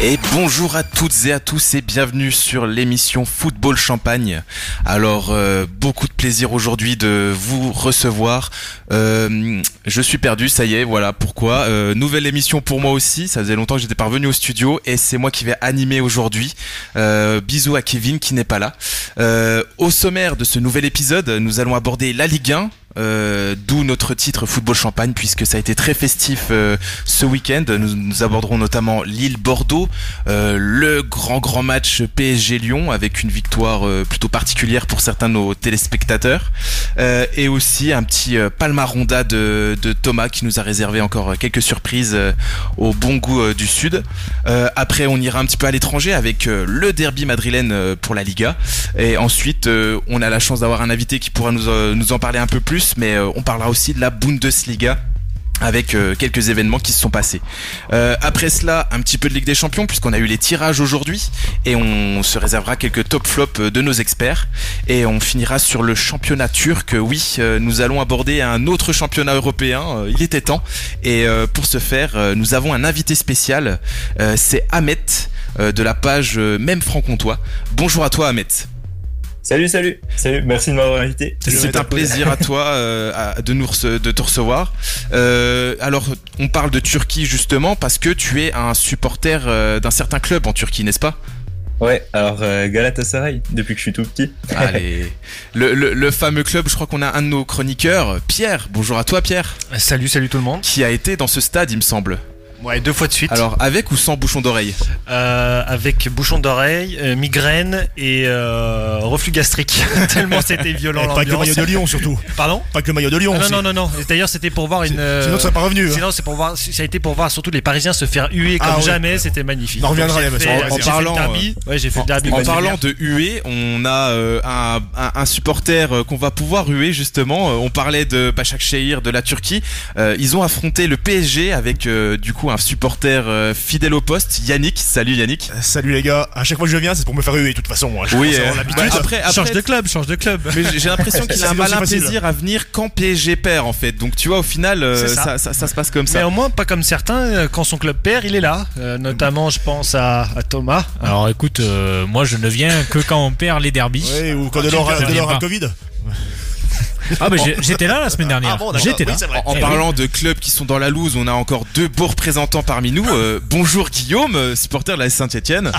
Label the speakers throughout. Speaker 1: Et bonjour à toutes et à tous et bienvenue sur l'émission Football Champagne. Alors euh, beaucoup de plaisir aujourd'hui de vous recevoir. Euh, je suis perdu, ça y est, voilà pourquoi. Euh, nouvelle émission pour moi aussi, ça faisait longtemps que j'étais pas revenu au studio et c'est moi qui vais animer aujourd'hui. Euh, bisous à Kevin qui n'est pas là. Euh, au sommaire de ce nouvel épisode, nous allons aborder la Ligue 1. euh, D'où notre titre Football Champagne, puisque ça a été très festif euh, ce week-end. Nous, nous aborderons notamment Lille-Bordeaux, euh, le grand grand match PSG-Lyon, avec une victoire euh, plutôt particulière pour certains de nos téléspectateurs, Euh, et aussi un petit euh, palmaronda de, de Thomas qui nous a réservé encore quelques surprises euh, au bon goût euh, du Sud. Euh, après, on ira un petit peu à l'étranger avec euh, le derby madrilène euh, pour la Liga. Et ensuite, euh, on a la chance d'avoir un invité qui pourra nous, euh, nous en parler un peu plus, mais euh, on parlera aussi de la Bundesliga avec euh, quelques événements qui se sont passés. Euh, après cela, un petit peu de Ligue des Champions, puisqu'on a eu les tirages aujourd'hui, et on se réservera quelques top flops euh, de nos experts, et on finira sur le championnat turc. Oui, euh, nous allons aborder un autre championnat européen, euh, il était temps, et euh, pour ce faire, euh, nous avons un invité spécial, Euh, c'est Ahmet, euh, de la page euh, Même Franc-Comtois. Bonjour à toi Ahmet.
Speaker 2: Salut, salut, salut, merci de m'avoir invité. Je vais
Speaker 1: C'est un
Speaker 2: t'applaudir.
Speaker 1: plaisir à toi euh, à- de nous rece- de te recevoir. Euh, alors, on parle de Turquie justement parce que tu es un supporter euh, d'un certain club en Turquie, n'est-ce pas
Speaker 2: Ouais, alors euh, Galatasaray, depuis que je suis tout petit.
Speaker 1: Allez, le, le- le fameux club. Je crois qu'on a un de nos chroniqueurs, Pierre. Bonjour à toi, Pierre,
Speaker 3: Salut, salut tout le monde.
Speaker 1: qui a été dans ce stade, il me semble.
Speaker 3: Ouais, deux fois de suite.
Speaker 1: Alors, avec ou sans bouchon d'oreille
Speaker 3: Euh, avec bouchon d'oreille, euh, migraine et euh, reflux gastrique. Tellement c'était violent
Speaker 4: Pas que le
Speaker 3: l'ambiance.
Speaker 4: maillot de Lyon surtout.
Speaker 3: Pardon
Speaker 4: Pas que le maillot de Lyon.
Speaker 3: Ah Non,
Speaker 4: c'est-
Speaker 3: non, non, non. Et D'ailleurs, c'était pour voir une. euh,
Speaker 4: Sinon, tu serais pas revenu. hein.
Speaker 3: sinon, c'est pour voir. Ça a été pour voir surtout les Parisiens se faire huer comme
Speaker 4: Ah ouais.
Speaker 3: jamais. C'était magnifique.
Speaker 4: On en reviendra,
Speaker 3: Donc,
Speaker 4: les
Speaker 3: j'ai
Speaker 4: mecs.
Speaker 3: fait-
Speaker 4: En- en
Speaker 3: j'ai fait
Speaker 1: parlant, euh,
Speaker 3: le derby. Ouais, j'ai fait
Speaker 5: Ah,
Speaker 3: le derby.
Speaker 1: En
Speaker 3: Ouais,
Speaker 1: parlant de huer, on a euh, un, un- un supporter euh, qu'on va pouvoir huer justement. Euh, On parlait de Başakşehir de la Turquie. Euh, ils ont affronté le PSG avec euh, du coup un supporter euh, fidèle au poste, Yannick. Salut Yannick.
Speaker 4: Euh, Salut les gars, à chaque fois que je viens, c'est pour me faire huer de toute façon. hein. Je pense
Speaker 1: euh,
Speaker 4: avoir l'habitude.
Speaker 1: bah, après, après-
Speaker 3: club, change de club.
Speaker 1: mais j'ai- j'ai l'impression qu'il
Speaker 4: C'est
Speaker 1: a un
Speaker 4: aussi
Speaker 1: malin
Speaker 4: facile.
Speaker 1: plaisir à venir quand PSG perd en fait. Donc tu vois, au final, euh,
Speaker 3: C'est
Speaker 1: ça.
Speaker 3: ça.
Speaker 1: ça- ça se passe comme
Speaker 3: Mais
Speaker 1: ça.
Speaker 3: au moins, pas comme certains, euh, quand son club perd, il est là. Euh, notamment, je pense à, à Thomas.
Speaker 5: Alors écoute, euh, moi je ne viens que quand on perd les derbies.
Speaker 4: Ouais, ou quand
Speaker 5: Ah,
Speaker 4: de l'or
Speaker 5: tu
Speaker 4: a
Speaker 5: ne
Speaker 4: de l'or
Speaker 5: reviens
Speaker 4: a
Speaker 5: pas.
Speaker 4: Covid.
Speaker 5: Ah bah j'ai- j'étais là la semaine dernière.
Speaker 4: Ah bon, d'accord.
Speaker 5: j'étais
Speaker 4: Oui,
Speaker 5: là.
Speaker 4: c'est vrai.
Speaker 1: En
Speaker 5: Eh
Speaker 1: parlant de clubs qui sont dans la loose, on a encore deux beaux représentants parmi nous. Euh, bonjour Guillaume, euh, supporter de la Saint-Etienne.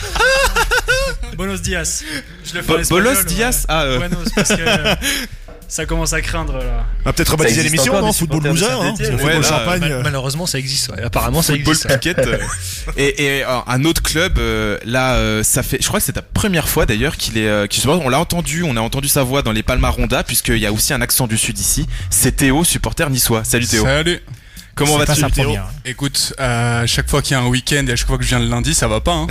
Speaker 6: Bonos Diaz. Je le fais en
Speaker 1: Bo-
Speaker 6: espagnol,
Speaker 1: Bolos Diaz. Ah,
Speaker 6: Ouais.
Speaker 1: euh,
Speaker 6: Buenos, parce que euh, ça commence à craindre là.
Speaker 4: On va peut-être rebaptiser
Speaker 2: existe
Speaker 4: l'émission,
Speaker 2: encore,
Speaker 4: non
Speaker 2: des
Speaker 4: Football
Speaker 2: supporters de
Speaker 4: Loser, hein
Speaker 2: Saint-Étienne.
Speaker 1: Ouais,
Speaker 4: Football
Speaker 1: là,
Speaker 4: Champagne.
Speaker 3: Mal-
Speaker 4: euh,
Speaker 3: malheureusement, ça existe. ouais. Apparemment, ça
Speaker 1: Football
Speaker 3: existe. ouais.
Speaker 1: Piquette. euh, et et, euh, un autre club, euh, là, euh, ça fait, je crois que c'est ta première fois d'ailleurs qu'il est, euh, qu'il se- on l'a entendu, on a entendu sa voix dans les Palmaronda, puisqu'il y a aussi un accent du sud ici. C'est Théo, supporter niçois. Salut Théo.
Speaker 7: Salut.
Speaker 1: Comment
Speaker 5: C'est pas
Speaker 1: vas-tu
Speaker 5: sa
Speaker 4: Théo
Speaker 5: première. hein.
Speaker 7: Écoute, euh, à chaque fois qu'il y a un week-end et à chaque fois que je viens le lundi, ça va pas. Hein.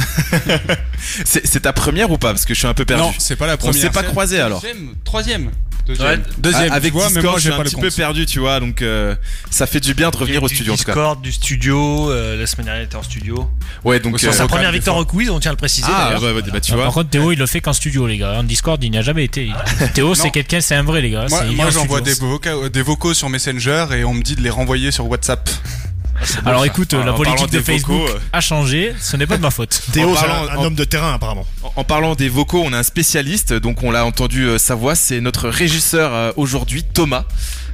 Speaker 1: C'est c'est ta première ou pas Parce que je suis un peu perdu.
Speaker 7: non, c'est pas la
Speaker 1: on
Speaker 7: première.
Speaker 1: s'est pas croisé alors.
Speaker 7: Deuxième, troisième.
Speaker 3: Ouais.
Speaker 7: Deuxième. Deuxième.
Speaker 1: Ah, avec
Speaker 7: tu vois, mais
Speaker 1: Discord,
Speaker 7: moi
Speaker 1: je suis
Speaker 7: j'ai
Speaker 1: un
Speaker 7: pas le
Speaker 1: petit peu
Speaker 7: compte.
Speaker 1: perdu, tu vois. Donc euh, ça fait du bien de revenir
Speaker 3: Du-
Speaker 1: au studio
Speaker 3: du
Speaker 1: en tout cas.
Speaker 3: Discord, du studio. euh, la semaine dernière, il était en studio.
Speaker 1: Ouais, donc.
Speaker 7: Au
Speaker 1: euh,
Speaker 7: sens
Speaker 3: Sa
Speaker 7: Faut quand
Speaker 3: première
Speaker 7: même
Speaker 3: victoire au quiz, on tient à le préciser.
Speaker 1: ah ouais,
Speaker 3: d'ailleurs.
Speaker 1: ouais, bah, tu
Speaker 5: Ah,
Speaker 1: vois.
Speaker 5: Par contre, Théo, il le fait qu'en studio, les gars. En Discord, il n'y a jamais été. Théo, c'est
Speaker 7: Non.
Speaker 5: quelqu'un, c'est un vrai, les gars.
Speaker 7: Moi,
Speaker 5: C'est- il
Speaker 7: moi
Speaker 5: est en
Speaker 7: j'envoie des,
Speaker 5: studio.
Speaker 7: vocaux- euh, des vocaux sur Messenger et on me dit de les renvoyer sur WhatsApp.
Speaker 1: Ah,
Speaker 5: Alors écoute, euh,
Speaker 1: En
Speaker 5: la
Speaker 1: parlant
Speaker 5: politique de
Speaker 1: des
Speaker 5: Facebook
Speaker 1: vocaux, euh.
Speaker 5: a changé. Ce n'est pas de ma faute.
Speaker 1: En
Speaker 4: Théo, c'est
Speaker 1: parlant-
Speaker 4: un un
Speaker 1: en-
Speaker 4: homme de terrain apparemment.
Speaker 1: En- En parlant des vocaux, on a un spécialiste, donc on l'a entendu euh, sa voix, c'est notre régisseur euh, aujourd'hui, Thomas.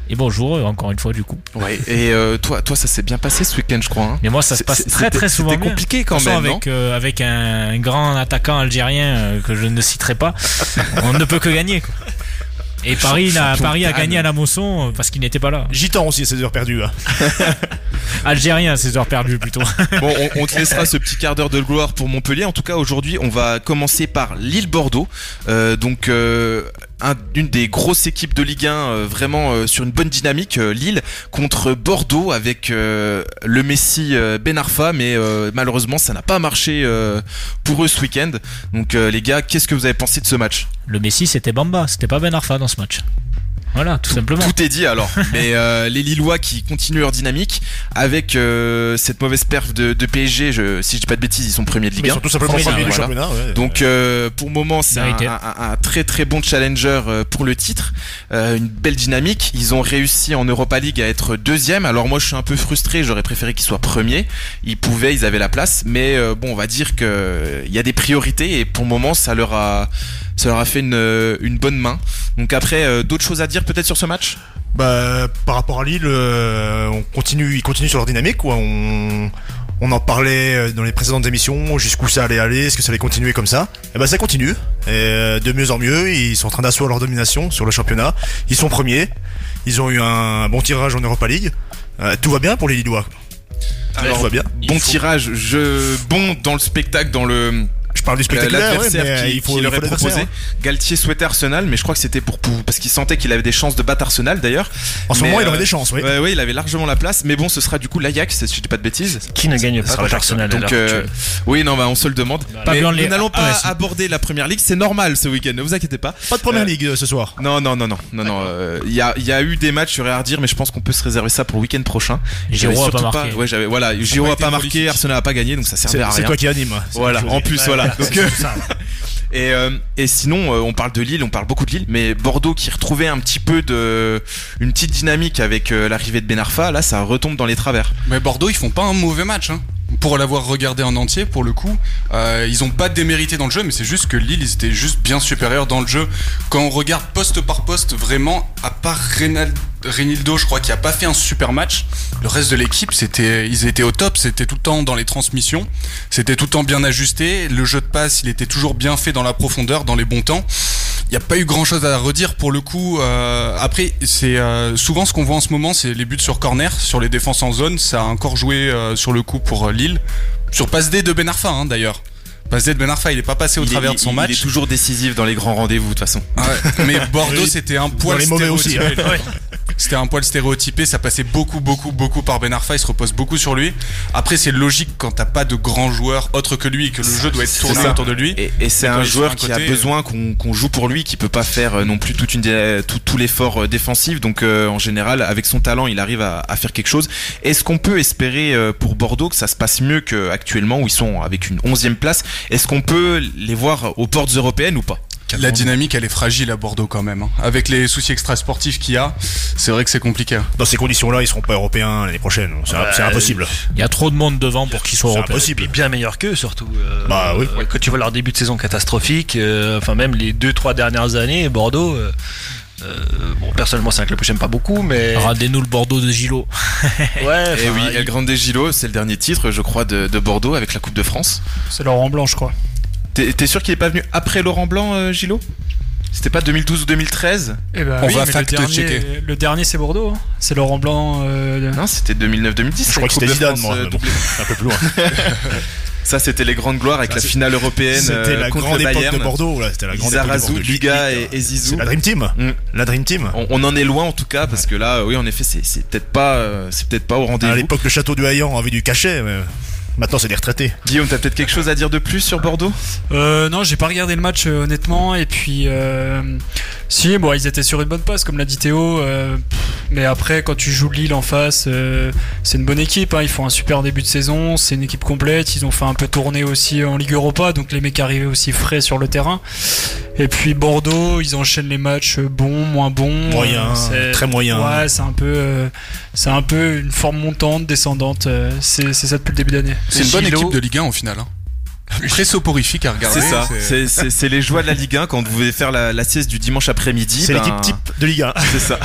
Speaker 5: Et bonjour, euh, encore une fois, du coup.
Speaker 1: Ouais. Et euh, toi, toi, ça s'est bien passé ce week-end, je crois. hein.
Speaker 5: Mais moi, ça se
Speaker 1: C'est-
Speaker 5: passe
Speaker 1: c'est-
Speaker 5: très
Speaker 1: c'était-
Speaker 5: très souvent.
Speaker 1: C'était
Speaker 5: bien.
Speaker 1: compliqué
Speaker 5: De
Speaker 1: quand
Speaker 5: toute façon,
Speaker 1: même, non
Speaker 5: avec, euh, avec un grand attaquant algérien euh, que je ne citerai pas, on ne peut que gagner. quoi. Et Paris, là,
Speaker 1: champion
Speaker 5: Paris a
Speaker 1: d'Anne.
Speaker 5: gagné à la Mosson euh, parce qu'il n'était pas là.
Speaker 4: Gitan aussi, c'est heures perdues. hein.
Speaker 5: Algérien, ses heures perdues plutôt.
Speaker 1: Bon, on, on te laissera ce petit quart d'heure de gloire pour Montpellier. En tout cas, aujourd'hui, on va commencer par l'île Bordeaux. Euh, donc, euh, un- une des grosses équipes de Ligue 1, euh, vraiment euh, sur une bonne dynamique. euh, Lille contre Bordeaux avec euh, le Messi euh, Ben Arfa, mais euh, malheureusement, ça n'a pas marché euh, pour eux ce week-end. Donc, euh, les gars, qu'est-ce que vous avez pensé de ce match
Speaker 5: Le Messi, c'était Bamba, c'était pas Ben Arfa dans ce match. Voilà, tout, simplement.
Speaker 1: Tout est dit alors. Mais euh, les Lillois qui continuent leur dynamique avec euh, cette mauvaise perf de, de PSG, je, si je dis pas de bêtises, ils sont premiers de
Speaker 4: Mais
Speaker 1: Ligue
Speaker 4: ils
Speaker 1: 1.
Speaker 4: sont tout simplement
Speaker 5: Premier,
Speaker 4: premiers du
Speaker 1: voilà.
Speaker 4: championnat. ouais.
Speaker 1: Donc euh, pour le moment c'est un,
Speaker 5: Mérité.
Speaker 1: un- un- un très très bon challenger euh, pour le titre, Euh, une belle dynamique. Ils ont réussi en Europa League à être deuxième. Alors moi je suis un peu frustré, j'aurais préféré qu'ils soient premiers. Ils pouvaient, ils avaient la place, mais euh, bon on va dire que euh, il y a des priorités et pour le moment ça leur a ça leur a fait une, une bonne main. Donc après euh, d'autres choses à dire peut-être sur ce match
Speaker 4: Bah, par rapport à Lille, euh, on continue, ils continuent sur leur dynamique. Quoi. On, on en parlait euh, dans les précédentes émissions, jusqu'où ça allait aller, est-ce que ça allait continuer comme ça. Et bah ça continue. Et, euh, de mieux en mieux, ils sont en train d'asseoir leur domination sur le championnat. Ils sont premiers. Ils ont eu un bon tirage en Europa League. Euh, tout va bien pour les Lillois. tout va bien.
Speaker 1: Bon tirage, je bon dans le spectacle, dans le
Speaker 4: Je parle du spectaculaire, ouais,
Speaker 1: l'adversaire
Speaker 4: mais euh,
Speaker 1: qui,
Speaker 4: il faut
Speaker 1: qui
Speaker 4: il
Speaker 1: leur
Speaker 4: faut
Speaker 1: est
Speaker 4: l'adversaire,
Speaker 1: proposé.
Speaker 4: hein.
Speaker 1: Galtier souhaitait Arsenal, mais je crois que c'était pour, pour- parce qu'il sentait qu'il avait des chances de battre Arsenal d'ailleurs.
Speaker 4: En ce
Speaker 1: Mais,
Speaker 4: moment, il
Speaker 1: euh,
Speaker 4: aurait des chances, oui.
Speaker 1: Ouais, ouais, il avait largement la place, mais bon, ce sera du coup l'Ajax, si je dis pas de bêtises.
Speaker 3: Qui ne gagne pas
Speaker 4: sera
Speaker 3: contre
Speaker 4: la
Speaker 3: Arsenal à
Speaker 1: Donc,
Speaker 3: l'heure
Speaker 1: euh,
Speaker 3: actuelle
Speaker 1: oui, non, bah, on se le demande.
Speaker 5: Pas
Speaker 1: mais
Speaker 5: blanc, les-
Speaker 1: nous n'allons pas
Speaker 5: Ah, si.
Speaker 1: aborder la première ligue, c'est normal ce week-end, ne vous inquiétez pas.
Speaker 4: Pas de première
Speaker 1: euh,
Speaker 4: ligue euh, ce soir.
Speaker 1: Non, non, non, non, non, non. euh, Il y, a, il y a eu des matchs, j'aurais à redire, mais je pense qu'on peut se réserver ça pour le week-end prochain. J'avais
Speaker 5: Giroud a pas
Speaker 1: surtout
Speaker 5: marqué.
Speaker 1: Ouais, j'avais, voilà, Giro
Speaker 7: pas
Speaker 1: a
Speaker 7: été
Speaker 1: pas marqué,
Speaker 7: prolifique.
Speaker 1: Arsenal a pas gagné, donc ça servait
Speaker 4: C'est
Speaker 1: à
Speaker 4: c'est
Speaker 1: rien.
Speaker 4: toi qui anime. c'est
Speaker 1: Voilà,
Speaker 4: ce que je
Speaker 1: en
Speaker 4: veux dire.
Speaker 1: plus, voilà. Donc, euh, et, euh, et sinon, euh, on parle de Lille, on parle beaucoup de Lille, mais Bordeaux qui retrouvait un petit peu de. une petite dynamique avec euh, l'arrivée de Benarfa, là, ça retombe dans les travers.
Speaker 7: Mais Bordeaux, ils font pas un mauvais match. Hein. Pour l'avoir regardé en entier, pour le coup, euh, ils ont pas démérité dans le jeu, mais c'est juste que Lille, ils étaient juste bien supérieurs dans le jeu. Quand on regarde poste par poste, vraiment, à part Reynal- Reynildo, je crois, qui a pas fait un super match, le reste de l'équipe, c'était, ils étaient au top, c'était tout le temps dans les transmissions, c'était tout le temps bien ajusté, le jeu de passe, il était toujours bien fait dans la profondeur, dans les bons temps. Il n'y a pas eu grand chose à redire pour le coup. Euh, après, c'est euh, souvent ce qu'on voit en ce moment, c'est les buts sur corner, sur les défenses en zone. Ça a encore joué euh, sur le coup pour euh, Lille. Sur passe D de Ben Arfa, hein, d'ailleurs. Passe D de Ben Arfa, il n'est pas passé au
Speaker 1: il
Speaker 7: travers
Speaker 1: est,
Speaker 7: de son
Speaker 1: il- Il est
Speaker 7: match. Ah
Speaker 1: toujours décisif dans les grands rendez-vous, de toute façon.
Speaker 7: Ouais, mais Bordeaux, c'était un poil
Speaker 4: les mauvais aussi,
Speaker 7: stéréotypé.
Speaker 1: hein.
Speaker 7: C'était un poil stéréotypé. Ça passait beaucoup, beaucoup, beaucoup par Ben Arfa. Il se repose beaucoup sur lui. Après, c'est logique quand t'as pas de grand joueur autre que lui et que le jeu doit être
Speaker 1: c'est
Speaker 7: tourné
Speaker 1: ça.
Speaker 7: autour de lui.
Speaker 1: Et, et c'est
Speaker 7: Mais quand
Speaker 1: un
Speaker 7: il est sur
Speaker 1: joueur
Speaker 7: un
Speaker 1: qui
Speaker 7: côté, euh,
Speaker 1: a besoin qu'on qu'on joue pour lui, qui peut pas faire euh, non plus toute une, dé- tout, tout l'effort euh, défensif. Donc euh, en général, avec son talent, il arrive à, à faire quelque chose. Est-ce qu'on peut espérer euh, pour Bordeaux que ça se passe mieux qu'actuellement où ils sont avec une 11e place Est-ce qu'on peut les voir aux portes européennes ou pas
Speaker 7: La dynamique, elle est fragile à Bordeaux quand même. hein. Avec les soucis extrasportifs qu'il y a, c'est vrai que c'est compliqué.
Speaker 4: Dans ces conditions-là, ils seront pas européens l'année prochaine. C'est
Speaker 3: Bah,
Speaker 4: c'est impossible.
Speaker 5: Il y a trop de monde devant pour qu'ils soient
Speaker 4: C'est
Speaker 5: européens.
Speaker 4: impossible.
Speaker 3: Et bien meilleur qu'eux surtout. Euh,
Speaker 4: Bah oui.
Speaker 3: euh, Quand tu vois leur début de saison catastrophique, euh, enfin même les deux trois dernières années, Bordeaux. euh, euh, bon, personnellement, c'est un club que j'aime pas beaucoup, mais.
Speaker 5: Radez-nous le Bordeaux de Gilo.
Speaker 3: Ouais,
Speaker 1: Eh
Speaker 3: enfin,
Speaker 1: oui,
Speaker 3: il-
Speaker 1: El Grande Gilo, c'est le dernier titre, je crois, de, de Bordeaux avec la Coupe de France.
Speaker 6: C'est Laurent Blanc, je crois.
Speaker 1: T'es t'es sûr qu'il est pas venu après Laurent Blanc, euh, Gilo C'était pas 2012 ou 2013
Speaker 6: Eh ben,
Speaker 7: On
Speaker 6: oui,
Speaker 7: va
Speaker 6: mais le
Speaker 7: fact-checker.
Speaker 6: dernier- Le dernier, c'est Bordeaux. hein. C'est Laurent Blanc. euh,
Speaker 1: Non, c'était 2009-2010.
Speaker 4: Je crois que c'était Zidane, moi. mais bon, c'est un peu plus loin.
Speaker 1: euh, Ça, c'était les grandes gloires avec
Speaker 4: Ça,
Speaker 1: la
Speaker 4: c'est-
Speaker 1: finale européenne
Speaker 4: C'était
Speaker 1: euh,
Speaker 4: la
Speaker 1: contre
Speaker 4: grande
Speaker 1: le
Speaker 4: époque
Speaker 1: Bayern.
Speaker 4: de Bordeaux. là, C'était la grande époque de
Speaker 1: Lizarazu,
Speaker 4: Bordeaux.
Speaker 1: Duga et, et
Speaker 4: C'est
Speaker 1: Zizou.
Speaker 4: la Dream Team.
Speaker 1: Mm.
Speaker 4: La Dream Team.
Speaker 1: On, on en est loin en tout cas parce que là, oui, en effet, c'est c'est peut-être pas, euh, c'est peut-être pas au
Speaker 4: À
Speaker 1: rendez-vous.
Speaker 4: l'époque, le château du Haillan avait du cachet. mais Maintenant, c'est des retraités.
Speaker 1: Guillaume, t'as peut-être quelque chose à dire de plus sur Bordeaux
Speaker 6: Euh, non, j'ai pas regardé le match euh, honnêtement. Et puis, euh, si, bon, ils étaient sur une bonne passe, comme l'a dit Théo. euh, pff, mais après, quand tu joues Lille en face, euh, c'est une bonne équipe. hein, ils font un super début de saison. C'est une équipe complète. Ils ont fait un peu tourner aussi en Ligue Europa. Donc les mecs arrivaient aussi frais sur le terrain. Et puis Bordeaux, ils enchaînent les matchs euh, bons, moins bons.
Speaker 4: Moyen,
Speaker 6: euh, c'est-
Speaker 4: très moyen.
Speaker 6: Ouais, c'est un peu, euh, c'est un peu une forme montante, descendante. euh, c'est c'est ça depuis le début d'année.
Speaker 7: C'est une bonne équipe de Ligue 1 au final. hein. Très soporifique à regarder.
Speaker 1: C'est ça. C'est- C'est c'est les joies de la Ligue 1 quand vous voulez faire la, la sieste du dimanche après-midi.
Speaker 4: C'est
Speaker 1: ben,
Speaker 4: l'équipe type de Ligue 1.
Speaker 1: C'est ça.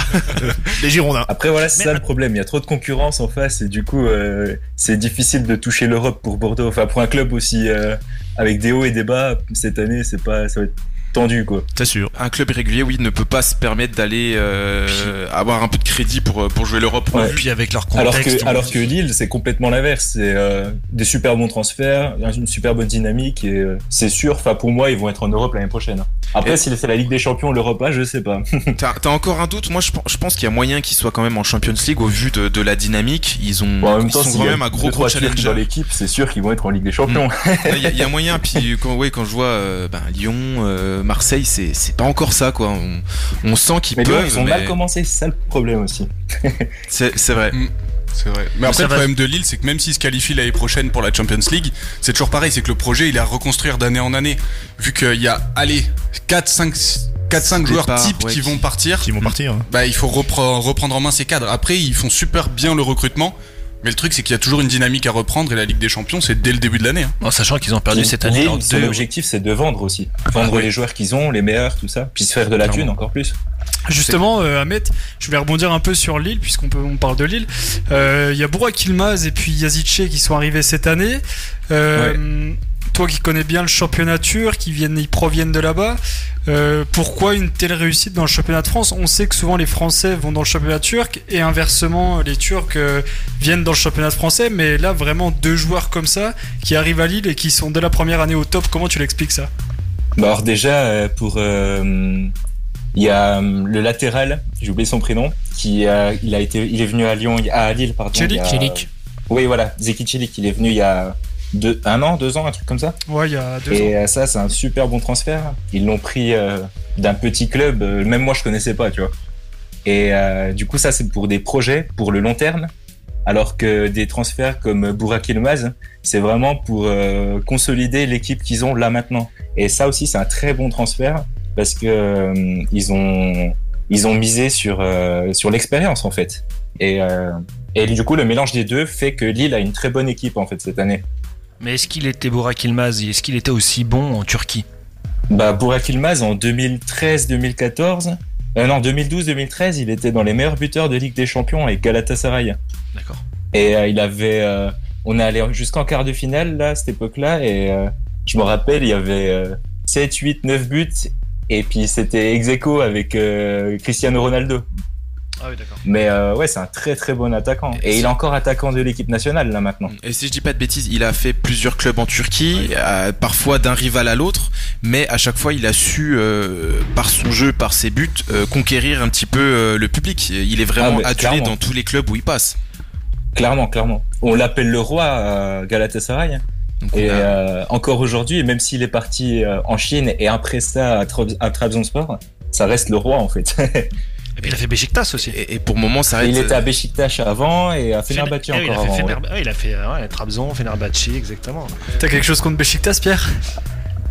Speaker 4: Les Girondins.
Speaker 2: Après, voilà, c'est
Speaker 3: Mais-
Speaker 2: ça le problème. Il y a trop de concurrence en face et du coup, euh, c'est difficile de toucher l'Europe pour Bordeaux. Enfin, pour un club aussi euh, avec des hauts et des bas, cette année, c'est pas, ça va être tendu, quoi.
Speaker 4: C'est sûr.
Speaker 1: Un club irrégulier, oui, ne peut pas se permettre d'aller euh, avoir un peu de crédit pour, euh, pour jouer l'Europe.
Speaker 2: Ouais.
Speaker 3: puis avec leur
Speaker 2: Alors
Speaker 3: contexte.
Speaker 2: que,
Speaker 3: on-
Speaker 2: alors que Lille, c'est complètement l'inverse. C'est euh, des super bons transferts, une super bonne dynamique et euh, c'est sûr. Enfin, pour moi, ils vont être en Europe l'année prochaine. hein. Après,
Speaker 1: Et-
Speaker 2: si c'est la Ligue des Champions, l'Europa, je sais pas.
Speaker 1: T'as t'as encore un doute Moi, je, pen- je pense qu'il y a moyen qu'ils soient quand même en Champions League au vu de, de la dynamique. Ils ont,
Speaker 2: Bon, en même
Speaker 1: ils
Speaker 2: temps,
Speaker 1: sont
Speaker 2: s'il y
Speaker 1: quand
Speaker 2: a
Speaker 1: même un gros
Speaker 2: deux,
Speaker 1: gros
Speaker 2: trois titres
Speaker 1: challenger. Hmm.
Speaker 2: dans l'équipe, c'est sûr qu'ils vont être en Ligue des Champions.
Speaker 1: Il y, a- y a moyen. Puis quand, ouais, quand je vois euh, ben, Lyon, euh, Marseille, c'est c'est pas encore ça, quoi. On, on sent qu'ils
Speaker 2: Mais Lyon,
Speaker 1: peuvent.
Speaker 2: ils ont
Speaker 1: mais
Speaker 2: mal commencé, c'est ça le problème aussi.
Speaker 1: c'est Hmm, c'est vrai.
Speaker 7: C'est vrai. Mm. Mais
Speaker 3: ça
Speaker 7: après, le
Speaker 3: va-
Speaker 7: problème de Lille, c'est que même s'ils se qualifient l'année prochaine pour la Champions League, c'est toujours pareil, c'est que le projet, il est à reconstruire d'année en année. Vu qu'il y a, allez, 4, 5, 4, 5 joueurs
Speaker 1: Départ,
Speaker 7: types
Speaker 1: ouais,
Speaker 7: qui
Speaker 1: qui-
Speaker 7: vont partir,
Speaker 4: qui vont partir. hein.
Speaker 7: bah, il faut repre- reprendre en main ces cadres. Après, ils font super bien le recrutement. Mais le truc, c'est qu'il y a toujours une dynamique à reprendre et la Ligue des Champions, c'est dès le début de l'année. hein.
Speaker 3: En sachant qu'ils ont perdu
Speaker 2: Pour-
Speaker 3: cette
Speaker 2: pour
Speaker 3: année
Speaker 2: Lille,
Speaker 3: leurs
Speaker 2: son
Speaker 3: deux-
Speaker 2: objectif, c'est de vendre aussi. Vendre
Speaker 7: oui.
Speaker 2: les joueurs qu'ils ont, les meilleurs, tout ça. Puis se faire de la thune encore plus.
Speaker 6: Justement, euh, Ahmed, je voulais rebondir un peu sur Lille, puisqu'on peut, on parle de Lille. Euh, Il y a Burak Yilmaz et puis Yazice qui sont arrivés cette année. Euh, Toi qui connais bien le championnat turc, qui viennent, ils proviennent de là-bas, euh, pourquoi une telle réussite dans le championnat de France On sait que souvent les Français vont dans le championnat turc et inversement les Turcs euh, viennent dans le championnat français, mais là vraiment deux joueurs comme ça qui arrivent à Lille et qui sont dès la première année au top, comment tu l'expliques ça
Speaker 2: Bah alors déjà euh, pour euh, il y a euh, le latéral, j'ai oublié son prénom, qui a, il a été il est venu à Lyon à Lille pardon. il y
Speaker 6: Çelik.
Speaker 2: a-
Speaker 5: Çelik.
Speaker 2: Oui voilà, Zeki Çelik, il est venu il y a deux, un an, deux ans, un truc comme ça.
Speaker 6: Ouais, il y a deux ans.
Speaker 2: Et euh, ça c'est un super bon transfert. Ils l'ont pris euh, d'un petit club, euh, même moi je connaissais pas, tu vois. Et euh, du coup ça c'est pour des projets pour le long terme. Alors que des transferts comme Burak Yilmaz, c'est vraiment pour euh, consolider l'équipe qu'ils ont là maintenant. Et ça aussi, c'est un très bon transfert parce que euh, ils ont ils ont misé sur euh, sur l'expérience en fait. Et euh, et du coup, le mélange des deux fait que Lille a une très bonne équipe en fait cette année.
Speaker 3: Mais est-ce qu'il était Burak Yılmaz Est-ce qu'il était aussi bon en Turquie
Speaker 2: Bah, Burak Yılmaz en 2013-2014. Euh, non, 2012-2013, il était dans les meilleurs buteurs de Ligue des Champions avec Galatasaray.
Speaker 3: D'accord.
Speaker 2: Et euh, il avait, euh, on est allé jusqu'en quart de finale là, à cette époque-là, et euh, je me rappelle, il y avait euh, 7, 8, 9 buts, et puis c'était ex aequo avec euh, Cristiano Ronaldo.
Speaker 3: Ah oui, d'accord.
Speaker 2: Mais euh, ouais, c'est un très très bon attaquant.
Speaker 1: Et
Speaker 2: Et il
Speaker 1: c'est-
Speaker 2: est encore attaquant de l'équipe nationale là
Speaker 3: Mm.
Speaker 2: maintenant.
Speaker 1: Et si je dis pas de bêtises, il a fait plusieurs clubs en Turquie, euh, parfois d'un rival à l'autre, mais à chaque fois il a su, euh, par son jeu, par ses buts, euh, conquérir un petit peu euh, le public. Il est vraiment
Speaker 2: Ah, mais
Speaker 1: adulé
Speaker 2: clairement.
Speaker 1: dans tous les clubs où il passe.
Speaker 2: Clairement, clairement. On l'appelle le roi à Galatasaray.
Speaker 1: Donc, on
Speaker 2: Et
Speaker 1: a-
Speaker 2: euh, encore aujourd'hui, même s'il est parti euh, en Chine et après ça à, Tra- à Trabzonspor, ça reste le roi en fait.
Speaker 3: Et puis il a fait Beşiktaş aussi.
Speaker 1: et, et pour le moment, ça
Speaker 2: il
Speaker 1: reste-
Speaker 4: euh,
Speaker 2: était à Besiktas avant et à Fenerbahçe
Speaker 3: Fener- eh oui,
Speaker 2: encore
Speaker 3: il a
Speaker 2: avant.
Speaker 3: fait
Speaker 2: ouais.
Speaker 3: Fener- ouais, il a fait euh, ouais, Trabzon, Fenerbahçe, exactement.
Speaker 6: T'as quelque chose contre Besiktas, Pierre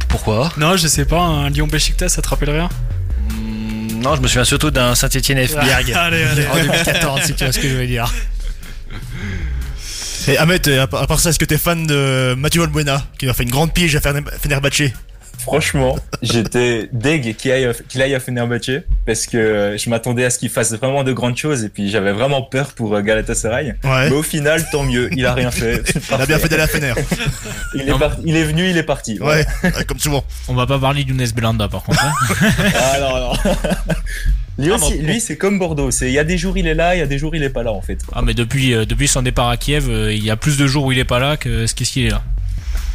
Speaker 3: Pourquoi
Speaker 6: Non, je sais pas, un Lyon-Besiktas, ça te rappelle rien
Speaker 3: Hmm, Non, je me souviens surtout d'un Saint-Etienne FBR.
Speaker 6: Allez, allez.
Speaker 3: En
Speaker 5: 2014, si tu vois ce que je veux dire.
Speaker 4: Et Ahmed, euh, à part à part ça, est-ce que t'es fan de Mathieu Valbuena qui a fait une grande pige à Ferne- Fenerbahçe
Speaker 2: Franchement, j'étais deg qu'il aille, qu'il aille à Fenerbahçe parce que euh, je m'attendais à ce qu'il fasse vraiment de grandes choses et puis j'avais vraiment peur pour euh, Galatasaray.
Speaker 4: Ouais.
Speaker 2: Mais au final, tant mieux, il a rien fait.
Speaker 4: Il a bien fait d'aller à Fener.
Speaker 2: Il est, par- il est venu, il est parti.
Speaker 4: Ouais, ouais, comme souvent.
Speaker 5: On va pas parler d'Unes Belanda par contre. hein.
Speaker 2: Ah non, non. Lui, aussi, lui c'est comme Bordeaux. C'est- Il y a des jours, il est là, il y a des jours, il est pas là en fait.
Speaker 5: Ah, mais depuis, euh, depuis son départ à Kiev, euh, il y a plus de jours où il est pas là que ce qu'est-ce qu'il est là.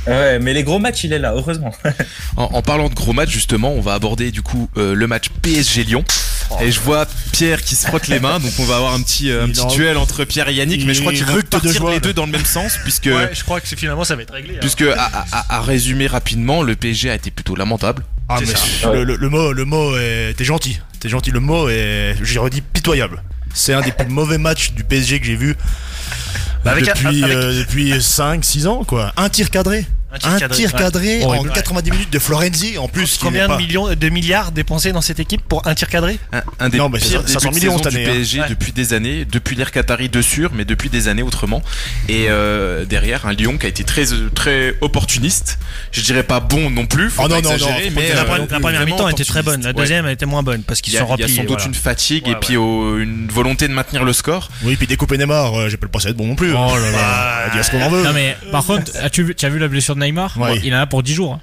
Speaker 2: Ouais, mais les gros matchs, il est là, heureusement.
Speaker 1: En, en parlant de gros matchs, justement, on va aborder du coup euh, le match PSG Lyon.
Speaker 2: Oh.
Speaker 1: Et je vois Pierre qui se frotte les mains, donc on va avoir un petit, euh, un
Speaker 4: Il
Speaker 1: petit
Speaker 4: en-
Speaker 1: duel entre Pierre et Yannick, mais je crois
Speaker 4: il
Speaker 1: qu'ils vont
Speaker 4: ructe de
Speaker 1: partir
Speaker 4: joie,
Speaker 1: les
Speaker 4: là.
Speaker 1: deux dans le même sens, puisque,
Speaker 3: Ouais, je crois que c'est- finalement ça va être réglé. hein.
Speaker 1: puisque à, à- à- à résumer rapidement, le PSG a été plutôt lamentable.
Speaker 4: Ah,
Speaker 3: C'est
Speaker 4: mais
Speaker 2: Ouais.
Speaker 4: le, le- le mot, le mot, est... t'es gentil. T'es gentil. Le mot est, j'ai redit, pitoyable. C'est un des plus mauvais matchs du PSG que j'ai vu
Speaker 3: Bah, avec un-
Speaker 4: depuis,
Speaker 3: avec-
Speaker 4: euh, depuis 5, 6 ans, quoi. Un tir cadré.
Speaker 3: Un tir
Speaker 4: Un
Speaker 3: cadré,
Speaker 4: tir
Speaker 3: ouais.
Speaker 4: cadré
Speaker 3: Horrible.
Speaker 4: en
Speaker 3: Ouais.
Speaker 4: 90 minutes de Florenzi, en plus. qui n'est
Speaker 3: Combien de
Speaker 4: pas-
Speaker 3: millions, de milliards dépensés dans cette équipe pour un tir cadré
Speaker 1: Un, un des
Speaker 4: Non, mais
Speaker 1: pires
Speaker 4: 500
Speaker 1: débuts de
Speaker 4: millions
Speaker 1: saison
Speaker 4: cette
Speaker 1: du
Speaker 4: année, hein.
Speaker 1: PSG
Speaker 3: Ouais.
Speaker 1: depuis des années, depuis l'ère Qatari de sûr, mais depuis des années autrement. Et euh, derrière, un Lyon qui a été très, euh, très opportuniste. Je dirais pas bon non plus, faut
Speaker 8: Ah,
Speaker 4: Oh
Speaker 1: pas
Speaker 4: non, non, non,
Speaker 1: exagérer,
Speaker 4: faut
Speaker 1: mais
Speaker 4: pas dire
Speaker 3: la,
Speaker 1: euh, non
Speaker 4: pre-
Speaker 3: première-
Speaker 1: plus,
Speaker 3: la première
Speaker 1: vraiment
Speaker 3: mi-temps était très bonne, la
Speaker 1: opportuniste. Ouais.
Speaker 3: deuxième elle était moins bonne parce
Speaker 1: Il
Speaker 3: qu'ils
Speaker 1: y, a,
Speaker 3: sont
Speaker 1: il y a
Speaker 3: remplis.
Speaker 1: sans doute
Speaker 3: voilà.
Speaker 1: une fatigue
Speaker 3: Ouais,
Speaker 1: et puis au- une volonté de maintenir le score.
Speaker 4: Oui, puis découper Neymar, euh, j'ai pas le pensé être bon non plus.
Speaker 5: Oh là là.
Speaker 4: Bah, dis à ce qu'on en veut.
Speaker 5: Non mais par contre, as-tu vu, tu as vu la blessure de Neymar
Speaker 4: Oui.
Speaker 5: Il en a pour 10 jours. hein.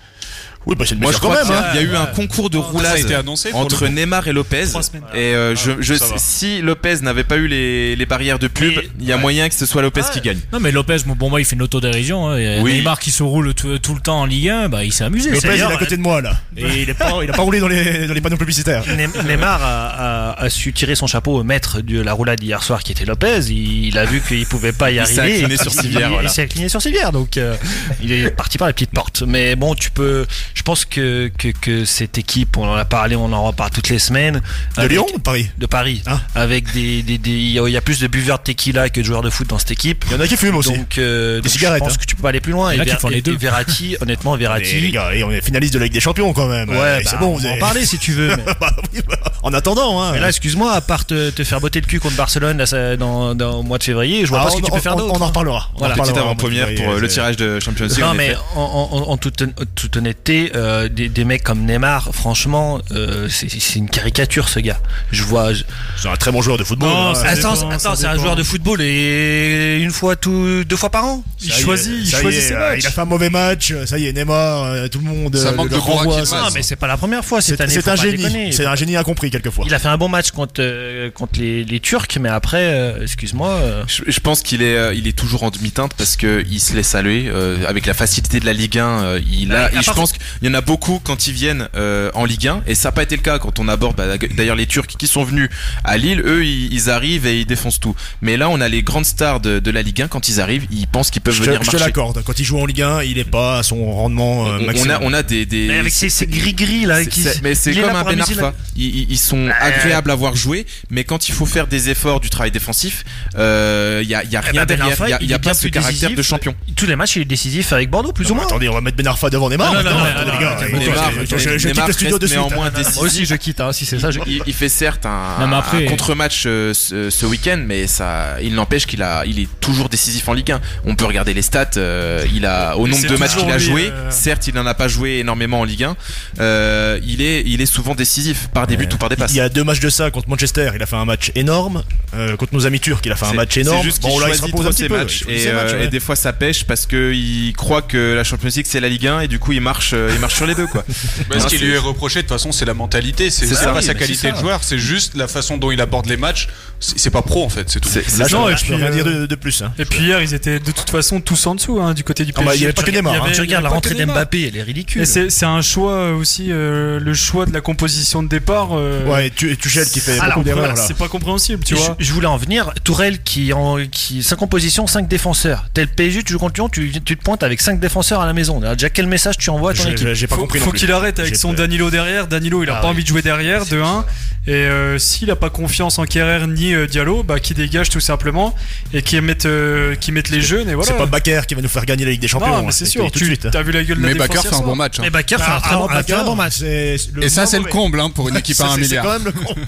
Speaker 4: Oui, bah c'est une
Speaker 1: Moi, je
Speaker 4: blessure quand
Speaker 1: crois qu'il
Speaker 4: même.
Speaker 1: y
Speaker 4: Hein.
Speaker 1: a- il y a eu un concours
Speaker 5: Ah,
Speaker 1: de
Speaker 7: Ah, Ça a
Speaker 1: roulade
Speaker 7: été annoncé pour
Speaker 1: entre
Speaker 7: le coup.
Speaker 1: Neymar et Lopez.
Speaker 6: Trois semaines.
Speaker 1: Et euh, je, je-
Speaker 4: Ça va.
Speaker 1: si Lopez n'avait pas eu les, les barrières de pub,
Speaker 3: Et-
Speaker 1: il y a moyen que ce soit Lopez
Speaker 3: Ouais.
Speaker 1: qui gagne.
Speaker 5: Non mais Lopez, bon, bon moi il fait une autodérision. Hein. Et
Speaker 1: Oui.
Speaker 5: Neymar qui se roule tout, tout le temps en Ligue 1, bah il s'est amusé.
Speaker 4: Lopez, il est
Speaker 5: c'est-à-dire-
Speaker 4: à côté de moi, là. Et il, est pas, il a pas roulé dans les, dans les panneaux publicitaires.
Speaker 3: Ne- Neymar a, a- a su tirer son chapeau au maître de la roulade hier soir qui était Lopez. Il, il a vu qu'il pouvait pas y
Speaker 1: Il s'est
Speaker 3: arriver.
Speaker 1: incliné
Speaker 3: et-
Speaker 1: sur
Speaker 3: il-
Speaker 1: civière, voilà.
Speaker 3: Il s'est incliné sur civière, donc euh, il est parti par la petite porte. Mais bon, tu peux.
Speaker 8: Je pense que, que, que cette équipe, on en a parlé, on en reparle toutes les semaines.
Speaker 4: De
Speaker 8: Avec-
Speaker 4: Lyon ou de Paris
Speaker 8: De Paris.
Speaker 4: Ah.
Speaker 8: Avec des, des, des- il y a- il y a plus de buveurs de tequila que de joueurs de foot dans cette équipe.
Speaker 4: Il y en a qui fument aussi.
Speaker 8: Donc, euh,
Speaker 4: Des
Speaker 8: donc je
Speaker 4: cigarettes,
Speaker 8: pense
Speaker 4: hein.
Speaker 8: que tu peux pas aller plus loin.
Speaker 5: Il y en a
Speaker 8: Et
Speaker 5: qui
Speaker 8: Ver-
Speaker 5: font les
Speaker 8: et-
Speaker 5: deux.
Speaker 8: et Verratti, honnêtement,
Speaker 4: Mais les
Speaker 8: Verratti.
Speaker 4: gars, et on est finaliste de la Ligue des Champions quand même.
Speaker 8: Ouais,
Speaker 4: Et
Speaker 8: bah,
Speaker 4: c'est
Speaker 8: on
Speaker 4: bon, vous
Speaker 8: va en
Speaker 4: avez-
Speaker 8: parler si tu veux. mais-
Speaker 4: Bah oui, bah, en attendant, hein.
Speaker 8: Mais là, excuse-moi, à part te, te faire botter le cul contre Barcelone là, ça- dans, dans- au mois de février, je vois
Speaker 4: Ah,
Speaker 8: pas ce
Speaker 4: on-
Speaker 8: que tu
Speaker 4: on-
Speaker 8: peux faire
Speaker 4: on-
Speaker 8: d'autre.
Speaker 4: On en reparlera. On en
Speaker 8: Voilà.
Speaker 4: reparlera,
Speaker 1: Petite
Speaker 4: on
Speaker 1: avant-première
Speaker 4: va
Speaker 1: pour euh,
Speaker 4: dire,
Speaker 1: le
Speaker 4: c'est-
Speaker 1: tirage de Champions League.
Speaker 8: Non,
Speaker 1: en
Speaker 8: mais
Speaker 1: effet.
Speaker 8: en, en- en- en toute, toute honnêteté, euh, des, des mecs comme Neymar, franchement, euh, c'est c'est une caricature ce gars. Je vois. je-
Speaker 4: C'est un très bon joueur de football.
Speaker 6: Non,
Speaker 4: hein.
Speaker 6: ça-
Speaker 8: Attends,
Speaker 6: dépend,
Speaker 8: attends, c'est un
Speaker 6: dépend.
Speaker 8: joueur de football et une fois tout, deux fois par an.
Speaker 6: Il
Speaker 4: Ça y est,
Speaker 6: choisit, il
Speaker 4: ça y
Speaker 6: choisit
Speaker 4: est,
Speaker 6: ses
Speaker 4: euh,
Speaker 6: matchs.
Speaker 4: Il a fait un mauvais match. Ça y est, Neymar, euh, tout le monde.
Speaker 7: Ça
Speaker 4: euh,
Speaker 7: manque de
Speaker 4: le
Speaker 7: gros
Speaker 4: renvoie.
Speaker 7: raquettes,
Speaker 4: C'est-
Speaker 8: Non, mais c'est pas la première fois cette année.
Speaker 4: C'est
Speaker 8: faut
Speaker 4: un
Speaker 8: pas
Speaker 4: génie.
Speaker 8: déconner.
Speaker 4: C'est un génie incompris quelquefois.
Speaker 8: Il a fait un bon match contre, euh, contre les, les Turcs, mais après, euh, excuse-moi. euh,
Speaker 1: Je, je pense qu'il est, euh, il est toujours en demi-teinte parce que il se laisse aller euh, avec la facilité de la Ligue 1. euh, il a,
Speaker 8: Ah, il a
Speaker 1: et je
Speaker 8: pas-
Speaker 1: pense qu'il y en a beaucoup quand ils viennent euh, en Ligue 1 et ça n'a pas été le cas quand on aborde. bah, D'ailleurs, les Turcs qui sont venus à Lille, eux, ils, ils arrivent et ils défoncent tout. Mais là, on a les grandes stars de, de la Ligue 1 quand ils arrivent, ils pensent qu'ils peuvent
Speaker 4: Je te,
Speaker 1: venir
Speaker 4: je te
Speaker 1: marcher.
Speaker 4: l'accorde. Quand il joue en Ligue 1, il est pas à son rendement euh,
Speaker 1: On- on,
Speaker 4: maximum.
Speaker 1: a, on a des, des-
Speaker 8: mais avec ces ces gris-gris là,
Speaker 1: C'est-
Speaker 8: qui-
Speaker 1: c'est- mais c'est
Speaker 8: il est là
Speaker 1: comme un
Speaker 8: pour
Speaker 1: Ben
Speaker 8: amuser la-
Speaker 1: Arfa. Ils, ils- ils sont agréables à voir jouer, mais quand il faut faire des efforts du travail défensif, il euh, y, a, y a
Speaker 8: Eh
Speaker 1: rien
Speaker 8: ben, Ben
Speaker 1: derrière.
Speaker 8: Arfa,
Speaker 1: Il y a,
Speaker 8: il
Speaker 1: y a
Speaker 8: est
Speaker 1: pas
Speaker 8: bien
Speaker 1: ce
Speaker 8: plus
Speaker 1: caractère
Speaker 8: décisif.
Speaker 1: de champion.
Speaker 8: Tous les matchs, il est décisif avec Bordeaux, plus ou moins.
Speaker 4: Attendez, on va mettre Ben Arfa devant Neymar.
Speaker 8: Ah, non,
Speaker 4: maintenant.
Speaker 8: non, non,
Speaker 4: Attendez,
Speaker 8: non,
Speaker 4: les gars,
Speaker 8: non,
Speaker 4: écoutez,
Speaker 1: Neymar-
Speaker 4: je- je- Je quitte
Speaker 1: Neymar
Speaker 4: le studio
Speaker 1: reste
Speaker 4: de suite.
Speaker 1: néanmoins
Speaker 8: Moi
Speaker 1: décisif.
Speaker 8: aussi, je quitte, hein, si c'est ça, je quitte.
Speaker 1: Il, il fait certes un,
Speaker 5: Non, mais après-
Speaker 1: un contre-match euh, ce, ce week-end, mais ça, il n'empêche qu'il a, il est toujours décisif en Ligue 1. On peut regarder les stats. euh, il a, au
Speaker 6: Mais
Speaker 1: nombre
Speaker 6: c'est
Speaker 1: de matchs qu'il a
Speaker 6: toujours lui,
Speaker 1: joué,
Speaker 6: euh,
Speaker 1: certes, il n'en a pas joué énormément en Ligue 1. euh, il est, il est souvent décisif par des buts ou par des passes.
Speaker 4: Il y a deux matchs de ça contre Manchester, il a fait un match énorme. Euh, contre nos amis turcs, il a fait un
Speaker 1: C'est-
Speaker 4: match
Speaker 1: C'est
Speaker 4: énorme.
Speaker 1: juste qu'il
Speaker 4: bon, là, il se
Speaker 1: choisit
Speaker 4: repose un
Speaker 1: trop
Speaker 4: petit
Speaker 1: ses
Speaker 4: peu.
Speaker 1: matchs.
Speaker 4: Il choisit
Speaker 1: Et,
Speaker 4: ses matchs,
Speaker 1: euh,
Speaker 4: ouais.
Speaker 1: et des fois, ça pêche parce que il croit que la Champions League c'est la Ligue 1 et du coup, il marche, euh, il marche sur les deux quoi.
Speaker 7: Bah, ce qui lui est reproché, de toute façon, c'est la mentalité. C'est
Speaker 1: Ah, C'est
Speaker 7: c'est
Speaker 1: ça.
Speaker 7: pas
Speaker 1: Oui,
Speaker 7: sa
Speaker 1: mais
Speaker 7: qualité
Speaker 1: c'est
Speaker 7: de
Speaker 1: ça.
Speaker 7: joueur, c'est juste la façon dont il aborde les matchs. C'est c'est pas pro, en fait, c'est tout.
Speaker 1: C'est- c'est-
Speaker 4: Là, je
Speaker 6: Non,
Speaker 4: peux-
Speaker 6: et
Speaker 4: je peux
Speaker 6: puis,
Speaker 4: rien
Speaker 6: euh,
Speaker 4: dire de, de plus. hein.
Speaker 6: Et puis hier, ils étaient de toute façon tous en dessous hein, du côté du
Speaker 4: Ah
Speaker 6: PSG.
Speaker 4: bah, il y avait pas que Neymar,
Speaker 6: Il y
Speaker 4: hein.
Speaker 6: avait- il
Speaker 8: Tu
Speaker 6: y avait
Speaker 8: regardes
Speaker 6: pas
Speaker 8: la
Speaker 6: que
Speaker 8: rentrée
Speaker 6: Neymar.
Speaker 8: d'Mbappé, elle est ridicule.
Speaker 6: Et c'est c'est un choix aussi, euh, le choix de la composition de départ. euh,
Speaker 4: Ouais, et tu, et Tuchel qui fait
Speaker 6: alors,
Speaker 4: beaucoup d'erreurs
Speaker 6: voilà,
Speaker 4: là.
Speaker 6: C'est pas compréhensible, tu
Speaker 8: Et je-
Speaker 6: vois.
Speaker 8: je, voulais en venir. Tourelle qui en qui 5 compositions, 5 défenseurs. Tel PSG, tu joues contre Lyon, tu, tu te pointes avec 5 défenseurs à la maison. Alors, déjà quel message tu envoies à ton
Speaker 4: Je-
Speaker 8: équipe
Speaker 4: je- J'ai pas
Speaker 6: faut,
Speaker 4: compris non
Speaker 6: faut
Speaker 4: plus.
Speaker 6: qu'il arrête avec
Speaker 4: J'ai
Speaker 6: son
Speaker 4: pas-
Speaker 6: Danilo derrière. Danilo, il a
Speaker 8: Ah
Speaker 6: pas
Speaker 8: oui.
Speaker 6: envie de jouer derrière, de 1. Et euh, s'il a pas confiance en Kerrer ni euh, Diallo, bah qui dégage tout simplement et qui mette, euh, qui mette les jeunes et voilà.
Speaker 4: C'est pas Baker qui va nous faire gagner la Ligue des Champions.
Speaker 6: non,
Speaker 4: hein,
Speaker 6: mais c'est
Speaker 4: je te
Speaker 6: sûr.
Speaker 4: dis tout de
Speaker 6: Tu
Speaker 4: suite.
Speaker 6: as vu la gueule de la
Speaker 7: Mais
Speaker 6: défense
Speaker 7: Baker
Speaker 6: hier
Speaker 7: fait un
Speaker 6: soir
Speaker 7: bon match. hein.
Speaker 8: Mais Baker fait un très bon-
Speaker 4: Ah,
Speaker 8: un très bon match.
Speaker 7: Et ça, c'est le comble hein, pour une équipe à 1 milliard.
Speaker 4: C'est quand même le comble.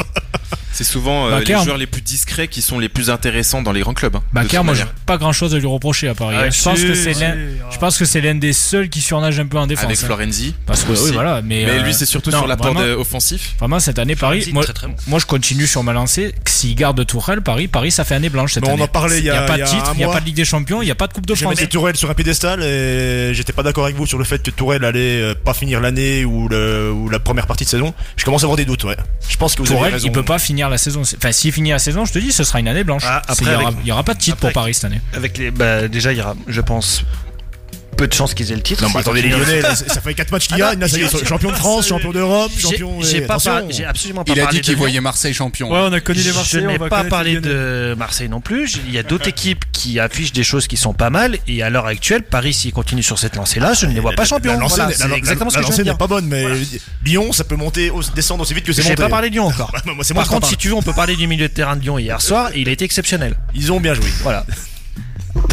Speaker 1: C'est souvent
Speaker 4: Bah,
Speaker 1: euh,
Speaker 5: Bakker.
Speaker 1: les joueurs les plus discrets qui sont les plus intéressants dans les grands clubs. hein,
Speaker 4: Bah,
Speaker 1: de
Speaker 5: Bakker,
Speaker 1: toute
Speaker 5: Bah, moi, j'ai
Speaker 1: manière.
Speaker 5: pas grand chose à lui reprocher à Paris.
Speaker 6: Ah,
Speaker 5: je, pense
Speaker 6: si,
Speaker 5: que c'est
Speaker 6: si,
Speaker 5: l'un,
Speaker 6: ah.
Speaker 5: je pense que c'est l'un des seuls qui surnage un peu en défense.
Speaker 1: avec
Speaker 5: hein.
Speaker 1: Florenzi.
Speaker 5: Parce que, oui,
Speaker 1: aussi.
Speaker 5: voilà. Mais,
Speaker 1: Mais
Speaker 5: euh,
Speaker 1: lui, c'est surtout
Speaker 5: non,
Speaker 1: sur l'apport
Speaker 5: vraiment,
Speaker 1: de- offensif.
Speaker 5: Vraiment, cette année, Paris,
Speaker 8: Florenzi,
Speaker 5: moi,
Speaker 8: très, très bon.
Speaker 5: moi, je continue sur ma lancée. S'il garde Tourelle, Paris, Paris, ça fait année blanche cette
Speaker 4: Mais on
Speaker 5: année.
Speaker 4: en parlait il y a-
Speaker 5: a pas
Speaker 4: il y
Speaker 5: de
Speaker 4: a
Speaker 5: titre,
Speaker 4: un
Speaker 5: il y a
Speaker 4: mois.
Speaker 5: pas de Ligue des Champions, il y a pas de Coupe de
Speaker 4: J'ai
Speaker 5: France.
Speaker 4: mis Tourelle sur un piédestal et j'étais pas d'accord avec vous sur le fait que Tourelle allait euh, pas finir l'année ou, le- ou la première partie de saison. Je commence à avoir des doutes, ouais. Je pense que vous avez
Speaker 5: Tourelle,
Speaker 4: raison.
Speaker 5: il peut pas finir la saison. Enfin, s'il finit la saison, je te dis, ce sera une année blanche.
Speaker 8: Ah,
Speaker 5: C'est-
Speaker 8: après,
Speaker 5: il, y aura,
Speaker 8: avec-
Speaker 5: il y aura pas de titre
Speaker 8: après-
Speaker 5: pour Paris cette année.
Speaker 8: Avec les, bah, déjà, il y aura, je pense, peu de chances qu'ils aient le titre.
Speaker 4: Non, mais attendez, les Lyonnais, là, ça ça fait 4 matchs qu'il y
Speaker 8: Ah
Speaker 4: a.
Speaker 8: bah,
Speaker 4: Là, ça y est, ils sont champions de France, champion d'Europe,
Speaker 8: J'ai
Speaker 4: champion.
Speaker 8: j'ai
Speaker 4: et
Speaker 8: pas
Speaker 4: attention.
Speaker 8: par- j'ai absolument pas
Speaker 7: Il a
Speaker 8: parlé
Speaker 7: dit
Speaker 8: de
Speaker 7: qu'il
Speaker 8: Lyon.
Speaker 7: voyait Marseille champion.
Speaker 6: Ouais, on a connu les Marseillais.
Speaker 8: Je
Speaker 6: on
Speaker 8: n'ai
Speaker 6: va
Speaker 8: pas
Speaker 6: connaître les
Speaker 8: parlé
Speaker 6: Lyonnais.
Speaker 8: de Marseille non plus. J'ai- Il y a d'autres équipes qui affichent des choses qui sont pas mal. Et à l'heure actuelle, Paris, s'il continue sur cette lancée-là, je ne les vois pas
Speaker 4: La
Speaker 8: champions.
Speaker 4: lancée
Speaker 8: Voilà,
Speaker 4: n'est- la-
Speaker 8: c'est
Speaker 4: la-
Speaker 8: exactement ce
Speaker 4: la
Speaker 8: que je
Speaker 4: lancée
Speaker 8: viens de
Speaker 4: n'est
Speaker 8: dire.
Speaker 4: pas bonne, mais Lyon, ça peut monter, au- descendre aussi vite que c'est monté.
Speaker 8: J'ai pas parlé de Lyon encore.
Speaker 4: Bah, moi, c'est moi
Speaker 8: Par
Speaker 4: qui t'en
Speaker 8: contre, si
Speaker 4: parle.
Speaker 8: tu veux, on peut parler du milieu de terrain de Lyon hier soir. et il a été exceptionnel.
Speaker 4: Ils ont bien joué.
Speaker 8: Voilà.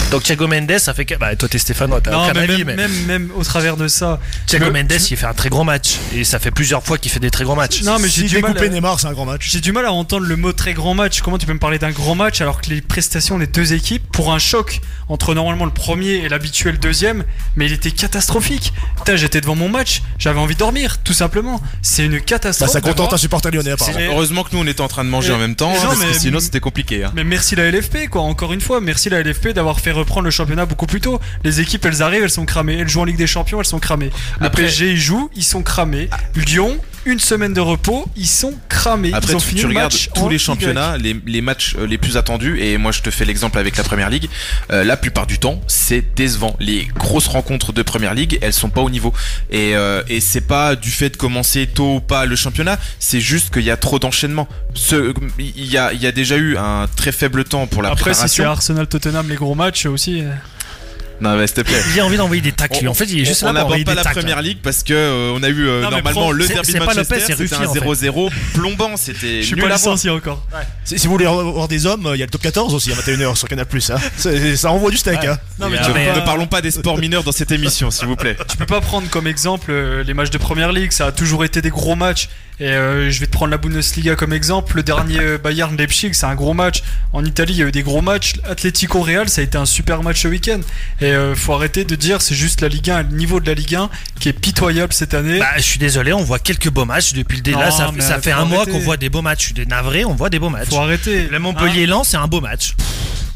Speaker 8: Donc Thiago Mendes, ça fait que. Bah, toi, t'es Stéphanois, t'as
Speaker 6: Non,
Speaker 8: aucun
Speaker 6: mais
Speaker 8: avis,
Speaker 6: même,
Speaker 8: mais
Speaker 6: même, même au travers de ça.
Speaker 8: Thiago
Speaker 6: le-
Speaker 8: Mendes, il fait un très gros match. Et ça fait plusieurs fois qu'il fait des très gros matchs.
Speaker 6: Non, mais j'ai
Speaker 4: Si
Speaker 6: du mal.
Speaker 4: découper
Speaker 6: à-
Speaker 4: Neymar, c'est un grand match.
Speaker 6: J'ai du mal à entendre le mot très grand match. Comment tu peux me parler d'un grand match alors que les prestations des deux équipes, pour un choc entre normalement le premier et l'habituel deuxième, mais il était catastrophique. Putain, j'étais devant mon match, j'avais envie de dormir, tout simplement. C'est une
Speaker 4: Bah,
Speaker 6: catastrophe.
Speaker 4: ça contente un
Speaker 6: d'avoir-
Speaker 4: supporter lyonnais, apparemment.
Speaker 6: Mais-
Speaker 1: Heureusement que nous, on était en train de manger
Speaker 6: Mais-
Speaker 1: en même temps,
Speaker 6: Mais
Speaker 1: hein,
Speaker 6: non,
Speaker 1: parce que
Speaker 6: mais-
Speaker 1: sinon, c'était compliqué. hein.
Speaker 6: Mais merci la LFP, quoi, encore une fois. Merci la LFP d'avoir fait reprendre le championnat beaucoup plus tôt. Les équipes, elles arrivent, elles sont cramées. Elles jouent en Ligue des Champions, elles sont cramées. Le
Speaker 1: Après- Ah.
Speaker 6: PSG, ils jouent, ils sont cramés. Lyon, une semaine de repos, ils sont cramés.
Speaker 1: Après,
Speaker 6: ils ont
Speaker 1: tu,
Speaker 6: fini
Speaker 1: tu
Speaker 6: le
Speaker 1: regardes
Speaker 6: match
Speaker 1: tous
Speaker 6: en
Speaker 1: les
Speaker 6: Y.
Speaker 1: championnats, les, les matchs euh, les plus attendus, et moi je te fais l'exemple avec la Première Ligue, euh, la plupart du temps, c'est décevant. Les grosses rencontres de Première Ligue, elles sont pas au niveau. Et, euh, et c'est pas du fait de commencer tôt ou pas le championnat, c'est juste qu'il y a trop d'enchaînements. Ce- Il y a, il y a déjà eu un très faible temps pour la
Speaker 6: Après, si c'est
Speaker 1: préparation.
Speaker 6: Arsenal Tottenham, les gros matchs aussi. euh,
Speaker 1: Non, mais s'il te plaît.
Speaker 5: Il a envie d'envoyer des tacles. lui. En fait, il est juste
Speaker 1: on
Speaker 5: là pour
Speaker 1: n'aborde
Speaker 5: envoyer
Speaker 1: pas
Speaker 5: des
Speaker 1: la
Speaker 5: tacles.
Speaker 1: première ligue parce que euh, on a eu euh,
Speaker 5: Non, mais
Speaker 1: normalement
Speaker 5: prends-
Speaker 1: le
Speaker 5: c'est-
Speaker 1: derby
Speaker 5: c'est
Speaker 1: de
Speaker 5: pas Lopez,
Speaker 1: Manchester,
Speaker 5: c'est
Speaker 1: c'était
Speaker 5: Ruffier,
Speaker 1: un
Speaker 5: en fait.
Speaker 1: 0-0 plombant, c'était
Speaker 6: Je suis
Speaker 1: nul
Speaker 6: pas
Speaker 1: à voir.
Speaker 6: licencié encore.
Speaker 4: Si, si vous voulez avoir des hommes, euh, il y a le top 14 aussi à 21h sur Canal Plus. Hein. C'est- Ça envoie du steak. Hein.
Speaker 6: Non, mais
Speaker 8: euh,
Speaker 5: Ah,
Speaker 6: tu peux
Speaker 5: mais,
Speaker 6: pas-
Speaker 1: Ne parlons pas des sports mineurs dans cette émission, s'il vous plaît.
Speaker 6: tu peux pas prendre comme exemple euh, les matchs de première ligue, ça a toujours été des gros matchs. Et euh, je vais te prendre la Bundesliga comme exemple. Le dernier euh, Bayern Leipzig, c'est un gros match. En Italie, il y a eu des gros matchs. Atlético Real, ça a été un super match ce week-end. Et euh, faut arrêter de dire c'est juste la Ligue 1, le niveau de la Ligue 1 qui est pitoyable cette année.
Speaker 8: Bah, je suis désolé, on voit quelques beaux matchs depuis le début. Là,
Speaker 6: Non,
Speaker 8: ça,
Speaker 6: mais
Speaker 8: ça fait
Speaker 6: faut
Speaker 8: un mois
Speaker 6: arrêter.
Speaker 8: qu'on voit des beaux matchs. Je suis dé- navré, on voit des beaux matchs.
Speaker 6: faut arrêter. Hein?
Speaker 8: Le Montpellier-Lens, c'est un beau match.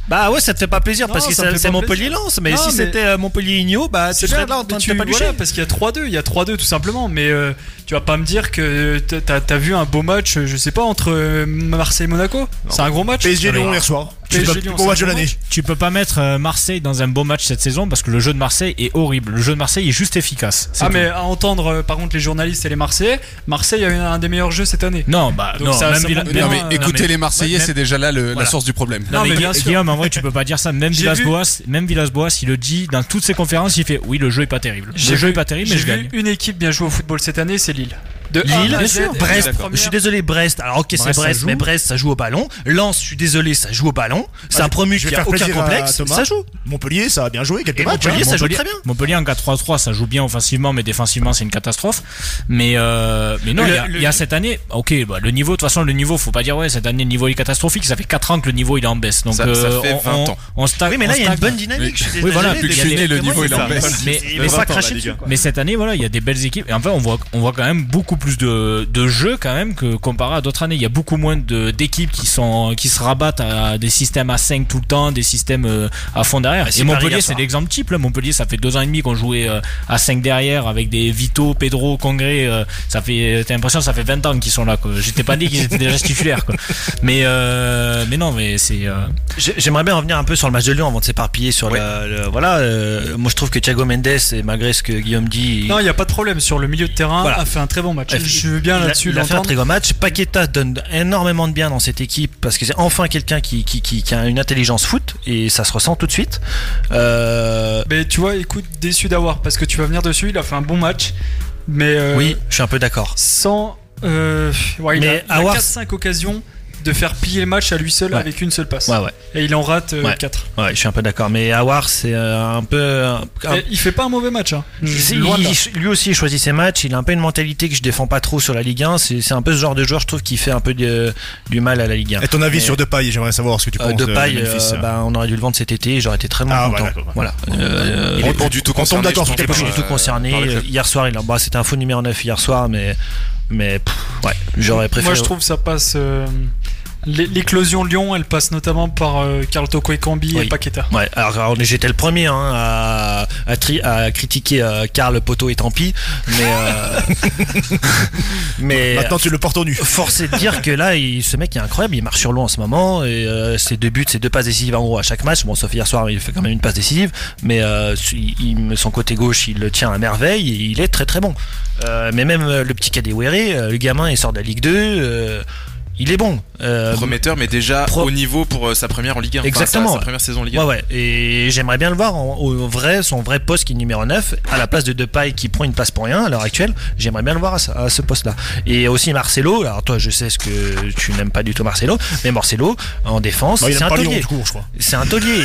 Speaker 8: Bah ouais, ça te fait pas plaisir
Speaker 6: Non,
Speaker 8: parce que
Speaker 6: ça me
Speaker 8: ça-
Speaker 6: fait
Speaker 8: c'est
Speaker 6: pas
Speaker 8: Montpellier-Lens. Mais
Speaker 6: Non,
Speaker 8: si
Speaker 6: mais-
Speaker 8: c'était euh, Montpellier-Igno, bah tu
Speaker 6: C'est
Speaker 8: serais
Speaker 6: bien,
Speaker 8: là en
Speaker 6: mais
Speaker 8: train de
Speaker 6: tu,
Speaker 8: te palucher.
Speaker 6: voilà, parce qu'il y a 3-2, il y a 3-2 tout simplement. Mais euh, tu vas pas me dire que t'as- t'as t'as vu un beau match, euh, je sais pas, entre euh, Marseille et Monaco. C'est un gros match.
Speaker 4: PSG Lyon
Speaker 6: Alors,
Speaker 4: hier soir.
Speaker 6: PSG
Speaker 4: C'est le
Speaker 6: Lyon,
Speaker 4: plus Bon match
Speaker 6: c'est
Speaker 4: de
Speaker 6: un bon
Speaker 4: l'année.
Speaker 5: Tu peux pas mettre euh, Marseille dans un beau match cette saison parce que le jeu de Marseille est horrible. Le jeu de Marseille est juste efficace. C'est
Speaker 6: Ah
Speaker 5: tout.
Speaker 6: mais à entendre euh, par contre les journalistes et les Marseillais, Marseille a eu un des meilleurs jeux cette année.
Speaker 5: Non, bah
Speaker 6: Donc
Speaker 5: non,
Speaker 6: ça- hein.
Speaker 5: même
Speaker 6: ça
Speaker 5: Villa-
Speaker 6: montre euh,
Speaker 5: même-
Speaker 7: Non,
Speaker 6: Non,
Speaker 7: mais
Speaker 5: non,
Speaker 7: écoutez, les Marseillais,
Speaker 5: même-
Speaker 7: c'est déjà là le- la
Speaker 5: Voilà.
Speaker 7: source du problème.
Speaker 5: Non,
Speaker 6: Non,
Speaker 5: mais
Speaker 6: mais
Speaker 5: Gui-
Speaker 6: bien sûr.
Speaker 5: Guillaume, en vrai, tu peux pas dire ça. Même
Speaker 6: J'ai
Speaker 5: Villas-Boas, même Villas-Boas, il le dit dans toutes ses conférences, il fait oui, le jeu est pas terrible.
Speaker 6: J'ai
Speaker 5: Le jeu
Speaker 6: vu-
Speaker 5: est pas terrible, mais
Speaker 6: J'ai
Speaker 5: je gagne.
Speaker 6: vu une équipe bien jouer au football cette année, c'est Lille. De A
Speaker 8: Lille,
Speaker 6: à
Speaker 8: bien
Speaker 6: Z,
Speaker 8: sûr.
Speaker 6: de la
Speaker 8: Brest,
Speaker 6: première.
Speaker 8: je suis désolé, Brest. Alors, ok, c'est
Speaker 5: Brest, ça
Speaker 8: Brest,
Speaker 5: joue.
Speaker 8: mais Brest, ça joue au ballon. Lens, je suis désolé, ça joue au ballon. C'est
Speaker 4: je-
Speaker 8: un promu
Speaker 4: je vais
Speaker 8: qui a
Speaker 4: faire
Speaker 8: aucun
Speaker 4: plaisir à
Speaker 8: complexe.
Speaker 4: Thomas.
Speaker 8: Ça joue.
Speaker 4: Montpellier, ça a bien joué quelques
Speaker 8: Et
Speaker 4: matchs.
Speaker 8: Montpellier,
Speaker 4: hein.
Speaker 8: ça joue très bien.
Speaker 5: Montpellier en 4-3-3, ça joue bien offensivement, mais défensivement, c'est une catastrophe. Mais, euh, mais non,
Speaker 6: Le-
Speaker 5: il y, a-
Speaker 6: le-
Speaker 5: il y a cette année, ok, bah, le niveau, de toute façon, le niveau, faut pas dire, ouais, cette année, le niveau est catastrophique. Ça fait 4 ans que le niveau, il est en baisse. Donc, euh,
Speaker 1: Ça- ça fait
Speaker 5: on-
Speaker 1: 20
Speaker 5: on,
Speaker 1: ans.
Speaker 5: on stagne-
Speaker 8: Oui, mais là,
Speaker 5: on
Speaker 8: il y a une
Speaker 5: stagne.
Speaker 8: bonne dynamique. je suis
Speaker 5: Oui, voilà,
Speaker 8: désolé,
Speaker 5: depuis que je
Speaker 8: mais
Speaker 5: suis
Speaker 8: il y a
Speaker 7: né, le
Speaker 8: des-
Speaker 7: niveau, il est en
Speaker 8: vraiment,
Speaker 7: baisse.
Speaker 8: c'est-
Speaker 5: Mais-
Speaker 8: c'est-
Speaker 5: mais
Speaker 8: Mais ça
Speaker 5: attends,
Speaker 8: crache
Speaker 5: la
Speaker 8: dessus. quoi.
Speaker 5: Mais cette année, voilà, il y a des belles équipes. Et enfin, on voit, on voit quand même beaucoup plus de, de jeux quand même que comparé à d'autres années. Il y a beaucoup moins de- d'équipes qui sont qui se rabattent à des systèmes à 5 tout le temps, des systèmes euh, à fond derrière.
Speaker 8: Bah, c'est
Speaker 5: et
Speaker 8: Paris
Speaker 5: Montpellier,
Speaker 8: hier
Speaker 5: c'est
Speaker 8: soir.
Speaker 5: l'exemple type. Là. Montpellier, ça fait deux ans et demi qu'on jouait euh, à 5 derrière avec des Vito, Pedro, Congré. euh, ça fait, t'as l'impression, que ça fait 20 ans qu'ils sont là. quoi. Bah, J'étais pas dit qu'ils étaient déjà titulaires. Quoi. Mais euh, mais non, mais c'est euh,
Speaker 8: J'ai- J'aimerais bien revenir un peu sur le match de Lyon avant de s'éparpiller sur la- le, voilà. euh, moi, je trouve que Thiago Mendes, et malgré ce que Guillaume dit, il-
Speaker 6: Non, il n'y a pas de problème sur le milieu de terrain.
Speaker 8: Voilà.
Speaker 6: A fait un très bon match.
Speaker 8: Il-
Speaker 6: Je veux bien
Speaker 8: il a-
Speaker 6: là-dessus
Speaker 8: il a fait un
Speaker 6: l'entendre.
Speaker 8: très grand match. Paqueta donne énormément de bien dans cette équipe parce que c'est enfin quelqu'un qui, qui, qui, qui a une intelligence foot et ça se ressent tout de suite. Euh,
Speaker 6: Mais tu vois, écoute, déçu d'avoir parce que tu vas venir dessus. Il a fait un bon match, mais euh,
Speaker 8: oui, je suis un peu d'accord.
Speaker 6: sans. euh, ouais, il
Speaker 8: Mais
Speaker 6: a, il a
Speaker 8: Howard-
Speaker 6: 4-5 occasions de faire plier le match à lui seul
Speaker 8: Ouais.
Speaker 6: avec une seule passe.
Speaker 8: Ouais, ouais,
Speaker 6: Et il en rate euh,
Speaker 8: Ouais.
Speaker 6: 4.
Speaker 8: ouais, je suis un peu d'accord. Mais Awar, c'est euh, un peu. un- un-
Speaker 6: Il fait pas un mauvais match. Hein.
Speaker 8: c'est-
Speaker 6: Loin de là.
Speaker 8: il- lui aussi il choisit ses matchs, il a un peu une mentalité que je défends pas trop sur la Ligue 1, c'est c'est un peu ce genre de joueur je trouve qui fait un peu de- du mal à la Ligue 1.
Speaker 4: Et ton avis
Speaker 8: Mais-
Speaker 4: sur Depay, j'aimerais savoir ce que tu
Speaker 8: Euh,
Speaker 4: penses
Speaker 8: de paille,
Speaker 4: euh, Memphis.
Speaker 8: bah, on aurait dû le vendre cet été, j'aurais été très
Speaker 4: Ah,
Speaker 8: content.
Speaker 4: voilà, d'accord.
Speaker 8: voilà. Euh,
Speaker 1: il est pas du tout
Speaker 4: on tombe
Speaker 1: concerné.
Speaker 4: d'accord
Speaker 1: je
Speaker 4: sur
Speaker 1: pense,
Speaker 8: J'étais pas
Speaker 1: par,
Speaker 8: du tout
Speaker 1: euh,
Speaker 8: concerné.
Speaker 1: par le club.
Speaker 8: Hier soir, il a- bah, c'était un faux numéro 9 hier soir, mais, mais pff, ouais, j'aurais préféré.
Speaker 6: Moi, je trouve ça passe. euh, l'é- L'éclosion Lyon, elle passe notamment par euh, Carl Toko Ekambi
Speaker 8: Oui.
Speaker 6: et Paqueta.
Speaker 8: Ouais, alors, alors, j'étais le premier hein, à, à, tri- à critiquer euh, Karl Poteau et tant pis, mais euh, mais euh,
Speaker 4: Maintenant, tu le portes au nu.
Speaker 8: force est de dire que là, il, ce mec est incroyable, il marche sur l'eau en ce moment et euh, ses deux buts, ses deux passes décisives en gros à chaque match. Bon, sauf hier soir, il fait quand même une passe décisive, mais euh, il- il- son côté gauche, il le tient à merveille et il est très très bon. Euh, mais même euh, le petit Kadewere, euh, le gamin, il sort de la Ligue 2, euh, il est bon. Euh,
Speaker 1: prometteur, mais déjà
Speaker 8: Pro-
Speaker 1: au niveau pour euh, sa première en Ligue 1. Enfin, sa-
Speaker 8: Exactement,
Speaker 1: sa,
Speaker 8: ouais.
Speaker 1: première saison en Ligue 1.
Speaker 8: Ouais, ouais, et j'aimerais bien le voir en, au vrai, son vrai poste qui est numéro 9, à la place de Depay qui prend une place pour rien à l'heure actuelle. J'aimerais bien le voir à, ce- à ce poste-là. Et aussi Marcelo, alors toi, je sais ce que tu n'aimes pas du tout Marcelo, mais Marcelo en défense,
Speaker 4: Bah, il
Speaker 8: c'est
Speaker 4: aime
Speaker 8: un
Speaker 4: pas Lyon,
Speaker 8: taulier.
Speaker 4: du coup, je crois.
Speaker 8: C'est un taulier.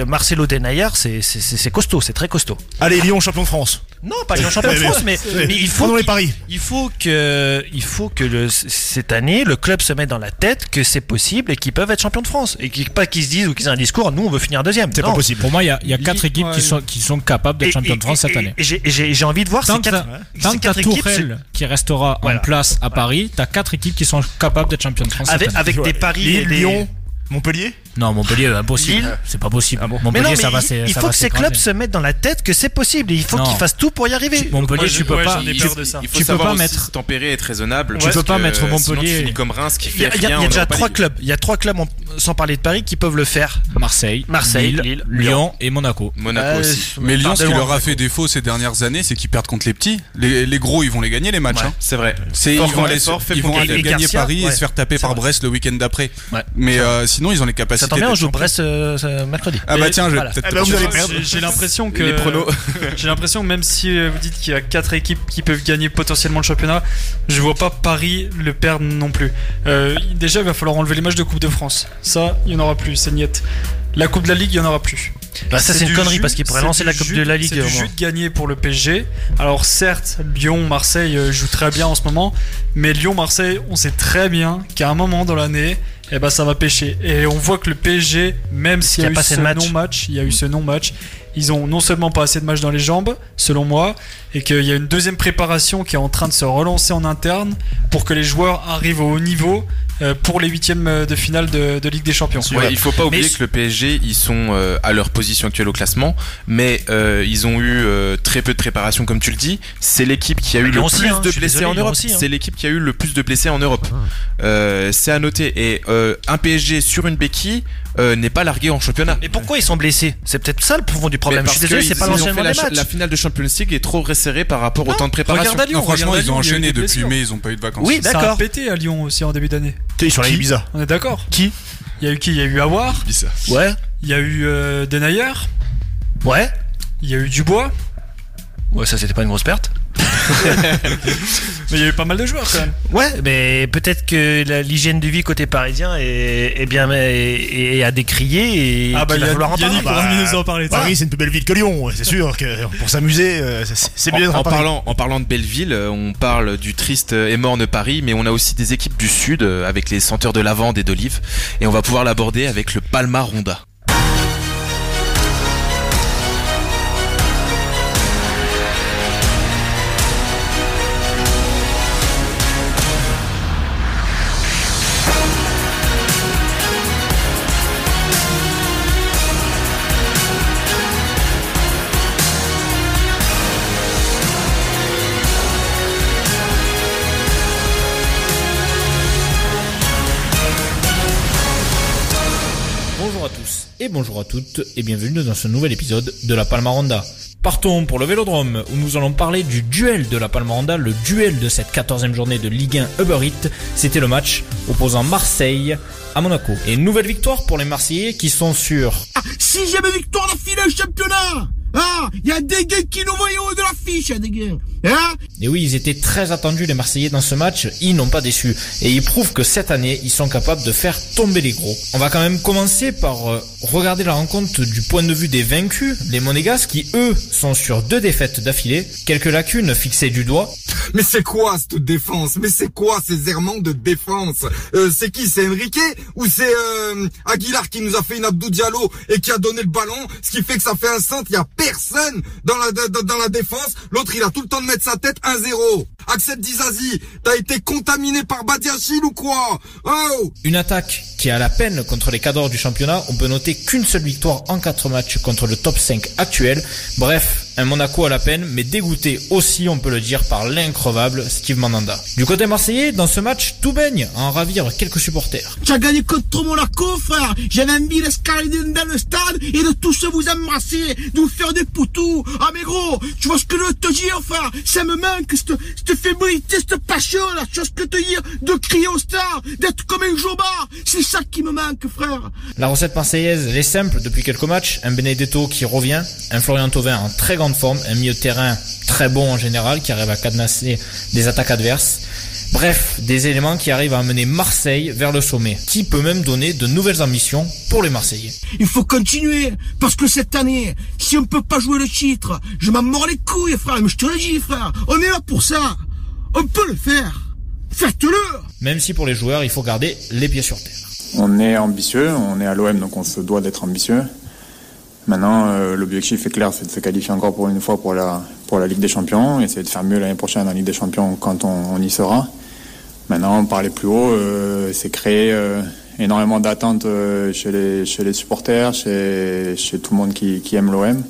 Speaker 8: Et Marcelo Denayer, c'est c'est- c'est- c'est costaud, c'est très costaud.
Speaker 4: Allez, Lyon, champion de France.
Speaker 8: Non, pas le champion de
Speaker 4: Mais-
Speaker 8: France, mais,
Speaker 4: mais-
Speaker 8: mais il faut
Speaker 4: Prenons les
Speaker 8: qu'il-
Speaker 4: paris.
Speaker 8: il faut que, il faut que le- cette année, le club se mette dans la tête que c'est possible et qu'ils peuvent être champions de France. Et qu'ils- pas qu'ils se disent ou qu'ils aient un discours, nous on veut finir deuxième.
Speaker 4: C'est pas
Speaker 8: Non.
Speaker 4: possible.
Speaker 5: pour moi, il y a, il y a quatre
Speaker 6: Li-
Speaker 5: équipes
Speaker 6: ouais.
Speaker 5: qui sont qui sont capables
Speaker 8: Et-
Speaker 5: d'être championne
Speaker 8: et-
Speaker 5: de France cette
Speaker 8: et-
Speaker 5: année.
Speaker 8: et j'ai- j'ai j'ai envie de voir
Speaker 5: Tant
Speaker 8: ces
Speaker 5: que
Speaker 8: quatre,
Speaker 5: Tant
Speaker 8: ces
Speaker 5: que t'as
Speaker 8: quatre équipes
Speaker 5: Tourelle qui restera
Speaker 8: Voilà.
Speaker 5: en place à Paris, t'as quatre équipes qui sont capables d'être championnes de France.
Speaker 8: c'est- avec,
Speaker 5: cette année.
Speaker 8: avec des paris et
Speaker 4: Lille,
Speaker 8: des-
Speaker 4: Lyon, Montpellier. Ah
Speaker 5: Non, Montpellier, euh, impossible.
Speaker 8: Lille.
Speaker 5: C'est pas possible.
Speaker 8: Mais
Speaker 5: Montpellier,
Speaker 8: non, mais
Speaker 5: ça va
Speaker 8: il,
Speaker 5: s'é-
Speaker 8: il
Speaker 5: ça
Speaker 8: faut
Speaker 5: va
Speaker 8: que ces
Speaker 5: s'écraser.
Speaker 8: clubs se mettent dans la tête que c'est possible et il faut
Speaker 5: Non.
Speaker 8: qu'ils fassent tout pour y arriver.
Speaker 5: Montpellier, tu peux
Speaker 6: ouais,
Speaker 5: pas.
Speaker 6: j'en ai
Speaker 5: tu-
Speaker 6: peur de ça.
Speaker 1: Il faut
Speaker 5: tu peux
Speaker 1: savoir
Speaker 5: pas
Speaker 1: aussi
Speaker 5: mettre-
Speaker 1: se tempérer et être raisonnable.
Speaker 5: Tu peux
Speaker 1: parce
Speaker 5: pas
Speaker 1: que,
Speaker 5: mettre
Speaker 1: euh, Sinon,
Speaker 5: Montpellier.
Speaker 1: tu finis comme Reims qui
Speaker 8: Il y
Speaker 1: fait
Speaker 8: a, il y a-
Speaker 1: rien.
Speaker 8: il y a
Speaker 1: en
Speaker 8: déjà
Speaker 1: Europa
Speaker 8: trois
Speaker 1: League.
Speaker 8: clubs. Il y a trois clubs, en- sans parler de Paris, qui peuvent le faire.
Speaker 5: Marseille,
Speaker 8: Marseille,
Speaker 5: Lille,
Speaker 8: Lille,
Speaker 5: Lyon et Monaco.
Speaker 1: Monaco
Speaker 8: Euh,
Speaker 1: aussi.
Speaker 7: Mais Lyon,
Speaker 8: par
Speaker 7: ce qui
Speaker 8: de loin.
Speaker 7: leur a fait défaut ces dernières années, c'est qu'ils perdent contre les petits. Les, les gros, ils vont les gagner les matchs.
Speaker 8: Ouais.
Speaker 7: hein.
Speaker 1: C'est vrai.
Speaker 7: C'est, ils
Speaker 1: Fort
Speaker 7: vont,
Speaker 1: contre
Speaker 7: aller,
Speaker 1: les forts, fait
Speaker 7: ils vont
Speaker 1: contre
Speaker 7: aller
Speaker 8: les
Speaker 7: gagner
Speaker 8: Garcia,
Speaker 7: Paris et
Speaker 8: ouais.
Speaker 7: se faire taper
Speaker 8: C'est
Speaker 7: par
Speaker 8: vrai.
Speaker 7: Brest le week-end d'après.
Speaker 8: Ouais.
Speaker 7: Mais euh, sinon, ils ont les
Speaker 8: ça tombe bien, on joue Brest euh, ce mercredi.
Speaker 7: Ah bah tiens, je vais
Speaker 8: Voilà.
Speaker 7: peut-être.
Speaker 4: Eh ben, vous allez perdre.
Speaker 6: J'ai- J'ai l'impression que
Speaker 7: Les pronos.
Speaker 6: j'ai l'impression que même si euh, vous dites qu'il y a quatre équipes qui peuvent gagner potentiellement le championnat, je vois pas Paris le perdre non plus. Euh, déjà, il va falloir enlever les matchs de Coupe de France. Ça, il y en aura plus, c'est niette. La Coupe de la Ligue, il y en aura plus.
Speaker 8: Bah, ça, c'est
Speaker 6: du
Speaker 8: une connerie
Speaker 6: jus-
Speaker 8: parce qu'il pourrait
Speaker 6: c'est
Speaker 8: lancer
Speaker 6: du
Speaker 8: la Coupe
Speaker 6: jus-
Speaker 8: de la Ligue.
Speaker 6: C'est du
Speaker 8: au moins.
Speaker 6: jus de gagner pour le PSG. Alors certes, Lyon, Marseille euh, jouent très bien en ce moment, mais Lyon, Marseille, on sait très bien qu'à un moment dans l'année, eh ben ça va pêcher. Et on voit que le PSG, même s'il y a,
Speaker 8: Qui a
Speaker 6: eu
Speaker 8: pas assez
Speaker 6: ce
Speaker 8: de matchs.
Speaker 6: non-match, il y a eu ce non-match, ils ont non seulement pas assez de matchs dans les jambes, selon moi, et qu'il y a une deuxième préparation qui est en train de se relancer en interne pour que les joueurs arrivent au haut niveau euh, pour les huitièmes euh, de finale de, de Ligue des Champions.
Speaker 1: Ouais, il faut pas oublier
Speaker 8: Mais-
Speaker 1: que le PSG, ils sont euh, à leur position actuelle au classement, mais euh, ils ont eu euh, très peu de préparation, comme tu le dis. C'est l'équipe qui a eu
Speaker 8: Ils
Speaker 1: le
Speaker 8: l'ont
Speaker 1: plus
Speaker 8: aussi, hein,
Speaker 1: de
Speaker 8: je suis
Speaker 1: blessés
Speaker 8: désolé,
Speaker 1: en
Speaker 8: ils l'ont
Speaker 1: Europe.
Speaker 8: aussi, hein. Ah.
Speaker 1: C'est l'équipe qui a eu le plus de blessés en Europe. Euh, c'est à noter. Et euh, un PSG sur une béquille euh, n'est pas largué en championnat.
Speaker 8: Mais pourquoi ils sont blessés C'est peut-être ça le profond du problème.
Speaker 1: Mais
Speaker 8: Je suis
Speaker 1: parce
Speaker 8: désolé, c'est
Speaker 1: que ils-
Speaker 8: pas
Speaker 1: ils ont
Speaker 8: l'enchaînement
Speaker 1: fait la
Speaker 8: des
Speaker 1: cha- La
Speaker 8: matchs. Ah,
Speaker 1: finale de Champions League est trop resserrée par rapport au temps de préparation.
Speaker 6: Regarde à Lyon.
Speaker 7: Non, franchement,
Speaker 6: regarde à
Speaker 7: ils
Speaker 6: Lyon,
Speaker 7: ont
Speaker 6: il y a eu
Speaker 7: enchaîné
Speaker 6: des
Speaker 7: depuis
Speaker 6: blessures.
Speaker 7: mai, ils ont pas eu de vacances.
Speaker 8: Oui,
Speaker 6: Ça a
Speaker 8: d'accord.
Speaker 6: pété à Lyon aussi en début d'année.
Speaker 4: T'es sur la
Speaker 8: Qui
Speaker 4: Ibiza.
Speaker 6: On est d'accord
Speaker 8: Qui
Speaker 6: Il y a eu qui Il y a eu Awar,
Speaker 7: Bizarre.
Speaker 8: Ouais,
Speaker 6: il y a eu euh, Denayer,
Speaker 8: ouais.
Speaker 6: il y a eu Dubois,
Speaker 8: Ouais, ça c'était pas une grosse perte.
Speaker 6: mais il y a eu pas mal de joueurs quand même.
Speaker 8: Ouais, mais peut-être que la- l'hygiène de vie côté parisien est, est bien est, est à décrier et qu'il
Speaker 6: Ah il
Speaker 8: va
Speaker 6: y a-
Speaker 8: falloir en
Speaker 6: Yannick
Speaker 8: parler.
Speaker 4: bah,
Speaker 6: pourra mieux nous en parler. tiens.
Speaker 4: Paris, c'est une plus belle ville que Lyon, ouais, c'est sûr. Que pour s'amuser, euh, c'est- c'est bien
Speaker 1: En,
Speaker 4: d'être à
Speaker 1: en
Speaker 4: Paris.
Speaker 1: parlant, en parlant de Belleville, euh, on parle du triste et morne Paris, mais on a aussi des équipes du Sud euh, avec les senteurs de lavande et d'olive, et on va pouvoir l'aborder avec le Palma Ronda.
Speaker 5: Bonjour à tous et bonjour à toutes et bienvenue dans ce nouvel épisode de la Palmaranda. Partons pour le Vélodrome où nous allons parler du duel de la Palmaranda, le duel de cette 14e journée de Ligue 1 Uber Eats. C'était le match opposant Marseille à Monaco. Et nouvelle victoire pour les Marseillais qui sont sur
Speaker 9: Sixième victoire d'affilée au championnat Ah Il y a des gars qui nous voyaient au haut de l'affiche, il y a des gars Hein
Speaker 5: Et oui, ils étaient très attendus les Marseillais dans ce match, ils n'ont pas déçu. Et ils prouvent que cette année, ils sont capables de faire tomber les gros. On va quand même commencer par euh, regarder la rencontre du point de vue des vaincus, les Monégas, qui eux sont sur deux défaites d'affilée, quelques lacunes fixées du doigt.
Speaker 9: Mais c'est quoi cette défense Mais c'est quoi ces errements de défense Euh, C'est qui C'est Enrique Ou c'est euh, Aguilar qui nous a fait une Abdou Diallo et qui a donné le ballon Ce qui fait que ça fait un centre, il y a personne dans la, dans, dans la défense. L'autre, il a tout le temps de mettre sa tête 1-0. Axel Dizazi, t'as été contaminé par Badiachil ou quoi Oh
Speaker 5: Une attaque qui est à la peine contre les cadors du championnat, on peut noter qu'une seule victoire en quatre matchs contre le top 5 actuel. Bref, un Monaco à la peine, mais dégoûté aussi, on peut le dire, par l'increvable Steve Mandanda. Du côté marseillais, dans ce match, tout baigne à en ravir quelques supporters.
Speaker 9: Tu as gagné contre Monaco, frère. J'avais mis l'escalier dans le stade et de tous vous embrasser, de vous faire des poutous. Ah, mais gros, tu vois ce que je veux te dire, frère? Ça me manque, cette, cette fébrilité, cette passion, là. Tu vois ce que je te dire? De crier au star, d'être comme un jobard. C'est ça qui me manque, frère.
Speaker 5: La recette marseillaise, elle est simple depuis quelques matchs. Un Benedetto qui revient, un Florian Thauvin en très grande forme, un milieu de terrain très bon en général qui arrive à cadenasser des attaques adverses. Bref, des éléments qui arrivent à amener Marseille vers le sommet, qui peut même donner de nouvelles ambitions pour les Marseillais.
Speaker 9: Il faut continuer, parce que cette année, si on peut pas jouer le titre, je m'en mords les couilles, frère. Mais je te le dis, frère. On est là pour ça. On peut le faire. Faites-le!
Speaker 5: Même si pour les joueurs, il faut garder les pieds sur terre.
Speaker 10: On est ambitieux, on est à l'OM, donc on se doit d'être ambitieux. Maintenant, euh, l'objectif est clair, c'est de se qualifier encore pour une fois pour la, pour la Ligue des Champions, essayer de faire mieux l'année prochaine en Ligue des Champions quand on, on y sera. Maintenant, parler plus haut, euh, c'est créer euh, énormément d'attentes euh, chez, les, chez les supporters, chez, chez tout le monde qui, qui aime l'OM.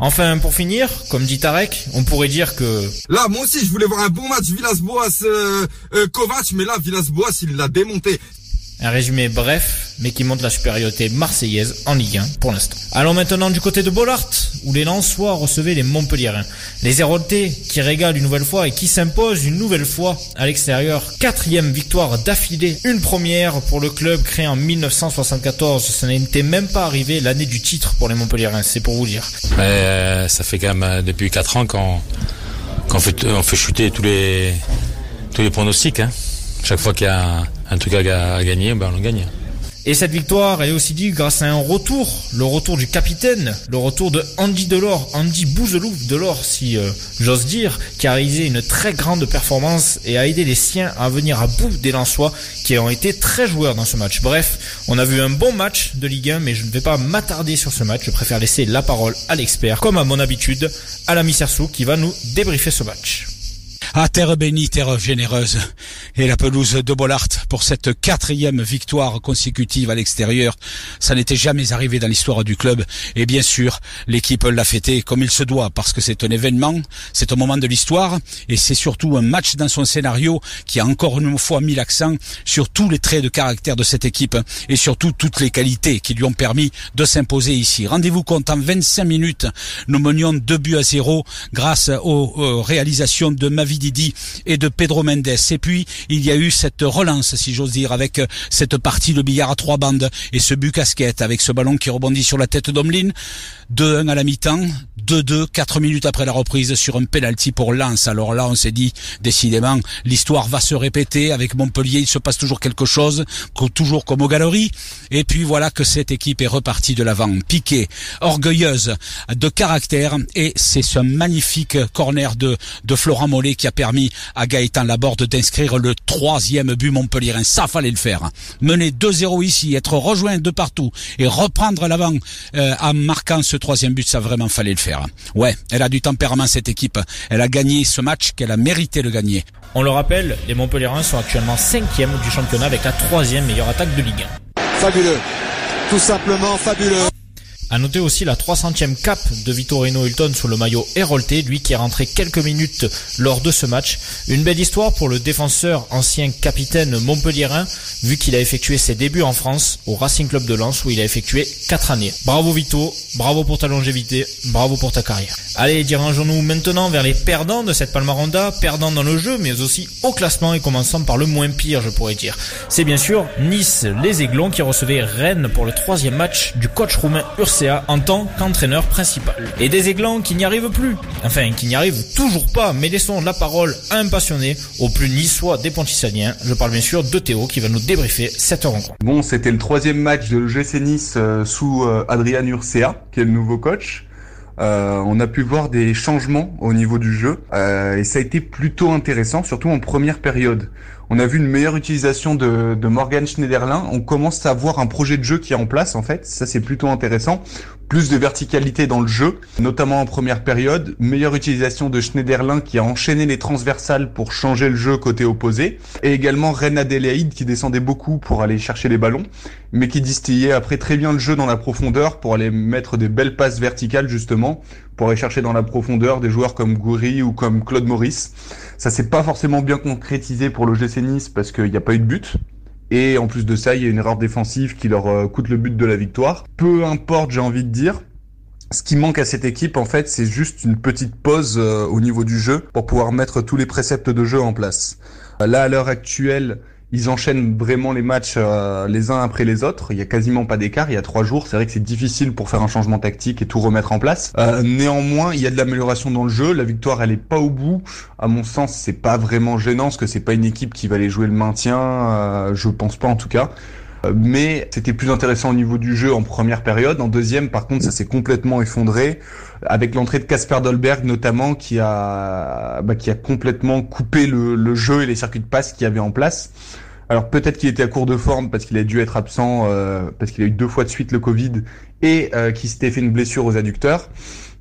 Speaker 5: Enfin, pour finir, comme dit Tarek, on pourrait dire que
Speaker 9: Là, moi aussi, je voulais voir un bon match Villas-Boas, euh, euh, Kovac, mais là, Villas-Boas, il l'a démonté.
Speaker 5: Un résumé bref mais qui montre la supériorité marseillaise en Ligue 1 pour l'instant. Allons maintenant du côté de Bollard, où les Lensois recevaient les Montpelliérains. Les Héroltais qui régalent une nouvelle fois et qui s'imposent une nouvelle fois à l'extérieur. Quatrième victoire d'affilée, une première pour le club créé en 1974. Ça n'était même pas arrivé l'année du titre pour les Montpelliérains, c'est pour vous dire.
Speaker 2: Mais, euh, ça fait quand même euh, depuis 4 ans qu'on qu'on fait, euh, on fait chuter tous les, tous les pronostics. hein. Chaque fois qu'il y a un truc à, ga- à gagner, ben, on le gagne.
Speaker 5: Et cette victoire, elle est aussi due grâce à un retour, le retour du capitaine, le retour de Andy Delors, Andy Bouzelou Delors, si euh, j'ose dire, qui a réalisé une très grande performance et a aidé les siens à venir à bout des Lensois, qui ont été très joueurs dans ce match. Bref, on a vu un bon match de Ligue 1, mais je ne vais pas m'attarder sur ce match, je préfère laisser la parole à l'expert, comme à mon habitude, à l'ami Sersou, qui va nous débriefer ce match.
Speaker 11: Ah, terre bénie, terre généreuse. Et la pelouse de Bollard pour cette quatrième victoire consécutive à l'extérieur. Ça n'était jamais arrivé dans l'histoire du club. Et bien sûr, l'équipe l'a fêté comme il se doit parce que c'est un événement, c'est un moment de l'histoire et c'est surtout un match dans son scénario qui a encore une fois mis l'accent sur tous les traits de caractère de cette équipe et surtout toutes les qualités qui lui ont permis de s'imposer ici. Rendez-vous compte, en 25 minutes, nous menions deux buts à zéro grâce aux euh, réalisations de Mavididi et de Pedro Mendes. Et puis, il y a eu cette relance, si j'ose dire, avec euh, cette partie de billard à trois bandes et ce but casquette avec ce ballon qui rebondit sur la tête d'Omlin. 2-1 à la mi-temps, 2-2, 4 minutes après la reprise sur un penalty pour Lens. Alors là, on s'est dit, décidément, l'histoire va se répéter. Avec Montpellier, il se passe toujours quelque chose, co- toujours comme aux galeries. Et puis voilà que cette équipe est repartie de l'avant, piquée, orgueilleuse, de caractère. Et c'est ce magnifique corner de, de Florent Mollet qui a permis à Gaëtan Laborde d'inscrire le troisième but montpelliérain. Ça, fallait le faire. Mener 2-0 ici, être rejoint de partout et reprendre l'avant euh, en marquant ce troisième but, ça vraiment fallait le faire. Ouais, elle a du tempérament cette équipe. Elle a gagné ce match qu'elle a mérité de gagner.
Speaker 5: On le rappelle, les Montpelliérains sont actuellement cinquième du championnat avec la troisième meilleure attaque de Ligue 1.
Speaker 12: Fabuleux. Tout simplement fabuleux.
Speaker 5: À noter aussi la 300e cape de Vittorino Hilton sous le maillot hérolté, lui qui est rentré quelques minutes lors de ce match. Une belle histoire pour le défenseur ancien capitaine montpelliérain, vu qu'il a effectué ses débuts en France au Racing Club de Lens où il a effectué 4 années. Bravo Vito, bravo pour ta longévité, bravo pour ta carrière. Allez, dirigeons-nous maintenant vers les perdants de cette Palmaronda, perdants dans le jeu mais aussi au classement et commençant par le moins pire je pourrais dire. C'est bien sûr Nice, les Aiglons qui recevaient Rennes pour le troisième match du coach roumain Urcea en tant qu'entraîneur principal. Et des Aiglons qui n'y arrivent plus, enfin qui n'y arrivent toujours pas, mais laissons la parole à un passionné, au plus niçois des Ponticeliens, je parle bien sûr de Théo qui va nous débriefer cette rencontre.
Speaker 7: Bon, c'était le troisième match de l'OGC Nice euh, sous euh, Adrian Urcea, qui est le nouveau coach. Euh, on a pu voir des changements au niveau du jeu euh, et ça a été plutôt intéressant, surtout en première période. On a vu une meilleure utilisation de, de Morgan Schneiderlin. On commence à voir un projet de jeu qui est en place en fait. Ça c'est plutôt intéressant. Plus de verticalité dans le jeu, notamment en première période. Meilleure utilisation de Schneiderlin qui a enchaîné les transversales pour changer le jeu côté opposé. Et également Ren Adélaïde qui descendait beaucoup pour aller chercher les ballons, mais qui distillait après très bien le jeu dans la profondeur pour aller mettre des belles passes verticales justement, pour aller chercher dans la profondeur des joueurs comme Goury ou comme Claude Maurice. Ça s'est pas forcément bien concrétisé pour le GC Nice parce qu'il n'y a pas eu de but. Et en plus de ça, il y a une erreur défensive qui leur euh, coûte le but de la victoire. Peu importe, j'ai envie de dire. Ce qui manque à cette équipe, en fait, c'est juste une petite pause euh, au niveau du jeu pour pouvoir mettre tous les préceptes de jeu en place. Euh, Là, à l'heure actuelle, ils enchaînent vraiment les matchs euh, les uns après les autres. Il y a quasiment pas d'écart. Il y a trois jours, c'est vrai que c'est difficile pour faire un changement tactique et tout remettre en place. Euh, néanmoins, il y a de l'amélioration dans le jeu. La victoire, elle est pas au bout. À mon sens, c'est pas vraiment gênant parce que c'est pas une équipe qui va aller jouer le maintien. euh, je pense pas en tout cas. Euh, Mais c'était plus intéressant au niveau du jeu en première période. En deuxième, par contre, ça s'est complètement effondré avec l'entrée de Casper Dolberg notamment qui a bah, qui a complètement coupé le, le jeu et les circuits de passe qu'il y avait en place. Alors peut-être qu'il était à court de forme parce qu'il a dû être absent euh, parce qu'il a eu deux fois de suite le Covid et euh, qu'il s'était fait une blessure aux adducteurs.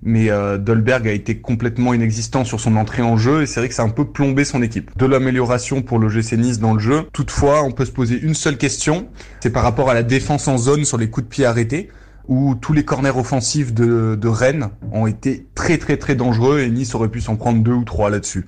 Speaker 7: Mais euh, Dolberg a été complètement inexistant sur son entrée en jeu et c'est vrai que ça a un peu plombé son équipe. De l'amélioration pour le GC Nice dans le jeu. Toutefois, on peut se poser une seule question, c'est par rapport à la défense en zone sur les coups de pied arrêtés où tous les corners offensifs de, de Rennes ont été très très très dangereux et Nice aurait pu s'en prendre deux ou trois là-dessus.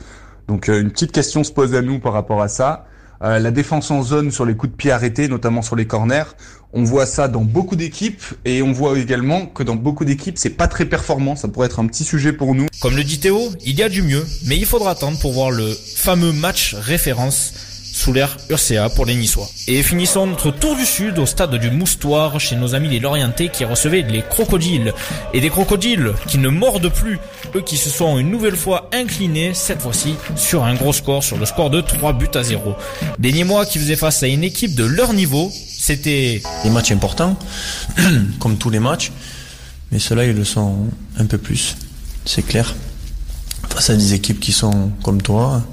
Speaker 7: Donc euh, une petite question se pose à nous par rapport à ça.
Speaker 13: euh, la défense en zone sur les coups de pied arrêtés, notamment sur les corners. On voit ça dans beaucoup d'équipes et on voit également que dans beaucoup d'équipes, c'est pas très performant. Ça pourrait être un petit sujet pour nous.
Speaker 5: Comme le dit Théo, il y a du mieux, mais il faudra attendre pour voir le fameux match référence sous l'ère Urca pour les Niçois. Et finissons notre tour du sud au stade du Moustoir chez nos amis les Lorientais qui recevaient les crocodiles. Et des crocodiles qui ne mordent plus, eux qui se sont une nouvelle fois inclinés, cette fois-ci sur un gros score, sur le score de 3 buts à 0. Des Niçois qui faisaient face à une équipe de leur niveau, c'était...
Speaker 14: Des matchs importants, comme tous les matchs, mais ceux-là, ils le sont un peu plus, c'est clair. Face à des équipes qui sont comme toi,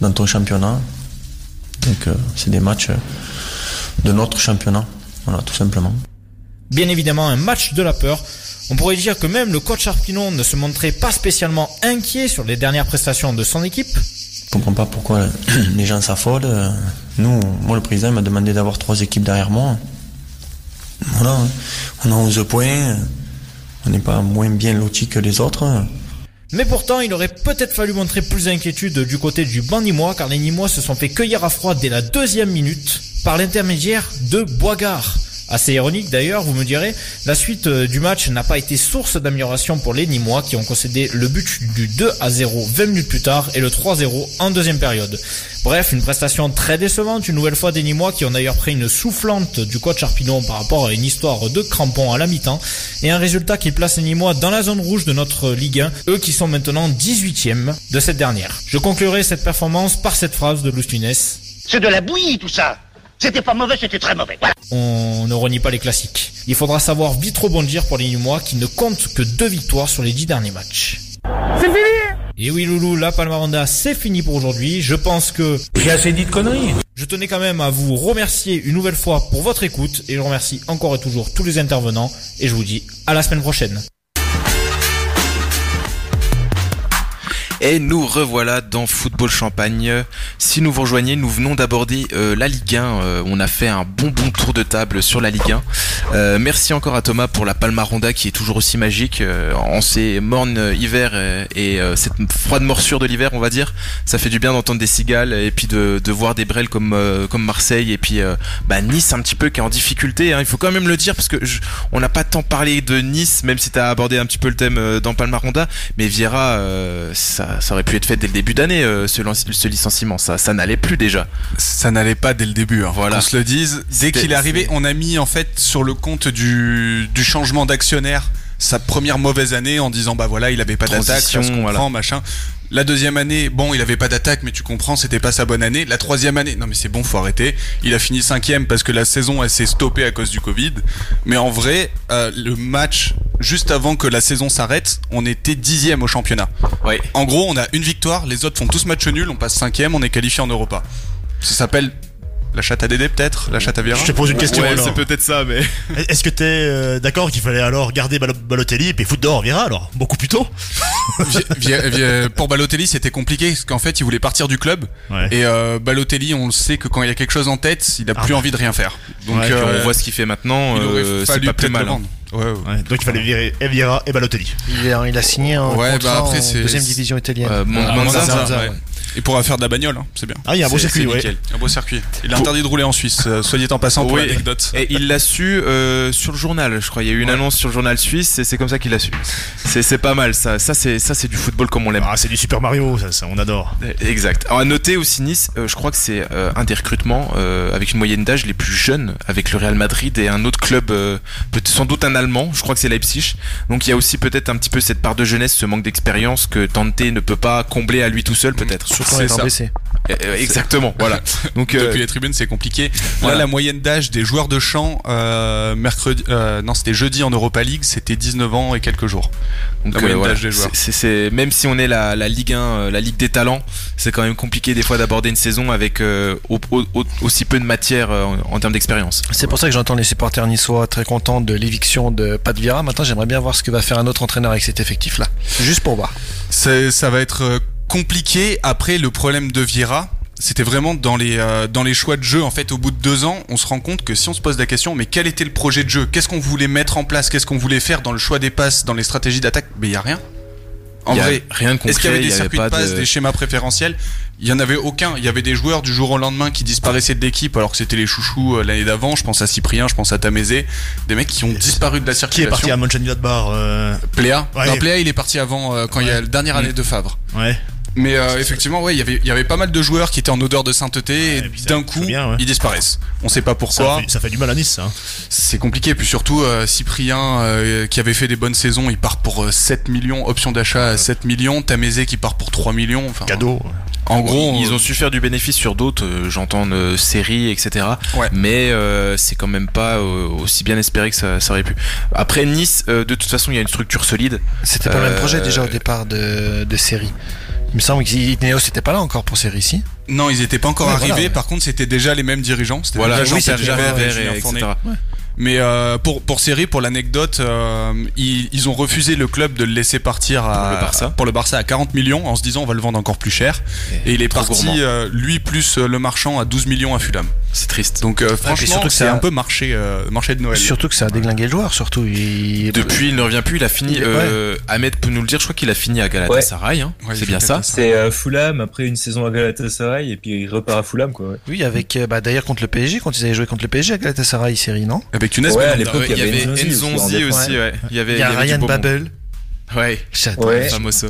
Speaker 14: dans ton championnat, donc euh, c'est des matchs euh, de notre championnat, voilà, tout simplement.
Speaker 5: Bien évidemment, un match de la peur. On pourrait dire que même le coach Arpinon ne se montrait pas spécialement inquiet sur les dernières prestations de son équipe.
Speaker 14: Je comprends pas pourquoi euh, les gens s'affolent. Euh, Nous, moi le président il m'a demandé d'avoir trois équipes derrière moi. Voilà, hein. on a 11 points, on n'est pas moins bien lotis que les autres.
Speaker 5: Mais pourtant, il aurait peut-être fallu montrer plus d'inquiétude du côté du banc nîmois, car les Nîmois se sont fait cueillir à froid dès la deuxième minute par l'intermédiaire de Boigard. Assez ironique d'ailleurs, vous me direz, la suite euh, du match n'a pas été source d'amélioration pour les Nîmois qui ont concédé le but du 2 à 0 20 minutes plus tard et le 3-0 en deuxième période. Bref, une prestation très décevante, une nouvelle fois des Nîmois qui ont d'ailleurs pris une soufflante du coach Arpinon par rapport à une histoire de crampons à la mi-temps et un résultat qui place les Nîmois dans la zone rouge de notre Ligue 1, eux qui sont maintenant 18e de cette dernière. Je conclurai cette performance par cette phrase de Loustinez.
Speaker 15: C'est de la bouillie tout ça. C'était pas mauvais, c'était très mauvais. Voilà.
Speaker 5: On ne renie pas les classiques. Il faudra savoir vite rebondir pour les Nîmois qui ne comptent que deux victoires sur les dix derniers matchs. C'est fini Et oui Loulou, la Palmaranda, c'est fini pour aujourd'hui. Je pense que... J'ai assez dit de conneries Je tenais quand même à vous remercier une nouvelle fois pour votre écoute et je remercie encore et toujours tous les intervenants et je vous dis à la semaine prochaine.
Speaker 1: Et nous revoilà dans Football Champagne. Si nous vous rejoignez, nous venons d'aborder euh, la Ligue 1. Euh, on a fait un bon bon tour de table sur la Ligue 1. Euh, merci encore à Thomas pour la Palmaronda qui est toujours aussi magique. Euh, en ces mornes euh, hiver euh, et euh, cette froide morsure de l'hiver, on va dire, ça fait du bien d'entendre des cigales Euh, et puis de, de voir des brels comme, euh, comme Marseille et puis euh, bah, Nice un petit peu qui est en difficulté. hein. Il faut quand même le dire parce que je- on n'a pas tant parlé de Nice, même si tu as abordé un petit peu le thème euh, dans Palmaronda. Mais Vieira, euh, ça, ça aurait pu être fait dès le début d'année, euh, ce, lan- ce licenciement. Ça, ça n'allait plus déjà.
Speaker 7: Ça n'allait pas dès le début. Voilà. Qu'on se le dise. Dès
Speaker 1: C'était-
Speaker 7: qu'il est arrivé, on a mis en fait sur le compte du, du changement d'actionnaire sa première mauvaise année en disant bah voilà il avait pas d'attaque, ça
Speaker 1: Transition,
Speaker 7: se comprend,
Speaker 1: voilà.
Speaker 7: machin. La deuxième année, bon, il avait pas d'attaque, mais tu comprends, c'était pas sa bonne année. La troisième année, non mais c'est bon, faut arrêter. Il a fini cinquième parce que la saison elle s'est stoppée à cause du Covid. Mais en vrai, euh, le match juste avant que la saison s'arrête, on était dixième au championnat. En gros, on a une victoire, les autres font tous match nul, on passe cinquième, on est qualifié en Europa. Ça s'appelle la chatte à Dédé peut-être, la chatte à Vira.
Speaker 4: Je te pose une question
Speaker 7: Ouais,
Speaker 4: alors.
Speaker 7: c'est peut-être ça, mais.
Speaker 4: Est-ce que t'es euh, d'accord qu'il fallait alors garder Bal- Balotelli et puis foutre dehors Vira alors Beaucoup plus tôt
Speaker 7: Vi- vi- euh, pour Balotelli, c'était compliqué parce qu'en fait, il voulait partir du club. Et euh, Balotelli, on le sait que quand il a quelque chose en tête, il a plus envie de rien faire. Donc
Speaker 1: Ah. Ouais,
Speaker 7: euh,
Speaker 1: on voit ce qu'il fait maintenant.
Speaker 7: il aurait
Speaker 1: euh, c'est
Speaker 7: fallu
Speaker 1: pas plus
Speaker 7: peut-être
Speaker 1: mal.
Speaker 7: le vendre.
Speaker 4: Ouais, Donc il fallait virer et Vieira et Balotelli.
Speaker 8: Il a, il a signé un
Speaker 7: Ouais,
Speaker 8: contrat
Speaker 7: bah après,
Speaker 8: en
Speaker 7: c'est.
Speaker 8: deuxième division italienne.
Speaker 7: Euh, Mon-
Speaker 8: Ah,
Speaker 7: Monza,
Speaker 8: Monza,
Speaker 7: ouais.
Speaker 8: ouais.
Speaker 7: Il pourra faire de la bagnole, hein, c'est bien.
Speaker 4: Ah, il y a un beau
Speaker 7: C'est-
Speaker 4: circuit,
Speaker 7: c'est
Speaker 4: ouais.
Speaker 7: nickel. Un beau circuit. Il est interdit de rouler en Suisse, euh, soyez en passant pour
Speaker 1: Oui.
Speaker 7: l'anecdote.
Speaker 1: Et il l'a su euh, sur le journal, je crois. Il y a eu une annonce sur le journal suisse et c'est comme ça qu'il l'a su. C'est c'est pas mal, ça. Ça, c'est ça, c'est du football comme on l'aime.
Speaker 4: Ah, c'est du Super Mario, ça, ça, on adore.
Speaker 1: Euh, Exact. Alors, à noter aussi Nice, euh, je crois que c'est euh, un des recrutements euh, avec une moyenne d'âge les plus jeunes avec le Real Madrid et un autre club, euh, peut- sans doute un Allemand, je crois que c'est Leipzig. Donc il y a aussi peut-être un petit peu cette part de jeunesse, ce manque d'expérience que Tante ne peut pas combler à lui tout seul peut-être.
Speaker 7: Surtout en C'est étant ça. blessé.
Speaker 1: Euh, euh, Exactement, voilà. Donc euh,
Speaker 7: Depuis les tribunes, c'est compliqué.
Speaker 1: Voilà.
Speaker 7: Là, la moyenne d'âge des joueurs de champ, euh, mercredi, euh, non, c'était jeudi en Europa League, c'était 19 ans et quelques jours.
Speaker 1: Donc,
Speaker 7: la
Speaker 1: euh,
Speaker 7: moyenne
Speaker 1: voilà.
Speaker 7: d'âge des joueurs.
Speaker 1: C'est- c'est- c'est- même si on est la, la Ligue 1, euh, la Ligue des talents, c'est quand même compliqué des fois d'aborder une saison avec euh, au- au- au- aussi peu de matière euh, en, en termes d'expérience.
Speaker 8: C'est pour ça que j'entends les supporters niçois très contents de l'éviction de Pat Vira. Maintenant, j'aimerais bien voir ce que va faire un autre entraîneur avec cet effectif-là. Juste pour voir.
Speaker 7: C'est- ça va être euh, compliqué. Après, le problème de Vieira, c'était vraiment dans les, euh, dans les choix de jeu. En fait, au bout de deux ans, on se rend compte que si on se pose la question, mais quel était le projet de jeu Qu'est-ce qu'on voulait mettre en place Qu'est-ce qu'on voulait faire dans le choix des passes, dans les stratégies d'attaque Mais il n'y a rien. En
Speaker 1: Il y a
Speaker 7: vrai,
Speaker 1: rien de concret,
Speaker 7: Est-ce qu'il y avait des
Speaker 1: il y avait
Speaker 7: circuits de
Speaker 1: pas
Speaker 7: passe,
Speaker 1: de-
Speaker 7: des schémas préférentiels Il y en avait aucun. Il y avait des joueurs du jour au lendemain qui disparaissaient de l'équipe alors que c'était les chouchous euh, l'année d'avant. Je pense à Cyprien, je pense à Tamézé, des mecs qui ont disparu de la
Speaker 4: Qui est
Speaker 7: circulation.
Speaker 4: parti à Mönchengladbach euh...
Speaker 7: Pléa.
Speaker 4: Ouais. Mm.
Speaker 7: Non, Pléa, il est parti avant euh, quand il y a la dernière année de Favre.
Speaker 4: Ouais.
Speaker 7: Mais euh, effectivement, ouais, il y avait- il y avait pas mal de joueurs qui étaient en odeur de sainteté et d'un coup, ils disparaissent. On sait pas pourquoi.
Speaker 4: Ça fait, ça fait du mal à Nice, hein. ça.
Speaker 7: C'est compliqué. Puis surtout, euh, Cyprien, euh, qui avait fait des bonnes saisons, il part pour euh, 7 millions, option d'achat à 7 millions. Tamézé qui part pour 3 millions. Enfin,
Speaker 4: Cadeau.
Speaker 7: En gros,
Speaker 1: ils
Speaker 7: euh,
Speaker 1: ont su faire du bénéfice sur d'autres, euh, j'entends euh, séries, etc. Mais euh, c'est quand même pas euh, aussi bien espéré que ça, ça aurait pu. Après Nice, euh, de toute façon, il y a une structure solide.
Speaker 8: C'était pas le même projet
Speaker 1: Euh,
Speaker 8: déjà au départ de, de série. Il me semble que Ineos n'était pas là encore pour série ici.
Speaker 7: Non, ils n'étaient pas encore
Speaker 8: Ouais,
Speaker 7: arrivés.
Speaker 8: voilà, ouais.
Speaker 7: Par contre, c'était déjà les mêmes dirigeants. C'était
Speaker 1: Voilà,
Speaker 7: déjà
Speaker 1: oui,
Speaker 7: Jean-Pierre
Speaker 1: c'était déjà
Speaker 7: Javert et
Speaker 1: Javert et
Speaker 7: Julien Fournet.
Speaker 1: etc. Ouais.
Speaker 7: Mais euh, pour pour série, pour l'anecdote, euh, ils, ils ont refusé le club de le laisser partir à,
Speaker 1: Pour le Barça.
Speaker 7: pour le Barça à 40 millions en se disant on va le vendre encore plus cher. Et, il est
Speaker 1: trop
Speaker 7: parti
Speaker 1: gourmand.
Speaker 7: euh, lui plus euh, le marchand à 12 millions à Fulham.
Speaker 1: C'est triste.
Speaker 7: Donc euh, franchement,
Speaker 8: surtout que
Speaker 7: c'est
Speaker 8: ça-
Speaker 7: un peu marché euh, marché de Noël.
Speaker 8: Surtout que ça a déglingué le joueur, surtout. Il-
Speaker 1: Depuis, il ne revient plus. Il a fini.
Speaker 8: Il est-
Speaker 1: euh, Ahmed peut nous le dire. Je crois qu'il a fini à Galatasaray. hein. c'est bien ça.
Speaker 2: C'est euh, Fulham, après une saison à Galatasaray, et puis il repart à Fulham, quoi. ouais.
Speaker 8: Oui, avec euh, bah, d'ailleurs contre le PSG, quand ils avaient joué contre le PSG à Galatasaray, série, non
Speaker 7: Avec
Speaker 2: Younes Ouais, à Belhanda, l'époque, ouais. il y avait
Speaker 1: Enzonzi aussi. ouais. Il y avait,
Speaker 8: Il y a
Speaker 1: il y avait du
Speaker 8: Ryan
Speaker 1: beau monde.
Speaker 8: Babel.
Speaker 1: Ouais.
Speaker 8: J'adore
Speaker 1: Ouais.
Speaker 8: ce
Speaker 1: Famoso.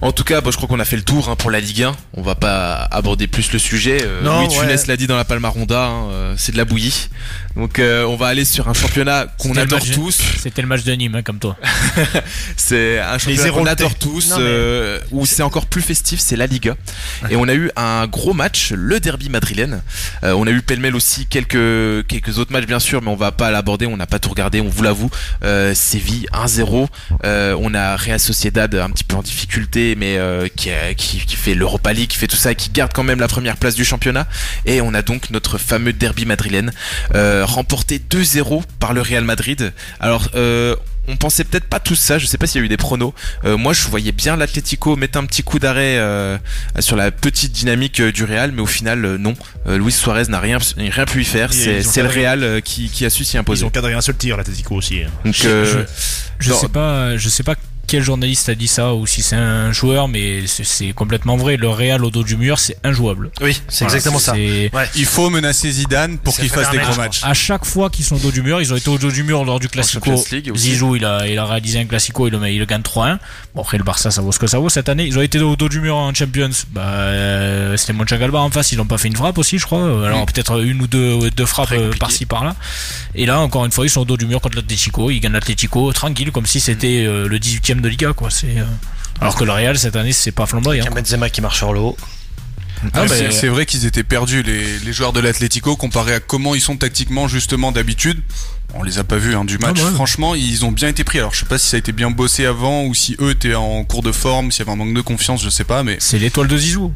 Speaker 1: En tout cas, bah, je crois qu'on a fait le tour hein, pour la Ligue 1. On va pas aborder plus le sujet. Euh,
Speaker 16: Non,
Speaker 1: Louis
Speaker 16: ouais.
Speaker 1: Funès l'a dit dans la Palmaronda, hein, euh, c'est de la bouillie. Donc euh, on va aller sur un championnat qu'on
Speaker 5: C'était le
Speaker 1: adore
Speaker 5: match de-
Speaker 1: tous.
Speaker 5: C'était le match de Nîmes, hein, comme toi.
Speaker 1: C'est un championnat
Speaker 5: zéro
Speaker 1: qu'on
Speaker 5: de
Speaker 1: adore
Speaker 5: tête.
Speaker 1: tous,
Speaker 5: Non, mais-
Speaker 1: euh, où c'est encore plus festif, c'est la Liga. Et on a eu un gros match, le derby madrilène. Euh, on a eu pêle-mêle aussi quelques, quelques autres matchs, bien sûr, mais on va pas l'aborder, on n'a pas tout regardé, on vous l'avoue. Euh, Séville 1-0. Euh, on a Real Sociedad un petit peu en difficulté, mais euh, qui, a- qui, qui fait l'Europa League, qui fait tout ça, et qui garde quand même la première place du championnat. Et on a donc notre fameux derby madrilène, euh, remporté 2-0 par le Real Madrid. Alors, euh, on pensait peut-être pas tout ça, je sais pas s'il y a eu des pronos. Euh, moi, je voyais bien l'Atlético mettre un petit coup d'arrêt euh, sur la petite dynamique euh, du Real, mais au final, euh, non. Euh, Luis Suarez n'a rien, rien pu y faire.
Speaker 4: Ils-
Speaker 1: C'est
Speaker 4: ils ont
Speaker 1: c'est le
Speaker 4: cadré.
Speaker 1: Real euh, qui, qui a su s'y imposer.
Speaker 4: Ils ont cadré un seul tir, l'Atletico aussi. hein.
Speaker 1: Donc,
Speaker 5: Je-
Speaker 1: euh,
Speaker 5: Je
Speaker 1: dans-
Speaker 5: sais pas, euh, je sais pas quel journaliste a dit ça ou si c'est un joueur, mais c'est- c'est complètement vrai. Le Real au dos du mur, c'est injouable.
Speaker 8: Oui, c'est exactement ça.
Speaker 7: Il faut menacer Zidane pour qu'il fasse des gros matchs.
Speaker 5: À chaque fois qu'ils sont au dos du mur, ils ont été au dos du mur lors du Classico.
Speaker 7: Champions League aussi.
Speaker 5: Zizou, il a, il a réalisé un Classico, il le, met- il le gagne 3-1. Bon, après, le Barça, ça vaut ce que ça vaut cette année. Ils ont été au dos du mur en Champions. Bah, euh, c'était Monchagalba en face, ils n'ont pas fait une frappe aussi, je crois. Euh, Alors,
Speaker 16: Mm.
Speaker 5: peut-être une ou deux, deux frappes euh, par-ci, par-là. Et là, encore une fois, ils sont au dos du mur contre l'Atletico. Ils gagnent l'Atletico tranquille, comme si
Speaker 7: Mm.
Speaker 5: c'était euh, le 18ème de Liga, quoi. C'est. euh, Alors que le Real cette année c'est pas hein. flamboyant.
Speaker 8: Il y a Benzema qui marche sur l'eau.
Speaker 7: Ah, c'est- C'est vrai qu'ils étaient perdus, les, les joueurs de l'Atlético, comparé à comment ils sont tactiquement, justement, d'habitude. On les a pas vus hein, du match.
Speaker 5: Ah bah ouais.
Speaker 7: Franchement, ils ont bien été pris. Alors, je sais pas si ça a été bien bossé avant ou si eux étaient en cours de forme, s'il y avait un manque de confiance, je sais pas. Mais
Speaker 5: c'est l'étoile de Zizou.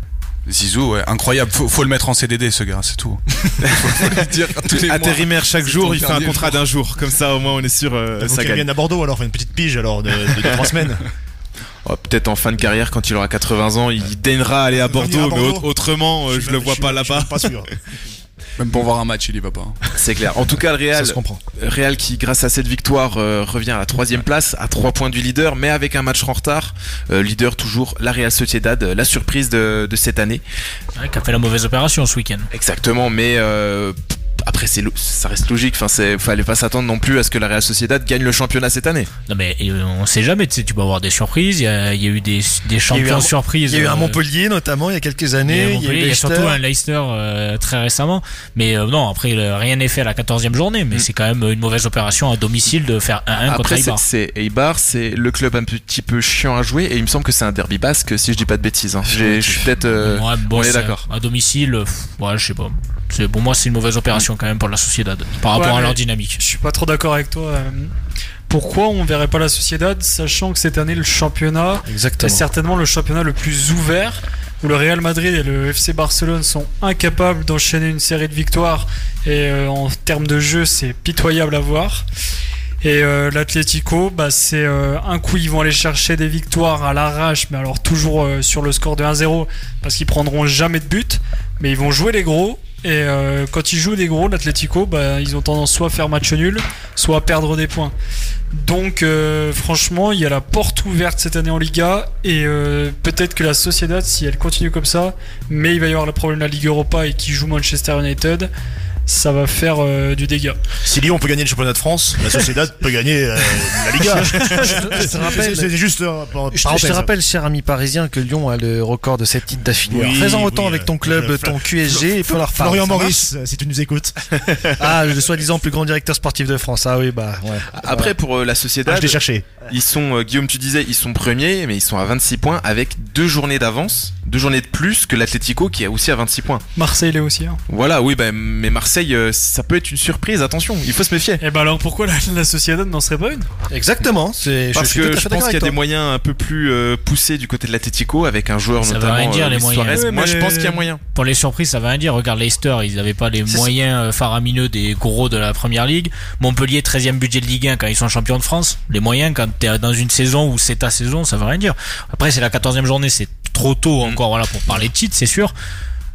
Speaker 7: Zizou, ouais, incroyable. Faut, faut le mettre en CDD, ce gars, c'est tout. faut le dire tous les mois.
Speaker 1: Intérimaire chaque
Speaker 7: C'est
Speaker 1: jour,
Speaker 7: ton
Speaker 1: il fait un
Speaker 7: dernier
Speaker 1: contrat d'un jour. Comme ça, au moins, on est sûr. euh,
Speaker 4: Ah, Donc,
Speaker 1: ça
Speaker 4: ils
Speaker 1: gagne.
Speaker 4: viennent à Bordeaux alors, fait une petite pige alors de, de, de trois semaines.
Speaker 1: Oh, Peut-être en fin de carrière, quand il aura 80 ans, il daignera aller à Bordeaux,
Speaker 4: à Bordeaux.
Speaker 1: mais au- autrement, euh, je, le vois pas là-bas.
Speaker 4: Pas sûr.
Speaker 7: Même pour voir un match, il y va pas.
Speaker 1: C'est clair. En tout cas, le Real, euh,
Speaker 7: Ça se comprend.
Speaker 1: Real qui, grâce à cette victoire, euh, revient à la troisième place, à trois points du leader, mais avec un match en retard. Euh, leader toujours, la Real Sociedad, euh, la surprise de, de cette année.
Speaker 5: Ouais, qui a fait la mauvaise opération ce week-end.
Speaker 1: Exactement, mais euh, après, c'est lo- ça reste logique. Enfin, c'est- fallait pas s'attendre non plus à ce que la Real Sociedad gagne le championnat cette année.
Speaker 5: Non mais euh, on sait jamais, tu sais, tu peux avoir des surprises, il y a, il y a eu des, des
Speaker 8: Il y a eu
Speaker 5: champions
Speaker 8: un-
Speaker 5: surprises.
Speaker 8: Il y a eu un
Speaker 5: euh,
Speaker 8: Montpellier notamment il y a quelques années.
Speaker 5: il y a eu Montpellier, il y a
Speaker 8: Leicester.
Speaker 5: surtout un Leicester euh, très récemment. Mais euh, non, après, le- rien n'est fait à la 14e journée,
Speaker 8: Mm.
Speaker 5: mais c'est quand même une mauvaise opération à domicile de faire 1-1 Ah, contre
Speaker 1: Après, c'est-
Speaker 5: Eibar.
Speaker 1: c'est Eibar, c'est le club un petit peu chiant à jouer, et il me semble que c'est un derby basque, si je dis pas de bêtises. hein. J'ai- Je suis peut-être. euh,
Speaker 5: Ouais, bon,
Speaker 1: on est
Speaker 5: c'est-
Speaker 1: d'accord.
Speaker 5: À domicile, euh, pff, ouais, je sais pas. C'est- Pour moi, c'est une mauvaise opération quand même pour la Sociedad par
Speaker 6: Ouais,
Speaker 5: rapport à
Speaker 6: mais
Speaker 5: leur dynamique.
Speaker 6: Je suis pas trop d'accord avec toi. euh, Pourquoi on verrait pas la Sociedad, sachant que cette année le championnat
Speaker 8: Exactement.
Speaker 6: est certainement le championnat le plus ouvert, où le Real Madrid et le FC Barcelone sont incapables d'enchaîner une série de victoires et euh, en termes de jeu c'est pitoyable à voir. Et euh, l'Atlético, bah, c'est euh, un coup ils vont aller chercher des victoires à l'arrache, mais alors toujours euh, sur le score de 1-0 parce qu'ils prendront jamais de but, mais ils vont jouer les gros Et euh, quand ils jouent des gros, l'Atlético, bah, ils ont tendance soit à faire match nul, soit à perdre des points. Donc euh, franchement, il y a la porte ouverte cette année en Liga. Et euh, peut-être que la Sociedad, si elle continue comme ça, mais il va y avoir le problème de la Ligue Europa et qui joue Manchester United, ça va faire euh, du dégât.
Speaker 4: Si Lyon peut gagner le championnat de France, la Sociedad peut gagner euh, la Liga.
Speaker 8: Je- je- je te rappelle-
Speaker 4: C'est c'est juste. euh, par-
Speaker 8: Je, te- je
Speaker 4: parenthèse.
Speaker 8: te rappelle, cher ami parisien, que Lyon a le record de 7 titres d'affilée.
Speaker 4: Oui,
Speaker 8: Alors, Fais-en autant
Speaker 4: oui,
Speaker 8: avec ton
Speaker 4: euh,
Speaker 8: club,
Speaker 4: Flo-
Speaker 8: ton QSG, il faut leur parler.
Speaker 4: Florian
Speaker 8: Ça marche
Speaker 4: Maurice, si tu nous écoutes.
Speaker 8: Ah, le soi-disant plus grand directeur sportif de France. Ah oui, bah ouais.
Speaker 1: Après, pour euh, la Sociedad,
Speaker 8: Ah, je l'ai cherché.
Speaker 1: Ils sont, euh, Guillaume, tu disais, ils sont premiers, mais ils sont à 26 points avec deux journées d'avance, deux journées de plus que l'Atlético qui est aussi à 26 points.
Speaker 6: Marseille l'est aussi. hein.
Speaker 1: Voilà, oui, bah, mais Marseille, euh, ça peut être une surprise, attention, il faut se méfier.
Speaker 6: Et bah alors pourquoi la, la Sociedad n'en serait pas une
Speaker 8: Exactement, c'est
Speaker 1: Parce que je pense qu'il y a des moyens un peu plus euh, poussés du côté de l'Atlético avec un joueur
Speaker 5: Ça veut
Speaker 1: notamment
Speaker 5: rien dire
Speaker 1: euh,
Speaker 5: les
Speaker 1: Luis
Speaker 5: moyens.
Speaker 1: Suarez. Moi, je pense qu'il y a moyen.
Speaker 5: Pour les surprises, ça veut rien dire. Regarde Leicester, ils n'avaient pas les
Speaker 1: C'est
Speaker 5: moyens euh, faramineux des gros de la première ligue. Montpellier, 13e budget de Ligue 1 quand ils sont champions de France. Les moyens, quand tu es dans une saison ou c'est ta saison, ça veut rien dire. Après, c'est la 14e journée, c'est trop tôt encore voilà, pour parler de titre, c'est sûr.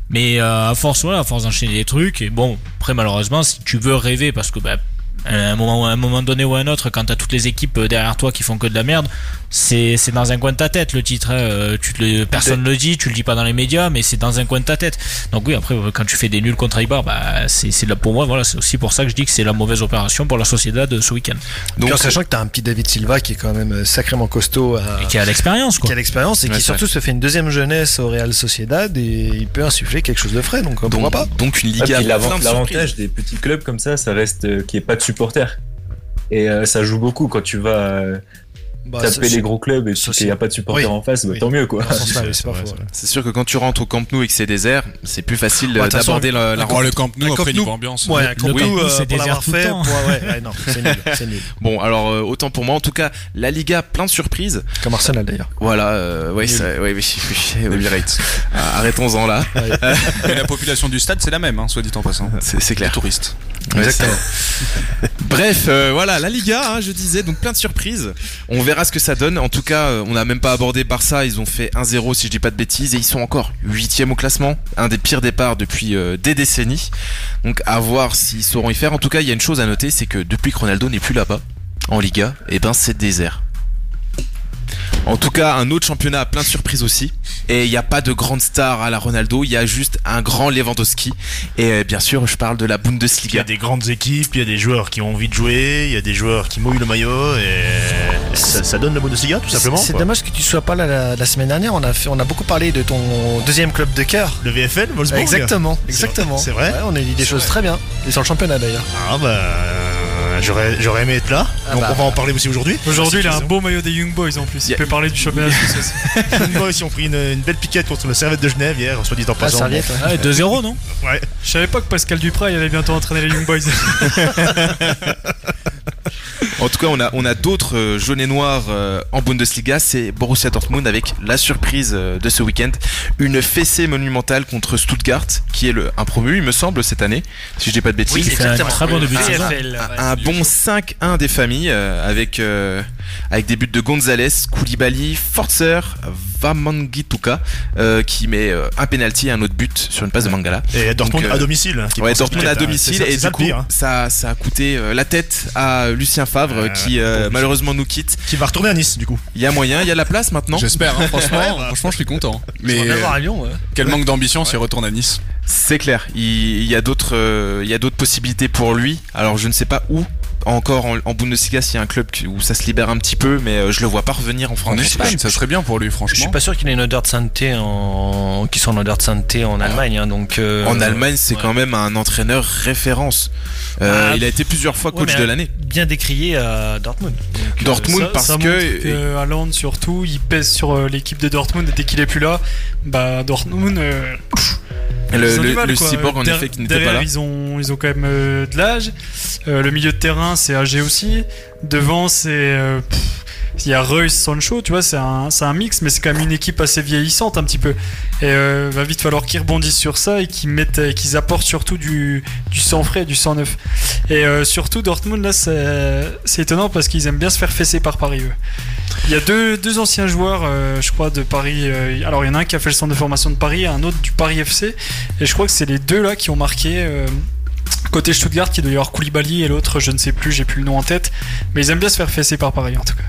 Speaker 5: Mais euh, à force, voilà, à force d'enchaîner des trucs, et bon, après, malheureusement, si tu veux rêver, parce que bah, à un moment, à un moment donné ou à un autre, quand t'as toutes les équipes euh, derrière toi qui font que de la merde, c'est c'est dans un coin de ta tête le titre. hein. Euh, Tu te le, personne le dit, tu le dis pas dans les médias, mais c'est dans un coin de ta tête. Donc oui, après euh, quand tu fais des nuls contre Ibar, bah c'est c'est là pour moi voilà, c'est aussi pour ça que je dis que c'est la mauvaise opération pour la Sociedad de ce week-end.
Speaker 8: Donc, en sachant que t'as un petit David Silva qui est quand même euh, sacrément costaud. à-
Speaker 5: euh, Et qui a l'expérience, quoi.
Speaker 8: Qui a l'expérience et
Speaker 5: Ouais,
Speaker 8: qui
Speaker 5: c'est
Speaker 8: surtout
Speaker 5: vrai.
Speaker 8: se fait une deuxième jeunesse au Real Sociedad et il peut insuffler quelque chose de frais, donc, euh, pourquoi pas
Speaker 1: Donc une
Speaker 2: Ah, puis l'avant- L'avantage des petits clubs comme ça, ça reste euh, qu'il n'y ait pas de supporters. Et euh, ça joue beaucoup quand tu vas euh,
Speaker 1: Bah,
Speaker 2: taper
Speaker 1: ça,
Speaker 2: les gros clubs et puis qu'il n'y a pas de supporters en face, bah, tant mieux quoi.
Speaker 1: C'est sûr que quand tu rentres au Camp Nou et que c'est désert, c'est plus facile euh,
Speaker 2: Ouais, de toute façon,
Speaker 1: d'aborder la, la
Speaker 2: le- le Camp Nou,
Speaker 1: Le
Speaker 2: après,
Speaker 1: Camp
Speaker 2: il
Speaker 1: Nou.
Speaker 2: voit ambiance.
Speaker 8: Ouais,
Speaker 1: Le-
Speaker 8: le Camp
Speaker 1: oui.
Speaker 8: Nou, euh, C'est pour désert l'avoir tout le fait, temps. pour- ouais, ouais, non, c'est nul, c'est nul.
Speaker 1: Bon, alors euh, autant pour moi. En tout cas, la Liga, plein de surprises.
Speaker 8: Comme Arsenal d'ailleurs.
Speaker 1: Voilà, euh, ouais,
Speaker 8: Nul.
Speaker 1: ça- ouais, oui, oui, oui, oui, right. Ah, Arrêtons-en là.
Speaker 7: Et la population du stade, c'est la même, hein, soit dit en passant.
Speaker 1: C'est clair.
Speaker 7: touristes.
Speaker 1: Exactement. Bref, euh, voilà, la Liga, hein, je disais, donc plein de surprises. On verra ce que ça donne. En tout cas, euh, on n'a même pas abordé Barça. Ils ont fait 1-0, si je dis pas de bêtises, et ils sont encore 8 au classement. Un des pires départs depuis euh, des décennies. Donc, à voir s'ils sauront y faire. En tout cas, il y a une chose à noter c'est que depuis que Ronaldo n'est plus là-bas, en Liga, et ben c'est désert. En tout cas, un autre championnat à plein de surprises aussi. Et il n'y a pas de grande star à la Ronaldo, il y a juste un grand Lewandowski. Et euh, bien sûr, je parle de la
Speaker 4: Il y
Speaker 1: Bundesliga.
Speaker 4: a des grandes équipes, il y a des joueurs qui ont envie de jouer, il y a des joueurs qui mouillent le maillot et ça, ça donne la Bundesliga tout simplement.
Speaker 8: C'est
Speaker 4: quoi.
Speaker 8: dommage que tu sois pas là la, la semaine dernière. On a, fait, on a beaucoup parlé de ton deuxième club de cœur.
Speaker 4: Le VFL, Wolfsburg
Speaker 8: Exactement,
Speaker 4: C'est-
Speaker 8: exactement.
Speaker 4: c'est vrai
Speaker 8: Ouais, On a dit des
Speaker 4: C'est
Speaker 8: choses
Speaker 4: vrai.
Speaker 8: très bien. Et sur le championnat d'ailleurs.
Speaker 4: Ah bah euh, j'aurais j'aurais aimé être là.
Speaker 8: Ah
Speaker 4: Donc
Speaker 8: bah.
Speaker 4: on va en parler aussi aujourd'hui.
Speaker 6: Aujourd'hui, il a un beau maillot des Young Boys en plus. Il peut parler du championnat suisse aussi.
Speaker 4: Young Boys ils ont pris une, une belle piquette contre le Servette de Genève hier, soit dit en passant. Bon.
Speaker 6: Ah,
Speaker 5: 2-0, non
Speaker 4: Ouais.
Speaker 6: Je savais pas que Pascal Duprat il allait bientôt entraîner les Young Boys.
Speaker 1: En tout cas, on a, on a d'autres euh, jaunes et noirs euh, en Bundesliga. C'est Borussia Dortmund avec la surprise euh, de ce week-end. Une fessée monumentale contre Stuttgart, qui est le, un promu, il me semble, cette année, si je dis pas de bêtises.
Speaker 5: Oui, Qui fait un exactement. très bon début de saison. VFL,
Speaker 1: Un- Un, bon 5-1 des familles, euh, avec, euh, avec des buts de Gonzalez, Koulibaly, Forzer, Vamangituka, euh, qui met euh, un penalty et un autre but sur une passe de Mangala. euh,
Speaker 4: Et Dortmund à domicile, hein, qui
Speaker 1: Ouais,
Speaker 4: pense
Speaker 1: Dortmund
Speaker 4: piquette,
Speaker 1: à
Speaker 4: hein.
Speaker 1: domicile.
Speaker 4: C'est ça-
Speaker 1: Et
Speaker 4: c'est ça
Speaker 1: du
Speaker 4: le
Speaker 1: coup,
Speaker 4: pire, hein.
Speaker 1: ça, ça a coûté euh, la tête à Lucien Favre, euh, qui euh, malheureusement nous quitte.
Speaker 4: Qui va retourner à Nice, du coup.
Speaker 1: Il y a moyen, il y a la place maintenant.
Speaker 7: J'espère, hein, franchement, franchement, je suis content. Mais euh,
Speaker 1: bien voir à
Speaker 8: Lyon,
Speaker 7: quel manque d'ambition s'il retourne à Nice.
Speaker 1: C'est clair. Il, il y a d'autres, euh, il y a d'autres possibilités pour lui. Alors je ne sais pas où. Encore en, en Bundesliga, s'il y a un club qui- où ça se libère un petit peu, mais euh, je le vois pas revenir en France. Je-
Speaker 7: ça serait bien pour lui, franchement.
Speaker 8: Je suis pas sûr qu'il ait une odeur de sainteté en, qu'il soit en odeur de sainteté en Allemagne. hein, donc. euh,
Speaker 1: Ah. En Allemagne, c'est
Speaker 8: ouais.
Speaker 1: quand même un entraîneur référence. Euh,
Speaker 8: Ah,
Speaker 1: il a été plusieurs fois
Speaker 8: ouais,
Speaker 1: coach
Speaker 8: mais
Speaker 1: de l'année.
Speaker 8: Bien décrié à Dortmund. Donc, euh,
Speaker 1: Dortmund
Speaker 6: euh, Ça-
Speaker 1: parce
Speaker 6: ça montre
Speaker 1: que,
Speaker 6: Haaland, surtout, il pèse sur euh, l'équipe de Dortmund et dès qu'il est plus là, bah Dortmund. euh,
Speaker 1: Le-
Speaker 6: ils ont
Speaker 1: le-
Speaker 6: du mal,
Speaker 1: le
Speaker 6: quoi.
Speaker 1: cyborg, en
Speaker 6: Der-
Speaker 1: effet, qui n'était pas
Speaker 6: derrière,
Speaker 1: là.
Speaker 6: Ils ont, ils ont quand même euh, de l'âge. Euh, le milieu de terrain, c'est âgé aussi. Devant, c'est. euh, pff, il y a Reus, Sancho, tu vois, c'est un, c'est un mix, mais c'est quand même une équipe assez vieillissante un petit peu. Et euh, va vite falloir qu'ils rebondissent sur ça et qu'ils mettent, euh, qu'ils apportent surtout du, du sang frais, du sang neuf. Et euh, surtout, Dortmund, là, c'est c'est étonnant parce qu'ils aiment bien se faire fesser par Paris, eux. Il y a deux, deux anciens joueurs, euh, je crois, de Paris. euh, alors, il y en a un qui a fait le centre de formation de Paris, un autre du Paris FC. Et je crois que c'est les deux là qui ont marqué. euh, Côté Stuttgart, qui doit y avoir Koulibaly et l'autre, je ne sais plus, j'ai plus le nom en tête. Mais ils aiment bien se faire fesser par Paris, en tout cas.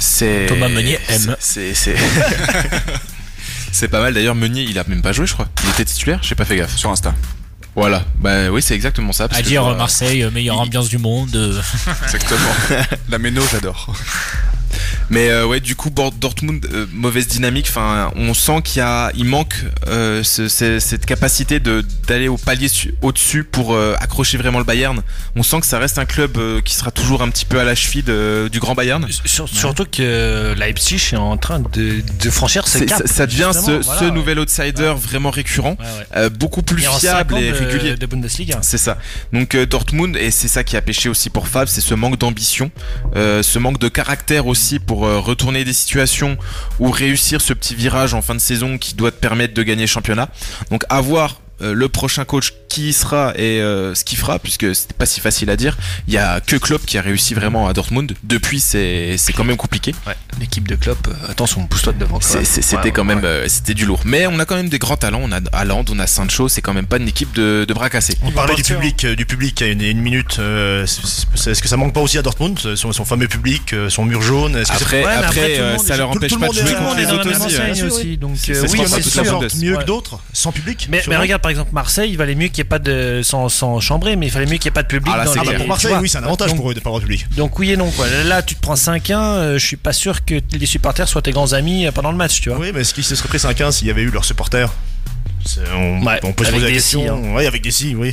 Speaker 1: C'est
Speaker 6: Thomas Meunier aime.
Speaker 1: C'est c'est- c'est pas mal d'ailleurs Meunier, il a même pas joué je crois. Il était titulaire, j'ai pas fait gaffe sur Insta. Voilà. Bah oui, c'est exactement ça parce
Speaker 5: À
Speaker 1: que
Speaker 5: dire
Speaker 1: je vois-
Speaker 5: euh, Marseille, euh, meilleure ambiance du monde. euh.
Speaker 1: Exactement. La méno, j'adore. Mais euh, ouais, du coup, Bor- Dortmund, euh, mauvaise dynamique. Enfin, on sent qu'il y a, il manque euh, ce- ce- cette capacité de d'aller au palier su- au-dessus pour euh, accrocher vraiment le Bayern. On sent que ça reste un club euh, qui sera toujours un petit peu à la cheville de- du grand Bayern.
Speaker 8: Surtout que Leipzig est en train de, de franchir ses
Speaker 1: C'est-
Speaker 8: caps.
Speaker 1: ça, ça devient ce,
Speaker 8: justement, voilà,
Speaker 1: ce
Speaker 8: ouais.
Speaker 1: nouvel outsider vraiment récurrent, euh, beaucoup plus
Speaker 8: Et en
Speaker 1: fiable
Speaker 8: cinq ans
Speaker 1: et
Speaker 8: de-
Speaker 1: régulier.
Speaker 8: de Bundesliga.
Speaker 1: C'est ça. Donc euh, Dortmund, et c'est ça qui a pêché aussi pour Fab, c'est ce manque d'ambition, euh, ce manque de caractère aussi pour euh, retourner des situations ou réussir ce petit virage en fin de saison qui doit te permettre de gagner le championnat. Donc à voir euh, le prochain coach qui y sera et euh, ce qu'il fera puisque c'était pas si facile à dire il y a que Klopp qui a réussi vraiment à Dortmund depuis c'est c'est quand même compliqué
Speaker 8: l'équipe de Klopp euh, attention pousse-toi de devant quand
Speaker 1: c'est-
Speaker 8: même.
Speaker 1: c'est- C'était
Speaker 8: Ouais,
Speaker 1: quand
Speaker 8: ouais,
Speaker 1: même euh, c'était du lourd. Mais on a quand même des grands talents. On a Haaland, on a Sancho. C'est quand même pas une équipe de, de bras cassés.
Speaker 4: On parlait du public, euh, du public à une, une minute. euh, c'est- c'est- Est-ce que ça manque pas aussi à Dortmund, ce- son, son fameux public, euh, son mur jaune Est-ce que
Speaker 1: Après-
Speaker 4: c'est-
Speaker 1: Ouais, mais après, après, tout le euh, monde- ça leur tout- empêche tout le pas de monde jouer est- contre tout le les monde est autres dans la aussi, même
Speaker 4: Bien
Speaker 1: enseigne
Speaker 4: sûr.
Speaker 1: aussi, donc,
Speaker 4: C'est-
Speaker 1: euh,
Speaker 4: ça se
Speaker 1: oui,
Speaker 4: passe
Speaker 1: on
Speaker 4: pas
Speaker 1: est
Speaker 4: toute la
Speaker 1: sûr.
Speaker 4: sorte mieux
Speaker 1: Ouais.
Speaker 4: que d'autres, sans public.
Speaker 8: Mais, mais
Speaker 4: sûrement.
Speaker 8: regarde par exemple Marseille, il valait mieux qu'il n'y ait pas de sans, sans chambrer, mais il fallait mieux qu'il n'y ait pas de public
Speaker 4: Ah, là,
Speaker 8: dans
Speaker 4: c'est
Speaker 8: les-
Speaker 4: clair.
Speaker 8: tu
Speaker 4: Pour Marseille,
Speaker 8: vois.
Speaker 4: oui, c'est un avantage
Speaker 8: Donc,
Speaker 4: pour eux de pas avoir de public.
Speaker 8: Donc oui et non quoi. Là tu te prends 5-1, euh, je suis pas sûr que t- les supporters soient tes grands amis euh, pendant le match, tu vois.
Speaker 4: Oui, mais est-ce qu'ils se seraient pris 5-1 s'il y avait eu leurs supporters C'est- on, on peut se
Speaker 8: avec
Speaker 4: poser la
Speaker 8: des
Speaker 4: question.
Speaker 8: si, hein.
Speaker 4: Ouais, avec des si, oui.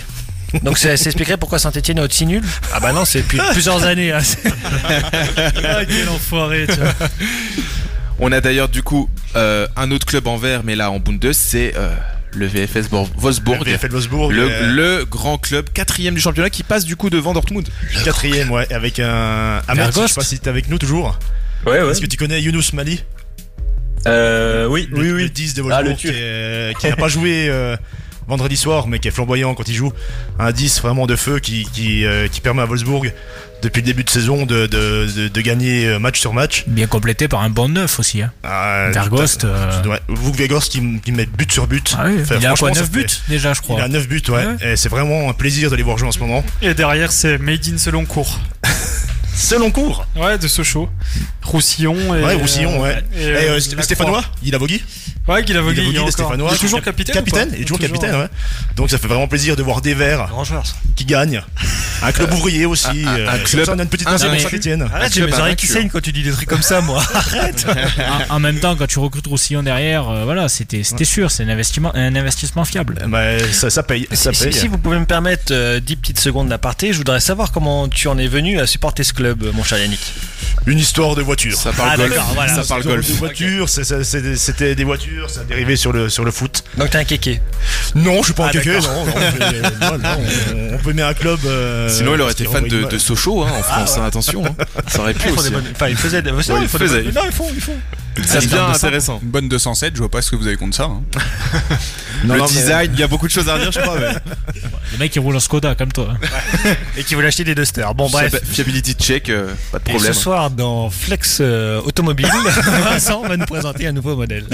Speaker 8: Donc ça, ça expliquerait pourquoi Saint-Etienne est aussi nul Ah bah non, c'est depuis plusieurs années. hein. ah, quel enfoiré, tu vois.
Speaker 1: On a d'ailleurs du coup euh, un autre club en vert, mais là en Bundes, c'est euh, le VFS Bor- Wolfsburg.
Speaker 4: Le VfL Wolfsburg,
Speaker 1: Le-
Speaker 4: euh,
Speaker 1: le grand club quatrième du championnat qui passe du coup devant Dortmund.
Speaker 4: Quatrième, ouais, avec un. Ahmed, je sais
Speaker 1: Vergost.
Speaker 4: pas si t'es avec nous toujours.
Speaker 2: Ouais, ouais.
Speaker 4: Est-ce que tu connais Younous Mali
Speaker 2: Euh, oui,
Speaker 4: le,
Speaker 2: oui, oui.
Speaker 4: Le 10 de Wolfsburg
Speaker 2: Ah, le
Speaker 4: qui,
Speaker 2: Turc.
Speaker 4: est- qui n'a pas joué euh, vendredi soir, mais qui est flamboyant quand il joue. Un 10 vraiment de feu qui, qui, euh, qui permet à Wolfsburg, depuis le début de saison, de, de, de- de gagner euh, match sur match.
Speaker 5: Bien complété par un bon neuf aussi. Hein.
Speaker 4: Ah,
Speaker 5: Vergost,
Speaker 4: tout à-
Speaker 5: euh, Ah
Speaker 4: tout- ouais. Vous, Vergost, qui, m- qui met but sur but.
Speaker 5: oui, il a
Speaker 4: franchement,
Speaker 5: quoi,
Speaker 4: ça
Speaker 5: neuf buts, déjà, je crois.
Speaker 4: Il a 9 buts, ouais. Et c'est vraiment un plaisir de les voir jouer en ce moment.
Speaker 6: Et derrière, c'est Made in Seloncourt.
Speaker 4: Seloncourt
Speaker 6: Ouais, de Sochaux. Roussillon et.
Speaker 4: Ouais, Roussillon, ouais.
Speaker 6: et,
Speaker 4: Et, euh,
Speaker 6: euh,
Speaker 4: Sté-
Speaker 6: Lacroix.
Speaker 4: Stéphanois, il a vogué
Speaker 6: Ouais, qu'il a vogué.
Speaker 4: Il
Speaker 6: il est
Speaker 4: est
Speaker 6: encore-
Speaker 4: Stéphanois.
Speaker 6: il est toujours capitaine.
Speaker 4: Capitaine,
Speaker 6: ou pas
Speaker 4: il est toujours
Speaker 6: Toujours,
Speaker 4: capitaine,
Speaker 6: ouais.
Speaker 4: ouais. Donc ça fait vraiment plaisir de voir des verts. Qui gagnent. Un club
Speaker 8: Euh,
Speaker 4: ouvrier aussi.
Speaker 8: un- un-
Speaker 4: euh,
Speaker 8: un
Speaker 4: comme
Speaker 8: club
Speaker 4: ça, on a une petite
Speaker 8: invaincu.
Speaker 4: mention à Saint-Étienne.
Speaker 8: Arrête, j'ai mes oreilles qui saignent quand tu dis des trucs comme ça, moi.
Speaker 4: Ah,
Speaker 8: Arrête.
Speaker 5: en, en même temps, quand tu recrutes Roussillon derrière, euh, voilà, c'était c'était sûr, c'est un investissement, un investissement fiable.
Speaker 8: Euh, bah,
Speaker 4: Euh, ça, paye.
Speaker 5: Ça
Speaker 8: Si, si vous pouvez me permettre euh, 10 petites secondes d'aparté, je voudrais savoir comment tu en es venu à supporter ce club, mon cher Yannick.
Speaker 4: Une histoire de voiture.
Speaker 8: Ça parle Ah, golf. d'accord, voilà. Ça parle
Speaker 4: Histoire
Speaker 8: golf.
Speaker 4: de voiture, c'est- c'est- c'est- c'était des voitures, ça dérivait sur le, sur le foot.
Speaker 8: Donc t'es un kéké
Speaker 4: Non, je suis pas un
Speaker 8: Ah,
Speaker 4: kéké,
Speaker 8: d'accord.
Speaker 4: non, non, mais, euh, voilà, on, on peut mettre un club. euh,
Speaker 1: Sinon, il aurait été
Speaker 4: qui
Speaker 1: fan
Speaker 4: renvoie
Speaker 1: de,
Speaker 4: une
Speaker 1: de
Speaker 4: balle.
Speaker 1: Sochaux hein, en France.
Speaker 4: Ah, ouais.
Speaker 1: hein, attention, hein. ça aurait pu
Speaker 8: Ils font
Speaker 1: aussi.
Speaker 8: des bonnes- enfin, ils faisaient des-
Speaker 1: Ouais,
Speaker 8: non,
Speaker 1: ils
Speaker 8: ils font des
Speaker 1: faisaient.
Speaker 8: bonnes- non, ils font- ils font.
Speaker 1: Ça
Speaker 7: Une
Speaker 1: devient
Speaker 7: bonne de cent-
Speaker 1: intéressant.
Speaker 7: Une bonne de 107, je vois pas ce que vous avez contre ça. hein.
Speaker 1: le
Speaker 7: non, mais-
Speaker 1: design, il y a beaucoup de choses à redire, je crois. mais-
Speaker 5: Le mec, il roule en Skoda, comme toi. hein.
Speaker 8: Et qui voulait acheter des dusters. Bon, bref.
Speaker 1: Fiability check, euh, pas de
Speaker 8: Et ce
Speaker 1: problème.
Speaker 8: soir, dans Flex euh, Automobile, Vincent va nous présenter un nouveau modèle.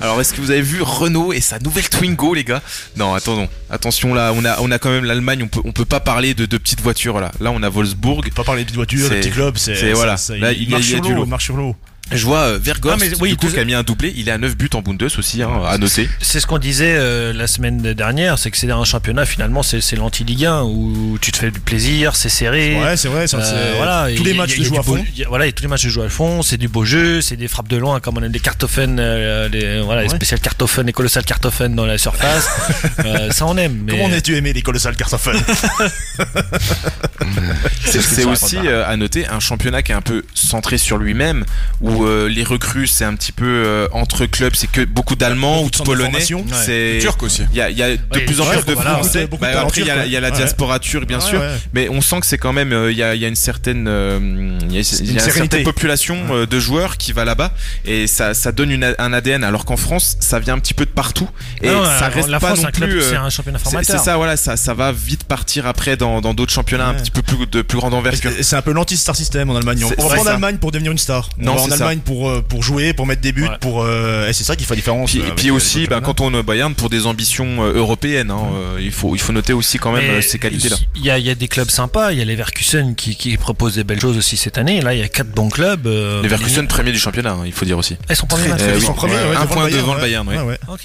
Speaker 1: Alors, est-ce que vous avez vu Renault et sa nouvelle Twingo, les gars Non, attendons. Attention, là, on a, on a quand même l'Allemagne. On peut, on peut pas parler de deux petites voitures, là. Là, on a Wolfsburg.
Speaker 4: Pas parler de voitures, de petits clubs, c'est. c'est-
Speaker 1: voilà.
Speaker 4: c'est-
Speaker 1: là, il, y a-
Speaker 4: marche
Speaker 1: il y a
Speaker 4: sur
Speaker 1: du
Speaker 4: l'eau,
Speaker 1: lot.
Speaker 4: marche sur l'eau.
Speaker 1: Je vois euh, Vergost,
Speaker 8: Ah, mais oui,
Speaker 1: du coup,
Speaker 8: tout-
Speaker 1: qui a mis un doublé. Il est à 9 buts en Bundes aussi, hein, à noter.
Speaker 8: C'est ce qu'on disait euh, la semaine dernière, c'est que c'est un championnat finalement, c'est c'est l'anti-Ligue 1 où tu te fais du plaisir, c'est serré. Euh,
Speaker 4: Ouais, c'est vrai, ça, c'est-
Speaker 8: voilà,
Speaker 4: tous
Speaker 8: et
Speaker 4: les
Speaker 8: il y a-
Speaker 4: matchs
Speaker 8: il y a
Speaker 4: se
Speaker 8: du
Speaker 4: jouent à
Speaker 8: beau-
Speaker 4: fond.
Speaker 8: il y a- Voilà, et tous les matchs se jouent à fond, c'est du beau jeu, c'est des frappes de loin, comme on aime les cartophones, euh, les, voilà, les
Speaker 4: Ouais.
Speaker 8: spéciales cartophones, les colossales cartophones dans la surface. Euh, ça on aime. Mais...
Speaker 4: Comment on a-tu aimé les colossales cartophones
Speaker 1: C'est c'est aussi euh, à noter un championnat qui est un peu centré sur lui-même, où où euh, les recrues c'est un petit peu euh, entre clubs, c'est que beaucoup d'Allemands ou de
Speaker 7: centres de
Speaker 1: Polonais,
Speaker 7: formation.
Speaker 1: c'est
Speaker 7: Ouais. Des Turcs aussi.
Speaker 1: Il y a, il y a de
Speaker 7: Ouais,
Speaker 1: plus en
Speaker 7: les
Speaker 1: plus
Speaker 7: Turcs,
Speaker 1: de
Speaker 7: voilà,
Speaker 1: Français.
Speaker 7: ouais, beaucoup
Speaker 1: Bah,
Speaker 7: de talents
Speaker 1: après il y, a-
Speaker 7: turcs,
Speaker 1: il y a la
Speaker 7: ouais.
Speaker 1: diaspora turque bien
Speaker 7: Ouais,
Speaker 1: sûr,
Speaker 7: ouais.
Speaker 1: mais on sent que c'est quand même euh, il y, a, il y a une certaine euh, il
Speaker 7: Une
Speaker 1: y a, il y a une
Speaker 7: sérénité.
Speaker 1: certaine population euh, de joueurs qui va là-bas et ça, ça donne une- un ADN alors qu'en France ça vient un petit peu de partout et
Speaker 8: Ah ouais,
Speaker 1: ça
Speaker 8: alors,
Speaker 1: reste
Speaker 8: la
Speaker 1: pas
Speaker 8: France,
Speaker 1: non
Speaker 8: c'est un club-
Speaker 1: plus, euh,
Speaker 8: c'est un championnat
Speaker 1: c'est-
Speaker 8: formateur.
Speaker 1: C'est ça Ah, voilà ça, ça va vite partir après dans dans d'autres championnats un
Speaker 4: Ouais.
Speaker 1: petit peu plus de plus grande envergure.
Speaker 4: C'est un peu l'anti-star system en Allemagne.
Speaker 1: C'est-
Speaker 4: On
Speaker 1: c'est
Speaker 4: va en
Speaker 1: ça.
Speaker 4: Allemagne pour devenir une star.
Speaker 1: Non,
Speaker 4: on va en
Speaker 1: c'est ça.
Speaker 4: Allemagne pour, euh, pour jouer, pour mettre des buts, pour. euh, et c'est ça qui fait la différence.
Speaker 1: Puis,
Speaker 4: euh, avec
Speaker 1: puis
Speaker 4: les
Speaker 1: aussi,
Speaker 4: autres
Speaker 1: bah,
Speaker 4: championnats.
Speaker 1: quand on est au Bayern, pour des ambitions euh, européennes, hein, euh, il, faut, il faut noter aussi quand même
Speaker 8: Mais
Speaker 1: euh, ces qualités-là.
Speaker 8: Il y, a- il y a des clubs sympas. Il y a Leverkusen qui, qui propose des belles choses aussi cette année. Là, il y a quatre bons clubs. euh,
Speaker 1: Les Verkusen, premier du championnat, hein, il faut dire aussi.
Speaker 8: Ah, ils sont premiers,
Speaker 1: Très-
Speaker 8: Marseille.
Speaker 1: euh,
Speaker 8: Ils
Speaker 1: oui.
Speaker 8: sont premiers, ouais,
Speaker 1: Un
Speaker 8: devant
Speaker 1: point
Speaker 8: le Bayern,
Speaker 1: devant le
Speaker 8: ouais.
Speaker 1: Bayern, oui.
Speaker 4: euh,
Speaker 8: Ah ouais. Ok.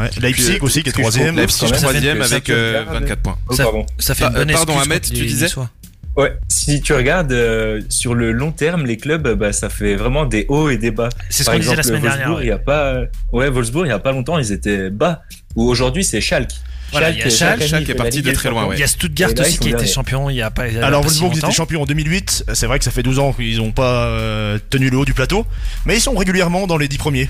Speaker 4: Ouais,
Speaker 1: euh,
Speaker 4: Leipzig aussi qui est troisième.
Speaker 1: Leipzig
Speaker 4: Quand même.
Speaker 1: troisième
Speaker 4: Ça
Speaker 1: avec
Speaker 4: fait
Speaker 1: euh,
Speaker 4: regarder.
Speaker 1: 24 points.
Speaker 4: Oh, pardon.
Speaker 8: Ça fait une
Speaker 1: Pa- euh,
Speaker 8: bonne
Speaker 1: Pardon,
Speaker 8: excuse
Speaker 1: Ahmed,
Speaker 8: contre
Speaker 1: tu
Speaker 8: les
Speaker 1: disais
Speaker 8: Niçois.
Speaker 2: Ouais, si tu regardes euh, sur le long terme, les clubs, bah, ça fait vraiment des hauts et des bas.
Speaker 8: C'est ce
Speaker 2: Par
Speaker 8: qu'on disait la
Speaker 2: exemple,
Speaker 8: semaine dernière,
Speaker 2: Wolfsburg,
Speaker 8: ouais.
Speaker 2: Il y a pas, ouais, Wolfsburg, il y a pas longtemps, ils étaient bas. Ou aujourd'hui, c'est Schalke.
Speaker 8: Voilà, il y a Schalke,
Speaker 2: chaque année,
Speaker 8: Schalke
Speaker 2: il
Speaker 8: est
Speaker 2: fait la
Speaker 8: parti
Speaker 2: Ligue
Speaker 8: de
Speaker 2: des
Speaker 8: très loin,
Speaker 2: Champions.
Speaker 8: ouais. Il y a Stuttgart
Speaker 2: Et là,
Speaker 8: aussi
Speaker 2: ils sont
Speaker 8: qui était
Speaker 2: derniers.
Speaker 8: champion il y a pas- il y a
Speaker 4: Alors
Speaker 8: pas si
Speaker 4: Wolfsburg ils étaient
Speaker 8: longtemps.
Speaker 4: champions en 2008, c'est vrai que ça fait 12 ans qu'ils n'ont pas euh, tenu le haut du plateau, mais ils sont régulièrement dans les 10 premiers.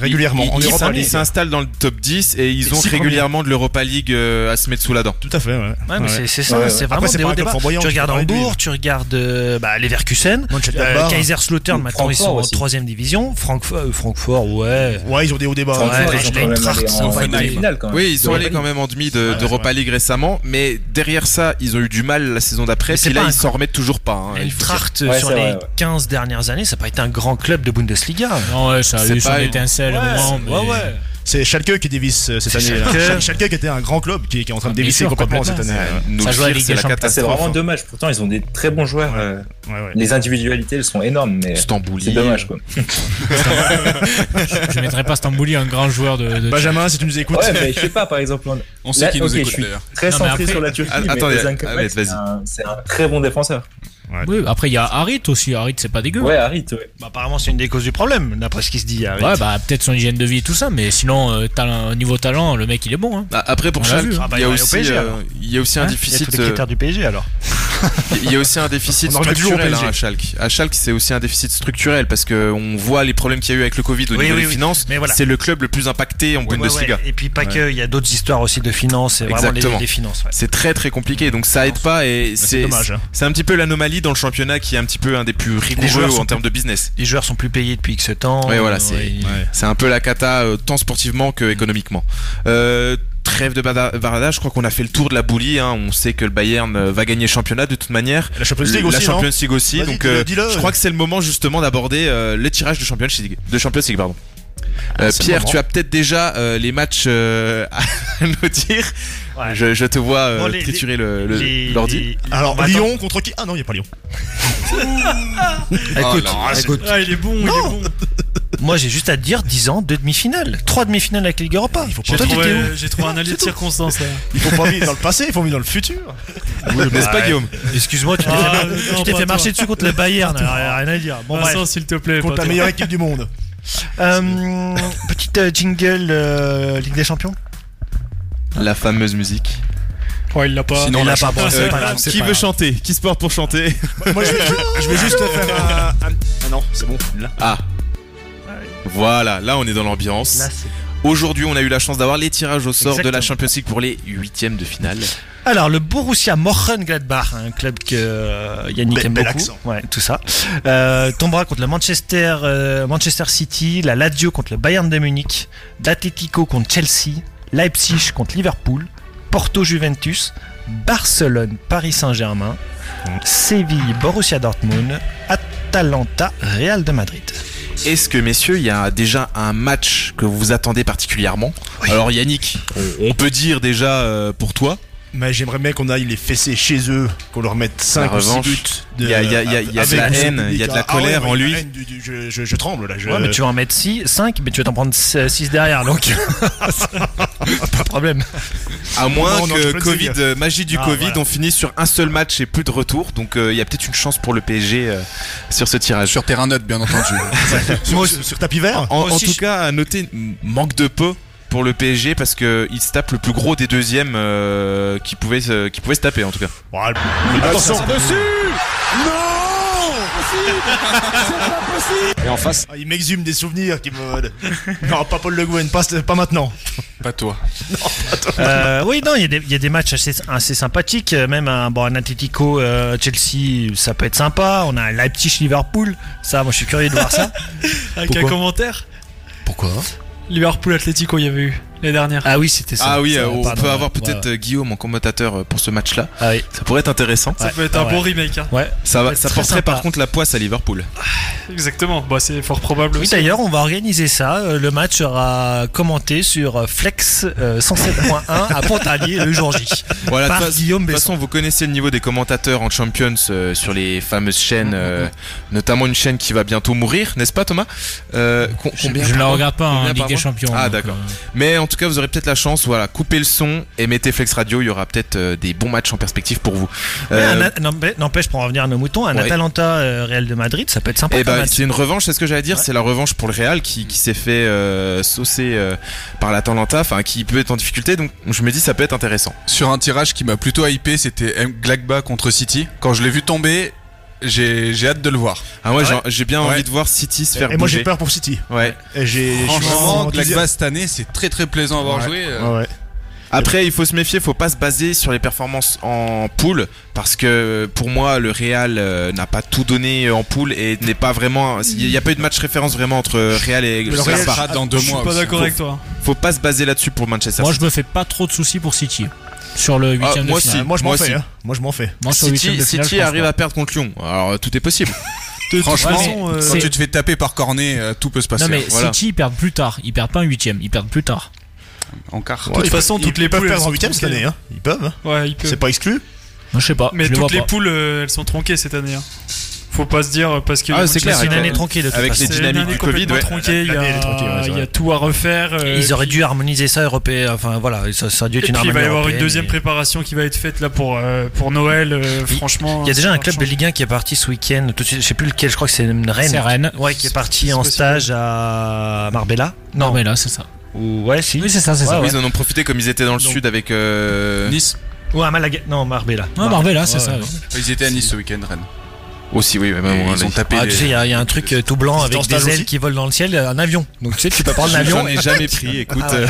Speaker 4: Régulièrement,
Speaker 1: Ils-
Speaker 4: en
Speaker 1: ils
Speaker 4: Europa
Speaker 1: s'in-
Speaker 4: League.
Speaker 1: ils s'installent dans le top 10 et ils
Speaker 4: Et
Speaker 1: ont
Speaker 4: six premiers.
Speaker 1: régulièrement de l'Europa League euh, à se mettre sous la dent.
Speaker 4: Tout à fait, ouais.
Speaker 8: Ouais, mais c'est- c'est ça, c'est vraiment des hauts débats. Tu regardes Hambourg, tu regardes euh, bah, Leverkusen,
Speaker 4: Mönchengladbach.
Speaker 8: euh, Kaiserslautern,
Speaker 4: Ou
Speaker 8: maintenant ils sont
Speaker 4: Francfort
Speaker 8: en
Speaker 4: aussi.
Speaker 8: 3ème division, Francfort, euh, Francfort, ouais.
Speaker 4: Ouais, ils ont des hauts débats.
Speaker 1: Francfort, ils sont quand même
Speaker 8: Eintracht,
Speaker 1: allés
Speaker 8: ça
Speaker 1: en
Speaker 8: va
Speaker 1: finale.
Speaker 8: être-
Speaker 1: Oui, ils sont allés quand même en demi de- d'Europa League récemment, mais derrière ça, ils ont eu du mal la saison d'après,
Speaker 8: Mais c'est
Speaker 1: puis là,
Speaker 8: pas un-
Speaker 1: ils s'en remettent toujours pas. hein, il faut
Speaker 8: Eintracht,
Speaker 1: dire.
Speaker 8: euh, sur les 15 dernières années, ça n'a pas été un grand club de Bundesliga.
Speaker 5: Non, ouais, ça a eu son étincelle au moment, mais-
Speaker 8: Ah Ouais, ouais.
Speaker 4: C'est Schalke qui dévisse euh, cette
Speaker 8: C'est
Speaker 4: année.
Speaker 8: Schalke.
Speaker 4: Schalke. Schalke qui était un grand club qui, qui est en train de
Speaker 2: Bien
Speaker 4: dévisser
Speaker 2: sûr,
Speaker 4: complètement cette année. euh.
Speaker 2: complètement,
Speaker 4: ouais.
Speaker 2: c'est-
Speaker 4: Ça joue à la Ligue des Champions.
Speaker 2: Ah, C'est vraiment dommage. Pourtant, ils ont des très bons joueurs. euh, Les individualités, elles sont énormes, mais c'est dommage, quoi.
Speaker 5: Je mettrais pas Stambouli un grand joueur de. de-
Speaker 4: Benjamin, si tu nous écoutes.
Speaker 2: Ouais, mais je sais pas, par exemple. on-
Speaker 5: On sait
Speaker 2: Là,
Speaker 5: qui nous
Speaker 2: ok,
Speaker 5: écoute,
Speaker 2: je suis
Speaker 5: d'ailleurs.
Speaker 2: Très
Speaker 5: Non, mais
Speaker 2: centré
Speaker 5: après-
Speaker 2: sur la Turquie.
Speaker 5: Ah,
Speaker 2: mais
Speaker 5: attendez,
Speaker 2: Ozan Kabak,
Speaker 5: Ahmed, vas-y.
Speaker 2: c'est un- C'est un très bon défenseur.
Speaker 5: Oui, après il y a Harit aussi, Harit c'est pas dégueu.
Speaker 2: Ouais, Harit,
Speaker 8: Bah, apparemment c'est une des causes du problème, d'après ce qui se dit. Harit.
Speaker 5: Ouais, bah peut-être son hygiène de vie et tout ça, mais sinon, euh, talent- niveau talent, le mec il est bon. Hein.
Speaker 1: Bah, après pour
Speaker 5: On l'a
Speaker 1: Schalke,
Speaker 5: vu,
Speaker 8: Ah,
Speaker 5: hein.
Speaker 1: il y a aussi, euh, il y a aussi un
Speaker 5: Hein
Speaker 1: déficit. euh,
Speaker 8: tous les critères du PSG, alors.
Speaker 1: Il y a aussi un déficit
Speaker 8: On en revient toujours au
Speaker 1: structurel
Speaker 8: PSG.
Speaker 1: hein, à Schalke. À Schalke, c'est aussi un déficit structurel parce que on voit les problèmes qu'il y a eu avec le Covid au
Speaker 8: Oui,
Speaker 1: niveau
Speaker 8: oui,
Speaker 1: des
Speaker 8: oui.
Speaker 1: finances.
Speaker 8: Mais voilà.
Speaker 1: C'est le club le plus impacté en
Speaker 8: Ouais, ouais,
Speaker 1: Bundesliga.
Speaker 8: ouais. Et puis pas que, il y a d'autres histoires aussi de finances, et vraiment les,
Speaker 1: Exactement.
Speaker 8: les finances. ouais.
Speaker 1: C'est très très compliqué, donc ça aide pas et c'est
Speaker 8: dommage, hein.
Speaker 1: C'est un petit peu l'anomalie dans le championnat qui est un petit peu un des plus rigoureux en
Speaker 8: sont
Speaker 1: termes de
Speaker 8: plus-
Speaker 1: business.
Speaker 8: Les joueurs sont plus payés depuis X temps.
Speaker 1: Ouais,
Speaker 8: euh,
Speaker 1: voilà, c'est
Speaker 8: ouais.
Speaker 1: c'est un peu la cata euh, tant sportivement que économiquement. Euh, Trêve de Bada- Barada, je crois qu'on a fait le tour de la boulie. hein. On sait que le Bayern euh, va gagner le championnat de toute manière.
Speaker 4: La Champions League
Speaker 1: La
Speaker 4: aussi, non
Speaker 1: Champions League aussi.
Speaker 4: Vas-y,
Speaker 1: Donc,
Speaker 4: dis-le,
Speaker 1: euh,
Speaker 4: dis-le.
Speaker 1: je crois que c'est le moment justement d'aborder euh, les tirages de Champions League. De Champions League pardon.
Speaker 4: Ah,
Speaker 1: Euh,
Speaker 4: c'est le
Speaker 1: Pierre,
Speaker 4: moment.
Speaker 1: tu as peut-être déjà euh, les matchs euh, à nous dire. Je, je te vois euh,
Speaker 4: Bon, les-
Speaker 1: triturer le- le-
Speaker 4: les-
Speaker 1: l'ordi.
Speaker 4: Alors
Speaker 1: Bah, attends.
Speaker 4: Lyon contre qui Ah non, il n'y a pas Lyon.
Speaker 8: Écoute,
Speaker 1: Oh là, c'est-
Speaker 8: écoute.
Speaker 4: Ah, il est bon, il est
Speaker 8: Non. Moi j'ai juste à te dire 10 ans de demi-finale, 3 demi-finales avec Ligue Europa.
Speaker 6: J'ai
Speaker 8: Toi,
Speaker 6: trouvé, euh,
Speaker 8: t'étais où
Speaker 6: j'ai trouvé un allié de circonstance. là.
Speaker 4: Il faut pas vivre dans le passé, il faut vivre dans le futur.
Speaker 8: N'est-ce pas, Guillaume Excuse-moi,
Speaker 6: Ah,
Speaker 8: tu t'es fait mar- tu t'es fait marcher dessus contre le Bayern, alors,
Speaker 1: euh,
Speaker 8: rien à dire. Bon,
Speaker 6: Vincent,
Speaker 8: bref.
Speaker 6: s'il te plaît.
Speaker 8: Contre
Speaker 6: pas
Speaker 8: la
Speaker 6: toi.
Speaker 8: meilleure équipe
Speaker 4: du monde.
Speaker 8: Euh, petite euh, jingle euh, Ligue des Champions.
Speaker 1: La fameuse musique.
Speaker 6: Ouais, il l'a pas.
Speaker 1: Sinon,
Speaker 6: Il
Speaker 1: la
Speaker 6: l'a pas,
Speaker 1: chante-
Speaker 6: bon, c'est
Speaker 1: euh,
Speaker 6: pas grave, c'est
Speaker 1: Qui
Speaker 6: pas
Speaker 1: veut
Speaker 6: grave.
Speaker 1: chanter Qui se porte pour chanter
Speaker 4: Moi, je vais, je vais juste faire un. un- Ah non, c'est bon. Là.
Speaker 1: Ah. Voilà, là on est dans l'ambiance.
Speaker 4: Là, c'est-
Speaker 1: Aujourd'hui, on a eu la chance d'avoir les tirages au sort de la
Speaker 8: Exactement.
Speaker 1: Champions League pour les huitièmes de finale.
Speaker 8: Alors le Borussia Mönchengladbach, un club que euh, Yannick
Speaker 1: Bel-
Speaker 8: aime
Speaker 1: bel
Speaker 8: beaucoup,
Speaker 1: accent.
Speaker 8: ouais, tout ça, euh, tombera contre le Manchester, euh, Manchester City, la Lazio contre le Bayern de Munich, l'Atletico contre Chelsea, Leipzig contre Liverpool, Porto Juventus, Barcelone Paris Saint-Germain, Séville Borussia Dortmund, Atalanta Real de Madrid.
Speaker 1: Est-ce que, messieurs, il y a déjà un match que vous attendez particulièrement Alors, Yannick, on, on peut dire déjà euh, pour toi.
Speaker 4: Mais j'aimerais bien qu'on aille les fesser chez eux, qu'on leur mette 5
Speaker 1: La
Speaker 4: ou 6
Speaker 1: revanche.
Speaker 4: buts.
Speaker 1: Il y a- il y a- il y a- il y a de
Speaker 4: avec
Speaker 1: la
Speaker 4: ou sans
Speaker 1: haine, il y a de la
Speaker 4: public. Ah ouais,
Speaker 1: colère
Speaker 4: ouais,
Speaker 1: en
Speaker 4: il y a
Speaker 1: lui.
Speaker 4: la haine du- du- je, je- je tremble là. Je...
Speaker 8: Ouais, mais tu vas en mettre 6, 5, mais tu vas t'en prendre 6 derrière, donc pas de problème.
Speaker 1: À moins
Speaker 8: Au moins, on est en
Speaker 1: que
Speaker 8: Champions
Speaker 1: Covid,
Speaker 8: League.
Speaker 1: euh, magie du
Speaker 8: Ah,
Speaker 1: Covid,
Speaker 8: voilà.
Speaker 1: on finisse sur un seul match et plus de retour. Donc, euh, il y a peut-être une chance pour le PSG euh, sur ce tirage. Sur terrain neutre, bien entendu.
Speaker 4: sur, sur- sur tapis vert
Speaker 1: En, en tout cas, à noter, m- manque de peu pour le PSG parce que il se tape le plus gros des deuxièmes euh, qui pouvait se, qui pouvait se taper en tout cas.
Speaker 4: Attention.
Speaker 17: Attention. Dessus Non possible C'est pas possible
Speaker 4: Et en face Ah, Il m'exhume des souvenirs qui me. non, pas Paul Le Guen, pas, pas maintenant.
Speaker 7: Pas toi.
Speaker 8: Euh, oui, non, il y, a des- il y a des matchs assez, assez sympathiques. euh, Même un, bon, un Atletico euh, Chelsea, ça peut être sympa. On a un Leipzig Liverpool. Ça, moi, je suis curieux de voir ça.
Speaker 6: Avec
Speaker 8: Pourquoi
Speaker 6: un commentaire
Speaker 8: Pourquoi
Speaker 6: Liverpool Atlético, il y avait eu les dernières.
Speaker 8: Ah oui, c'était
Speaker 1: Ah oui, euh, on peut avoir peut-être euh, Guillaume en commentateur euh, pour ce match-là. Ça pourrait être intéressant.
Speaker 6: Ça peut être un bon remake. hein.
Speaker 1: Ça, va,
Speaker 6: peut être
Speaker 1: ça
Speaker 6: très
Speaker 1: porterait
Speaker 6: sympa.
Speaker 1: par contre la poisse à Liverpool.
Speaker 6: Exactement. Bah, c'est fort probable.
Speaker 8: Oui,
Speaker 6: aussi.
Speaker 8: d'ailleurs, on va organiser ça. Euh, Le match sera commenté sur euh, Flex euh, 107.1 à Pontarlier le jour J.
Speaker 1: Voilà, de
Speaker 8: Par
Speaker 1: toute façon-
Speaker 8: Guillaume
Speaker 1: de toute
Speaker 8: Besson.
Speaker 1: façon, vous connaissez le niveau des commentateurs en Champions euh, sur les fameuses chaînes, euh, notamment une chaîne qui va bientôt mourir, n'est-ce pas Thomas Euh, com- combien
Speaker 5: je
Speaker 1: par
Speaker 5: la
Speaker 1: mois
Speaker 5: regarde pas, hein,
Speaker 1: Combien
Speaker 5: Ligue
Speaker 1: par
Speaker 5: des
Speaker 1: mois
Speaker 5: Champions,
Speaker 1: Ah
Speaker 5: donc, euh.
Speaker 1: d'accord. Mais en tout cas, vous aurez peut-être la chance, voilà, coupez le son et mettez Flex Radio, il y aura peut-être euh, des bons matchs en perspective pour vous.
Speaker 8: Mais
Speaker 1: Euh,
Speaker 8: un a- n'empê- N'empêche, pour en revenir à nos moutons, un
Speaker 1: Ouais.
Speaker 8: Atalanta euh, Real de Madrid, ça peut être sympa.
Speaker 1: Eh
Speaker 8: comme
Speaker 1: ben,
Speaker 8: match.
Speaker 1: c'est une revanche, c'est ce que j'allais dire, c'est la revanche pour le Real qui, qui s'est fait euh, saucer euh, par l'Atalanta, enfin qui peut être en difficulté, donc je me dis ça peut être intéressant.
Speaker 7: Sur un tirage qui m'a plutôt hypé, c'était M. Glagba contre City. Quand je l'ai vu tomber, j'ai j'ai hâte de le voir.
Speaker 1: Ah ouais, j'ai- j'ai bien
Speaker 7: Ouais.
Speaker 1: envie de voir City se faire
Speaker 4: Et moi j'ai
Speaker 1: bouger.
Speaker 4: peur pour City.
Speaker 1: Ouais.
Speaker 4: Et j'ai. je suis vraiment
Speaker 7: Franchement,
Speaker 4: enthousiaste.
Speaker 7: Glagba cette année, c'est très très plaisant à avoir
Speaker 4: Ouais.
Speaker 7: joué. euh.
Speaker 4: Ouais, ouais.
Speaker 1: Après, il faut se méfier, faut pas se baser sur les performances en poule, parce que pour moi, le Real euh, n'a pas tout donné en poule et n'est pas vraiment. Il n'y a pas eu de match référence vraiment entre Real et
Speaker 6: Le Real
Speaker 1: Barça.
Speaker 6: sera dans deux Je suis mois pas aussi. d'accord
Speaker 1: Faut-
Speaker 6: avec toi.
Speaker 1: Faut pas se baser là-dessus pour Manchester.
Speaker 5: Moi,
Speaker 1: City.
Speaker 5: je me fais pas trop de soucis pour City sur le
Speaker 1: Ah,
Speaker 5: huitième de
Speaker 1: moi
Speaker 5: finale.
Speaker 1: si, moi si.
Speaker 4: Moi je m'en fais.
Speaker 5: Moi, sur
Speaker 1: City,
Speaker 5: le huitième de finale,
Speaker 1: City
Speaker 5: je pense
Speaker 1: arrive
Speaker 5: pas.
Speaker 1: à perdre contre Lyon. Alors euh, tout est possible.
Speaker 7: Franchement,
Speaker 5: façon, euh,
Speaker 7: quand
Speaker 5: c'est-
Speaker 7: tu te fais taper par Cornet, euh, tout peut se passer.
Speaker 5: Non mais
Speaker 7: hein, voilà.
Speaker 5: City ils perdent plus tard, ils perdent pas en huitième, ils perdent plus tard.
Speaker 7: En quart.
Speaker 5: De toute façon, toutes les
Speaker 4: Ils peuvent
Speaker 5: poules,
Speaker 4: perdre
Speaker 5: elles
Speaker 4: en
Speaker 5: sont
Speaker 4: 8 cette
Speaker 5: tronquées.
Speaker 4: année, hein. Ils peuvent. hein.
Speaker 6: Ouais, il peut.
Speaker 4: C'est pas exclu
Speaker 5: Moi, je sais pas.
Speaker 6: Mais
Speaker 5: je le vois
Speaker 6: toutes les
Speaker 5: pas.
Speaker 6: poules, euh, elles sont tronquées cette année. hein. Faut pas se dire euh, parce que
Speaker 5: Ah, c'est
Speaker 6: Manchester-
Speaker 5: clair, avec- C'est une année tronquée, de toute avec façon. les
Speaker 6: C'est une
Speaker 5: dynamiques
Speaker 6: année
Speaker 5: du Covid,
Speaker 6: complètement
Speaker 5: ouais.
Speaker 6: tronquée, Il y
Speaker 5: L'année, elle est tronquée, ouais,
Speaker 6: a-
Speaker 5: c'est
Speaker 6: il y
Speaker 5: vrai.
Speaker 6: a tout à refaire. euh,
Speaker 8: Ils auraient dû harmoniser ça européen. Enfin voilà, ça, ça a dû
Speaker 6: Et
Speaker 8: être
Speaker 6: puis
Speaker 8: une
Speaker 6: il va y
Speaker 8: harmonie
Speaker 6: avoir une
Speaker 8: européenne,
Speaker 6: deuxième
Speaker 8: mais-
Speaker 6: préparation qui va être faite là pour, euh, pour Noël, euh, franchement.
Speaker 8: Il y a déjà
Speaker 6: ça
Speaker 8: un
Speaker 6: va
Speaker 8: club de Ligue 1 qui est parti ce week-end, tout de suite, je sais plus lequel, je crois que c'est Rennes.
Speaker 5: C'est Rennes.
Speaker 8: Ouais, qui est parti en stage à Marbella. Non,
Speaker 5: Marbella, c'est ça.
Speaker 8: Ouais, si.
Speaker 5: Oui, c'est ça, c'est ça.
Speaker 1: Ils en ont profité comme ils étaient dans le sud avec euh,
Speaker 7: Nice.
Speaker 8: Ou à Malaga. Non, Marbella.
Speaker 5: Ouais, Ah, Marbella, c'est ça, oui.
Speaker 7: Ils étaient à Nice ce week-end, Rennes.
Speaker 1: Aussi, oui.
Speaker 7: Et ils ont tapé.
Speaker 8: Ah,
Speaker 7: les-
Speaker 8: tu sais, il y, a- il y a un truc euh, tout blanc
Speaker 7: C'était en
Speaker 8: avec
Speaker 7: stage
Speaker 8: des ailes
Speaker 7: aussi
Speaker 8: qui volent dans le ciel, un avion. Donc tu sais, tu peux prendre
Speaker 1: J'en
Speaker 8: l'avion.
Speaker 1: ai jamais pris, écoute,
Speaker 8: Ah, ouais.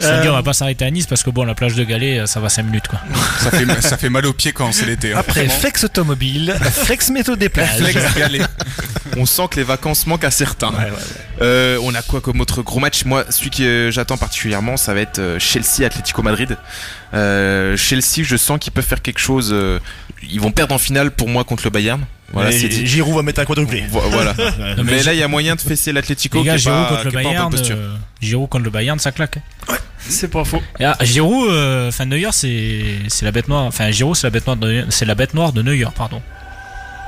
Speaker 5: Je veux
Speaker 8: Euh,
Speaker 5: dire, on va pas s'arrêter à Nice parce que bon, la plage de Galets, euh, ça va 5 minutes quoi.
Speaker 7: ça, fait, ça fait mal aux pieds quand c'est l'été. hein,
Speaker 8: Après,
Speaker 7: vraiment.
Speaker 8: Flex Automobile, Flex Métaux des plages.
Speaker 1: euh, Flex Galais. On sent que les vacances manquent à certains. Euh, on a quoi comme autre gros match Moi, celui que euh, j'attends particulièrement, ça va être euh, Chelsea Atlético Madrid. Euh, Chelsea, je sens qu'ils peuvent faire quelque chose. euh, ils vont perdre en finale pour moi contre le Bayern. Voilà,
Speaker 4: Et
Speaker 1: c'est dit.
Speaker 4: Giroud va mettre un quadruplé.
Speaker 1: Vo- Voilà. mais,
Speaker 5: Non, mais
Speaker 1: là, il y a moyen de fesser l'Atlético
Speaker 5: Les
Speaker 1: qui
Speaker 5: gars,
Speaker 1: est
Speaker 5: Giroud
Speaker 1: pas,
Speaker 5: contre le
Speaker 1: qui est pas en
Speaker 5: Bayern,
Speaker 1: bonne posture.
Speaker 5: euh, Giroud contre le Bayern, ça claque.
Speaker 6: C'est pas faux.
Speaker 5: Et, ah, Giroud, euh, fin de Neuer, c'est c'est la bête noire. Enfin, Giroud, c'est la bête noire de Neuer- c'est la bête noire de Neuer, pardon.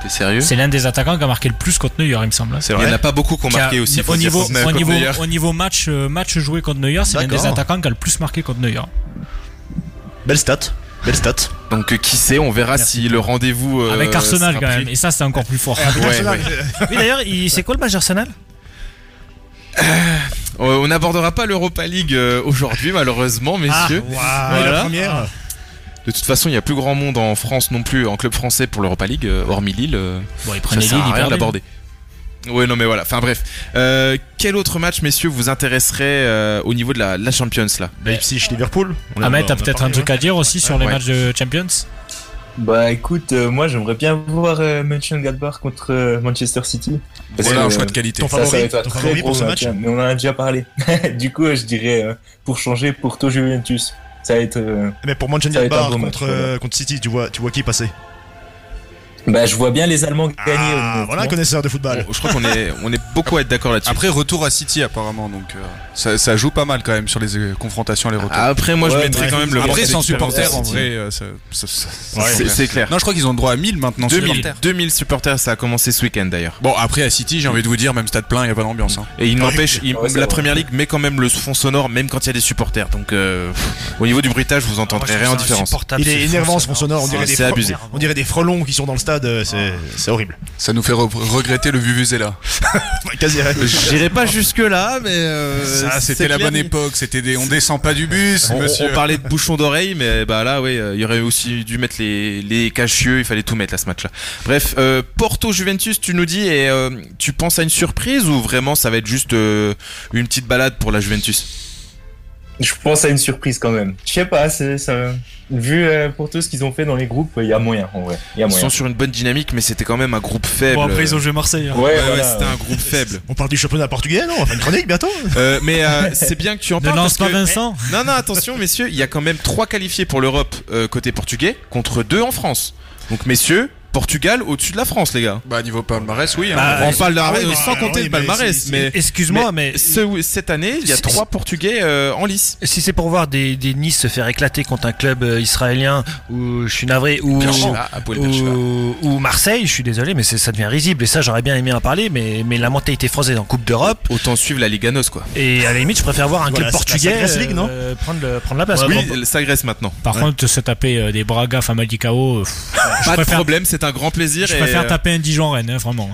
Speaker 1: T'es sérieux
Speaker 5: C'est l'un des attaquants qui a marqué le plus contre Neuer, il me semble.
Speaker 1: C'est vrai. Il y en a pas beaucoup qui ont
Speaker 5: Qui a-
Speaker 1: marqué aussi, faut
Speaker 5: Au
Speaker 1: dire,
Speaker 5: niveau,
Speaker 1: contre-
Speaker 5: au
Speaker 1: contre
Speaker 5: niveau,
Speaker 1: Neuer.
Speaker 5: au niveau match, euh, match joué contre Neuer, c'est l'un des
Speaker 1: D'accord.
Speaker 5: attaquants qui a le plus marqué contre Neuer.
Speaker 1: Belle stat. Belle stat. Donc, euh, qui sait, on verra
Speaker 5: Merci.
Speaker 1: si le rendez-vous. euh,
Speaker 5: Avec Arsenal
Speaker 1: sera
Speaker 5: quand
Speaker 1: pris.
Speaker 5: même. Et ça, c'est encore plus fort.
Speaker 1: Avec Ouais, Arsenal, ouais.
Speaker 8: Oui, d'ailleurs, il- c'est quoi le match Arsenal
Speaker 1: Euh, On n'abordera pas l'Europa League euh, aujourd'hui, malheureusement, messieurs.
Speaker 4: Ah,
Speaker 1: Voilà.
Speaker 4: la première.
Speaker 1: De toute façon, il n'y a plus grand monde en France non plus, en club français pour l'Europa League, euh, hormis Lille. euh,
Speaker 5: Bon, ils
Speaker 1: ça
Speaker 5: prenaient
Speaker 1: sert à
Speaker 5: Lille, ils
Speaker 1: rien de
Speaker 5: perdaient.
Speaker 1: l'aborder. Ouais, non, mais voilà. Enfin, bref. Euh, quel autre match, messieurs, vous intéresserait euh, au niveau de la, la Champions là
Speaker 4: Leipzig, Liverpool.
Speaker 5: Ahmed, t'as peut-être un truc à dire aussi sur les
Speaker 1: Ouais.
Speaker 5: matchs de Champions
Speaker 18: Bah écoute, euh, moi j'aimerais bien voir euh, Mönchengladbach contre euh, Manchester City.
Speaker 7: Voilà
Speaker 18: que, euh,
Speaker 7: un choix de qualité.
Speaker 18: ça,
Speaker 7: Ton favori-
Speaker 18: ça va être un
Speaker 7: ton
Speaker 18: très
Speaker 7: favori
Speaker 18: gros
Speaker 7: pour ce match
Speaker 18: Mais on en a déjà parlé. du coup, euh, je dirais euh, pour changer, pour Juventus. Ça va être. euh,
Speaker 7: Eh ben,
Speaker 4: Mais pour
Speaker 18: ça va
Speaker 4: Manchester
Speaker 18: être un
Speaker 4: Bar
Speaker 18: beau match,
Speaker 4: contre,
Speaker 18: voilà.
Speaker 4: euh, contre City, tu vois, tu vois qui passer
Speaker 18: Bah je vois bien les Allemands gagner.
Speaker 4: Ah,
Speaker 18: honnêtement.
Speaker 4: voilà un connaisseur de football.
Speaker 1: Oh, Je crois qu'on est, on est beaucoup à être d'accord là-dessus.
Speaker 7: Après, retour à City apparemment, donc euh, ça, ça joue pas mal quand même sur les euh, confrontations, les retours.
Speaker 1: Après, moi, je Ouais, mettrais ouais. quand même le
Speaker 7: Après,
Speaker 1: Manchester
Speaker 7: sans supporters, en
Speaker 1: City.
Speaker 7: vrai, euh, ça- ça- ça-
Speaker 1: Ouais,
Speaker 7: ça-
Speaker 1: c'est- c'est clair.
Speaker 7: Non, je crois qu'ils ont le droit à 1000 maintenant.
Speaker 1: 2000,
Speaker 7: supporters.
Speaker 1: 2000 supporters, ça a commencé ce week-end d'ailleurs.
Speaker 7: Bon, après, à City, j'ai envie de vous dire, même stade plein, il n'y a pas d'ambiance. hein.
Speaker 1: Et il n'empêche, il-
Speaker 7: Ouais, c'est
Speaker 1: la
Speaker 7: vrai.
Speaker 1: première ligue met quand même le fond sonore, même quand il y a des supporters. Donc, euh, pff, Ah, au niveau du bruitage, vous entendrez rien en différence.
Speaker 4: Il est énervant ce fond sonore, on
Speaker 1: C'est-
Speaker 4: dirait, des
Speaker 1: C'est
Speaker 4: fre-
Speaker 1: abusé.
Speaker 4: on dirait des frelons qui sont dans le stade, euh, c'est c'est horrible.
Speaker 7: Ça nous fait re- regretter le Vuvuzela.
Speaker 1: J'irai pas jusque là, mais
Speaker 8: euh,
Speaker 7: Ça, c'était la bonne époque. C'était des, on descend pas du bus,
Speaker 1: On,
Speaker 7: monsieur.
Speaker 1: on parlait de bouchon d'oreille, mais bah là, oui, euh, il y aurait aussi dû mettre les, les cachieux, il fallait tout mettre là ce match-là. Bref, euh, Porto Juventus, tu nous dis, et euh, tu penses à une surprise ou vraiment ça va être juste euh, une petite balade pour la Juventus
Speaker 2: Je pense à une surprise quand même. Je sais pas, c'est ça. Vu euh, pour tout ce qu'ils ont fait dans les groupes, il y a moyen en vrai. Il y a
Speaker 1: Ils
Speaker 2: moyen.
Speaker 1: sont sur une bonne dynamique, mais c'était quand même un groupe faible.
Speaker 4: hein.
Speaker 1: Ouais, ouais, c'était un groupe faible.
Speaker 4: On parle du championnat portugais, non On va faire une chronique bientôt.
Speaker 1: Euh, mais euh, c'est bien que tu en
Speaker 4: Ne
Speaker 1: parles.
Speaker 4: lance
Speaker 1: parce
Speaker 4: pas
Speaker 1: que-
Speaker 4: Vincent.
Speaker 1: Eh, Non, non, attention, messieurs, il y a quand même trois qualifiés pour l'Europe euh, côté portugais contre deux en France. Donc, messieurs. Portugal au-dessus de la France, les gars.
Speaker 7: Bah, niveau palmarès, oui. hein.
Speaker 1: on parle de la-
Speaker 7: Ah oui,
Speaker 1: euh,
Speaker 7: bah,
Speaker 1: sans
Speaker 7: oui,
Speaker 1: compter
Speaker 7: mais
Speaker 1: le palmarès.
Speaker 7: si, si.
Speaker 1: Mais
Speaker 7: Excuse-moi,
Speaker 1: mais, ce- cette année, il y a
Speaker 8: Si-
Speaker 1: trois Portugais euh, en lice.
Speaker 8: Si c'est pour voir des, des Nice se faire éclater contre un club euh, israélien ou je suis navré ou,
Speaker 1: Beersheba, Hapoel Beersheba.
Speaker 8: ou- ou Marseille, je suis désolé, mais c'est- ça devient risible. Et ça, j'aurais bien aimé en parler, mais, mais la mentalité française en Coupe d'Europe.
Speaker 1: Autant suivre la Liga NOS, quoi.
Speaker 8: Et à la limite, je préfère voir un
Speaker 5: Voilà,
Speaker 8: club
Speaker 5: c'est la
Speaker 8: portugais
Speaker 5: Sagresse League, non
Speaker 8: euh, prendre, le- prendre la place.
Speaker 5: Oui,
Speaker 8: quoi.
Speaker 1: Ça agresse maintenant.
Speaker 5: Par contre, se taper euh, des Braga, Famalicao, euh, pff, je
Speaker 1: Pas de
Speaker 5: préfère-
Speaker 1: problème, c'est un grand plaisir.
Speaker 5: Je
Speaker 1: et-
Speaker 5: préfère taper un Dijon-Rennes, hein, vraiment.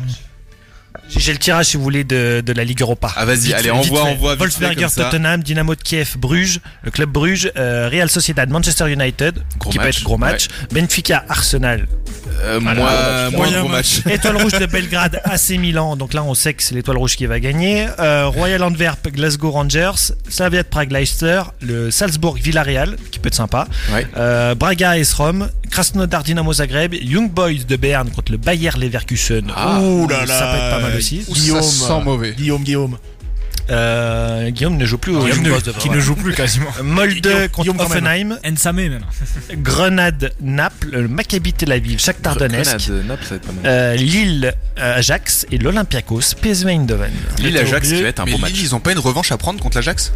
Speaker 8: J'ai le tirage, si vous voulez, de, de la Ligue Europa.
Speaker 1: Ah, vas-y,
Speaker 8: Vite
Speaker 1: allez,
Speaker 8: fait,
Speaker 1: envoie,
Speaker 8: vite fait.
Speaker 1: envoie, vite fait,
Speaker 8: Wolfsberger,
Speaker 1: comme ça.
Speaker 8: Tottenham, Dynamo de Kiev, Bruges, le club Bruges, euh, Real Sociedad, Manchester United,
Speaker 1: Gros
Speaker 8: qui peut
Speaker 1: match,
Speaker 8: être gros match, Benfica, Arsenal.
Speaker 1: Euh,
Speaker 8: Ah
Speaker 1: moi, moi, gros match.
Speaker 8: Étoile rouge de Belgrade, AC Milan. Donc là, on sait que c'est l'étoile rouge qui va gagner. Euh, Royal Antwerp, Glasgow Rangers, Slavia de Prague, Leicester, le Salzbourg, Villarreal, qui peut être sympa. Euh, Braga, AS Rome, Krasnodar, Dynamo Zagreb, Young Boys de Berne contre le Bayer Leverkusen.
Speaker 4: Ah. Ouh là là.
Speaker 8: Ah. ça peut être pas mal aussi.
Speaker 4: Guillaume. euh, Guillaume, Guillaume.
Speaker 8: Euh, Guillaume ne joue plus au
Speaker 4: Guillaume
Speaker 8: Young
Speaker 4: ne-
Speaker 8: Boys de Berne.
Speaker 4: qui ne joue plus quasiment.
Speaker 8: Molde
Speaker 4: Guillaume-
Speaker 8: contre
Speaker 4: Guillaume quand même.
Speaker 8: Offenheim.
Speaker 5: Ensamé maintenant.
Speaker 8: Grenade, Naples, le Maccabi Tel Aviv, chaque Donetsk.
Speaker 1: Grenade, Naples, ça va être pas mal.
Speaker 8: Euh, Lille, euh, Ajax et l'Olympiakos, PSV Eindhoven.
Speaker 7: Lille-Ajax qui va être un bon match. Ils ont pas une revanche à prendre contre l'Ajax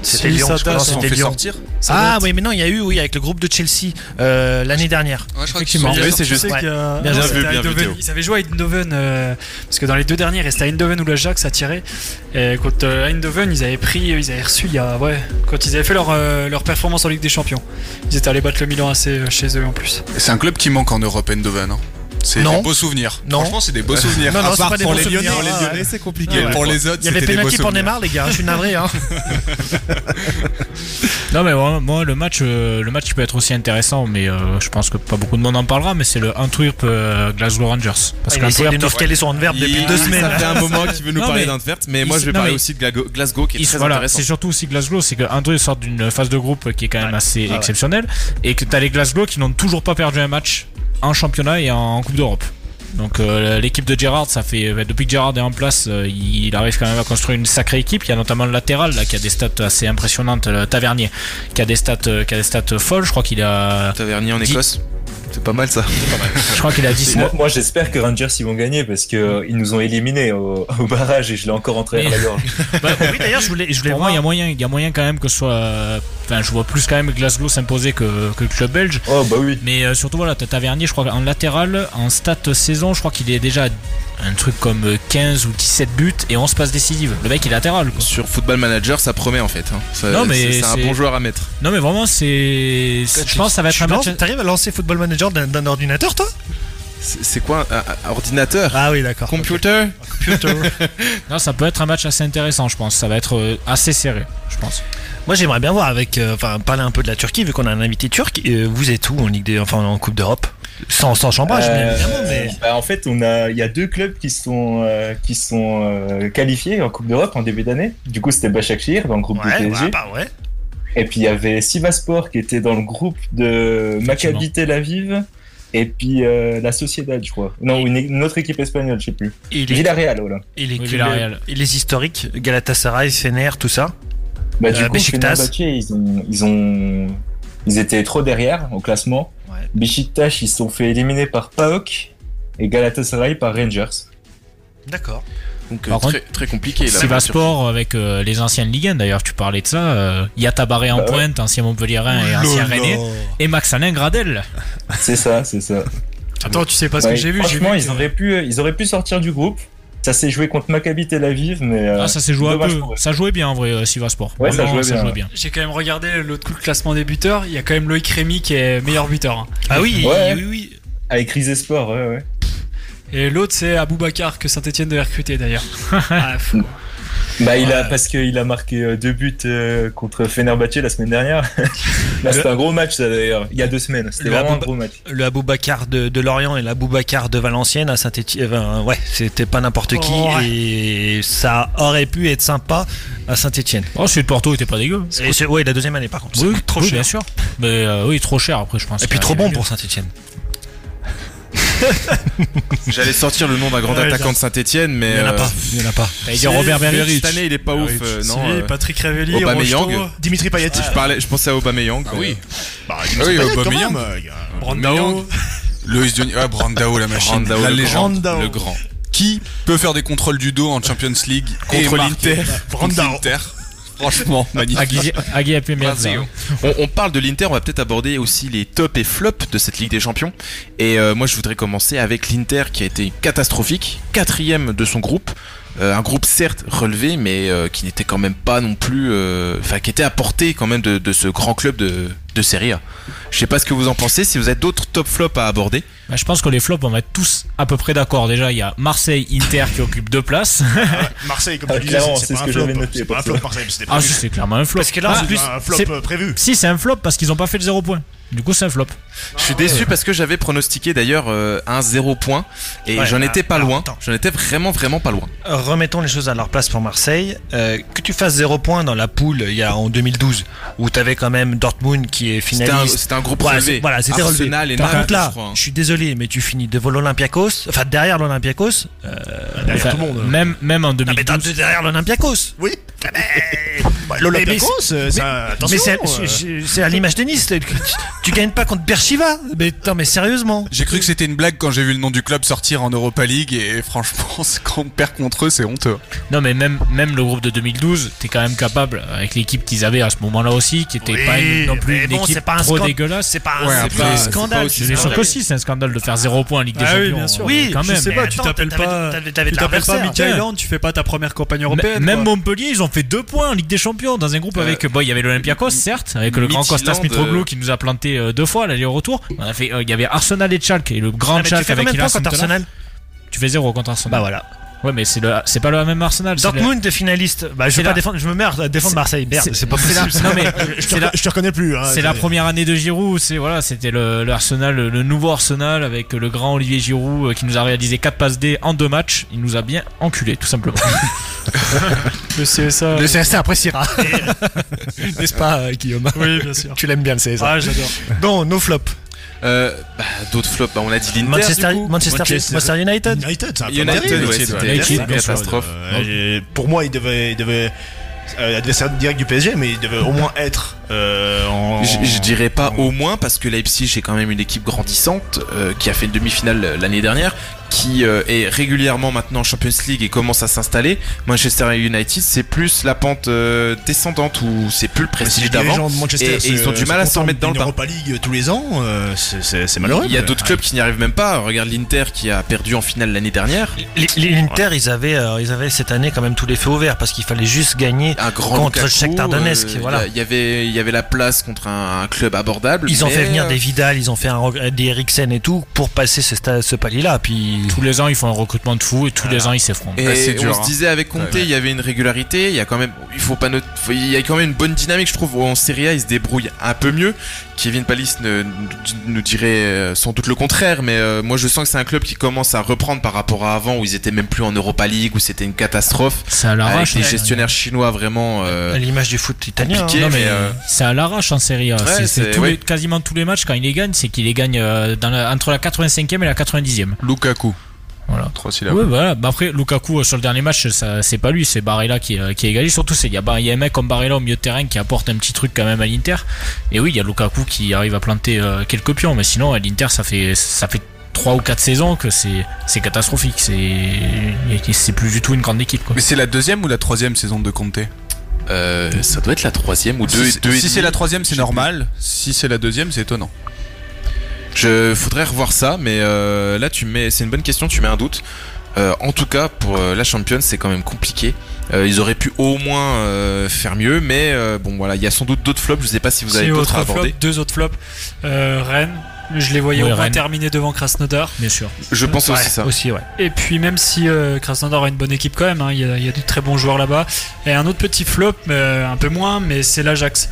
Speaker 8: C'était Lyon, je crois,
Speaker 7: on
Speaker 8: c'était
Speaker 7: fait
Speaker 8: Lyon.
Speaker 7: sortir.
Speaker 8: Ah oui, mais non, il y a eu oui avec le groupe de Chelsea euh, l'année dernière.
Speaker 7: Ouais, je crois
Speaker 8: Effectivement.
Speaker 7: qu'ils sont- Oui, c'est
Speaker 8: Je
Speaker 7: juste.
Speaker 8: sais
Speaker 7: Ouais.
Speaker 8: qu'il y a-
Speaker 7: Bien
Speaker 8: Non,
Speaker 7: vu,
Speaker 8: c'était
Speaker 7: bien
Speaker 8: Eindhoven.
Speaker 7: vu, Théo.
Speaker 6: Ils avaient joué à Eindhoven euh, parce que dans les deux dernières, c'était à Eindhoven où l'Ajax a tiré. Et contre euh, Eindhoven, ils avaient pris, euh, ils avaient reçu il y a ouais, quand ils avaient fait leur euh, leur performance en Ligue des Champions. Ils étaient allés battre le Milan assez euh, chez eux en plus.
Speaker 7: C'est un club qui manque en Europe, Eindhoven. hein. C'est
Speaker 6: Non.
Speaker 7: des beaux souvenirs.
Speaker 6: Non.
Speaker 7: Franchement, c'est des beaux souvenirs.
Speaker 8: Non, non,
Speaker 7: à
Speaker 8: c'est
Speaker 7: part
Speaker 8: pas des
Speaker 7: pour
Speaker 8: bons
Speaker 7: les Lyonnais,
Speaker 8: souvenirs.
Speaker 7: pour les
Speaker 8: Ah,
Speaker 7: Lyonnais,
Speaker 8: ouais.
Speaker 7: c'est compliqué.
Speaker 8: Ouais.
Speaker 7: Pour les autres,
Speaker 8: il y avait
Speaker 7: c'était des beaux
Speaker 8: penalty pour
Speaker 7: souvenirs.
Speaker 8: Neymar, les gars. Je suis navré. Hein.
Speaker 5: Non mais moi, moi, le match, euh, le match qui peut être aussi intéressant, mais euh, je pense que pas beaucoup de monde en parlera, mais c'est le Antwerp euh, Glasgow Rangers.
Speaker 1: Ah,
Speaker 5: Parce
Speaker 8: Il
Speaker 5: que
Speaker 8: essaie de nous
Speaker 5: Antwerp-
Speaker 8: recaler sur Antwerp depuis
Speaker 5: Il-
Speaker 8: deux semaines.
Speaker 1: Ça fait un moment qu'il veut nous
Speaker 5: Non,
Speaker 1: parler
Speaker 5: mais-
Speaker 1: d'Antwerp, mais moi
Speaker 5: il-
Speaker 1: je vais
Speaker 5: non,
Speaker 1: parler
Speaker 5: mais-
Speaker 1: aussi de Glasgow, Glasgow, qui est
Speaker 5: Ils-
Speaker 1: très
Speaker 5: voilà,
Speaker 1: intéressant.
Speaker 5: c'est surtout aussi Glasgow, c'est que André sort d'une phase de groupe qui est quand même assez
Speaker 1: ouais.
Speaker 5: exceptionnelle et que t'as les Glasgow qui n'ont toujours pas perdu un match en championnat et en Coupe d'Europe. Donc euh, l'équipe de Gerrard, ça fait bah, depuis que Gerrard est en place, euh, il arrive quand même à construire une sacrée équipe. Il y a notamment le latéral là qui a des stats assez impressionnantes, le Tavernier, qui a des stats, euh, qui a des stats folles. Je crois qu'il a
Speaker 1: Tavernier en Écosse. C'est pas mal ça.
Speaker 5: Je crois qu'il a 19.
Speaker 2: Moi, moi, j'espère que Rangers ils vont gagner parce que euh, ils nous ont éliminés au, au barrage et je l'ai encore entré à la
Speaker 5: Mais-
Speaker 2: gorge.
Speaker 8: oui, d'ailleurs, je voulais, je voulais
Speaker 5: Pour moi, il y a moyen, il y a moyen quand même que ce soit. euh, Enfin, je vois plus quand même Glasgow s'imposer que, que le club belge.
Speaker 2: Oh bah oui.
Speaker 5: Mais euh, surtout voilà, t'as Tavernier, je crois en latéral, en stat saison, je crois qu'il est déjà à un truc comme euh, 15 ou 17 buts et 11 passes décisives. Le mec, il est latéral. Quoi.
Speaker 1: Sur Football Manager, ça promet en fait. hein. Ça-
Speaker 5: Non, mais
Speaker 1: c'est- c'est un
Speaker 5: c'est-
Speaker 1: bon joueur à mettre.
Speaker 5: Non mais vraiment, c'est. c'est- Je pense que ça va être un match.
Speaker 8: T'arrives à lancer Football Manager d'un- d'un ordinateur, toi
Speaker 1: C'est c'est quoi un, un- un ordinateur
Speaker 8: Ah oui, d'accord.
Speaker 1: Computer
Speaker 5: non, ça peut être un match assez intéressant, je pense. Ça va être euh, assez serré, je pense.
Speaker 8: Moi, j'aimerais bien voir avec, euh, enfin, parler un peu de la Turquie vu qu'on a un invité turc. Euh, vous êtes où en Ligue des, enfin, en Coupe d'Europe Sans, sans chambrage, bien
Speaker 2: Euh,
Speaker 8: évidemment, mais.
Speaker 2: bah, en fait, on a, il y a deux clubs qui sont euh, qui sont euh, qualifiés en Coupe d'Europe en début d'année. Du coup, c'était Başakşehir dans le groupe
Speaker 8: Ouais,
Speaker 2: du PSG.
Speaker 8: ouais, bah ouais.
Speaker 2: Et puis il y avait Sivaspor qui était dans le groupe de Maccabi Tel Aviv. Et puis euh, la Sociedad, je crois. Non, une, une autre équipe espagnole, je sais plus.
Speaker 8: Il est-
Speaker 2: Villarreal, voilà.
Speaker 8: Et les,
Speaker 2: Oui,
Speaker 8: clubs-
Speaker 2: Villarreal.
Speaker 8: et les historiques, Galatasaray, Fener, tout ça.
Speaker 2: Bah, du
Speaker 8: Euh,
Speaker 2: coup,
Speaker 8: Beşiktaş.
Speaker 2: Fenerbahçe, ils ont, ils ont, ils étaient trop derrière au classement. Beşiktaş, ils se sont fait éliminer par PAOK et Galatasaray par Rangers.
Speaker 8: D'accord.
Speaker 1: Donc,
Speaker 5: Par
Speaker 1: euh, très, très compliqué. là,
Speaker 5: Sivaspor
Speaker 1: sur-
Speaker 5: avec euh, les anciens de Ligue 1 d'ailleurs, tu parlais de ça. Euh, Yatabaré en
Speaker 2: Bah ouais. Oh
Speaker 5: pointe, ancien Montpellierin et
Speaker 2: Oulala.
Speaker 5: ancien Rennais. Et Maxanin Gradel.
Speaker 2: C'est ça, c'est ça.
Speaker 6: Attends, tu sais pas ce
Speaker 2: Bah,
Speaker 6: que j'ai vu. j'ai vu
Speaker 2: Franchement,
Speaker 6: que-
Speaker 2: ils auraient pu, ils auraient pu sortir du groupe. Ça s'est joué contre Maccabi Tel Aviv, mais euh,
Speaker 5: Ah, ça s'est joué un
Speaker 2: dommage
Speaker 5: peu.
Speaker 2: pour eux.
Speaker 5: Ça jouait bien en vrai, euh, Sivaspor.
Speaker 2: Ouais, ça jouait
Speaker 5: Vraiment,
Speaker 2: bien, ouais.
Speaker 6: J'ai quand même regardé l'autre coup de classement des buteurs. Il y a quand même Loïc Rémy qui est meilleur buteur. hein.
Speaker 8: Ah oui,
Speaker 6: Ouais.
Speaker 8: oui, oui.
Speaker 2: Avec Rizesport, ouais, ouais.
Speaker 6: Et l'autre, c'est Aboubacar, que Saint-Etienne devait recruter d'ailleurs. Ah, fou.
Speaker 2: Bah, il a, parce qu'il a marqué euh, deux buts euh, contre Fenerbahce la semaine dernière. Là, c'était un gros match, ça d'ailleurs. Il y a deux semaines. C'était
Speaker 8: Le
Speaker 2: vraiment un
Speaker 8: Abouba-
Speaker 2: gros match.
Speaker 8: Le Aboubacar de, de Lorient et l'Aboubacar de Valenciennes à Saint-Etienne, ouais, c'était pas n'importe qui
Speaker 5: Oh, Ouais.
Speaker 8: et ça aurait pu être sympa à Saint-Etienne.
Speaker 5: Oh, celui de Porto était pas dégueu.
Speaker 8: Et c'est- ouais, la deuxième année par contre.
Speaker 5: Oui,
Speaker 8: trop
Speaker 5: oui,
Speaker 8: cher.
Speaker 5: bien sûr. Mais euh, oui, trop cher après, je pense.
Speaker 8: Et puis
Speaker 5: que-
Speaker 8: trop bon pour Saint-Etienne.
Speaker 1: J'allais sortir le nom d'un grand
Speaker 5: Ouais,
Speaker 1: attaquant
Speaker 5: ça-
Speaker 1: de Saint-Etienne, mais.
Speaker 8: Il y en a
Speaker 1: euh,
Speaker 8: pas, il y en a pas.
Speaker 1: Si, Cette année, il est pas ouf. euh, non, euh, Aubameyang.
Speaker 4: Dimitri Payet.
Speaker 1: Je parlais, je pensais à Aubameyang.
Speaker 7: Ah oui.
Speaker 4: Bah,
Speaker 7: Ah oui,
Speaker 4: Payet, quand
Speaker 7: Aubameyang.
Speaker 4: même, euh, il y a-
Speaker 7: Brandao. Loïs Denis. Ah, Brandao, la machine.
Speaker 1: Brandao,
Speaker 7: la
Speaker 1: le
Speaker 7: légende.
Speaker 1: grand.
Speaker 7: Le grand. Qui peut faire des contrôles du dos en Champions League et
Speaker 1: Contre
Speaker 7: marquer
Speaker 1: l'Inter.
Speaker 7: Contre
Speaker 1: Brandao.
Speaker 7: l'Inter. Franchement,
Speaker 5: Agui-
Speaker 7: magnifique.
Speaker 5: Agui a pu hein. mettre ça.
Speaker 1: On, on parle de l'Inter, on va peut-être aborder aussi les tops et flops de cette Ligue des Champions. Et euh, moi, je voudrais commencer avec l'Inter qui a été catastrophique, quatrième de son groupe. Euh, un groupe certes relevé, mais euh, qui n'était quand même pas non plus, euh, enfin qui était à portée quand même de, de ce grand club de, de Serie A. Je sais pas ce que vous en pensez. Si vous avez d'autres top flops à aborder,
Speaker 5: Bah, je pense que les flops, on va être tous à peu près d'accord. Déjà, il y a Marseille, Inter qui occupent deux places.
Speaker 4: Marseille, comme tu
Speaker 5: Ah,
Speaker 4: disais,
Speaker 5: clairement,
Speaker 4: c'est
Speaker 5: c'est
Speaker 4: pas
Speaker 5: ce
Speaker 4: un
Speaker 5: que
Speaker 4: flop.
Speaker 5: j'avais noté,
Speaker 4: C'est pas un
Speaker 5: parce
Speaker 4: flop,
Speaker 5: que-
Speaker 4: Marseille, mais c'était
Speaker 5: Ah,
Speaker 4: prévu.
Speaker 5: si, c'est clairement un flop.
Speaker 4: Parce que là,
Speaker 5: Ah,
Speaker 4: c'est un flop,
Speaker 5: c'est-
Speaker 4: euh, prévu.
Speaker 5: Si, c'est un flop parce qu'ils ont pas fait le zéro point. Du coup, c'est un flop.
Speaker 1: je
Speaker 8: Ah
Speaker 1: suis déçu parce que j'avais pronostiqué d'ailleurs euh, un zéro point et
Speaker 8: Ouais,
Speaker 1: j'en
Speaker 8: bah,
Speaker 1: étais pas
Speaker 8: alors,
Speaker 1: loin.
Speaker 8: attends.
Speaker 1: J'en étais vraiment vraiment pas loin.
Speaker 8: Remettons les choses à leur place pour Marseille. Euh, que tu fasses 0 point dans la poule il y a en 2012 où t'avais quand même Dortmund qui est
Speaker 1: C'était un-
Speaker 8: finaliste.
Speaker 1: c'était un groupe
Speaker 8: Voilà,
Speaker 1: relevé.
Speaker 8: c'est- Voilà, c'était
Speaker 1: Arsenal
Speaker 8: relevé.
Speaker 1: et
Speaker 8: Par
Speaker 1: Naples,
Speaker 8: contre là,
Speaker 1: je crois, hein.
Speaker 8: je suis désolé, mais tu finis devant l'Olympiakos, enfin derrière l'Olympiakos. euh,
Speaker 5: Enfin,
Speaker 8: enfin,
Speaker 5: Même, même en 2012.
Speaker 8: mais t'as deux derrière l'Olympiakos. Oui.
Speaker 4: Bah,
Speaker 8: Mais-
Speaker 4: L'Olympiakos, euh,
Speaker 8: mais-
Speaker 4: ça, attention.
Speaker 8: mais c'est-
Speaker 4: euh,
Speaker 8: c'est- c'est à l'image de Nice. Tu, tu gagnes pas contre Berchiva. Mais attends, mais sérieusement.
Speaker 7: J'ai cru que c'était une blague quand j'ai vu le nom du club sortir en Europa League et franchement, c'est- quand on perd contre eux, c'est honteux.
Speaker 5: Non, mais même, même le groupe de 2012, t'es quand même capable, euh, avec l'équipe qu'ils avaient à ce moment-là aussi, qui était
Speaker 8: Oui,
Speaker 5: pas une- non plus
Speaker 8: mais
Speaker 5: une
Speaker 8: bon,
Speaker 5: équipe
Speaker 8: c'est pas un
Speaker 5: trop
Speaker 8: scan-
Speaker 5: dégueulasse.
Speaker 8: c'est pas un- Ouais, c'est après, pas un c'est pas scandale. aussi
Speaker 5: Bien sûr
Speaker 8: scandaleux.
Speaker 5: que si, c'est un scandale de faire 0 point en Ligue des
Speaker 6: Ah
Speaker 5: Champions.
Speaker 6: oui, bien sûr.
Speaker 5: euh, quand
Speaker 6: je
Speaker 5: même.
Speaker 6: sais pas, Ah, tu
Speaker 8: attends,
Speaker 6: t'appelles
Speaker 8: t'avais-
Speaker 6: pas,
Speaker 8: t'avais-
Speaker 6: tu
Speaker 8: t'avais de
Speaker 6: t'appelles pas
Speaker 8: l'adversaire.
Speaker 6: Michael Land, tu fais pas ta première campagne européenne.
Speaker 5: même
Speaker 6: quoi. Euh,
Speaker 5: Montpellier, ils ont fait deux points en Ligue des Champions dans un
Speaker 8: Euh,
Speaker 5: groupe avec. euh, Bon, il y avait l'Olympiakos, certes, avec le grand
Speaker 1: Midtjylland,
Speaker 5: Costas Mitroglou
Speaker 1: euh,
Speaker 5: qui nous a planté euh, deux fois l'aller-retour. On a fait, euh, il y avait Arsenal et Chalk et le grand
Speaker 8: Ah, mais tu
Speaker 5: Chalk
Speaker 8: fais
Speaker 5: avec
Speaker 8: combien de
Speaker 5: Ilas
Speaker 8: points contre
Speaker 5: Cantona.
Speaker 8: Arsenal
Speaker 5: Tu fais zéro contre Arsenal.
Speaker 8: Bah voilà.
Speaker 5: Ouais, mais c'est le, c'est pas le même Arsenal. c'est le-
Speaker 8: Dortmund de finaliste. Bah, je
Speaker 5: C'est
Speaker 8: veux pas
Speaker 5: la-
Speaker 8: défendre, je me mets à défendre
Speaker 5: c'est-
Speaker 8: Marseille. Merde, c'est pas
Speaker 5: c'est
Speaker 8: possible.
Speaker 5: la- non, mais
Speaker 4: je, te
Speaker 5: c'est la-
Speaker 4: reconnais- je te reconnais plus.
Speaker 8: Ah,
Speaker 4: hein,
Speaker 5: C'est la
Speaker 4: attendez.
Speaker 5: première année de Giroud, c'est voilà, c'était le, le Arsenal, le nouveau Arsenal avec le grand Olivier Giroud euh, qui nous a réalisé 4 passes D en deux matchs, il nous a bien enculé tout simplement.
Speaker 6: Le CSA.
Speaker 5: Le
Speaker 8: CSA appréciera. N'est-ce pas, euh, Guillaume
Speaker 6: Oui, bien sûr.
Speaker 8: Tu l'aimes bien le CSA.
Speaker 6: Ah, j'adore.
Speaker 8: Non, nos flops.
Speaker 1: Euh, bah, d'autres flops, bah, on a dit l'Inter.
Speaker 8: Manchester,
Speaker 1: du coup.
Speaker 8: Manchester, Manchester United.
Speaker 4: United, c'est un peu
Speaker 1: United,
Speaker 4: terrible,
Speaker 1: ouais,
Speaker 4: c'est
Speaker 1: c'était
Speaker 4: terrible,
Speaker 1: terrible,
Speaker 4: bien sûr,
Speaker 1: catastrophe.
Speaker 4: euh, et Pour moi, il devait, il devait euh, adversaire direct du PSG, mais il devait au moins être euh, en.
Speaker 1: Je, je dirais pas au moins parce que Leipzig est quand même une équipe grandissante euh, qui a fait une demi-finale euh, l'année dernière, qui euh, est régulièrement maintenant en Champions League et commence à s'installer. Manchester United, c'est plus la pente euh, descendante où c'est plus le prestige d'avant. Et, et ils
Speaker 8: euh,
Speaker 1: ont
Speaker 4: euh,
Speaker 1: du mal à s'en remettre dans le bain.
Speaker 4: Europa League tous les ans, euh, c'est- c'est c'est malheureux.
Speaker 1: Il y a
Speaker 4: mais-
Speaker 1: d'autres clubs qui n'y arrivent même pas. Regarde l'Inter qui a perdu en finale l'année dernière.
Speaker 8: Les- les- L'Inter, ils avaient, euh, ils avaient cette année quand même tous les feux au vert parce qu'il fallait juste gagner
Speaker 1: Un grand
Speaker 8: contre
Speaker 1: Lukaku,
Speaker 8: Shakhtar Donetsk.
Speaker 1: euh,
Speaker 8: et voilà.
Speaker 1: Il y, avait, il y avait la place contre un, un club abordable.
Speaker 8: Ils ont
Speaker 1: mais,
Speaker 8: fait venir
Speaker 1: euh,
Speaker 8: des Vidal, ils ont fait un reg- des Eriksen et tout pour passer ce, sta- ce palier-là. Puis
Speaker 5: tous les ans ils font un recrutement de fou et tous les ans ils s'effrontent.
Speaker 1: Et on
Speaker 8: hein.
Speaker 1: se disait avec Conte, il y avait une régularité. Il y a quand même, il faut pas noter- faut- il y a quand même une bonne dynamique, je trouve. En Serie A, il se débrouille un peu mieux. Kevin Palis ne- nous- nous dirait euh, sans doute le contraire, mais euh, moi je sens que c'est un club qui commence à reprendre par rapport à avant où ils étaient même plus en Europa League, où c'était une catastrophe.
Speaker 5: C'est à
Speaker 1: avec
Speaker 5: l'arrache,
Speaker 1: les
Speaker 5: ouais.
Speaker 1: gestionnaires chinois vraiment. euh,
Speaker 8: à l'image du foot italien. hein.
Speaker 1: compliqué,
Speaker 5: Non, mais
Speaker 1: mais, euh,
Speaker 5: c'est à l'arrache en série. A.
Speaker 1: Ouais,
Speaker 5: C'est- c'est
Speaker 1: c'est-
Speaker 5: tous
Speaker 1: ouais.
Speaker 5: les- quasiment tous les matchs quand il les gagne, c'est qu'il les gagne euh, dans la- entre la 85e et la 90e.
Speaker 7: Lukaku.
Speaker 5: Voilà.
Speaker 7: Trois syllabes.
Speaker 5: Ouais, voilà. Bah après, Lukaku euh, sur le dernier match, ça, c'est pas lui, c'est Barella qui, euh, qui égalise. Surtout, c'est- il y, a Bar- il y a un mec comme Barella au milieu de terrain qui apporte un petit truc quand même à l'Inter. Et oui, il y a Lukaku qui arrive à planter euh, quelques pions, mais sinon, à l'Inter, ça fait, ça fait 3 ou 4 saisons que c'est, c'est catastrophique. C'est, et- et c'est plus du tout une grande équipe. Quoi.
Speaker 7: Mais c'est la deuxième ou la troisième saison de Conte
Speaker 1: euh, ça doit être la troisième ou deux.
Speaker 7: Si,
Speaker 1: deux et
Speaker 7: si c'est
Speaker 1: demi.
Speaker 7: la troisième, c'est normal. Si c'est la deuxième, c'est étonnant.
Speaker 1: Je faudrait revoir ça, mais euh, là tu mets, c'est une bonne question, tu mets un doute. Euh, en tout cas, pour euh, la championne, c'est quand même compliqué. Euh, ils auraient pu au moins euh, faire mieux, mais euh, bon voilà, il y a sans doute d'autres flops. Je sais pas si vous avez
Speaker 6: Si,
Speaker 1: d'autres à
Speaker 6: autre flop,
Speaker 1: aborder.
Speaker 6: deux autres flops. Euh, Rennes, je les voyais
Speaker 1: Oui,
Speaker 6: au moins
Speaker 1: Rennes.
Speaker 6: terminer devant Krasnodar.
Speaker 5: Bien sûr.
Speaker 1: Je pense aussi ça.
Speaker 6: Et puis même si euh, Krasnodar a une bonne équipe quand même, hein, il y, a- il y a de très bons joueurs là-bas. Et un autre petit flop, euh, un peu moins, mais c'est l'Ajax.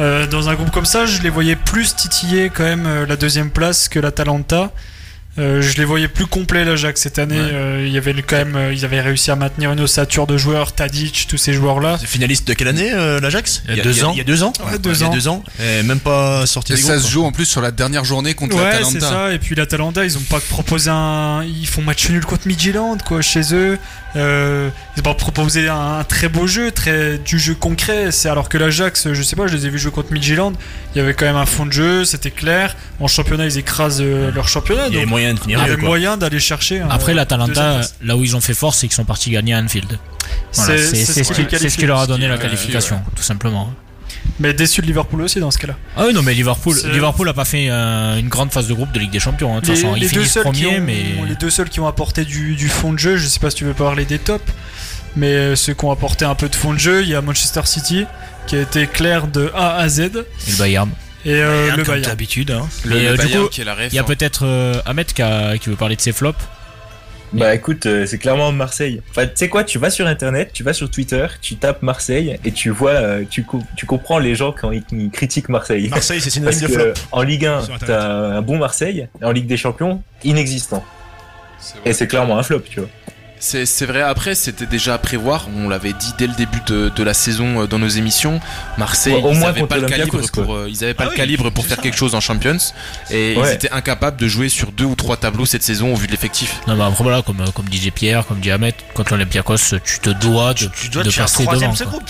Speaker 6: Euh, dans un groupe comme ça, je les voyais plus titiller quand même euh, la deuxième place que l'Atalanta. Euh, je les voyais plus complets l'Ajax cette année. Euh, il y avait le- quand même, euh, ils avaient réussi à maintenir une ossature de joueurs, Tadic, tous ces joueurs-là.
Speaker 4: Finaliste de quelle année euh, l'Ajax
Speaker 6: Il y a deux ans.
Speaker 4: Il y a deux ans.
Speaker 6: Ouais,
Speaker 4: Ouais,
Speaker 6: deux
Speaker 4: il y a
Speaker 6: ans.
Speaker 4: deux ans. Et même pas sorti
Speaker 7: Et
Speaker 4: des
Speaker 7: ça
Speaker 4: groupes,
Speaker 7: se joue en plus sur la dernière journée contre
Speaker 6: Ouais, c'est
Speaker 7: l'Atalanta.
Speaker 6: ça. Et puis l'Atalanta, ils ont pas proposé un. Ils font match nul contre Midtjylland, quoi, chez eux. Euh, ils ont pas proposé un, un très beau jeu, très du jeu concret. C'est alors que l'Ajax, je sais pas, je les ai vus jouer contre Midtjylland. Il y avait quand même un fond de jeu, c'était clair. En championnat, ils écrasent euh, leur championnat.
Speaker 5: Il y
Speaker 6: donc
Speaker 5: avait moyen de
Speaker 6: Il
Speaker 5: finir
Speaker 6: y
Speaker 5: mieux,
Speaker 6: avait
Speaker 5: quoi.
Speaker 6: moyen d'aller chercher. un-
Speaker 5: Après,
Speaker 6: deuxième
Speaker 5: l'Atalanta,
Speaker 6: place.
Speaker 5: là où ils ont fait force, c'est qu'ils sont partis gagner à Anfield. Voilà,
Speaker 6: C'est-
Speaker 5: c'est
Speaker 6: c'est
Speaker 5: c'est
Speaker 6: ce
Speaker 5: ce,
Speaker 6: qui
Speaker 5: qui- c'est ce qui
Speaker 6: qualifie,
Speaker 5: leur
Speaker 6: ce
Speaker 5: a
Speaker 6: qui
Speaker 5: donné la
Speaker 6: qualifie,
Speaker 5: qualification,
Speaker 6: ouais.
Speaker 5: tout simplement.
Speaker 6: Mais déçu de Liverpool aussi dans ce cas-là.
Speaker 5: Ah oui, non, mais Liverpool,
Speaker 6: C'est-
Speaker 5: Liverpool a pas fait euh, une grande phase de groupe de Ligue des Champions. hein. De toute façon, ils finissent
Speaker 6: seuls qui
Speaker 5: premiers,
Speaker 6: ont-
Speaker 5: mais.
Speaker 6: les deux seuls qui ont apporté du, du fond de jeu, je sais pas si tu veux parler des tops, mais euh, ceux qui ont apporté un peu de fond de jeu, il y a Manchester City qui a été clair de A à Z. Et
Speaker 5: le Bayern.
Speaker 6: Et euh, le
Speaker 5: comme
Speaker 6: Bayern.
Speaker 5: d'habitude. hein.
Speaker 6: Le-
Speaker 5: Mais,
Speaker 6: le
Speaker 5: euh, du
Speaker 6: Bayern
Speaker 5: coup,
Speaker 6: qui est la ref,
Speaker 5: il y a
Speaker 6: hein.
Speaker 5: peut-être euh, Ahmed qui, a- qui veut parler de ses flops.
Speaker 2: Bah écoute, euh, c'est clairement Marseille. Enfin, tu sais quoi, tu vas sur internet, tu vas sur Twitter, tu tapes Marseille et tu vois, euh, tu, co- tu comprends les gens quand ils, ils critiquent Marseille.
Speaker 4: Marseille, c'est synonyme
Speaker 2: Parce
Speaker 4: de
Speaker 2: que
Speaker 4: flop.
Speaker 2: En Ligue 1,
Speaker 4: Sur Internet.
Speaker 2: t'as un bon Marseille, et en Ligue des Champions, inexistant. Et c'est clairement un flop, tu vois.
Speaker 1: C'est c'est vrai, après, c'était déjà à prévoir. On l'avait dit dès le début de, de la saison euh, dans nos émissions. Marseille,
Speaker 2: Ouais, au
Speaker 1: ils
Speaker 2: moins
Speaker 1: n'avaient
Speaker 2: contre
Speaker 1: pas le
Speaker 2: l'Olympiakos,
Speaker 1: calibre pour,
Speaker 2: quoi.
Speaker 1: euh, ils avaient pas
Speaker 2: Ah
Speaker 1: le
Speaker 2: oui,
Speaker 1: calibre pour
Speaker 2: c'est
Speaker 1: faire
Speaker 2: ça.
Speaker 1: quelque chose en Champions. Et ils
Speaker 5: Ouais.
Speaker 1: étaient incapables de jouer sur deux ou trois tableaux cette saison au vu de l'effectif.
Speaker 5: Non, mais après, voilà, comme, euh, comme DJ Pierre, comme dit Ahmed, contre l'Olympiakos, tu te dois de,
Speaker 1: Tu
Speaker 5: de passer devant. quoi.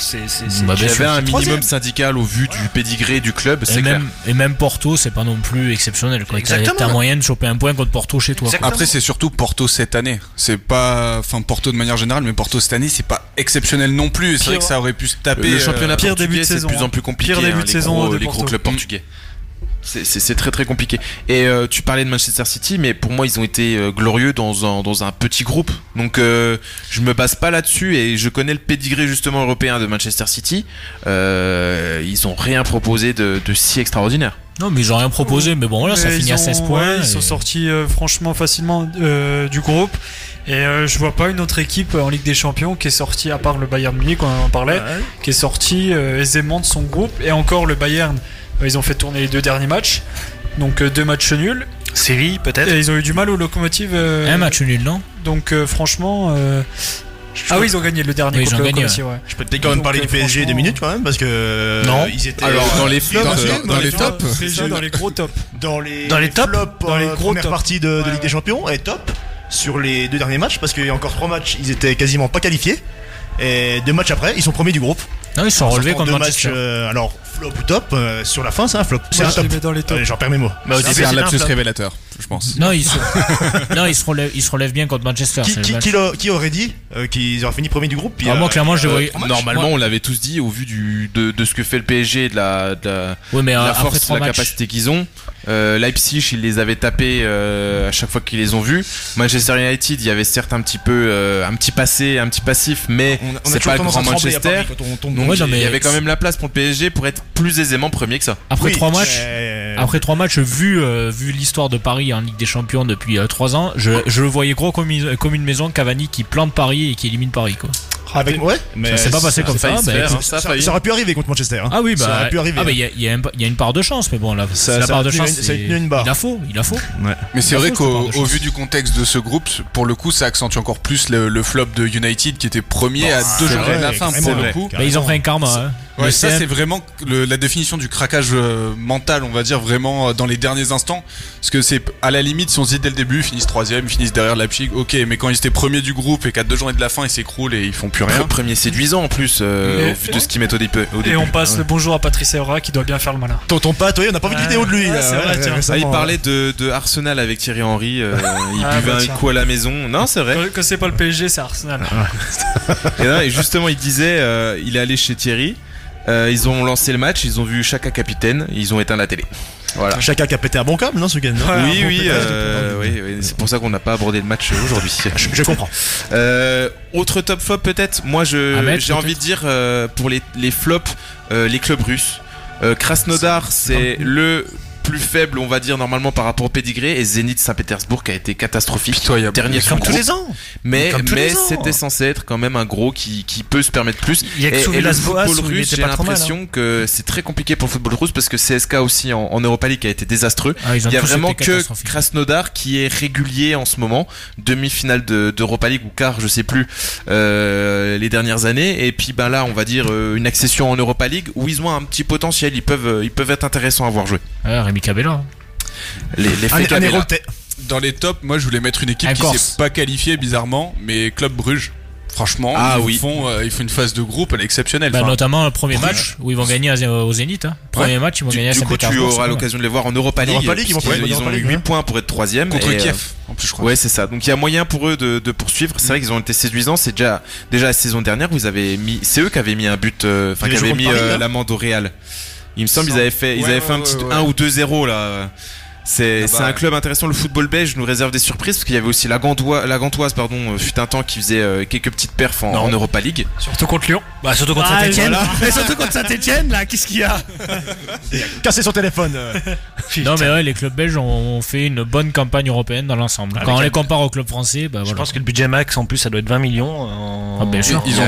Speaker 5: Bah, bien sûr.
Speaker 1: un minimum
Speaker 5: Troisième.
Speaker 1: syndical au vu du pedigree du club,
Speaker 5: Et
Speaker 1: c'est clair.
Speaker 5: même, et même Porto, c'est pas non plus exceptionnel. quoi. T'as
Speaker 7: Exactement.
Speaker 5: t'as moyen de choper un point contre Porto chez toi.
Speaker 7: Après, c'est surtout Porto cette année. C'est pas, enfin Porto de manière générale, mais Porto cette année, c'est pas exceptionnel non plus. Et C'est vrai que ça aurait pu se taper.
Speaker 1: Le championnat
Speaker 7: euh,
Speaker 1: portugais, c'est de plus en plus compliqué.
Speaker 7: Pire
Speaker 1: hein,
Speaker 7: début de
Speaker 1: les
Speaker 7: saison
Speaker 1: gros,
Speaker 7: de
Speaker 1: les gros
Speaker 7: Porto.
Speaker 1: clubs portugais. C'est- C'est c'est très très compliqué. Et euh, tu parlais de Manchester City, mais pour moi ils ont été euh, glorieux dans un, dans un petit groupe. Donc euh, je me base pas là-dessus et je connais le pedigree justement européen de Manchester City. Euh, ils ont rien proposé de, de si extraordinaire.
Speaker 5: Non, mais ils ont rien proposé, mais bon, voilà, Oh ça
Speaker 6: Mais
Speaker 5: finit
Speaker 6: ils
Speaker 5: à
Speaker 6: ont-
Speaker 5: 16 points.
Speaker 6: ouais,
Speaker 5: et-
Speaker 6: Ils sont sortis euh, franchement facilement euh, du groupe. Et euh, je vois pas une autre équipe en Ligue des Champions qui est sortie, à part le Bayern Munich, on en parlait, qui est sortie euh, aisément de son groupe. Et encore le Bayern, euh, ils ont fait tourner les deux derniers matchs. Donc euh, deux matchs nuls.
Speaker 8: Série peut-être.
Speaker 6: Et ils ont eu du mal aux locomotives. euh,
Speaker 5: Un match nul, non
Speaker 6: Donc euh, franchement. euh, Ah oui, ils ont gagné le dernier
Speaker 5: Oui, ils
Speaker 6: contre
Speaker 5: ont
Speaker 6: le
Speaker 5: gagné,
Speaker 6: Locomotive,
Speaker 5: ouais.
Speaker 6: ouais.
Speaker 4: Je peux peut-être quand même
Speaker 6: Donc,
Speaker 4: parler du
Speaker 6: euh,
Speaker 4: PSG deux
Speaker 6: franchement,
Speaker 4: minutes quand même parce que euh,
Speaker 6: Non.
Speaker 4: ils étaient
Speaker 6: Alors, dans les flops,
Speaker 1: euh,
Speaker 4: Non,
Speaker 6: dans-
Speaker 4: si,
Speaker 6: dans les
Speaker 4: tops,
Speaker 6: tops. Déjà dans les gros tops.
Speaker 4: Dans les
Speaker 6: Dans les tops,
Speaker 4: flops,
Speaker 6: dans les
Speaker 4: euh,
Speaker 6: gros
Speaker 4: première
Speaker 6: tops.
Speaker 4: partie de, de
Speaker 6: Ouais,
Speaker 4: Ligue des Champions et top sur les deux derniers matchs parce qu'il y a encore trois matchs, ils étaient quasiment pas qualifiés et deux matchs après, ils sont premiers du groupe.
Speaker 5: Non, ils sont
Speaker 4: En
Speaker 5: relevés
Speaker 4: sortant
Speaker 5: contre
Speaker 4: deux
Speaker 5: Manchester.
Speaker 4: matchs, euh, alors flop ou top euh, sur la fin, c'est un flop. C'est
Speaker 5: Moi,
Speaker 4: un
Speaker 5: je les
Speaker 4: top.
Speaker 5: mets dans les tops.
Speaker 4: Allez, J'en perds mes mots.
Speaker 5: Mais au début,
Speaker 7: C'est un
Speaker 5: c'était un
Speaker 7: lapsus
Speaker 5: flop.
Speaker 7: révélateur, je pense.
Speaker 5: Non, ils se, non, ils se relèvent, ils se relèvent bien contre Manchester.
Speaker 4: Qui,
Speaker 5: c'est le
Speaker 4: qui-
Speaker 5: match.
Speaker 4: qui l'a- qui aurait dit euh, qu'ils auraient fini premier du groupe puis,
Speaker 5: Ah, moi,
Speaker 4: euh,
Speaker 5: clairement, je les
Speaker 4: euh,
Speaker 5: voyais-
Speaker 4: trois matchs
Speaker 1: Normalement,
Speaker 4: Moi-
Speaker 1: on l'avait tous dit au vu du, de, de ce que fait le PSG, et de la, de la,
Speaker 5: Ouais, mais,
Speaker 1: de
Speaker 5: euh,
Speaker 1: la
Speaker 5: après
Speaker 1: force, de
Speaker 5: trois
Speaker 1: la
Speaker 5: matchs.
Speaker 1: capacité qu'ils ont. Euh, Leipzig, ils les avaient tapés euh, à chaque fois qu'ils les ont vus. Manchester United, il y avait certes un petit peu euh, un petit passé, un petit passif, mais
Speaker 4: on a
Speaker 1: c'est pas
Speaker 4: toujours
Speaker 1: le
Speaker 4: tendance
Speaker 1: grand
Speaker 4: à trembler à
Speaker 1: Manchester.
Speaker 4: Paris quand on tombe
Speaker 1: Donc
Speaker 4: dans- Ouais, non,
Speaker 1: il y
Speaker 4: mais-
Speaker 1: avait quand même la place pour le PSG pour être plus aisément premier que ça.
Speaker 5: Après trois matchs, après trois matchs, vu euh, vu l'histoire de Paris en Ligue des Champions depuis euh, trois ans, je, je le voyais gros comme, une- comme une maison Cavani qui plante Paris et qui élimine Paris quoi.
Speaker 4: Ah, Avec, ouais,
Speaker 5: ça s'est pas passé comme ça. bah, écoute,
Speaker 4: hein, ça, ça aurait pu arriver contre Manchester. hein.
Speaker 5: Ah oui, bah,
Speaker 4: ça aurait pu arriver.
Speaker 5: Ah, bah, il y, a- il y a un- il y a une part de chance, mais bon, là,
Speaker 4: Ça-
Speaker 5: c'est la
Speaker 4: ça
Speaker 5: part
Speaker 4: a
Speaker 5: de
Speaker 4: tenu
Speaker 5: chance.
Speaker 4: une- ça a
Speaker 5: c'est-
Speaker 4: tenu une barre.
Speaker 5: Il a faux, il a faux.
Speaker 7: Mais c'est
Speaker 5: Il a
Speaker 7: vrai
Speaker 5: faux, cette part
Speaker 7: qu'au
Speaker 5: de
Speaker 7: au
Speaker 5: chance.
Speaker 7: vu du contexte de ce groupe, pour le coup, ça accentue encore plus le, le flop de United qui était premier
Speaker 5: Bon,
Speaker 7: à
Speaker 5: Bah, c'est
Speaker 7: deux journées
Speaker 5: vrai,
Speaker 7: de la fin.
Speaker 5: carrément,
Speaker 7: Pour
Speaker 5: ouais,
Speaker 7: le coup,
Speaker 5: carrément. Mais ils ont fait un karma, hein.
Speaker 7: Ouais,
Speaker 5: Le
Speaker 7: ça
Speaker 5: CM.
Speaker 7: c'est vraiment le- la définition du craquage euh, mental, on va dire vraiment euh, dans les derniers instants, parce que c'est à la limite si on se dit dès le début, ils finissent troisième, ils finissent derrière Leipzig, ok, mais quand ils étaient premiers du groupe et qu'à deux journées de la fin ils s'écroulent et ils font plus rien.
Speaker 1: Le premier séduisant en plus euh,
Speaker 7: Mais-
Speaker 1: au vu de ce qu'ils mettent au, dé- au début.
Speaker 6: Et on passe
Speaker 1: Ah ouais.
Speaker 6: le bonjour à Patrice Evra qui doit bien faire le malin.
Speaker 4: Tonton Pat, oui, on n'a pas vu de vidéo de lui. là,
Speaker 6: c'est vrai,
Speaker 4: ouais,
Speaker 6: tiens.
Speaker 1: Ah, il
Speaker 4: récemment,
Speaker 1: parlait
Speaker 8: hein.
Speaker 1: de, de Arsenal avec Thierry Henry. euh, il
Speaker 6: Ah,
Speaker 1: buvait
Speaker 6: bah,
Speaker 1: un
Speaker 6: tiens.
Speaker 1: coup à la maison. Non, c'est vrai. Ah,
Speaker 6: Quand- Quand c'est pas le PSG, c'est Arsenal.
Speaker 1: Et, non, et justement, il disait, euh, il est allé chez Thierry. euh, ils ont lancé le match, ils ont vu chacun capitaine, ils ont éteint la télé. Voilà.
Speaker 4: Chacun qui a pété un bon câble, non, ce gars non
Speaker 1: oui, oui, euh, oui, oui, c'est pour ça qu'on n'a pas abordé le match aujourd'hui. Euh,
Speaker 4: je, comprends.
Speaker 1: autre top flop peut-être. Moi, je,
Speaker 4: Ahmed,
Speaker 1: j'ai envie de dire euh, pour les, les flops, euh, les clubs russes. Euh, Krasnodar, c'est le plus faible, on va dire normalement par rapport au pédigré, et Zénith Saint-Pétersbourg qui a été catastrophique. Dernier
Speaker 8: Mais
Speaker 1: de
Speaker 8: comme
Speaker 1: son
Speaker 8: tous
Speaker 1: groupe.
Speaker 8: les ans. Mais
Speaker 1: Mais,
Speaker 8: comme tous
Speaker 1: mais
Speaker 8: les ans.
Speaker 1: c'était censé être quand même un gros qui, qui peut se permettre plus.
Speaker 8: Il y a que
Speaker 1: et,
Speaker 8: sous
Speaker 1: et le
Speaker 8: Villas Boas
Speaker 1: football
Speaker 8: où il
Speaker 1: russe,
Speaker 8: était
Speaker 1: j'ai
Speaker 8: pas trop mal, hein.
Speaker 1: l'impression que c'est très compliqué pour le football russe parce que CSK aussi en, en Europa League a été désastreux.
Speaker 5: Ah, ils ont
Speaker 1: Il y a
Speaker 5: tous été
Speaker 1: vraiment que
Speaker 5: catastrophiques.
Speaker 1: Krasnodar qui est régulier en ce moment, demi-finale de- d'Europa League ou quart, je sais plus, euh, les dernières années. Et puis ben là, on va dire euh, une accession en Europa League où ils ont un petit potentiel, ils peuvent, euh, ils peuvent être intéressants à voir jouer.
Speaker 5: Ah, Rémi Cabella.
Speaker 1: Les, les faits
Speaker 5: un
Speaker 1: Cabella.
Speaker 5: héros de thé-
Speaker 7: Dans les tops, moi je voulais mettre une équipe
Speaker 5: Un
Speaker 7: qui
Speaker 5: Corse.
Speaker 7: s'est pas qualifiée bizarrement, mais Club Bruges. Franchement,
Speaker 1: Ah
Speaker 7: ils
Speaker 1: oui.
Speaker 7: font, euh, ils font une phase de groupe, elle est exceptionnelle.
Speaker 5: Bah,
Speaker 7: Enfin,
Speaker 5: notamment le premier match où ils vont gagner à Zé- au Zénith. hein. Premier
Speaker 7: Ouais.
Speaker 5: match, ils vont
Speaker 7: Du-
Speaker 5: gagner à
Speaker 1: Du coup, tu
Speaker 5: Saint-Pétersbourg. c'est
Speaker 1: auras
Speaker 5: bon.
Speaker 1: l'occasion de les voir en Europa League.
Speaker 5: Europa League, ils vont
Speaker 1: puisqu'ils-
Speaker 5: faire
Speaker 1: ils
Speaker 5: Europa
Speaker 1: ont eu
Speaker 5: League,
Speaker 1: 8
Speaker 5: hein.
Speaker 1: points pour être 3ème.
Speaker 7: Contre Kiev, en plus, je crois.
Speaker 1: Ouais, c'est ça. Donc il y a moyen pour eux de, de poursuivre. C'est vrai qu'ils ont été séduisants. C'est déjà, déjà la saison dernière, vous avez mis, c'est eux qui avaient mis un but, euh, enfin,
Speaker 7: Ils
Speaker 1: qui
Speaker 7: avaient
Speaker 1: avaient
Speaker 7: joué
Speaker 1: mis
Speaker 7: contre
Speaker 1: euh,
Speaker 7: Paris, là
Speaker 1: l'amende au Real. Il me semble
Speaker 7: Il
Speaker 1: qu'ils avaient fait, ils
Speaker 7: semble.
Speaker 1: avaient fait un
Speaker 7: Ouais,
Speaker 1: petit
Speaker 7: ouais, ouais,
Speaker 1: 1
Speaker 7: ouais.
Speaker 1: ou 2-0 là. C'est
Speaker 7: Ah
Speaker 1: c'est
Speaker 7: bah.
Speaker 1: un club intéressant. Le football belge nous réserve des surprises parce qu'il y avait aussi la Gantoise, la Gantoise pardon, euh, fut un temps qui faisait euh, quelques petites perfs en,
Speaker 8: Non.
Speaker 1: en Europa League.
Speaker 8: Surtout contre Lyon. Bah, surtout contre
Speaker 1: Ah,
Speaker 8: Saint-Etienne.
Speaker 1: voilà.
Speaker 8: Mais surtout contre Saint-Etienne, là, qu'est-ce qu'il y a
Speaker 4: Casser son téléphone. euh.
Speaker 5: Non mais ouais, les clubs belges ont, ont fait une bonne campagne européenne dans l'ensemble.
Speaker 8: Avec
Speaker 5: Quand on
Speaker 8: un-
Speaker 5: les compare aux clubs français, bah
Speaker 8: Je
Speaker 5: voilà.
Speaker 8: pense que le budget max, en plus, ça doit être 20 millions. euh,
Speaker 5: Ah, bien sûr.
Speaker 7: Ils ont,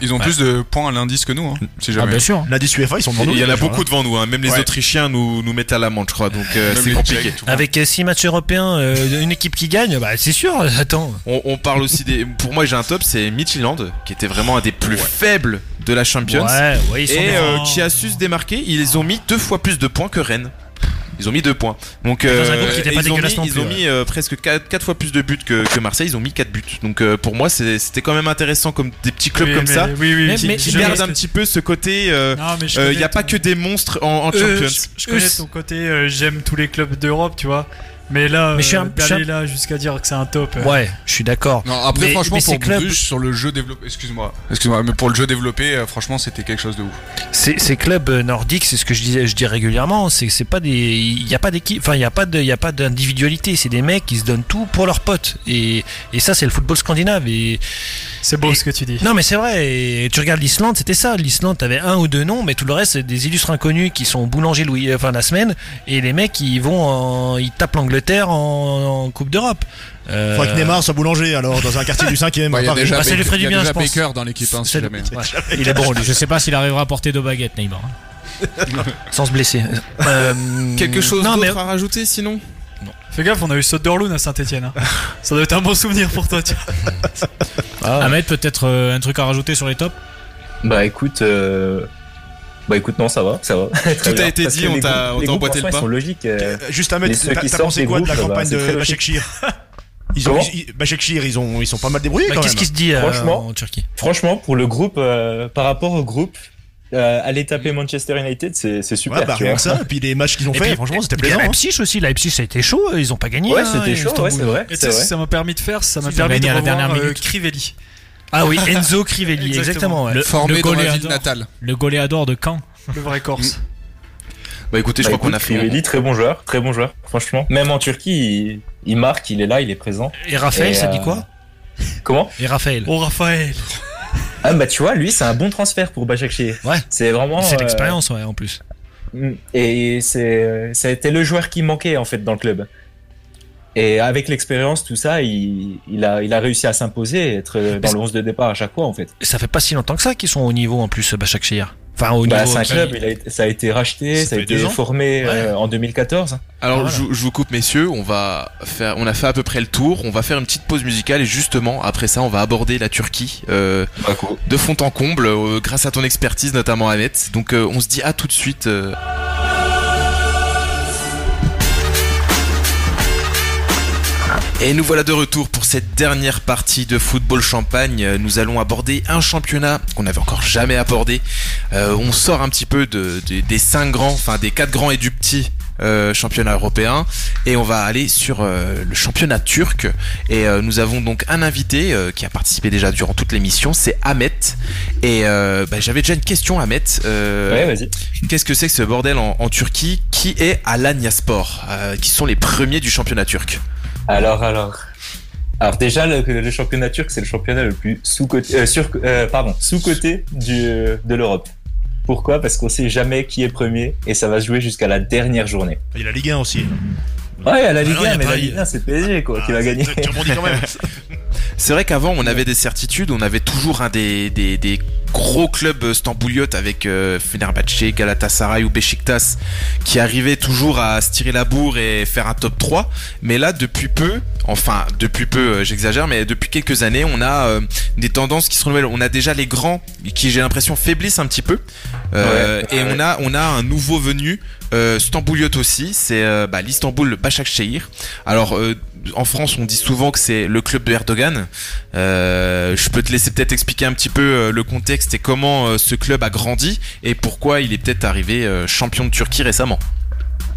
Speaker 7: Ils ont plus de points à l'indice que nous, hein,
Speaker 8: Ah,
Speaker 7: si jamais.
Speaker 4: L'indice UEFA, ils sont devant nous.
Speaker 1: Il y en a
Speaker 4: déjà,
Speaker 1: beaucoup
Speaker 4: hein.
Speaker 1: devant nous. hein. Même les
Speaker 7: Ouais.
Speaker 1: Autrichiens nous, nous mettent à l'amende, je crois. Donc euh,
Speaker 7: Même
Speaker 1: c'est
Speaker 7: les
Speaker 1: compliqué.
Speaker 7: Tchèques, tout.
Speaker 8: Avec 6 matchs européens, euh, une équipe qui gagne, bah, c'est sûr, attends.
Speaker 1: On, on parle aussi des. Pour moi, j'ai un top, c'est Midtjylland, qui était vraiment un des plus faibles de la Champions.
Speaker 8: Ouais, ouais, ils sont
Speaker 1: et
Speaker 8: dans-
Speaker 1: euh, qui a su se démarquer. Ils ont mis deux fois plus de points que Rennes. Ils ont mis deux points. Donc,
Speaker 8: Et dans un
Speaker 1: euh,
Speaker 8: groupe qui était
Speaker 1: et
Speaker 8: pas
Speaker 1: ils ont
Speaker 8: dégueulasse
Speaker 1: mis,
Speaker 8: non
Speaker 1: ils
Speaker 8: plus,
Speaker 1: ont
Speaker 8: ouais.
Speaker 1: mis, euh, presque 4, fois plus de buts que, que Marseille. Ils ont mis 4 buts. Donc, euh, pour moi, c'est- c'était quand même intéressant comme des petits clubs
Speaker 6: Oui,
Speaker 1: comme
Speaker 6: mais-
Speaker 1: ça
Speaker 6: oui, oui,
Speaker 1: qui,
Speaker 6: mais-
Speaker 1: qui
Speaker 6: je-
Speaker 1: perdent un petit peu ce côté. euh, euh,
Speaker 6: Non, mais
Speaker 1: Il
Speaker 6: je
Speaker 1: n'y a
Speaker 6: connais
Speaker 1: pas que des monstres en, en
Speaker 6: Euh,
Speaker 1: Champions.
Speaker 6: je- Je connais ton côté, euh, j'aime tous les clubs d'Europe, tu vois. Mais là,
Speaker 8: Mais je suis un-
Speaker 6: euh,
Speaker 8: je suis
Speaker 6: d'aller
Speaker 8: un-
Speaker 6: là jusqu'à dire que c'est un top. euh.
Speaker 8: Ouais, je suis d'accord.
Speaker 7: Non, après,
Speaker 8: Mais-
Speaker 7: franchement,
Speaker 8: mais ces
Speaker 7: pour
Speaker 8: clubs-
Speaker 7: Bruges, sur le jeu développé, excuse-moi, excuse-moi, mais pour le jeu développé, euh, franchement, c'était quelque chose de ouf.
Speaker 8: Ces, ces clubs euh, nordiques, c'est ce que je disais, je dis régulièrement, c'est que c'est pas des, il y a pas d'équipe, enfin il y a pas de, il y a pas d'individualité, c'est des mecs qui se donnent tout pour leurs potes et, et ça c'est le football scandinave et
Speaker 6: c'est beau ce que tu dis.
Speaker 8: Non mais c'est vrai, et tu regardes l'Islande, c'était ça, l'Islande t'avais un ou deux noms, mais tout le reste c'est des illustres inconnus qui sont au boulanger Louis, enfin la semaine et les mecs ils vont, en- ils tapent l'Angleterre en, en Coupe d'Europe. Euh,
Speaker 4: Faudrait que Neymar soit boulanger alors dans un quartier du 5ème.
Speaker 7: Bah, il y a déjà
Speaker 8: Ah, c'est
Speaker 7: Baker-
Speaker 8: le Freddy
Speaker 7: il y a
Speaker 8: Bien,
Speaker 7: déjà
Speaker 8: je pense.
Speaker 7: Baker dans l'équipe, hein,
Speaker 8: C'est
Speaker 7: si
Speaker 8: le-
Speaker 7: jamais.
Speaker 8: ouais. Il est bon lui.
Speaker 5: Je sais pas s'il arrivera à porter deux baguettes, Neymar. hein.
Speaker 8: Sans se blesser. Euh, non, mais-
Speaker 1: à rajouter sinon
Speaker 6: Fais gaffe, on a eu Soderlund à Saint-Etienne. hein. Ça doit être un bon souvenir pour toi, tiens.
Speaker 5: Ahmed, peut-être euh, un truc à rajouter sur les tops
Speaker 2: Bah écoute, euh, bah écoute non ça va, ça va. Très
Speaker 1: Tout a
Speaker 2: bien.
Speaker 1: été
Speaker 2: Parce
Speaker 1: dit,
Speaker 2: que
Speaker 1: on
Speaker 2: les
Speaker 1: t'a-
Speaker 2: groupes-
Speaker 1: on
Speaker 2: les
Speaker 1: t'a
Speaker 2: groupes,
Speaker 1: emboîté le
Speaker 2: franchement,
Speaker 1: pas.
Speaker 2: ils sont logiques. euh,
Speaker 4: Euh, Juste à mettre,
Speaker 2: les- ceux
Speaker 4: t'as
Speaker 2: qui
Speaker 4: t'as
Speaker 2: sortent
Speaker 4: pensé
Speaker 2: des
Speaker 4: quoi de la
Speaker 2: groupes, bah,
Speaker 4: campagne
Speaker 2: c'est
Speaker 4: de
Speaker 2: très logique.
Speaker 4: Başakşehir Ils ont,
Speaker 2: Comment
Speaker 4: ils- Başakşehir, ils ont, ils sont pas mal débrouillés
Speaker 8: Bah,
Speaker 4: quand
Speaker 8: qu'est-ce
Speaker 4: même.
Speaker 8: qui se dit, euh,
Speaker 4: Franchement,
Speaker 8: en Turquie
Speaker 18: Franchement, pour le groupe, euh, par rapport au groupe, euh, aller taper Manchester United, c'est c'est super.
Speaker 4: Ouais, bah,
Speaker 18: tu
Speaker 4: rien
Speaker 18: vois.
Speaker 4: que ça. Et puis les matchs qu'ils ont
Speaker 8: Et
Speaker 4: fait,
Speaker 8: puis-
Speaker 4: franchement, c'était
Speaker 8: et puis
Speaker 4: plaisant. hein.
Speaker 8: Leipzig aussi, Leipzig ça a été chaud, ils ont pas gagné.
Speaker 4: Ouais,
Speaker 8: hein,
Speaker 4: c'était chaud,
Speaker 8: Istanbul.
Speaker 4: ouais, c'est vrai.
Speaker 6: Et tu sais,
Speaker 8: vrai.
Speaker 6: ça m'a permis de faire, ça m'a
Speaker 5: Ils ont
Speaker 6: permis de
Speaker 5: gagné à la
Speaker 6: revoir
Speaker 5: dernière
Speaker 6: euh,
Speaker 5: minute.
Speaker 6: Crivelli.
Speaker 8: Ah oui, Enzo Crivelli, exactement. ouais.
Speaker 5: Le,
Speaker 7: Formé
Speaker 5: le
Speaker 7: dans la ville
Speaker 5: goléador-
Speaker 7: natale.
Speaker 5: Le goléador de Caen.
Speaker 6: Le vrai Corse.
Speaker 1: Bah écoutez, je
Speaker 18: Bah,
Speaker 1: crois qu'on a
Speaker 18: écoute,
Speaker 1: fait.
Speaker 18: Crivelli, très bon joueur, très bon joueur, franchement. Même en Turquie, il, il marque, il est là, il est présent.
Speaker 8: Et Raphaël, ça
Speaker 18: euh,
Speaker 8: dit quoi
Speaker 18: Comment
Speaker 8: Et Raphaël.
Speaker 6: Oh, Raphaël.
Speaker 18: Ah bah tu vois, lui, c'est un bon transfert pour Başakşehir.
Speaker 8: Ouais.
Speaker 18: C'est vraiment.
Speaker 8: C'est
Speaker 18: euh,
Speaker 8: l'expérience, ouais, en plus.
Speaker 18: Mm. Et c'est, euh, ça a été le joueur qui manquait en fait dans le club. Et avec l'expérience, tout ça, il, il, a, il a réussi à s'imposer, et être euh, dans le 11 de départ à chaque fois en fait.
Speaker 8: Et ça fait pas si longtemps que ça qu'ils sont au niveau, en plus, bah, chaque Shire. Enfin, au
Speaker 18: Bah,
Speaker 8: niveau. euh,
Speaker 18: c'est un
Speaker 8: qui-
Speaker 18: club, il a été- ça a été racheté, ça,
Speaker 8: Ça
Speaker 18: a
Speaker 8: fait
Speaker 18: été
Speaker 8: deux ans.
Speaker 18: formé euh, en 2014.
Speaker 1: Alors
Speaker 18: Voilà.
Speaker 1: je, vous- je vous coupe messieurs, on va faire, on a fait à peu près le tour, on va faire une petite pause musicale et justement après ça on va aborder la Turquie euh, de fond en comble euh, grâce à ton expertise notamment Annette. Donc euh, on se dit à tout de suite. euh. Et nous voilà de retour pour cette dernière partie de Football Champagne. Euh, Nous allons aborder un championnat qu'on n'avait encore jamais abordé. Euh, on sort un petit peu de, de- des cinq grands, enfin des quatre grands et du petit euh, championnat européen, et on va aller sur euh, le championnat turc. Et euh, nous avons donc un invité euh, qui a participé déjà durant toute l'émission, c'est Ahmet. Et euh, bah, j'avais déjà une question, Ahmet. Euh,
Speaker 2: Ouais, vas-y.
Speaker 1: Qu'est-ce que c'est que ce bordel en, en Turquie Qui est Alanya Sport euh, Qui sont les premiers du championnat turc
Speaker 2: Alors, alors. Alors déjà, le, le championnat turc, c'est le championnat le plus sous-côté euh, sur- euh, pardon, sous-côté du- de l'Europe. Pourquoi Parce qu'on sait jamais qui est premier et ça va se jouer jusqu'à la dernière journée.
Speaker 4: Il y a la Ligue 1 aussi. Ah
Speaker 2: Ouais, à la Ligue
Speaker 1: non, y
Speaker 2: 1,
Speaker 1: a
Speaker 2: mais
Speaker 1: pas-
Speaker 2: la Ligue 1, c'est PSG quoi, qui va gagner.
Speaker 1: C'est vrai qu'avant, on avait des certitudes, on avait toujours un des, des- des gros clubs stambouliotes avec euh, Fenerbahçe, Galatasaray ou Besiktas qui arrivaient toujours à se tirer la bourre et faire un top 3. Mais là, depuis peu, enfin, depuis peu, euh, j'exagère, mais depuis quelques années, on a euh, des tendances qui se renouvellent. On a déjà les grands qui, j'ai l'impression, faiblissent un petit peu. Euh,
Speaker 2: Ouais.
Speaker 1: et
Speaker 2: Ouais.
Speaker 1: on a, on a un nouveau venu, euh, Stambouliote aussi, c'est euh, bah, l'Istanbul Başakşehir. Alors, euh, en France, on dit souvent que c'est le club de Erdogan. Euh, je peux te laisser peut-être expliquer un petit peu euh, le contexte et comment euh, ce club a grandi et pourquoi il est peut-être arrivé euh, champion de Turquie récemment.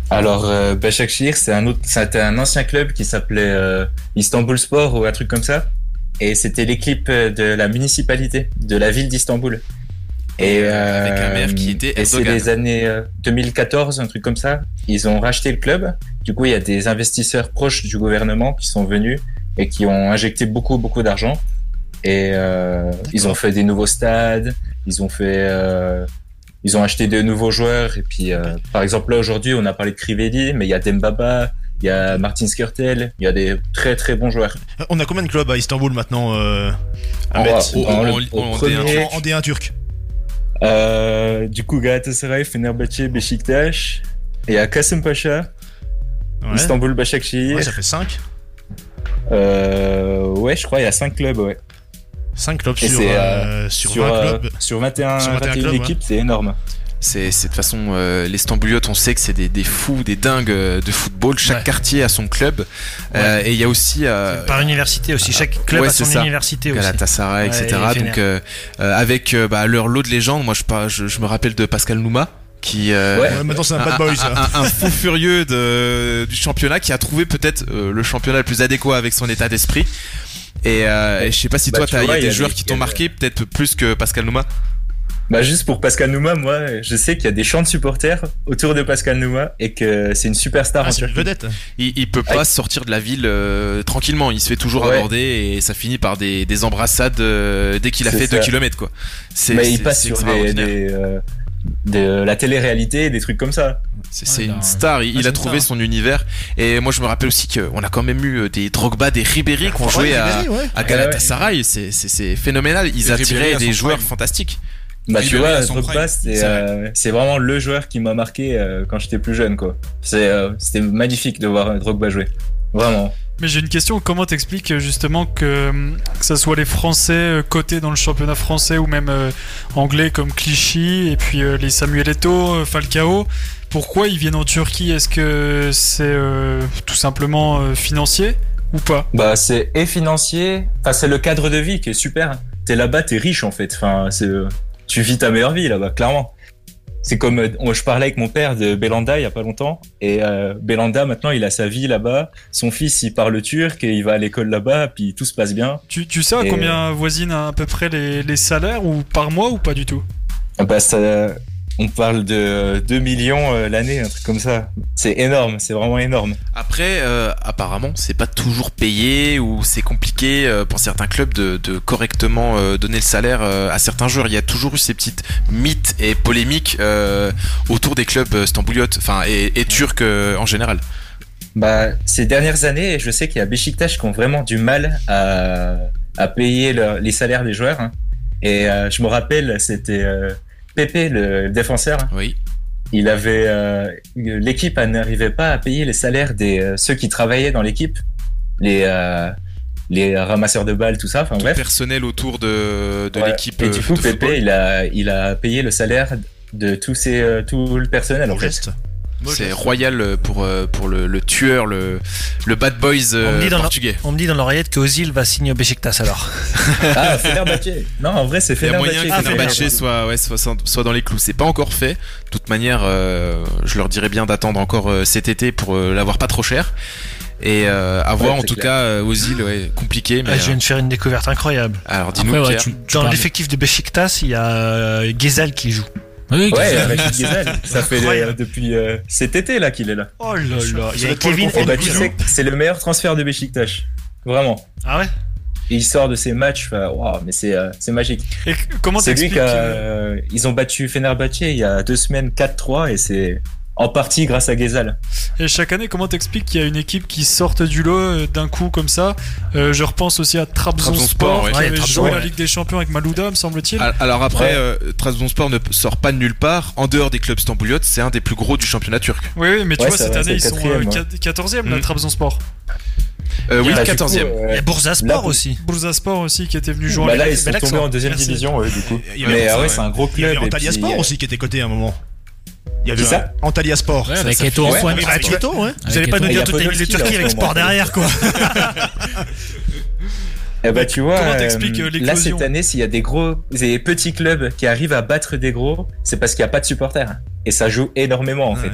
Speaker 2: Alors, euh, Başakşehir, c'est un autre, c'était un ancien club qui s'appelait euh, Istanbul Sport ou un truc comme ça. Et c'était l'équipe euh, de la municipalité, de la ville d'Istanbul. Et, euh,
Speaker 1: Avec un maire qui était
Speaker 2: et c'est
Speaker 1: Erdogan.
Speaker 2: les années euh, 2014, un truc comme ça. Ils ont racheté le club. Du coup, il y a des investisseurs proches du gouvernement qui sont venus et qui ont injecté beaucoup, beaucoup d'argent. Et euh, ils ont fait des nouveaux stades. Ils ont fait, euh, ils ont acheté de nouveaux joueurs. Et puis, euh, par exemple, là aujourd'hui, on a parlé de Crivelli, mais il y a Dembaba, il y a Martin Skrtel, il y a des très, très bons joueurs.
Speaker 4: Euh, On a combien de clubs à Istanbul maintenant euh,
Speaker 2: En-
Speaker 4: Ahmet
Speaker 2: en- en- en- en- en D1.
Speaker 4: En- en D1 turc.
Speaker 2: Euh, du coup, Galatasaray, Fenerbahçe, Beşiktaş. Et il y a Kasım Pacha,
Speaker 4: Ouais.
Speaker 2: Istanbul Başakşehir.
Speaker 4: Ouais, ça fait 5.
Speaker 2: Euh, ouais, je crois, il y a 5 clubs, ouais.
Speaker 4: 5 clubs
Speaker 2: Et
Speaker 4: sur,
Speaker 2: c'est,
Speaker 4: euh, sur 20
Speaker 2: euh,
Speaker 4: clubs.
Speaker 2: sur 21,
Speaker 4: Sur 21
Speaker 2: 21
Speaker 4: clubs,
Speaker 2: équipes, c'est énorme.
Speaker 1: C'est c'est de toute façon euh, les Stambouliotes, on sait que c'est des, des fous, des dingues euh, de football. Chaque quartier a son club Euh, et il y a aussi euh, Ah,
Speaker 8: Par université aussi, chaque club
Speaker 1: Ouais,
Speaker 8: a
Speaker 1: c'est
Speaker 8: son
Speaker 1: ça.
Speaker 8: université aussi.
Speaker 1: Galatasaray,
Speaker 8: Ouais,
Speaker 1: etc.
Speaker 8: et
Speaker 1: Donc euh, euh, avec euh, bah, leur lot de légendes, moi je, par- je, je me rappelle de Pascal Nouma qui euh,
Speaker 4: Ouais, maintenant, c'est un bad boy, ça.
Speaker 1: un- un fou furieux de, du championnat qui a trouvé peut-être euh, le championnat le plus adéquat avec son état d'esprit. Et, euh, et je sais pas si
Speaker 2: Bah,
Speaker 1: toi,
Speaker 2: tu
Speaker 1: t'as- il y
Speaker 2: vois,
Speaker 1: a
Speaker 2: il y
Speaker 1: des
Speaker 2: a
Speaker 1: joueurs
Speaker 2: des-
Speaker 1: qui
Speaker 2: il y
Speaker 1: t'ont
Speaker 2: a-
Speaker 1: marqué, peut-être plus que Pascal Nouma.
Speaker 2: Bah juste pour Pascal Nouma, moi, je sais qu'il y a des chants de supporters autour de Pascal Nouma et que c'est une superstar
Speaker 1: Ah,
Speaker 2: en Turquie.
Speaker 1: Il, il peut pas sortir de la ville euh, tranquillement. Il se fait toujours
Speaker 2: Ouais.
Speaker 1: aborder et ça finit par des, des embrassades euh, dès qu'il a
Speaker 2: C'est
Speaker 1: fait
Speaker 2: ça.
Speaker 1: 2 km quoi. C'est-
Speaker 2: Mais il
Speaker 1: c'est-
Speaker 2: passe
Speaker 1: c'est
Speaker 2: sur des,
Speaker 1: extraordinaire.
Speaker 2: des, euh, de la télé-réalité, des trucs comme ça.
Speaker 1: C'est bah, ah, c'est une star,
Speaker 2: Ah,
Speaker 1: il, il a trouvé son univers. Et moi, je me rappelle aussi qu'on a quand même eu euh, des Drogba, des Ribéry qui ont
Speaker 2: Ouais,
Speaker 1: joué à,
Speaker 2: Ribéry, Eh ouais.
Speaker 1: à Galatasaray. C'est- C'est c'est phénoménal. Ils
Speaker 2: Et Ribéry
Speaker 1: attiraient
Speaker 2: à son
Speaker 1: des joueurs
Speaker 2: prime.
Speaker 1: fantastiques.
Speaker 2: Bah tu
Speaker 1: Ribéry à
Speaker 2: vois,
Speaker 1: son
Speaker 2: Drogba,
Speaker 1: prime.
Speaker 2: c'est
Speaker 1: C'est vrai.
Speaker 2: euh, c'est vraiment le joueur qui m'a marqué euh, quand j'étais plus jeune, quoi. C'est, euh, C'était magnifique de voir euh, Drogba jouer. Vraiment.
Speaker 6: Mais j'ai une question, comment t'expliques euh, justement que, hum, que ça soit les Français euh, cotés dans le championnat français ou même euh, anglais comme Clichy et puis euh, les Samuel Eto'o, euh, Falcao, pourquoi ils viennent en Turquie Est-ce que c'est euh, tout simplement euh, financier ou pas
Speaker 2: Bah c'est et financier, enfin c'est le cadre de vie qui est super. T'es là-bas, t'es riche en fait. Enfin c'est, euh, tu vis ta meilleure vie là-bas, clairement. C'est comme euh, on- je parlais avec mon père de Belanda il y a pas longtemps et euh, Belanda maintenant il a sa vie là-bas. Son fils il parle turc et il va à l'école là-bas puis tout se passe bien.
Speaker 6: Tu, tu sais à
Speaker 2: Et-
Speaker 6: combien voisinent à peu près les, les salaires ou par mois ou pas du tout
Speaker 2: Ah Bah, ça, on parle de euh, 2 millions euh, l'année, un truc comme ça. C'est énorme, c'est vraiment énorme.
Speaker 1: Après, euh, apparemment, c'est pas toujours payé ou c'est compliqué euh, pour certains clubs de, de correctement euh, donner le salaire euh, à certains joueurs. Il y a toujours eu ces petites mythes et polémiques euh, autour des clubs euh, stambouliotes, enfin et, et turcs euh, en général.
Speaker 2: Bah, ces dernières années, je sais qu'il y a Beşiktaş qui ont vraiment du mal à, à payer leur- les salaires des joueurs. hein. Et euh, je me rappelle, c'était euh, Pepe, le défenseur. hein.
Speaker 1: Oui.
Speaker 2: Il avait euh, l'équipe elle n'arrivait pas à payer les salaires des euh, ceux qui travaillaient dans l'équipe, les euh, les ramasseurs de balles, tout ça. Enfin bref.
Speaker 1: Personnel autour de, de
Speaker 2: Ouais.
Speaker 1: l'équipe.
Speaker 2: Et
Speaker 1: euh,
Speaker 2: du coup,
Speaker 1: de football.
Speaker 2: Pepe, il a, il a payé le salaire de tous ses, euh, tout le personnel. en fait.
Speaker 1: Moi, C'est Royal pour, euh, pour le, le tueur, le, le bad boys euh,
Speaker 8: On me dit dans
Speaker 1: portugais.
Speaker 8: l'or- on me dit dans l'oreillette que Ozil va signer au Besiktas alors.
Speaker 1: Ah,
Speaker 2: Fenerbahçe. Non, en vrai, c'est
Speaker 1: Il y a moyen
Speaker 2: Fenerbahçe.
Speaker 1: que Fenerbahçe soit, ouais, soit, soit- soit dans les clous. C'est pas encore fait. De toute manière, euh, je leur dirais bien d'attendre encore euh, cet été pour euh, l'avoir pas trop cher. Et euh, à
Speaker 8: Ouais,
Speaker 1: voir en
Speaker 8: c'est
Speaker 1: tout
Speaker 8: clair.
Speaker 1: cas euh, aux îles, ouais, compliqué. Mais, euh,
Speaker 8: Ah, je viens de faire une découverte incroyable.
Speaker 1: Alors, dis-nous,
Speaker 8: Après, ouais,
Speaker 1: Pierre.
Speaker 8: tu-
Speaker 1: Tu
Speaker 8: dans
Speaker 1: parles-
Speaker 8: l'effectif de Besiktas, il y a euh, Gezal qui joue.
Speaker 5: Oui,
Speaker 2: Ouais, avec Gisèle. Ça fait euh,
Speaker 8: Incroyable.
Speaker 2: depuis euh, cet été là qu'il est là.
Speaker 8: Oh là là, il y a Kevin
Speaker 2: Bah, tu
Speaker 8: N'Golo.
Speaker 2: sais que c'est le meilleur transfert de Beşiktaş. Vraiment.
Speaker 8: Ah ouais
Speaker 2: Et il sort de ses matchs, enfin, waouh, mais c'est euh, c'est magique.
Speaker 6: Et comment
Speaker 2: C'est lui
Speaker 6: t'expliques
Speaker 2: qu'a,
Speaker 6: euh,
Speaker 2: euh, ils ont battu Fenerbahçe il y a deux semaines 4-3 et c'est en partie grâce à Gezal.
Speaker 6: Et chaque année, comment t'expliques qu'il y a une équipe qui sorte du lot euh, d'un coup comme ça Euh, Je repense aussi à Trabzonspor,
Speaker 1: Trabzonspor, ouais.
Speaker 6: qui
Speaker 1: Ouais,
Speaker 6: avait
Speaker 1: Trabzon,
Speaker 6: joué la
Speaker 1: ouais.
Speaker 6: Ligue des Champions avec Malouda, me semble-t-il.
Speaker 1: Al- Alors après,
Speaker 6: Ouais.
Speaker 1: euh, Trabzonspor ne p- sort pas de nulle part. En dehors des clubs stambouliotes, c'est un des plus gros du championnat turc.
Speaker 6: Oui, oui, mais tu
Speaker 1: Ouais,
Speaker 6: vois,
Speaker 1: ça
Speaker 6: cette
Speaker 1: va,
Speaker 6: année, ils
Speaker 1: c'est
Speaker 6: sont
Speaker 1: quatrième,
Speaker 6: euh,
Speaker 1: ouais.
Speaker 6: quat- 14e, la
Speaker 1: Mhm.
Speaker 6: Trabzonspor.
Speaker 1: Euh, oui,
Speaker 6: Bah, du
Speaker 1: 14 e
Speaker 6: coup, euh,
Speaker 8: Il y a Bursaspor
Speaker 6: là,
Speaker 8: aussi.
Speaker 6: Bursaspor aussi qui était venu jouer
Speaker 2: Bah
Speaker 6: en
Speaker 2: là,
Speaker 6: Ligue
Speaker 2: ils
Speaker 6: des-
Speaker 2: sont
Speaker 6: Bel accent.
Speaker 2: tombés en deuxième
Speaker 6: Merci.
Speaker 2: division, ouais, du coup.
Speaker 4: Il y avait
Speaker 2: Mais
Speaker 4: ça,
Speaker 2: ah ouais,
Speaker 4: ouais.
Speaker 2: c'est un gros club.
Speaker 4: Il y avait
Speaker 2: et
Speaker 4: Antalya
Speaker 2: puis,
Speaker 4: Sport
Speaker 2: euh,
Speaker 4: aussi qui était coté à un moment. Il y avait
Speaker 2: Qui ça
Speaker 4: un- Antalya Sport.
Speaker 2: Ouais, avec Eto'o
Speaker 4: fait-
Speaker 2: Antoine.
Speaker 4: Ouais, mais avec
Speaker 2: Avec
Speaker 4: Eto'o, ouais.
Speaker 2: Eto'o.
Speaker 4: Vous allez pas
Speaker 2: Avec
Speaker 4: nous
Speaker 2: Eto'o.
Speaker 4: dire toutes les villes de
Speaker 2: Podolski, là,
Speaker 4: Turquie
Speaker 2: en
Speaker 4: avec
Speaker 2: ce moment.
Speaker 4: Sport derrière, quoi.
Speaker 2: Eh bah, tu vois,
Speaker 6: Comment
Speaker 2: euh,
Speaker 6: t'expliques, euh,
Speaker 2: là
Speaker 6: l'éclosion
Speaker 2: cette année, s'il y a des gros, des petits clubs qui arrivent à battre des gros, c'est parce qu'il n'y a pas de supporters. Et ça joue énormément en
Speaker 4: Ah
Speaker 2: fait.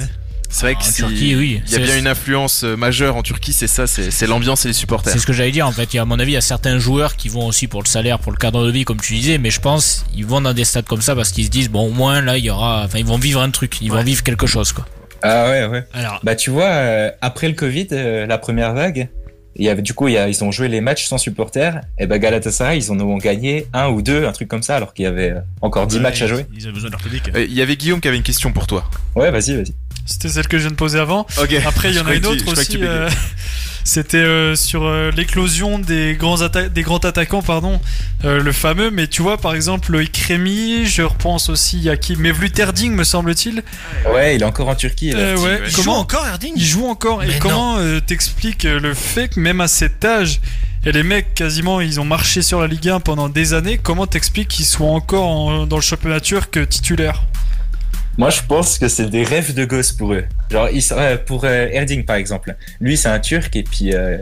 Speaker 1: C'est vrai que
Speaker 2: en
Speaker 1: si-
Speaker 2: Turquie, oui.
Speaker 1: il y a
Speaker 2: C'est-
Speaker 1: bien une influence euh, majeure en Turquie, c'est ça, c'est c'est l'ambiance et les supporters.
Speaker 5: C'est ce que j'allais dire en fait. Il y a, à mon avis, il y a certains joueurs qui vont aussi pour le salaire, pour le cadre de vie, comme tu disais, mais je pense ils vont dans des stades comme ça parce qu'ils se disent bon au moins là il y aura, enfin ils vont vivre un truc, ils vont vivre quelque chose quoi.
Speaker 2: Ah ouais, ouais.
Speaker 5: Alors,
Speaker 2: bah tu vois, euh, après le Covid, euh, la première vague, il y avait, du coup, il y a, ils ont joué les matchs sans supporters. Et bah Galatasaray, ils en ont gagné un ou deux, un truc comme ça, alors qu'il y avait euh, encore 10 matchs à jouer.
Speaker 4: Ils avaient besoin de leur public.
Speaker 1: Euh, Il y avait Guillaume qui avait une question pour toi.
Speaker 2: Ouais, vas-y, vas-y.
Speaker 6: C'était celle que je viens de poser avant.
Speaker 1: Ok.
Speaker 6: Après, il y
Speaker 1: Je
Speaker 6: en a
Speaker 1: croyais
Speaker 6: une
Speaker 1: que tu-
Speaker 6: autre
Speaker 1: je croyais que
Speaker 6: aussi.
Speaker 1: tu bégayais.
Speaker 6: euh, C'était euh, sur euh, l'éclosion des grands atta- des grands attaquants, pardon, euh, le fameux. Mais tu vois, par exemple, Loïc Rémy, je repense aussi à qui Mevlut Erding, me semble-t-il.
Speaker 2: Ouais, il est encore en Turquie. là.
Speaker 6: Euh, ouais.
Speaker 8: Il
Speaker 6: Comment-
Speaker 8: joue encore, Herding
Speaker 6: Il joue encore.
Speaker 8: Mais
Speaker 6: et comment euh, t'expliques euh, le fait que même à cet âge, et les mecs quasiment, ils ont marché sur la Ligue 1 pendant des années. Comment t'expliques qu'ils soient encore en- dans le championnat turc euh, titulaire
Speaker 2: Moi, je pense que c'est des rêves de gosse pour eux. Genre, ils, sont- euh, pour euh, Erding, par exemple. Lui, c'est un Turc, et puis, euh,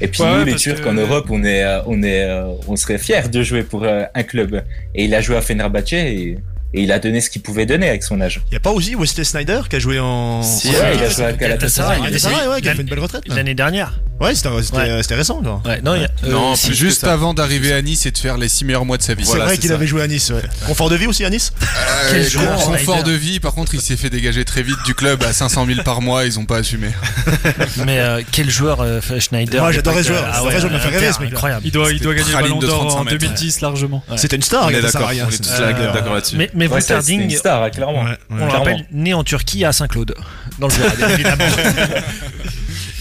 Speaker 2: et puis
Speaker 6: Ouais,
Speaker 2: nous,
Speaker 6: ouais,
Speaker 2: les
Speaker 6: parce
Speaker 2: Turcs
Speaker 6: que-
Speaker 2: en Europe, on est, euh, on est, euh, on serait fiers de jouer pour euh, un club. Et il a joué à Fenerbahçe, et, et il a donné ce qu'il pouvait donner avec son âge.
Speaker 4: Il y a pas aussi Wesley Snyder qui a joué en.
Speaker 2: Si, ouais, il a joué à Galatasaray.
Speaker 4: Galatasaray, ouais, qui a fait une belle retraite.
Speaker 8: L'année dernière.
Speaker 4: Ouais, c'était c'était-
Speaker 8: Ouais.
Speaker 4: c'était récent, genre.
Speaker 8: Ouais, non, il y a- euh,
Speaker 7: non,
Speaker 8: si-
Speaker 7: plus juste avant d'arriver à Nice et de faire les 6 meilleurs mois de sa vie.
Speaker 4: C'est vrai qu'il avait joué à Nice, ouais. Confort de vie aussi à Nice
Speaker 7: Quel confort de vie, par contre, il s'est fait dégager très vite du club à 500 000 par mois, ils ont pas assumé.
Speaker 8: Mais euh, quel joueur euh, Schneider
Speaker 4: Moi,
Speaker 8: à
Speaker 4: j'adorais ce
Speaker 8: l'époque,
Speaker 4: joueur.
Speaker 8: euh,
Speaker 4: C'est
Speaker 8: ah
Speaker 4: vrai,
Speaker 8: ouais,
Speaker 4: je me fais
Speaker 8: euh,
Speaker 4: rêver, ce
Speaker 8: putain,
Speaker 4: mec-là.
Speaker 8: incroyable.
Speaker 6: Il doit, il doit gagner le
Speaker 7: Praline
Speaker 6: Ballon
Speaker 7: de
Speaker 6: d'Or
Speaker 7: 35
Speaker 6: en
Speaker 7: mètres,
Speaker 6: 2010 largement.
Speaker 8: Ouais.
Speaker 4: C'était une star,
Speaker 7: On est d'accord,
Speaker 4: Galatasaray.
Speaker 7: on
Speaker 4: hein,
Speaker 7: est
Speaker 4: c'est une
Speaker 7: tous
Speaker 4: star.
Speaker 7: d'accord d'accord là-dessus.
Speaker 8: Mais, mais
Speaker 2: Ouais, c'est-
Speaker 8: Wouterding,
Speaker 2: c'est une star, clairement. Ouais, ouais,
Speaker 8: on le
Speaker 2: clairement.
Speaker 8: rappelle, né en Turquie à Saint-Claude, dans le Gard, évidemment.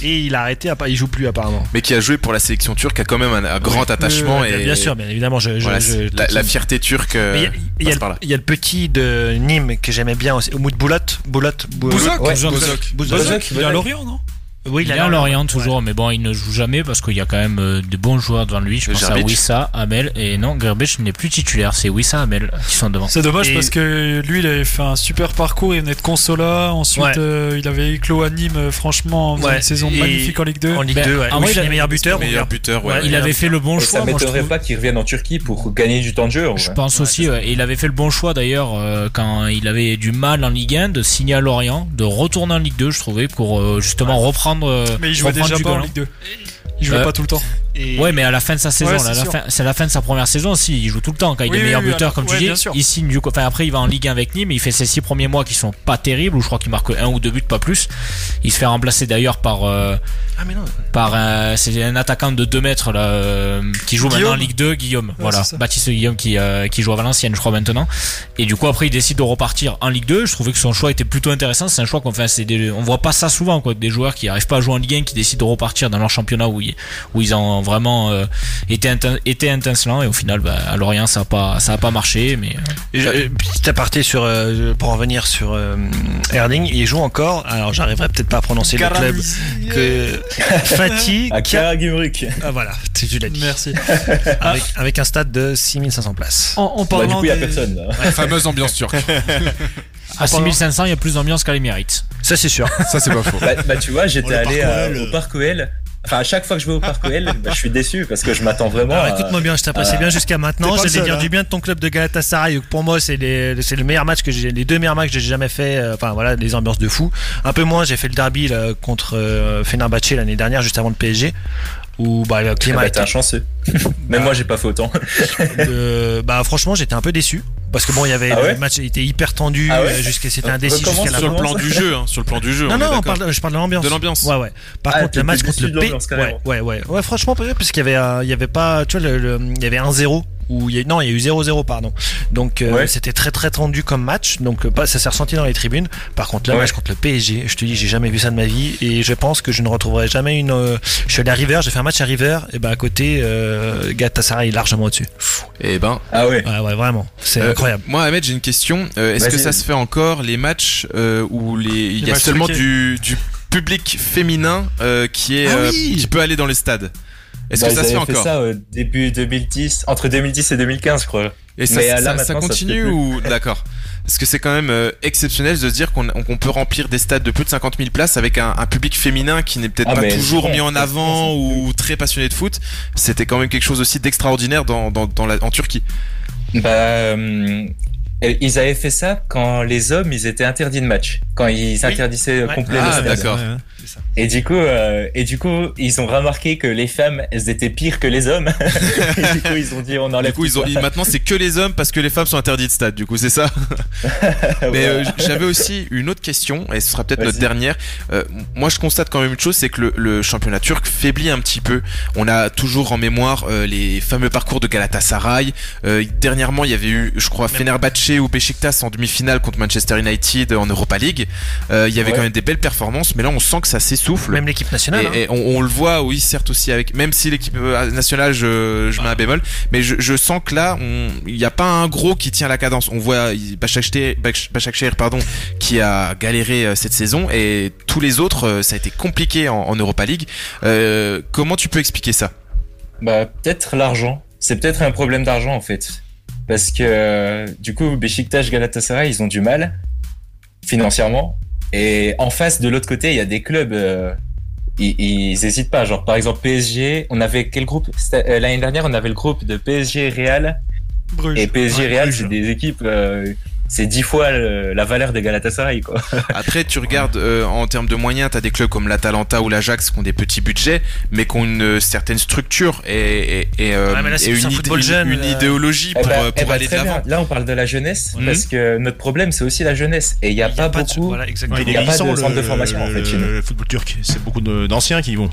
Speaker 8: Et il a arrêté, à, il joue plus apparemment.
Speaker 1: Mais qui a joué pour la sélection turque, a quand même un, un grand attachement.
Speaker 8: oui,
Speaker 1: et
Speaker 8: bien sûr, bien évidemment, je- je-
Speaker 1: Voilà,
Speaker 8: je-
Speaker 1: c'est- la, la fierté turque. euh,
Speaker 8: Mais Il y, a- il y a
Speaker 1: passe
Speaker 8: le-
Speaker 1: par là.
Speaker 8: il y a le petit de Nîmes que j'aimais bien aussi, au bout de Boulat. Boulat. Bou-
Speaker 7: Bouzak,
Speaker 8: Ouais,
Speaker 7: Bouzak.
Speaker 8: Bouzak.
Speaker 7: Bouzak,
Speaker 6: il est à Lorient, non
Speaker 8: Oui,
Speaker 5: il, est à Lorient toujours, mais bon, il ne joue jamais parce qu'il y a quand même euh, de bons joueurs devant lui. Je
Speaker 1: Le
Speaker 5: pense à
Speaker 1: Gerbic.
Speaker 5: Wissa, Amel et non, Gerbic n'est plus titulaire, c'est Wissa, Amel qui sont devant.
Speaker 6: C'est dommage
Speaker 5: Et-
Speaker 6: parce que lui, il avait fait un super parcours. Il venait de Consola. Ensuite,
Speaker 5: Ouais.
Speaker 6: euh, il avait éclos à Nîmes. euh, Franchement, en faisant
Speaker 8: Ouais.
Speaker 6: une saison
Speaker 8: Et-
Speaker 6: magnifique en Ligue Ben, Ah, 2.
Speaker 8: en Ligue 2, ouais.
Speaker 5: en
Speaker 8: Où
Speaker 5: vrai,
Speaker 8: il
Speaker 5: il
Speaker 8: est
Speaker 5: a-
Speaker 8: meilleur buteur.
Speaker 1: meilleur
Speaker 8: ou-
Speaker 1: buteur, ouais,
Speaker 5: il avait fait le bon
Speaker 2: Et ça
Speaker 5: choix. moi, je
Speaker 2: m'étonnerait
Speaker 5: trouve.
Speaker 2: pas qu'ils reviennent en Turquie pour gagner du temps de jeu. en
Speaker 5: Je
Speaker 2: vrai.
Speaker 5: pense aussi, ouais. Et il avait fait le bon choix d'ailleurs euh, quand il avait du mal en Ligue 1 de signer à Lorient, de retourner en Ligue 2, je trouvais, pour euh, justement reprendre. euh,
Speaker 6: Mais il jouait
Speaker 5: reprendre
Speaker 6: déjà
Speaker 5: du
Speaker 6: pas en
Speaker 5: galon.
Speaker 6: Ligue 2. Il jouait
Speaker 5: Euh,
Speaker 6: pas tout le temps.
Speaker 5: Ouais, mais à la fin de sa saison,
Speaker 6: Ouais,
Speaker 5: là,
Speaker 6: c'est
Speaker 5: la
Speaker 6: sûr.
Speaker 5: fin- c'est la fin de sa première saison aussi. Il joue tout le temps quand il
Speaker 6: Oui,
Speaker 5: est
Speaker 6: oui,
Speaker 5: meilleur
Speaker 6: oui,
Speaker 5: buteur,
Speaker 6: oui,
Speaker 5: comme tu
Speaker 6: ouais,
Speaker 5: dis.
Speaker 6: bien sûr.
Speaker 5: Il signe du coup. Enfin, après, il va en Ligue 1 avec Nîmes. Il fait ses six premiers mois qui sont pas terribles, où je crois qu'il marque un ou deux buts, pas plus. Il se fait remplacer d'ailleurs par. euh,
Speaker 6: Ah,
Speaker 5: Par un, c'est un attaquant de 2 mètres là, euh, qui joue maintenant en
Speaker 6: Guillaume.
Speaker 5: Ligue 2, Guillaume. voilà,
Speaker 6: c'est ça.
Speaker 5: Baptiste Guillaume qui, euh, qui joue à Valenciennes, je crois maintenant. Et du coup, après, il décide de repartir en Ligue 2. Je trouvais que son choix était plutôt intéressant. C'est un choix qu'on fait, c'est des- on voit pas ça souvent, quoi, des joueurs qui arrivent pas à jouer en Ligue 1, qui décident de repartir dans leur championnat où ils, où ils ont vraiment euh, été, inten- été intenselants. Et au final, bah, à Lorient, ça a pas, ça a pas marché, mais.
Speaker 8: Et je- euh, petit aparté sur, euh, pour en venir sur euh, Erling, il joue encore. Alors, j'arriverai peut-être pas à prononcer le club. Que Fatih
Speaker 2: À
Speaker 8: Kia-
Speaker 2: Karagümrük.
Speaker 8: Ah voilà, tu, tu l'as dit.
Speaker 6: Merci. Ah,
Speaker 8: Avec, avec un stade de 6500 places.
Speaker 6: En, en
Speaker 2: Bah,
Speaker 6: parlant
Speaker 2: du coup, il y a
Speaker 6: des-
Speaker 2: personne. là.
Speaker 7: La fameuse ambiance turque.
Speaker 5: À 6500, il y a plus d'ambiance qu'à les mérites.
Speaker 3: Ça, c'est sûr.
Speaker 7: Ça, c'est pas faux.
Speaker 2: Bah, bah, tu vois, j'étais
Speaker 3: Oh, le
Speaker 2: allé
Speaker 3: Parc
Speaker 2: euh,
Speaker 3: OL,
Speaker 2: au Parc OL. Enfin, à chaque fois que je vais au Parc OL, bah, je suis déçu parce que je m'attends vraiment.
Speaker 8: Alors,
Speaker 2: à-
Speaker 8: Ah bah, écoute-moi bien, je t'ai passé
Speaker 2: à-
Speaker 8: bien jusqu'à maintenant.
Speaker 2: Euh, T'es pas le
Speaker 8: J'allais
Speaker 2: seul,
Speaker 8: dire
Speaker 2: hein.
Speaker 8: du bien de ton club de Galatasaray. Pour moi, c'est les- c'est le meilleur match que j'ai, les deux meilleurs matchs que j'ai jamais fait. euh, Enfin voilà, les ambiances de fou. Un peu moins, j'ai fait le derby là, contre euh, Fenerbahçe l'année dernière, juste avant le PSG, où bah, le
Speaker 2: Ah
Speaker 8: climat
Speaker 2: bah,
Speaker 8: était
Speaker 2: t'es un chanceux. Même moi, j'ai pas hein. fait autant.
Speaker 8: Euh, bah franchement j'étais un peu déçu parce que bon il y avait
Speaker 2: Ah ouais
Speaker 8: le match était hyper tendu
Speaker 2: Ah ouais
Speaker 8: euh, jusqu'à c'était
Speaker 2: Euh,
Speaker 8: un décis
Speaker 2: recommence,
Speaker 8: jusqu'à la
Speaker 2: sur le plan
Speaker 8: fin.
Speaker 2: du jeu, hein,
Speaker 1: sur le plan du jeu,
Speaker 8: non
Speaker 1: on
Speaker 8: non
Speaker 1: est
Speaker 8: on
Speaker 1: d'accord.
Speaker 8: parle- je parle de l'ambiance
Speaker 1: De l'ambiance.
Speaker 8: ouais ouais par
Speaker 1: Ah,
Speaker 8: contre
Speaker 1: t'es
Speaker 8: le match
Speaker 1: plus
Speaker 8: contre
Speaker 1: déçu
Speaker 8: le
Speaker 1: de
Speaker 8: P
Speaker 1: l'ambiance,
Speaker 8: ouais
Speaker 1: carrément.
Speaker 8: ouais ouais ouais franchement parce qu'il y avait euh, il y avait pas tu vois le- le- il y avait un 0 ou il y a- non il y a eu 0-0 pardon donc euh,
Speaker 2: Ouais.
Speaker 8: c'était très très tendu comme match donc euh, pas ça s'est ressenti dans les tribunes par contre le
Speaker 2: Ouais.
Speaker 8: match contre le PSG je te dis j'ai jamais vu ça de ma vie et je pense que je ne retrouverai jamais une euh, je suis allé à River j'ai fait un match à River et ben à côté euh, Galatasaray est largement au-dessus
Speaker 1: Et ben.
Speaker 2: Ah ouais.
Speaker 8: Ouais, vraiment. C'est
Speaker 1: Euh,
Speaker 8: incroyable.
Speaker 1: Moi, Ahmed, j'ai une question. Euh, Est-ce que
Speaker 8: Vas-y.
Speaker 1: ça se fait encore les matchs euh, où les... il y a
Speaker 8: matchs
Speaker 1: seulement
Speaker 8: truqués.
Speaker 1: du, du public féminin euh, qui, est,
Speaker 2: Ah
Speaker 1: euh,
Speaker 2: oui
Speaker 1: qui peut aller dans les stades Est-ce
Speaker 2: Bah,
Speaker 1: que ça
Speaker 2: ils
Speaker 1: se fait
Speaker 2: avaient
Speaker 1: encore
Speaker 2: ça au début 2010, entre 2010 et 2015, je crois.
Speaker 1: Et ça,
Speaker 2: Mais,
Speaker 1: ça-
Speaker 2: euh, là,
Speaker 1: ça- ça
Speaker 2: maintenant, se fait
Speaker 1: continue
Speaker 2: plus.
Speaker 1: ou d'accord Parce que c'est quand même euh, exceptionnel de se dire qu'on qu'on peut remplir des stades de plus de 50 000 places avec un, un public féminin qui n'est peut-être
Speaker 2: Ah,
Speaker 1: pas
Speaker 2: mais
Speaker 1: toujours
Speaker 2: bon,
Speaker 1: mis en
Speaker 2: ça,
Speaker 1: avant ou très passionné de foot. C'était quand même quelque chose aussi d'extraordinaire dans, dans, dans la- en Turquie.
Speaker 2: Bah, euh, ils avaient fait ça quand les hommes, ils étaient interdits de match, quand ils interdissaient
Speaker 1: Ouais.
Speaker 2: complet
Speaker 1: Ah,
Speaker 2: le stade.
Speaker 1: d'accord.
Speaker 2: Et du coup, euh, et du coup, ils ont remarqué que les femmes, elles étaient pires que les hommes. et du coup, ils ont dit, on enlève.
Speaker 1: Du coup,
Speaker 2: tout
Speaker 1: ils ont,
Speaker 2: ça.
Speaker 1: ils- maintenant c'est que les hommes parce que les femmes sont interdites de stade. Du coup, c'est ça. Mais euh, j'avais aussi une autre question et ce sera peut-être notre
Speaker 2: Vas-y.
Speaker 1: dernière. Euh, moi, je constate quand même une chose, c'est que le, le championnat turc faiblit un petit peu. On a toujours en mémoire euh, les fameux parcours de Galatasaray. Euh, dernièrement, il y avait eu, je crois, Fenerbahçe ou Besiktas en demi-finale contre Manchester United en Europa League. Euh, il y avait
Speaker 8: Ouais.
Speaker 1: quand même des belles performances, mais là, on sent que ça s'essouffle.
Speaker 8: Même l'équipe nationale,
Speaker 1: Et-
Speaker 8: hein.
Speaker 1: et on, on le voit, oui, certes aussi avec, même si l'équipe euh, nationale, je, je mets un bémol, mais je, je sens que là, on- il n'y a pas un gros qui tient la cadence. On voit il- Başakşehir, Baş- Başakşehir, pardon, qui a galéré euh, cette saison, et tous les autres, euh, ça a été compliqué en, en Europa League. Euh, comment tu peux expliquer ça
Speaker 2: Bah, peut-être l'argent. C'est peut-être un problème d'argent, en fait. Parce que, euh, du coup, Besiktas, Galatasaray, ils ont du mal, financièrement. Et en face, de l'autre côté, il y a des clubs, euh, ils, ils hésitent pas. Genre, par exemple, PSG, on avait quel groupe? C'était- euh, L'année dernière, on avait le groupe de PSG Real.
Speaker 8: Bruges.
Speaker 2: Et PSG
Speaker 8: Ouais,
Speaker 2: Real,
Speaker 8: Bruges.
Speaker 2: c'est des équipes, euh, c'est dix fois euh, la valeur de Galatasaray, quoi.
Speaker 1: Après, tu regardes euh, en termes de moyens, t'as des clubs comme l'Atalanta ou l'Ajax qui ont des petits budgets, mais qui ont une euh, certaine structure et, et, et, euh,
Speaker 8: Ouais, mais là, c'est
Speaker 1: et
Speaker 8: plus un
Speaker 1: une,
Speaker 8: football
Speaker 1: idée-
Speaker 8: jeune,
Speaker 1: une
Speaker 8: là.
Speaker 1: idéologie
Speaker 2: Eh
Speaker 1: pour,
Speaker 2: ben,
Speaker 1: euh,
Speaker 2: eh
Speaker 1: pour
Speaker 2: ben,
Speaker 1: aller de
Speaker 2: très bien.
Speaker 1: l'avant.
Speaker 2: Là, on parle de la jeunesse parce que notre problème, c'est aussi la jeunesse. Et il n'y a, pas beaucoup.
Speaker 4: Ouais,
Speaker 2: il n'y a pas de centre de formation en
Speaker 4: le-
Speaker 2: fait. chez nous.
Speaker 4: le football turc. C'est beaucoup de- d'anciens qui y vont.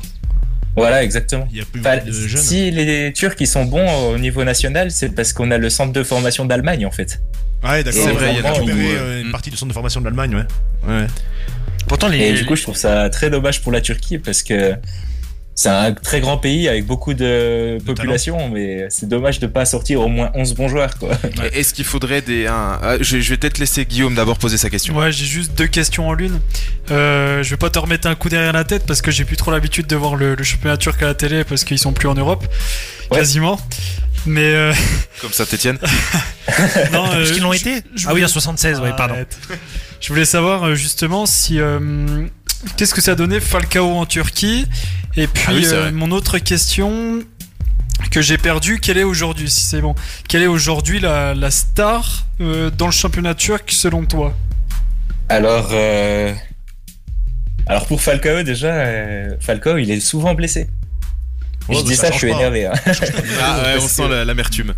Speaker 2: Voilà, exactement.
Speaker 4: Il y a plus
Speaker 2: Enfin,
Speaker 4: beaucoup de jeunes.
Speaker 2: si les Turcs ils sont bons au niveau national, c'est parce qu'on a le centre de formation d'Allemagne en fait.
Speaker 4: Ouais, d'accord.
Speaker 2: C'est
Speaker 4: ouais,
Speaker 2: vrai,
Speaker 4: on
Speaker 2: il y en a
Speaker 4: récupéré,
Speaker 2: beaucoup,
Speaker 4: euh, une
Speaker 7: hmm.
Speaker 4: partie du centre de formation de l'Allemagne, ouais.
Speaker 8: Pourtant, les-
Speaker 2: Et du coup, je trouve ça très dommage pour la Turquie parce que c'est un très grand pays avec beaucoup de population, mais c'est dommage de pas sortir au moins 11 bons joueurs quoi.
Speaker 1: Et Est-ce qu'il faudrait des. un- ah, je, je vais peut-être laisser Guillaume d'abord poser sa question.
Speaker 6: Ouais, j'ai juste deux questions en l'une. Euh, je vais pas te remettre un coup derrière la tête parce que j'ai plus trop l'habitude de voir le, le championnat turc à la télé parce qu'ils sont plus en Europe, quasiment. Mais euh,
Speaker 1: Comme ça, Tétienne.
Speaker 6: non, euh,
Speaker 8: Parce
Speaker 1: euh,
Speaker 8: qu'ils l'ont été Ah oui, en 76, ouais, pardon.
Speaker 6: Arrête. Je voulais savoir euh, justement si euh, qu'est-ce que ça donnait Falcao en Turquie et puis
Speaker 1: Ah oui, c'est
Speaker 6: euh,
Speaker 1: vrai.
Speaker 6: mon autre question que j'ai perdu, quelle est aujourd'hui si c'est bon Quelle est aujourd'hui la, la star euh, dans le championnat turc selon toi
Speaker 2: Alors, euh, alors pour Falcao déjà, euh, Falcao il est souvent blessé.
Speaker 1: Ouais,
Speaker 2: je
Speaker 1: bah,
Speaker 2: dis
Speaker 1: ça
Speaker 2: ça, je
Speaker 1: change
Speaker 2: suis
Speaker 1: pas.
Speaker 2: énervé. hein.
Speaker 1: Ah ouais, on
Speaker 2: Parce
Speaker 1: sent
Speaker 2: que-
Speaker 1: la- l'amertume.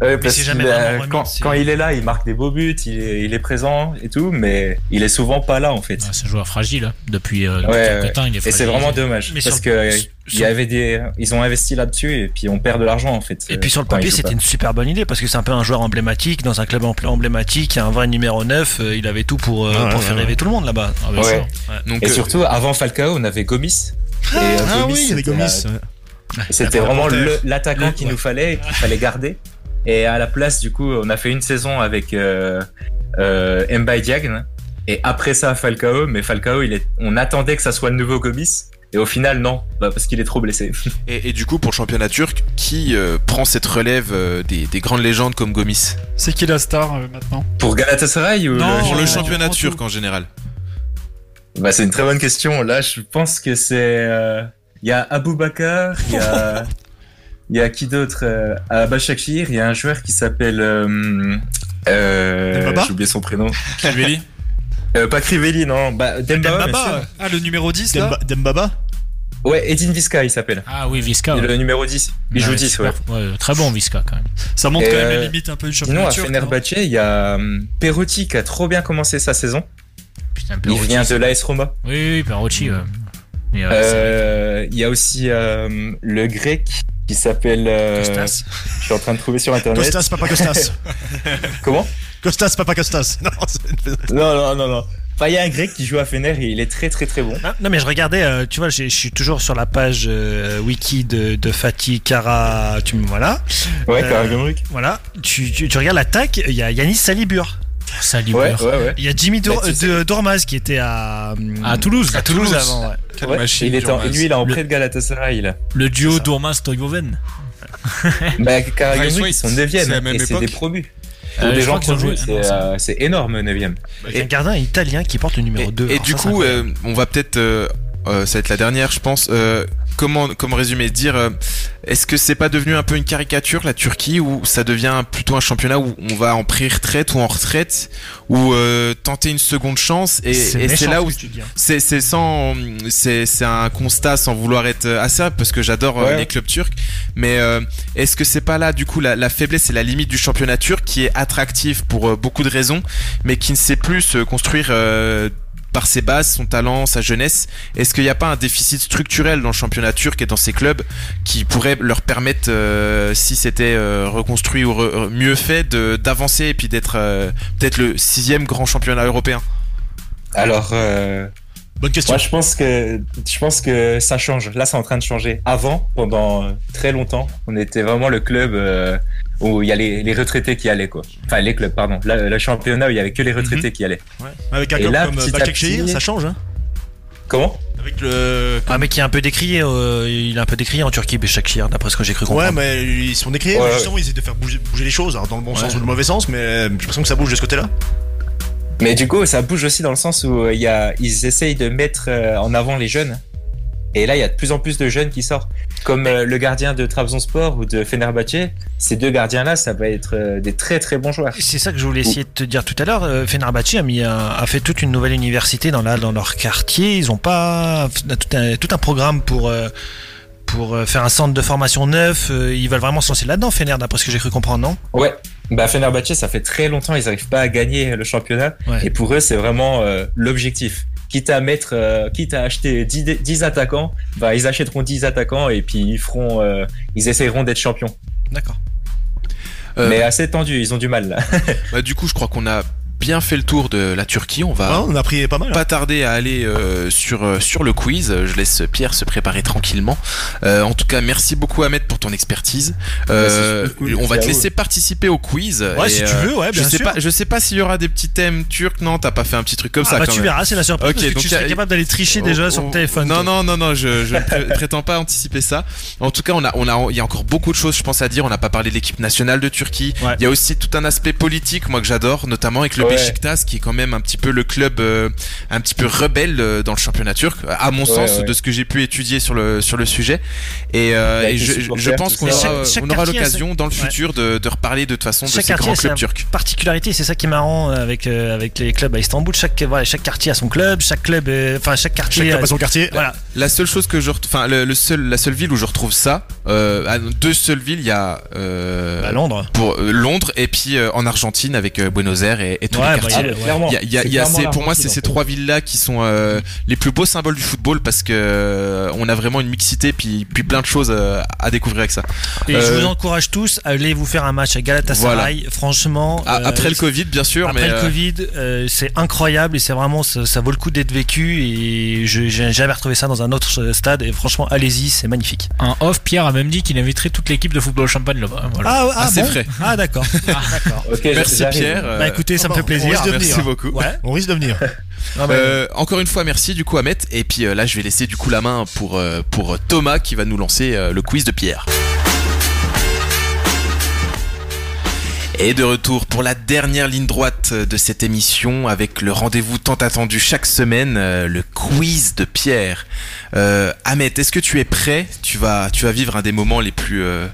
Speaker 2: Ouais,
Speaker 1: Mais
Speaker 2: parce
Speaker 1: c'est
Speaker 2: qu'il
Speaker 1: jamais
Speaker 2: a-
Speaker 1: vraiment remis,
Speaker 2: quand,
Speaker 1: c'est-
Speaker 2: quand il est là, il marque des beaux buts, il est, il est présent et tout, mais il est souvent pas là en fait.
Speaker 5: C'est un joueur fragile hein. depuis euh,
Speaker 2: Ouais,
Speaker 5: quelques
Speaker 2: ouais.
Speaker 5: temps, il est
Speaker 2: et c'est
Speaker 5: fragilisé.
Speaker 2: vraiment dommage
Speaker 5: Mais sur
Speaker 2: parce
Speaker 5: le-
Speaker 2: que euh,
Speaker 5: sur-
Speaker 2: il y avait des, ils ont investi là-dessus et puis on perd de l'argent en fait.
Speaker 8: Et puis sur le
Speaker 2: quand il
Speaker 8: papier,
Speaker 2: joue
Speaker 8: c'était
Speaker 2: pas.
Speaker 8: une super bonne idée parce que c'est un peu un joueur emblématique dans un club empl- emblématique, un vrai numéro 9. euh, il avait tout pour, euh,
Speaker 2: Ouais,
Speaker 8: pour
Speaker 2: ouais,
Speaker 8: faire
Speaker 2: ouais.
Speaker 8: rêver tout le monde là-bas. Ah,
Speaker 2: Ouais. euh, et surtout, avant Falcao, on avait Gomis. Et, euh,
Speaker 8: Ah oui, il y avait
Speaker 2: c'était,
Speaker 8: Gomis,
Speaker 2: euh,
Speaker 8: ouais.
Speaker 2: C'était
Speaker 8: La
Speaker 2: vraiment
Speaker 8: parenthèse.
Speaker 2: le- l'attaquant
Speaker 8: Le-
Speaker 2: qu'il
Speaker 8: ouais.
Speaker 2: nous fallait, et qu'il fallait garder. Et à la place, du coup, on a fait une saison avec euh, euh, Mbaye Diagne. Et après ça, Falcao. Mais Falcao, il est... on attendait que ça soit le nouveau Gomis. Et au final, non, bah, parce qu'il est trop blessé.
Speaker 1: Et, et du coup, pour le championnat turc, qui euh, prend cette relève euh, des, des grandes légendes comme Gomis
Speaker 6: C'est qui la star euh, maintenant
Speaker 2: Pour Galatasaray ou
Speaker 1: Pour le
Speaker 6: euh,
Speaker 1: championnat
Speaker 6: en tout.
Speaker 1: turc en général
Speaker 2: Bah, c'est une très bonne question. Là, je pense que c'est. euh, Il y a Aboubacar, il y a. Il y a qui d'autre euh, À Bachakshir, il y a un joueur qui s'appelle. euh, euh,
Speaker 18: Dembaba
Speaker 2: J'ai oublié son prénom.
Speaker 18: Crivelli
Speaker 2: euh, Pas Crivelli, non. Bah, Dembaba, bien sûr.
Speaker 6: Ah, le numéro 10 là
Speaker 4: Dembaba
Speaker 2: Ouais, Edin Visca, il s'appelle.
Speaker 5: Ah oui, Ah Visca.
Speaker 2: Le numéro 10. Il joue 10, ouais.
Speaker 5: Très bon, Visca, quand même.
Speaker 6: Ça montre quand même les limites un peu du championnat
Speaker 2: Euh, Sinon, à
Speaker 6: turc, hein. non
Speaker 2: Fenerbahce, il y a euh, Perotti qui a trop bien commencé sa saison. il
Speaker 5: Perotti,
Speaker 2: vient de
Speaker 5: c'est-
Speaker 2: l'AS Roma.
Speaker 5: Oui, oui, oui, Perotti. ouais. Mais, euh,
Speaker 2: Euh, Il y a aussi euh, le grec qui s'appelle. euh,
Speaker 4: Kostas.
Speaker 2: Je suis en train de trouver sur internet.
Speaker 4: Costas, papa Costas.
Speaker 2: Comment
Speaker 4: Costas, papa Costas. Non, c'est une plaisanterie.
Speaker 2: Non, non, non, non. Enfin, il y a un grec qui joue à Fener et il est très très très bon.
Speaker 8: Non mais je regardais, euh, tu vois, j'ai- je suis toujours sur la page euh, wiki de, de Fatih Kara, tu me voilà. Euh,
Speaker 2: Ouais, Kara Gümrük.
Speaker 8: Voilà, tu, tu, tu regardes l'attaque, il y a Yanis Salibur.
Speaker 5: Salibur.
Speaker 2: Ouais, ouais, ouais.
Speaker 8: Il y a Jimmy Dor-
Speaker 2: Bah, tu sais-
Speaker 8: de- Dormaz qui était à, hum,
Speaker 5: À Toulouse.
Speaker 8: À Toulouse, avant. ouais.
Speaker 2: Ouais, il est en, lui, il est en
Speaker 5: Le-
Speaker 2: prêt de Galatasaray. Là.
Speaker 5: Le duo Dourmas-Toivoven.
Speaker 2: Bah, Kara Gümrük,
Speaker 5: Braithwaite,
Speaker 2: ils sont 9
Speaker 5: c'est la même
Speaker 2: et c'est
Speaker 5: époque.
Speaker 2: des promus.
Speaker 5: Euh,
Speaker 2: Pour
Speaker 5: je
Speaker 2: des
Speaker 5: crois
Speaker 2: gens
Speaker 5: qu'ils ont
Speaker 2: promus,
Speaker 5: joué-
Speaker 2: c'est
Speaker 5: non,
Speaker 2: euh, c'est énorme, 9ème.
Speaker 8: Il y a Bah, un gardien italien qui porte le numéro 2.
Speaker 1: Et du coup, euh, on va peut-être, euh, euh, ça va être la dernière, je pense. euh, comment, comment résumer Dire, euh, est-ce que c'est pas devenu un peu une caricature la Turquie ou ça devient plutôt un championnat où on va en pré-retraite ou en retraite ou euh, tenter une seconde chance et
Speaker 8: C'est
Speaker 1: et c'est
Speaker 8: méchant,
Speaker 1: là
Speaker 8: ce
Speaker 1: où
Speaker 8: que tu dis, hein.
Speaker 1: c'est c'est sans c'est c'est un constat sans vouloir être à ça parce que j'adore euh,
Speaker 8: Ouais.
Speaker 1: les clubs turcs mais euh, est-ce que c'est pas là du coup la, la faiblesse et la limite du championnat turc qui est attractif pour euh, beaucoup de raisons mais qui ne sait plus se construire euh, par ses bases, son talent, sa jeunesse, est-ce qu'il n'y a pas un déficit structurel dans le championnat turc et dans ces clubs qui pourrait leur permettre, euh, si c'était euh, reconstruit ou re- mieux fait, de- d'avancer et puis d'être euh, peut-être le sixième grand championnat européen
Speaker 2: Alors, euh,
Speaker 4: Bonne question.
Speaker 2: Moi, je pense que je pense que Euh, ça change. Là, c'est en train de changer. Avant, pendant euh, très longtemps, on était vraiment le club euh, où il y a les, les retraités qui allaient quoi. Enfin, les clubs, pardon. La- Le championnat où il y avait que les retraités
Speaker 8: Mhm.
Speaker 2: qui allaient.
Speaker 4: Avec un
Speaker 2: Et
Speaker 4: club
Speaker 2: là,
Speaker 4: comme
Speaker 2: petit à
Speaker 8: bah,
Speaker 4: Başakşehir,
Speaker 2: petit-
Speaker 4: ça change. Hein.
Speaker 2: Comment
Speaker 4: Avec le.
Speaker 8: Ah, mais qui est un peu décrié, euh, il est un peu décrié en Turquie, Beşiktaş, d'après ce que j'ai cru comprendre.
Speaker 4: Ouais, mais ils sont décriés,
Speaker 8: Ouais,
Speaker 4: mais
Speaker 8: ouais.
Speaker 4: justement, ils essaient de faire bouger, bouger les choses, alors dans le bon
Speaker 2: Ouais.
Speaker 4: sens ou le mauvais sens, mais euh, j'ai l'impression que ça bouge de ce côté-là.
Speaker 2: Mais du coup, ça bouge aussi dans le sens où euh, il y a, ils essayent de mettre euh, en avant les jeunes. Et là, il y a de plus en plus de jeunes qui sortent. Comme euh, le gardien de Trabzonspor ou de Fenerbahçe, ces deux gardiens-là, ça va être euh, des très très bons joueurs.
Speaker 8: C'est ça que je voulais essayer de te dire tout à l'heure. euh, Fenerbahçe a, mis un- a fait toute une nouvelle université dans, la, dans leur quartier. Ils ont pas tout un, tout un programme pour, euh, pour euh, faire un centre de formation neuf. Euh, Ils veulent vraiment se lancer là-dedans, Fener, d'après ce que j'ai cru comprendre, non
Speaker 2: Ouais, bah Fenerbahçe, ça fait très longtemps, ils n'arrivent pas à gagner le championnat.
Speaker 8: Ouais.
Speaker 2: Et pour eux, c'est vraiment euh, l'objectif. Quitte à mettre, euh, quitte à acheter 10, dé- 10 attaquants, bah, ils achèteront 10 attaquants et puis ils feront, euh, ils essayeront d'être champions.
Speaker 8: D'accord. Euh.
Speaker 2: Mais assez tendu, ils ont du mal là.
Speaker 1: Bah, du coup, je crois qu'on a bien fait le tour de la Turquie. On va
Speaker 8: Ah,
Speaker 4: Ouais, on a pris pas mal. hein.
Speaker 1: tarder à aller euh, sur, euh, sur le quiz. Je laisse Pierre se préparer tranquillement. Euh, en tout cas, merci beaucoup Ahmed pour ton expertise. Euh,
Speaker 8: Bah, c'est super cool.
Speaker 1: on va
Speaker 8: Merci
Speaker 1: te
Speaker 8: à vous.
Speaker 1: laisser participer au quiz. euh,
Speaker 8: Ouais, si tu veux, ouais, bien
Speaker 1: je sais
Speaker 8: sûr.
Speaker 1: Pas, je sais pas s'il y aura des petits thèmes turcs. Non, t'as pas fait un petit truc comme
Speaker 8: Ah,
Speaker 1: ça.
Speaker 8: bah,
Speaker 1: quand
Speaker 8: tu
Speaker 1: même.
Speaker 8: verras, c'est la surprise,
Speaker 1: Ok,
Speaker 8: parce que
Speaker 1: donc
Speaker 8: tu serais
Speaker 1: y a- Oh,
Speaker 8: capable d'aller tricher déjà sur le téléphone,
Speaker 1: Non,
Speaker 8: toi.
Speaker 1: non, non, non, je, je ne pré- prétends pas anticiper ça. En tout cas, on a, on a, il y a encore beaucoup de choses, je pense, à dire. On n'a pas parlé de l'équipe nationale de Turquie. Il y a aussi tout un aspect politique, moi, que j'adore, notamment avec le
Speaker 2: Ouais.
Speaker 1: Beşiktaş, qui est quand même un petit peu le club, euh, un petit peu rebelle euh, dans le championnat turc, à mon
Speaker 2: Ouais,
Speaker 1: sens,
Speaker 2: ouais.
Speaker 1: de ce que j'ai pu étudier sur le, sur le sujet. Et, euh,
Speaker 2: Avec
Speaker 1: et
Speaker 2: les
Speaker 1: je, je
Speaker 2: supporters,
Speaker 1: pense
Speaker 2: tout
Speaker 1: qu'on
Speaker 2: ça.
Speaker 1: aura,
Speaker 2: Chaque- chaque
Speaker 1: on aura
Speaker 8: quartier a sa-
Speaker 1: l'occasion dans le
Speaker 8: Ouais.
Speaker 1: futur de, de reparler de toute
Speaker 4: bah,
Speaker 1: façon de
Speaker 8: Chaque
Speaker 1: ces grands
Speaker 8: quartier a sa
Speaker 1: clubs turcs.
Speaker 8: particularité, c'est ça qui est marrant euh, avec, euh, avec les clubs à Istanbul. Chaque, voilà, chaque quartier a son club, chaque club, euh, enfin chaque quartier a Voilà.
Speaker 1: La seule chose que je, ret- enfin, le, le seul, la seule ville où je retrouve ça, euh, ah, deux seules villes, il y a euh,
Speaker 8: Bah, Londres.
Speaker 1: pour euh, Londres et puis euh, en Argentine avec euh, Buenos Aires et, et tous
Speaker 8: Ouais, bah,
Speaker 1: les quartiers.
Speaker 8: il y a- clairement.
Speaker 1: Il y a- il y a-
Speaker 8: C'est
Speaker 1: il y a
Speaker 8: clairement
Speaker 1: ces- pour moi, c'est
Speaker 8: l'Argentine,
Speaker 1: ces
Speaker 8: en fait.
Speaker 1: trois villes là qui sont euh, les plus beaux symboles du football parce que euh, on a vraiment une mixité puis puis plein de choses euh, à découvrir avec ça.
Speaker 8: Et je
Speaker 1: Euh,
Speaker 8: vous encourage tous à aller vous faire un match à Galatasaray.
Speaker 1: Voilà.
Speaker 8: Franchement,
Speaker 1: a-
Speaker 8: euh,
Speaker 1: après le Covid, bien sûr,
Speaker 8: Après
Speaker 1: mais
Speaker 8: le
Speaker 1: euh,
Speaker 8: Covid, euh, c'est incroyable et c'est vraiment ça, ça vaut le coup d'être vécu et je j'ai jamais retrouvé ça dans un autre euh, stade et franchement allez-y, c'est magnifique.
Speaker 5: En off, Pierre a même dit qu'il inviterait toute l'équipe de football champagne là-bas. hein, Voilà.
Speaker 8: Ah, ah, bon Ah d'accord. D'accord.
Speaker 5: Ok, Merci, j'arrive. Pierre.
Speaker 8: Bah écoutez, ça me fait plaisir.
Speaker 1: Merci beaucoup.
Speaker 4: On risque de venir.
Speaker 8: Ah bah,
Speaker 1: Euh, encore une fois, merci du coup Ahmet. Et puis euh, là, je vais laisser du coup la main pour, euh, pour euh, Thomas qui va nous lancer euh, le quiz de Pierre. Et de retour pour la dernière ligne droite découverte de cette émission avec le rendez-vous tant attendu chaque semaine, euh, le quiz de Pierre. Euh, Ahmed, est-ce que tu es prêt tu vas, tu vas vivre un des moments les plus, euh,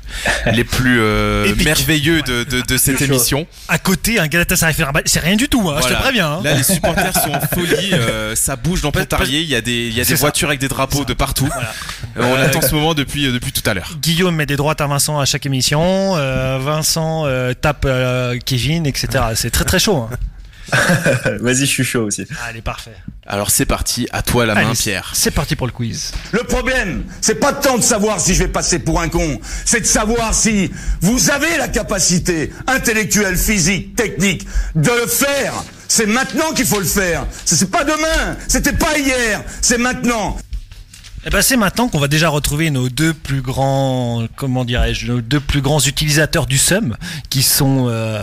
Speaker 1: les plus euh,
Speaker 8: Épique.
Speaker 1: merveilleux de, de- de cette émission.
Speaker 8: À côté, un Galatasaray Fenerbahçe, c'est rien du tout, hein, je
Speaker 1: Voilà.
Speaker 8: te préviens. hein.
Speaker 1: Là, les supporters sont en folie. euh, ça bouge dans Pontarlier. Il y a des, il y a des
Speaker 8: C'est ça.
Speaker 1: voitures avec des drapeaux de partout. Euh, on
Speaker 8: Euh,
Speaker 1: attend ce moment depuis, depuis tout à l'heure.
Speaker 8: Guillaume met des droites à Vincent à chaque émission, euh, Vincent euh, tape euh, Kevin, etc. C'est très très chaud. hein.
Speaker 2: Vas-y, je suis chaud aussi.
Speaker 8: Allez, parfait.
Speaker 1: Alors c'est parti, à toi la main,
Speaker 8: Allez,
Speaker 1: Pierre.
Speaker 8: C'est parti pour le quiz.
Speaker 19: Le problème, c'est pas tant de savoir si je vais passer pour un con, c'est de savoir si vous avez la capacité intellectuelle, physique, technique de le faire. C'est maintenant qu'il faut le faire. C'est c'est pas demain, c'était pas hier, c'est maintenant.
Speaker 8: Eh ben, c'est maintenant qu'on va déjà retrouver nos deux plus grands, comment dirais-je, nos deux plus grands utilisateurs du SEM, qui sont euh,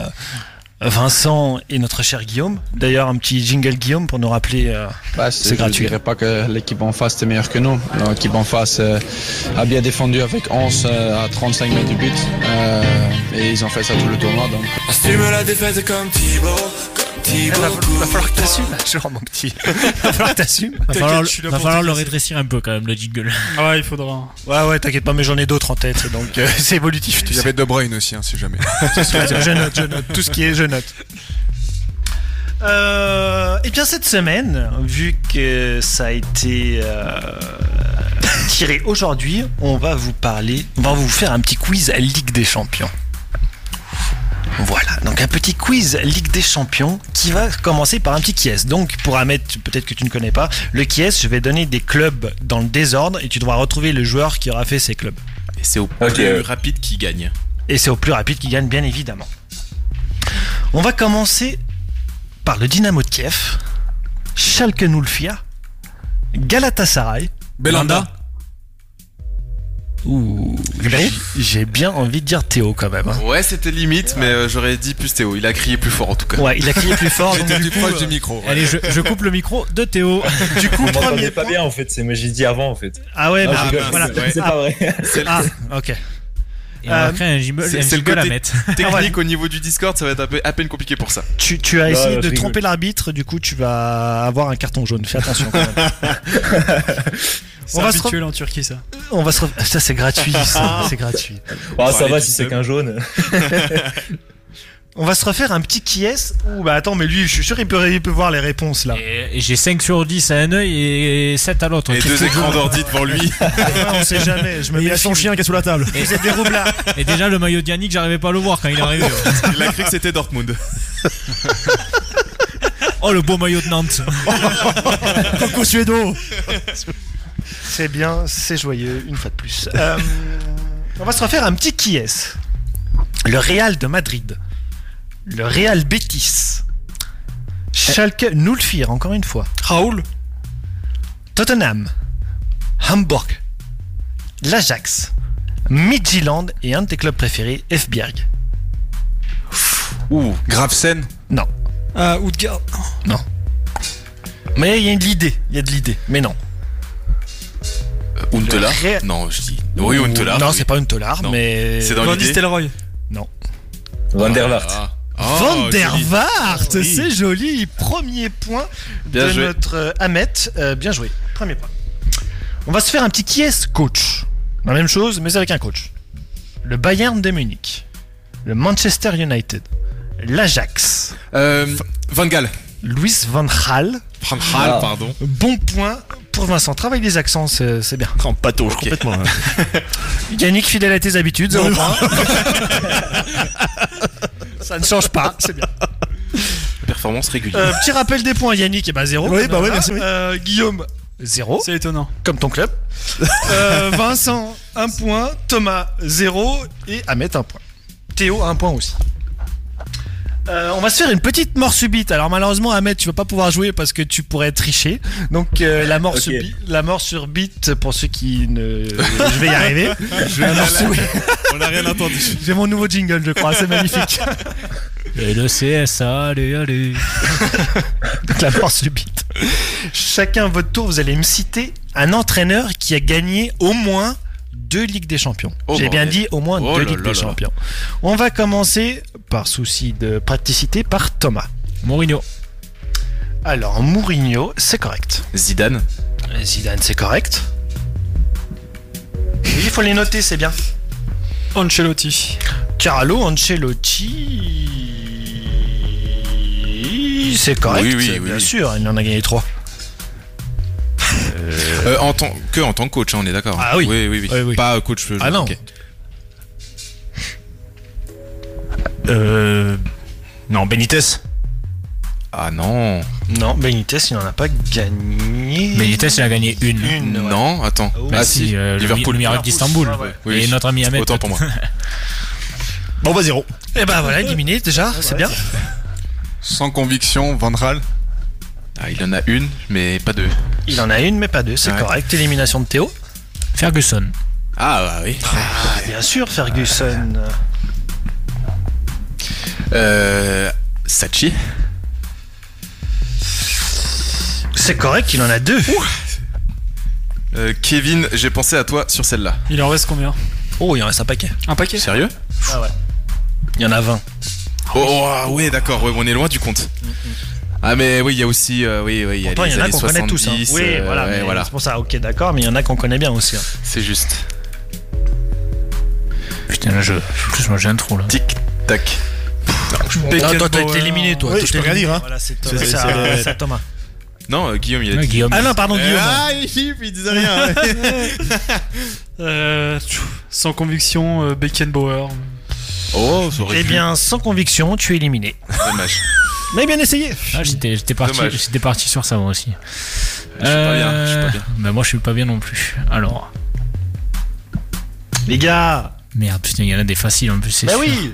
Speaker 8: Vincent et notre cher Guillaume. D'ailleurs, un petit jingle Guillaume pour nous rappeler. euh, c'est gratuit.
Speaker 20: Bah, Je dirais pas que l'équipe en face était meilleure que nous. L'équipe en face euh, a bien défendu avec 11 euh, à 35 mètres du but. Euh, et ils ont fait ça tout le tournoi. Donc.
Speaker 1: Ah,
Speaker 17: Assume la défaite comme Thibaut, comme Thibaut. Il va falloir que t'assumes,
Speaker 8: je rends mon petit. Il va falloir que t'assumes.
Speaker 5: Va falloir, le- va falloir le rétrécir un peu quand même, le jingle.
Speaker 6: Ouais, il faudra.
Speaker 8: Ouais, ouais, t'inquiète pas, mais j'en ai d'autres en tête, donc euh, c'est évolutif.
Speaker 7: Il y avait De Bruyne aussi, hein, si jamais.
Speaker 8: je note, je note. Tout ce qui est, je note. Euh, et bien cette semaine, vu que ça a été euh, tiré aujourd'hui, on va vous parler, on va vous faire un petit quiz à Ligue des Champions. Voilà, donc un petit quiz Ligue des Champions qui va commencer par un petit quiz. Donc pour Ahmed, tu- peut-être que tu ne connais pas, le quiz, je vais donner des clubs dans le désordre et tu devras retrouver le joueur qui aura fait ces clubs.
Speaker 1: Et c'est au plus rapide qui gagne.
Speaker 8: Et c'est au plus rapide qui gagne, bien évidemment. On va commencer par le Dynamo de Kiev, Schalke 04, Galatasaray,
Speaker 7: Belanda.
Speaker 8: Ouh, j'ai- j'ai bien envie de dire Théo quand même. hein.
Speaker 1: Ouais, c'était limite, mais euh, j'aurais dit plus Théo. Il a crié plus fort en tout cas.
Speaker 8: Ouais, il a crié plus fort.
Speaker 1: J'étais
Speaker 8: donc
Speaker 1: plus
Speaker 8: du coup,
Speaker 1: proche
Speaker 8: euh,
Speaker 1: du micro. ouais.
Speaker 8: Allez, je, je coupe le micro de Théo. Du coup,
Speaker 2: Vous m'entendez
Speaker 8: premier
Speaker 2: pas bien en fait, c'est moi j'ai dit avant en fait.
Speaker 8: Ah ouais,
Speaker 2: Non,
Speaker 8: bah,
Speaker 2: je rigole,
Speaker 8: voilà.
Speaker 2: c'est- c'est pas vrai.
Speaker 8: Ah, ok.
Speaker 1: Et on va créer un
Speaker 8: jingle
Speaker 1: Euh, C'est c'est le côté technique au niveau du Discord, ça va être un peu- à peine compliqué pour ça.
Speaker 8: Ah, Tu, tu as
Speaker 1: Non,
Speaker 8: essayé
Speaker 1: non, je
Speaker 8: de
Speaker 1: rigole.
Speaker 8: tromper l'arbitre, du coup tu vas avoir un carton jaune. Fais attention quand même.
Speaker 6: C'est
Speaker 8: On va se re-
Speaker 6: habituel en Turquie, ça.
Speaker 8: On va se re- ça c'est gratuit, ça, c'est gratuit.
Speaker 2: Ah, ça va si c'est qu'un jaune.
Speaker 8: On va se refaire un petit qui est ou bah attends mais lui je suis sûr il peut, il peut voir les réponses là.
Speaker 5: Et j'ai 5 sur 10 à un œil et 7 à l'autre.
Speaker 8: Et
Speaker 5: Qu'est-ce
Speaker 8: deux
Speaker 5: que- Ah,
Speaker 8: écrans d'ordi
Speaker 1: devant lui.
Speaker 8: on sait jamais, je me
Speaker 5: Et
Speaker 8: mets
Speaker 5: il y a son
Speaker 8: chien qui est sous la table.
Speaker 5: Et-
Speaker 8: Vous êtes des roublards.
Speaker 5: Et déjà, le maillot de Yannick, j'arrivais pas à le voir quand il est arrivé. hein.
Speaker 1: Il a cru que c'était Dortmund.
Speaker 5: Oh, le beau maillot de Nantes.
Speaker 8: Coco Suedo. C'est bien, c'est joyeux une fois de plus. Euh, on va se refaire un petit qui est Le Real de Madrid. Le Real Betis. Schalke Nulfir encore une fois. Raoul. Tottenham. Hamburg. L'Ajax. Midtjylland et un de tes clubs préférés, Fbjerg.
Speaker 7: Ouh, Grafsen
Speaker 8: Non.
Speaker 6: Ah, Oudgard.
Speaker 8: Non. Mais il y a de l'idée, il y a de l'idée, mais non.
Speaker 1: Untelar
Speaker 8: Le
Speaker 7: Euh,
Speaker 8: Real-
Speaker 1: Non, je dis. Oui, Untelar.
Speaker 8: Non,
Speaker 1: oui.
Speaker 8: c'est pas Untelar,
Speaker 1: Non.
Speaker 8: mais.
Speaker 1: C'est dans Van l'idée Nistelrooy.
Speaker 8: Non.
Speaker 2: Van der Vaart.
Speaker 1: Oh,
Speaker 8: Van der
Speaker 1: joli.
Speaker 8: Vaart,
Speaker 1: Oui.
Speaker 8: c'est joli. Premier point
Speaker 1: Bien
Speaker 8: de
Speaker 1: joué.
Speaker 8: notre euh, Ahmet. Euh, bien joué. Premier point. On va se faire un petit qui est coach. La même chose, mais avec un coach. Le Bayern de Munich. Le Manchester United. L'Ajax.
Speaker 7: Van Gaal.
Speaker 8: Luis Van Gaal.
Speaker 7: Van Gaal, Ah. pardon.
Speaker 8: Bon point pour Vincent. Travaille les accents, c'est c'est bien. En patauge complètement. Yannick, fidèle à tes habitudes, zéro point. Ça ne change pas, c'est bien.
Speaker 1: Performance régulière.
Speaker 8: Euh, petit rappel des points, Yannick, et bah zéro.
Speaker 4: Oui,
Speaker 8: comme
Speaker 4: bah ouais,
Speaker 8: d'hab.
Speaker 4: merci, oui.
Speaker 8: Euh, Guillaume, zéro.
Speaker 6: C'est étonnant.
Speaker 8: Comme ton club. Euh, Vincent, un point. Thomas, zéro. Et Ahmed, un point. Théo, un point aussi. Euh, on va se faire une petite mort subite. Alors malheureusement, Ahmed, tu vas pas pouvoir jouer parce que tu pourrais tricher. Donc euh, la mort
Speaker 6: Ok.
Speaker 8: subite, la mort subite pour ceux qui ne, je vais y arriver.
Speaker 17: Je-
Speaker 8: La mort subite.
Speaker 1: On n'a rien entendu.
Speaker 8: J'ai mon nouveau jingle, je crois, c'est magnifique.
Speaker 5: Et le CSA, allez, allez.
Speaker 8: Donc, la mort subite. Chacun à votre tour, vous allez me citer un entraîneur qui a gagné au moins deux Ligues des Champions.
Speaker 1: Oh,
Speaker 8: J'ai bien
Speaker 1: bordel.
Speaker 8: dit au moins
Speaker 1: Oh
Speaker 8: deux
Speaker 1: là
Speaker 8: Ligues
Speaker 1: là
Speaker 8: des
Speaker 1: là.
Speaker 8: Champions. On va commencer par souci de praticité par Thomas.
Speaker 5: Mourinho.
Speaker 8: Alors, Mourinho, c'est correct.
Speaker 1: Zidane.
Speaker 8: Zidane, c'est correct. Il faut les noter, c'est bien.
Speaker 6: Ancelotti.
Speaker 8: Carlo Ancelotti. C'est correct,
Speaker 1: Oui, oui, oui,
Speaker 8: bien
Speaker 1: oui.
Speaker 8: sûr, il en a gagné 3.
Speaker 1: Euh, en tant que en tant que coach, hein, on est d'accord.
Speaker 8: Ah oui.
Speaker 1: Oui, oui, oui.
Speaker 8: Oui, oui.
Speaker 1: Pas euh, coach.
Speaker 8: Ah non.
Speaker 4: Euh. Non, Benitez.
Speaker 1: Ah non.
Speaker 8: Non, Benitez, il n'en a pas gagné. Bah
Speaker 5: Benitez, il a gagné une.
Speaker 1: Non, attends.
Speaker 5: Ah,
Speaker 1: Ah,
Speaker 5: si,
Speaker 1: si,
Speaker 5: euh, le mi-
Speaker 1: Liverpool.
Speaker 5: le miracle d'Istanbul.
Speaker 1: Ah, ouais. Oui,
Speaker 5: Et
Speaker 1: oui.
Speaker 5: notre ami Ahmed.
Speaker 1: Autant pour moi.
Speaker 4: Bon, bah, zéro.
Speaker 8: Et bah voilà, éliminé déjà, c'est bien.
Speaker 7: Sans conviction, Vandral.
Speaker 1: Ah, il en a une, mais pas deux.
Speaker 8: Il en a une, mais pas deux, c'est
Speaker 1: Ouais.
Speaker 8: correct. Élimination de Théo.
Speaker 5: Ferguson.
Speaker 1: Ah bah oui. Ah, bah,
Speaker 8: Ah, bien sûr, Ferguson.
Speaker 1: Euh, Sachi.
Speaker 8: C'est correct, il en a deux.
Speaker 1: Euh, Kevin, j'ai pensé à toi sur celle-là.
Speaker 6: Il en reste combien
Speaker 8: Oh, il en reste un paquet.
Speaker 6: Un paquet
Speaker 1: Sérieux
Speaker 8: Ah ouais. Il y en a 20.
Speaker 1: Oh, ah ouais, d'accord, ouais, on est loin du compte. Ah mais oui, il y a aussi euh, oui oui, il y a
Speaker 8: Mm, Pourtant, il y
Speaker 1: les
Speaker 8: en a
Speaker 1: années
Speaker 8: qu'on connaît tous. hein.
Speaker 1: 70,
Speaker 8: Oui,
Speaker 1: euh,
Speaker 8: voilà,
Speaker 1: ouais,
Speaker 8: mais
Speaker 1: voilà.
Speaker 8: c'est pour ça, ok, d'accord, mais il y en a qu'on connaît bien aussi. hein.
Speaker 1: C'est juste.
Speaker 5: Putain, là, je. Excuse-moi, j'ai un trou là.
Speaker 1: Tic tac.
Speaker 8: Ah, toi, t'as été éliminé, toi.
Speaker 4: Oui,
Speaker 8: Toi,
Speaker 4: je
Speaker 8: t'es
Speaker 4: peux rien
Speaker 8: éliminé.
Speaker 4: dire, hein.
Speaker 8: Voilà, c'est Thomas.
Speaker 4: C'est-
Speaker 8: C'est à-
Speaker 4: c'est-
Speaker 8: c'est à Thomas.
Speaker 1: Non, euh, Guillaume, il a
Speaker 8: Ouais,
Speaker 1: dit.
Speaker 8: Guillaume. Ah non, pardon, Guillaume.
Speaker 1: Ah,
Speaker 4: Eh, il flippe, il disait rien.
Speaker 6: Euh, pfiou, sans conviction, euh, Beckenbauer.
Speaker 1: Oh, ça
Speaker 8: Eh bien, sans conviction, tu es éliminé.
Speaker 1: Dommage.
Speaker 8: Mais bien essayé.
Speaker 5: Ah, j'étais, j'étais parti,
Speaker 8: Dommage.
Speaker 5: j'étais parti sur ça moi aussi.
Speaker 8: Je suis pas bien, je suis pas bien.
Speaker 5: Bah moi je suis pas bien non plus. Alors.
Speaker 8: Les gars
Speaker 5: Merde, putain, il y en a des faciles en plus, c'est
Speaker 8: Bah
Speaker 5: sûr.
Speaker 8: oui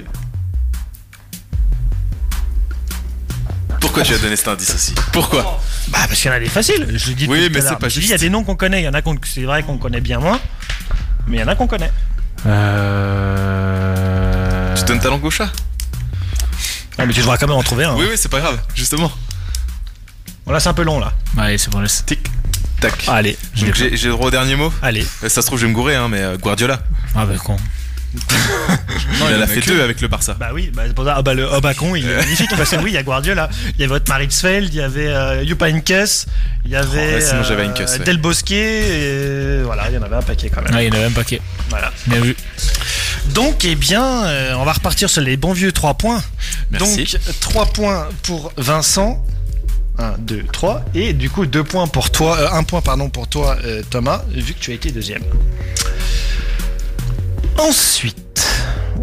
Speaker 1: Pourquoi tu as donné cet indice aussi Pourquoi
Speaker 8: Bah, parce qu'il y en a des faciles. Je le dis
Speaker 1: Oui,
Speaker 8: tout
Speaker 1: mais
Speaker 8: à
Speaker 1: c'est
Speaker 8: l'heure.
Speaker 1: pas
Speaker 8: Je dis, Il y a des noms qu'on connaît, il y en a qu'on, c'est vrai qu'on connaît bien moins, mais il y en a qu'on connaît.
Speaker 5: Euh...
Speaker 1: Tu donnes ta langue au chat
Speaker 8: Ah, mais tu devras quand même en trouver un.
Speaker 1: Oui, oui, c'est pas grave, justement.
Speaker 8: Voilà, c'est un peu long là.
Speaker 5: Allez, c'est bon, laisse.
Speaker 1: Tic tac.
Speaker 8: Allez,
Speaker 5: je
Speaker 1: Donc
Speaker 5: l'ai
Speaker 1: j'ai j'ai le droit au dernier mot
Speaker 8: Allez.
Speaker 1: Ça se trouve, je vais me gourer, hein, mais euh, Guardiola.
Speaker 5: Ah bah con.
Speaker 1: il en a fait deux avec le Barça.
Speaker 8: Bah oui, bah, c'est pour ça. Ah bah le oh, bah con, il est magnifique parce que oui, il y a Guardiola, il y avait votre Maritsfeld, il y avait euh, Jupp Heynckes, il y avait
Speaker 1: Oh,
Speaker 8: euh,
Speaker 1: ouais, sinon j'avais Heynckes, ouais.
Speaker 8: Del Bosque, et voilà, il y en avait un paquet quand même.
Speaker 5: Ah, il y en avait un paquet.
Speaker 8: Voilà.
Speaker 5: Bien vu.
Speaker 8: Donc, eh bien, euh, on va repartir sur les bons vieux 3 points.
Speaker 1: Merci.
Speaker 8: Donc, 3 points pour Vincent. 1, 2, 3. Et du coup, 2 points pour toi. 1 point, pardon, pour toi, euh, Thomas, vu que tu as été deuxième. Ensuite,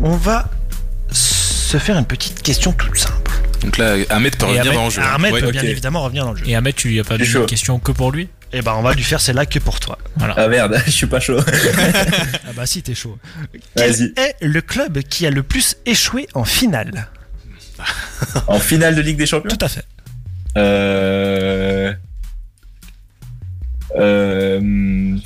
Speaker 8: on va se faire une petite question toute simple.
Speaker 1: Donc là, Ahmed peut
Speaker 8: Et
Speaker 1: revenir
Speaker 8: Ahmed-
Speaker 1: dans le jeu. hein.
Speaker 8: Ahmed
Speaker 1: Ouais,
Speaker 8: peut
Speaker 1: ok.
Speaker 8: bien évidemment revenir dans le jeu.
Speaker 5: Et Ahmed, tu lui as pas
Speaker 8: Je
Speaker 5: donné
Speaker 8: suis
Speaker 5: une
Speaker 8: chaud.
Speaker 5: question que pour lui
Speaker 8: Et ben, on va lui faire celle-là que pour toi.
Speaker 5: Voilà.
Speaker 2: Ah, merde, je suis pas chaud.
Speaker 8: Ah bah si, t'es chaud. Quel est le club qui a le plus échoué en finale
Speaker 2: en finale de Ligue des Champions
Speaker 8: Tout à fait.
Speaker 2: Euh... Euh... hum,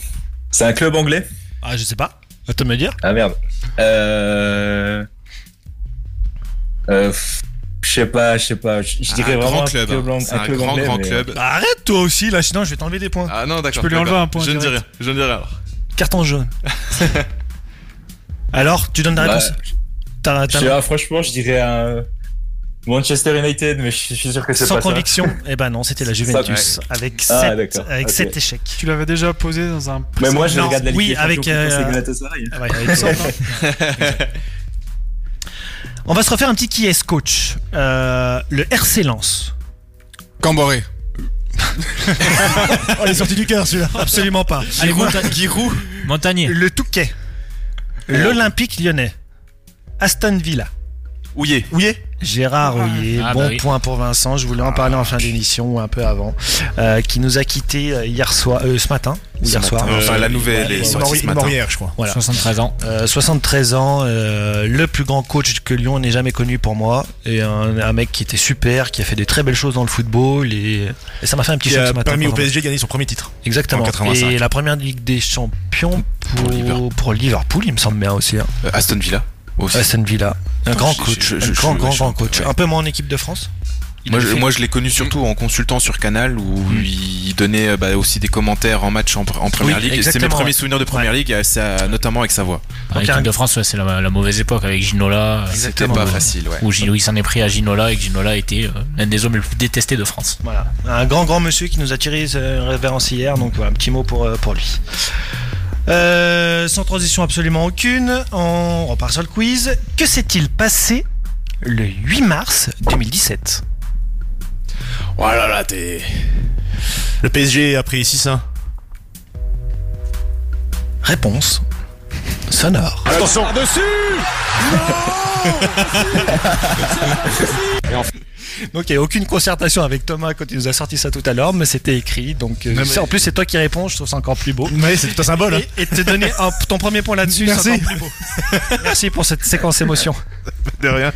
Speaker 2: C'est un club anglais
Speaker 8: Ah, je sais pas. Attends me dire.
Speaker 2: Ah merde. Euh... Euh... pff, Je sais pas, je sais pas. Je je
Speaker 1: Ah,
Speaker 2: dirais
Speaker 1: un
Speaker 2: vraiment
Speaker 1: grand
Speaker 2: un
Speaker 1: club,
Speaker 2: club
Speaker 1: hein.
Speaker 2: ang-
Speaker 1: C'est
Speaker 2: un
Speaker 1: un
Speaker 2: club
Speaker 1: grand,
Speaker 2: anglais,
Speaker 1: grand
Speaker 2: mais-
Speaker 1: club.
Speaker 8: Bah arrête toi aussi, là, sinon je vais t'enlever des points.
Speaker 1: Ah non, d'accord.
Speaker 8: peux lui
Speaker 1: d'accord.
Speaker 8: enlever un point
Speaker 1: Je ne dis
Speaker 8: direct.
Speaker 1: rien, je ne dis rien.
Speaker 8: Carton jaune. Alors, tu donnes ta
Speaker 2: Bah,
Speaker 8: réponse T'as-
Speaker 2: Je
Speaker 8: t'as-
Speaker 2: sais pas, franchement, je dirais un Manchester United, mais je je suis sûr que c'est
Speaker 8: Sans
Speaker 2: pas ça.
Speaker 8: conviction Eh ben non, c'était la Juventus.
Speaker 2: ouais.
Speaker 8: Avec
Speaker 2: Ah,
Speaker 8: 7
Speaker 2: d'accord,
Speaker 8: avec
Speaker 2: ok.
Speaker 8: sept échecs.
Speaker 6: Tu l'avais déjà posé dans un.
Speaker 2: Mais moi, je
Speaker 8: Non,
Speaker 2: regarde la Ligue
Speaker 8: oui,
Speaker 2: des Champions
Speaker 8: avec,
Speaker 2: plutôt, c'est
Speaker 8: euh,
Speaker 2: Galatasaray.
Speaker 8: Ah ouais, avec ça, non On va se refaire un petit qui est coach. Euh, le RC Lens.
Speaker 7: Camboré.
Speaker 8: Oh, il est sorti du cœur celui-là. Absolument pas.
Speaker 5: Allez,
Speaker 8: Giroud.
Speaker 5: Monta- Montagnier.
Speaker 8: Le Touquet. L'Olympique lyonnais. Aston Villa.
Speaker 1: Ouillé.
Speaker 8: Ouillet Gérard Ouillet,
Speaker 5: Ah,
Speaker 8: bon
Speaker 5: bah oui.
Speaker 8: point pour Vincent, je voulais en parler en fin d'émission ou un peu avant, euh, qui nous a quitté hier soir, euh, ce matin, ou
Speaker 1: Ce
Speaker 8: hier
Speaker 1: matin.
Speaker 8: soir.
Speaker 1: Euh, enfin, la nouvelle
Speaker 8: Ouais,
Speaker 1: est
Speaker 8: il
Speaker 1: sortie
Speaker 8: mort-
Speaker 1: ce
Speaker 8: il
Speaker 1: matin.
Speaker 8: mort hier, je crois. Voilà.
Speaker 5: 73 ans.
Speaker 8: Euh, 73 ans, euh, le plus grand coach que Lyon n'ait jamais connu pour moi, et un, un mec qui était super, qui a fait des très belles choses dans le football, et, et ça m'a fait un petit
Speaker 4: Qui
Speaker 8: choc ce
Speaker 4: a
Speaker 8: matin.
Speaker 4: permis au
Speaker 8: pardon.
Speaker 4: PSG de gagner son premier titre.
Speaker 8: Exactement.
Speaker 4: En 85.
Speaker 8: Et la première Ligue des Champions pour, pour, Liverpool. il me semble bien aussi. hein.
Speaker 1: Euh, Aston Villa aussi.
Speaker 8: Aston Villa. Un
Speaker 1: Putain,
Speaker 8: grand
Speaker 1: je-
Speaker 8: coach.
Speaker 1: je-
Speaker 8: un
Speaker 1: je-
Speaker 8: grand,
Speaker 1: je-
Speaker 8: grand,
Speaker 1: je-
Speaker 8: grand coach.
Speaker 1: ouais.
Speaker 8: Un peu moins en équipe de France
Speaker 1: Moi je, moi, je l'ai connu surtout en consultant sur Canal où il donnait euh, bah, aussi des commentaires en match en, pr- en première
Speaker 5: Oui,
Speaker 1: ligue. C'est mes
Speaker 5: exactement,
Speaker 1: premiers
Speaker 5: ouais.
Speaker 1: souvenirs de première ligue, et ça, notamment avec sa voix.
Speaker 5: En
Speaker 8: hein.
Speaker 5: équipe Ah, de France, ouais, c'est la, la mauvaise époque avec Ginola. euh,
Speaker 1: C'était pas
Speaker 5: euh,
Speaker 1: facile, ouais.
Speaker 5: Où Gino- il s'en est pris à Ginola et que Ginola était euh, l'un des hommes les plus détestés de France.
Speaker 8: Voilà. Un grand, grand monsieur qui nous a tiré ce révérence hier, donc voilà, un petit mot pour, euh, pour lui. Euh, sans transition absolument aucune, on repart sur le quiz. Que s'est-il passé le 8 mars 2017
Speaker 4: Oh là là, t'es. Le PSG a pris 6-1.
Speaker 8: Réponse sonore.
Speaker 17: Attention dessus
Speaker 8: Donc il n'y a aucune concertation avec Thomas quand il nous a sorti ça tout à l'heure, mais c'était écrit. Donc euh,
Speaker 4: Non, mais-
Speaker 8: c'est- en plus c'est toi qui réponds, je trouve ça encore plus beau.
Speaker 4: Oui, c'est tout un symbole, hein.
Speaker 8: Et, et te donner un- ton premier point là-dessus,
Speaker 4: Merci.
Speaker 8: c'est encore plus beau. Merci pour cette séquence émotion.
Speaker 4: De rien.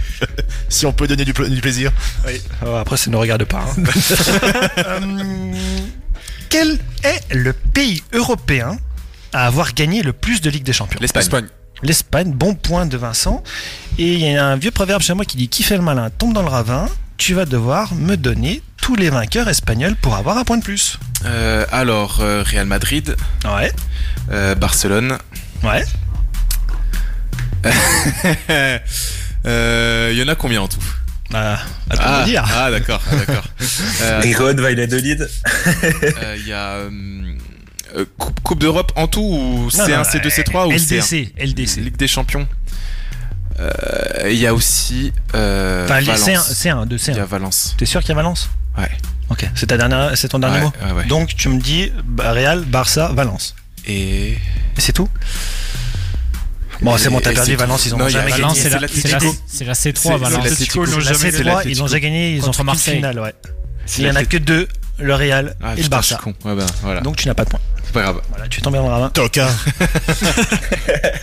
Speaker 4: Si on peut donner du, pla- du plaisir.
Speaker 8: Oui. Oh, après, ça ne regarde pas. hein. Euh, Quel est le pays européen à avoir gagné le plus de Ligue des Champions
Speaker 1: L'Espagne.
Speaker 8: L'Espagne. L'Espagne, bon point de Vincent. Et il y a un vieux proverbe chez moi qui dit Qui fait le malin tombe dans le ravin. Tu vas devoir me donner tous les vainqueurs espagnols pour avoir un point de plus.
Speaker 1: Euh, alors, euh, Real Madrid. Euh,
Speaker 8: Ouais.
Speaker 1: Barcelone.
Speaker 8: Ouais.
Speaker 1: Il Euh, y en a combien en tout
Speaker 8: Bah,
Speaker 1: à
Speaker 2: toi de me dire.
Speaker 1: Ah, d'accord, ah, d'accord.
Speaker 2: Rigode, Violet de Lead.
Speaker 1: Euh, Il y a. hum, euh, coupe, Coupe d'Europe en tout ou
Speaker 2: Non,
Speaker 1: C1,
Speaker 2: non,
Speaker 1: C2, C3 ou
Speaker 8: LDC,
Speaker 1: C1 LDC. Ligue des Champions. Euh, Il y a aussi. euh,
Speaker 8: Enfin, les
Speaker 1: Valence.
Speaker 8: C1, C1, de C1.
Speaker 1: Il y a Valence.
Speaker 8: T'es sûr qu'il y a Valence
Speaker 1: Ouais.
Speaker 8: Ok, c'est ta dernière, c'est ton dernier
Speaker 1: Ouais,
Speaker 8: mot.
Speaker 1: ouais, ouais.
Speaker 8: Donc tu me dis bah, Real, Barça, Valence.
Speaker 1: Et. Et
Speaker 8: c'est tout. Bon, c'est bon, t'as
Speaker 1: Et
Speaker 8: perdu
Speaker 1: c'est
Speaker 8: Valence,
Speaker 1: tout.
Speaker 8: ils ont
Speaker 1: Non, il y a
Speaker 8: jamais
Speaker 1: Valence,
Speaker 8: gagné.
Speaker 1: c'est la- c'est la-
Speaker 5: c'est la C3,
Speaker 8: C'est- c'est
Speaker 5: Valence.
Speaker 8: l'Atlético, ils l'ont jamais
Speaker 5: La
Speaker 8: gagné.
Speaker 5: C3,
Speaker 8: Ils ont jamais gagné, ils ont
Speaker 5: Contre
Speaker 8: fait qu'une
Speaker 5: Marseille.
Speaker 8: finale, ouais. Il y en a que deux, le Real et
Speaker 1: Ah,
Speaker 8: le
Speaker 1: putain, je
Speaker 8: Barça.
Speaker 1: suis con. Ouais, bah, voilà.
Speaker 8: Donc tu n'as pas de points.
Speaker 1: C'est pas grave.
Speaker 8: Voilà, tu es tombé dans le ravin.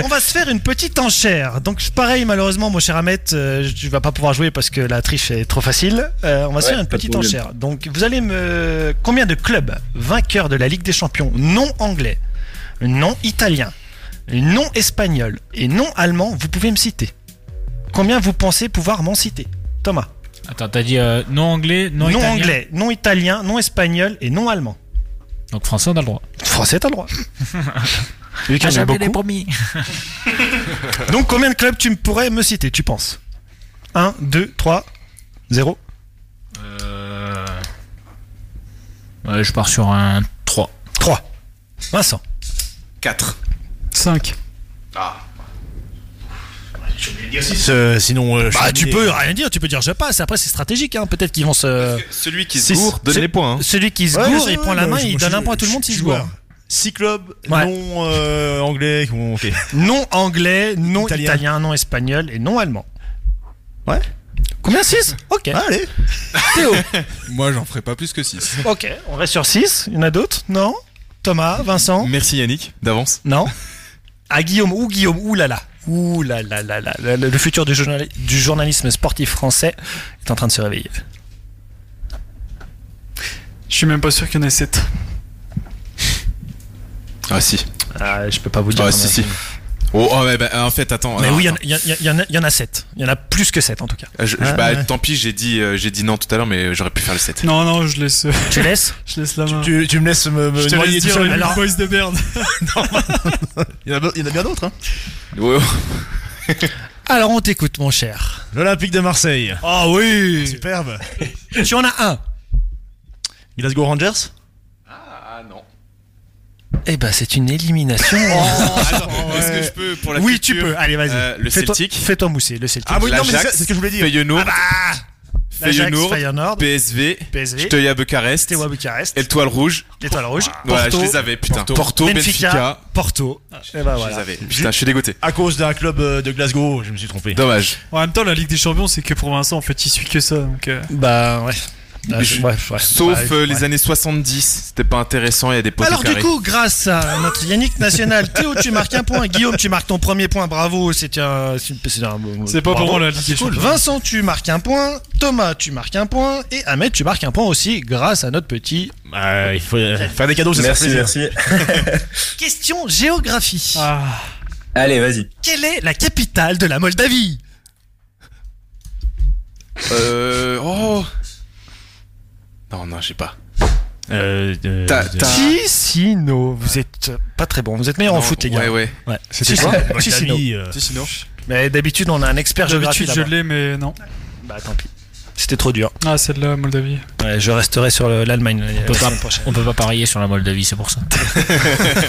Speaker 8: On va se faire une petite enchère. Donc pareil, malheureusement, mon cher Ahmet, euh, tu vas pas pouvoir jouer parce que la triche est trop facile. Euh, on va se
Speaker 2: Ouais,
Speaker 8: faire une
Speaker 2: pas de
Speaker 8: petite
Speaker 2: problème.
Speaker 8: enchère. Donc vous allez me... Combien de clubs vainqueurs de la Ligue des Champions non anglais, non italien, non espagnol et non allemand vous pouvez me citer Combien vous pensez pouvoir m'en citer Thomas
Speaker 5: Attends, t'as dit euh, non anglais, non,
Speaker 8: Non
Speaker 5: italien.
Speaker 8: anglais, non italien, non espagnol et non allemand.
Speaker 5: Donc français, on a le droit.
Speaker 8: Français, t'as le droit. Vu qu'il y en a
Speaker 5: J'avais
Speaker 8: beaucoup.
Speaker 5: promis.
Speaker 8: Donc combien de clubs tu me pourrais me citer, tu penses 1, 2, 3, 0.
Speaker 5: Euh, ouais, je pars sur un 3.
Speaker 8: 3. Vincent.
Speaker 1: 4.
Speaker 6: 5.
Speaker 4: Euh, sinon, euh, je
Speaker 8: bah,
Speaker 4: suis
Speaker 8: tu
Speaker 4: éliminé.
Speaker 8: peux rien dire, tu peux dire je passe. Après, c'est stratégique, hein. peut-être qu'ils vont se.
Speaker 1: Celui qui
Speaker 8: se gourre donne les points, hein. Celui qui se gourre, il prend la main, il donne un point à tout le monde s'il se gourre.
Speaker 4: 6 clubs
Speaker 8: Ouais.
Speaker 4: non euh, anglais. Bon, ok.
Speaker 8: Non anglais, non italien.
Speaker 4: Italien.
Speaker 8: non espagnol et non allemand. Ouais. Combien 6 Ok.
Speaker 4: Allez.
Speaker 8: Théo.
Speaker 7: Moi, j'en ferai pas plus que 6.
Speaker 8: Ok, on reste sur 6. Il y en a d'autres Non Thomas, Vincent
Speaker 1: Merci Yannick, d'avance.
Speaker 8: Non À Guillaume, ou Guillaume, ou là là. Ouh là là là là, là, le le futur du, journali- du journalisme sportif français est en train de se réveiller.
Speaker 6: Je suis même pas sûr qu'il y en ait 7.
Speaker 1: Ah si.
Speaker 8: Ah, je peux pas vous dire.
Speaker 1: Ah
Speaker 8: combien
Speaker 1: si,
Speaker 8: c'est.
Speaker 1: si. Oh, oh, ouais, bah, en fait, attends.
Speaker 8: Mais
Speaker 1: alors,
Speaker 8: oui,
Speaker 1: attends.
Speaker 8: il y, en a- il y en a- il y en a 7. Il y en a plus que 7 en tout cas.
Speaker 1: Euh, je- je-
Speaker 8: Ouais,
Speaker 1: bah,
Speaker 8: ouais.
Speaker 1: Tant pis, j'ai dit, euh, j'ai dit non tout à l'heure, mais j'aurais pu faire le 7.
Speaker 6: Non, non, je laisse.
Speaker 8: Tu laisses
Speaker 6: Je laisse la main.
Speaker 4: Tu, tu me laisses me, me
Speaker 6: Je te
Speaker 4: noyer
Speaker 6: laisse
Speaker 4: tout
Speaker 6: dire
Speaker 4: seul.
Speaker 6: les boys de Berne.
Speaker 4: il, y en a, il y en a bien d'autres. Hein.
Speaker 8: Alors on t'écoute, mon cher.
Speaker 4: L'Olympique de Marseille.
Speaker 8: Ah oui
Speaker 4: Superbe.
Speaker 8: tu en as un.
Speaker 4: Glasgow Rangers
Speaker 1: Ah non.
Speaker 8: Eh ben, c'est une élimination.
Speaker 4: Oh,
Speaker 1: Est-ce que je peux pour la
Speaker 8: oui,
Speaker 1: culture,
Speaker 8: tu peux. Allez, vas-y.
Speaker 1: euh, le
Speaker 8: Fais-toi-
Speaker 1: Celtic.
Speaker 8: Fais-toi mousser, le Celtic.
Speaker 4: Ah oui, non, mais c'est ça- c'est ce que je voulais dire.
Speaker 1: Feyenoord.
Speaker 8: L'Ajax,
Speaker 1: Feyenoord,
Speaker 8: Ah, Feyenoord,
Speaker 1: PSV,
Speaker 8: PSV,
Speaker 1: Steaua Bucarest,
Speaker 8: Steaua Bucarest,
Speaker 1: Étoile Rouge.
Speaker 8: L'Étoile Rouge.
Speaker 1: Voilà,
Speaker 8: Porto,
Speaker 1: je les avais, putain.
Speaker 4: Porto,
Speaker 1: Porto,
Speaker 8: Benfica,
Speaker 1: Benfica.
Speaker 8: Porto.
Speaker 4: Ah.
Speaker 8: Eh ben,
Speaker 1: Je
Speaker 8: voilà.
Speaker 1: les avais. Putain, je suis dégoûté.
Speaker 4: À cause d'un club euh, de Glasgow, je me suis trompé.
Speaker 1: Dommage.
Speaker 6: En même temps, la Ligue des Champions, c'est que pour Vincent, en fait, il suit que ça. Donc, euh,
Speaker 8: Bah ouais. Ah,
Speaker 1: Je-
Speaker 8: je- ouais, ouais.
Speaker 1: Sauf
Speaker 8: Ouais,
Speaker 1: euh,
Speaker 8: ouais.
Speaker 1: les années 70, c'était pas intéressant, il y a des potes
Speaker 8: Alors du coup, grâce à notre Yannick National, Théo, tu marques un point, Guillaume, tu marques ton premier point, bravo, c'est un... C'est un-
Speaker 6: C'est pas pour
Speaker 8: bravo.
Speaker 6: moi, la Ligue des
Speaker 8: C'est cool.
Speaker 6: Champions.
Speaker 8: Vincent, tu marques un point, Thomas, tu marques un point, et Ahmed, tu marques un point aussi, grâce à notre petit...
Speaker 4: Bah, il faut euh, faire des cadeaux, ça
Speaker 8: Merci,
Speaker 4: fait plaisir.
Speaker 8: merci. Question géographie.
Speaker 2: Allez, vas-y.
Speaker 8: Quelle est la capitale de la Moldavie
Speaker 1: Euh... Oh Non, non, j'ai pas.
Speaker 8: Euh, euh,
Speaker 1: T'as- t'as-
Speaker 8: Ticino. Vous êtes pas très bon. Vous êtes meilleur en
Speaker 1: Non,
Speaker 8: foot, les gars.
Speaker 1: ouais, ouais.
Speaker 8: C'était
Speaker 6: quoi
Speaker 8: Ticino.
Speaker 6: Maccabi, euh,
Speaker 8: Ticino. Mais d'habitude, on a un expert géographique.
Speaker 6: D'habitude, je
Speaker 8: là-bas.
Speaker 6: l'ai, mais non.
Speaker 8: Bah, tant pis. C'était trop dur.
Speaker 6: Ah, celle-là, Moldavie.
Speaker 8: Ouais, je resterai sur le- l'Allemagne la
Speaker 5: peut pas-
Speaker 8: semaine prochaine.
Speaker 5: on peut pas parier sur la Moldavie, c'est pour ça.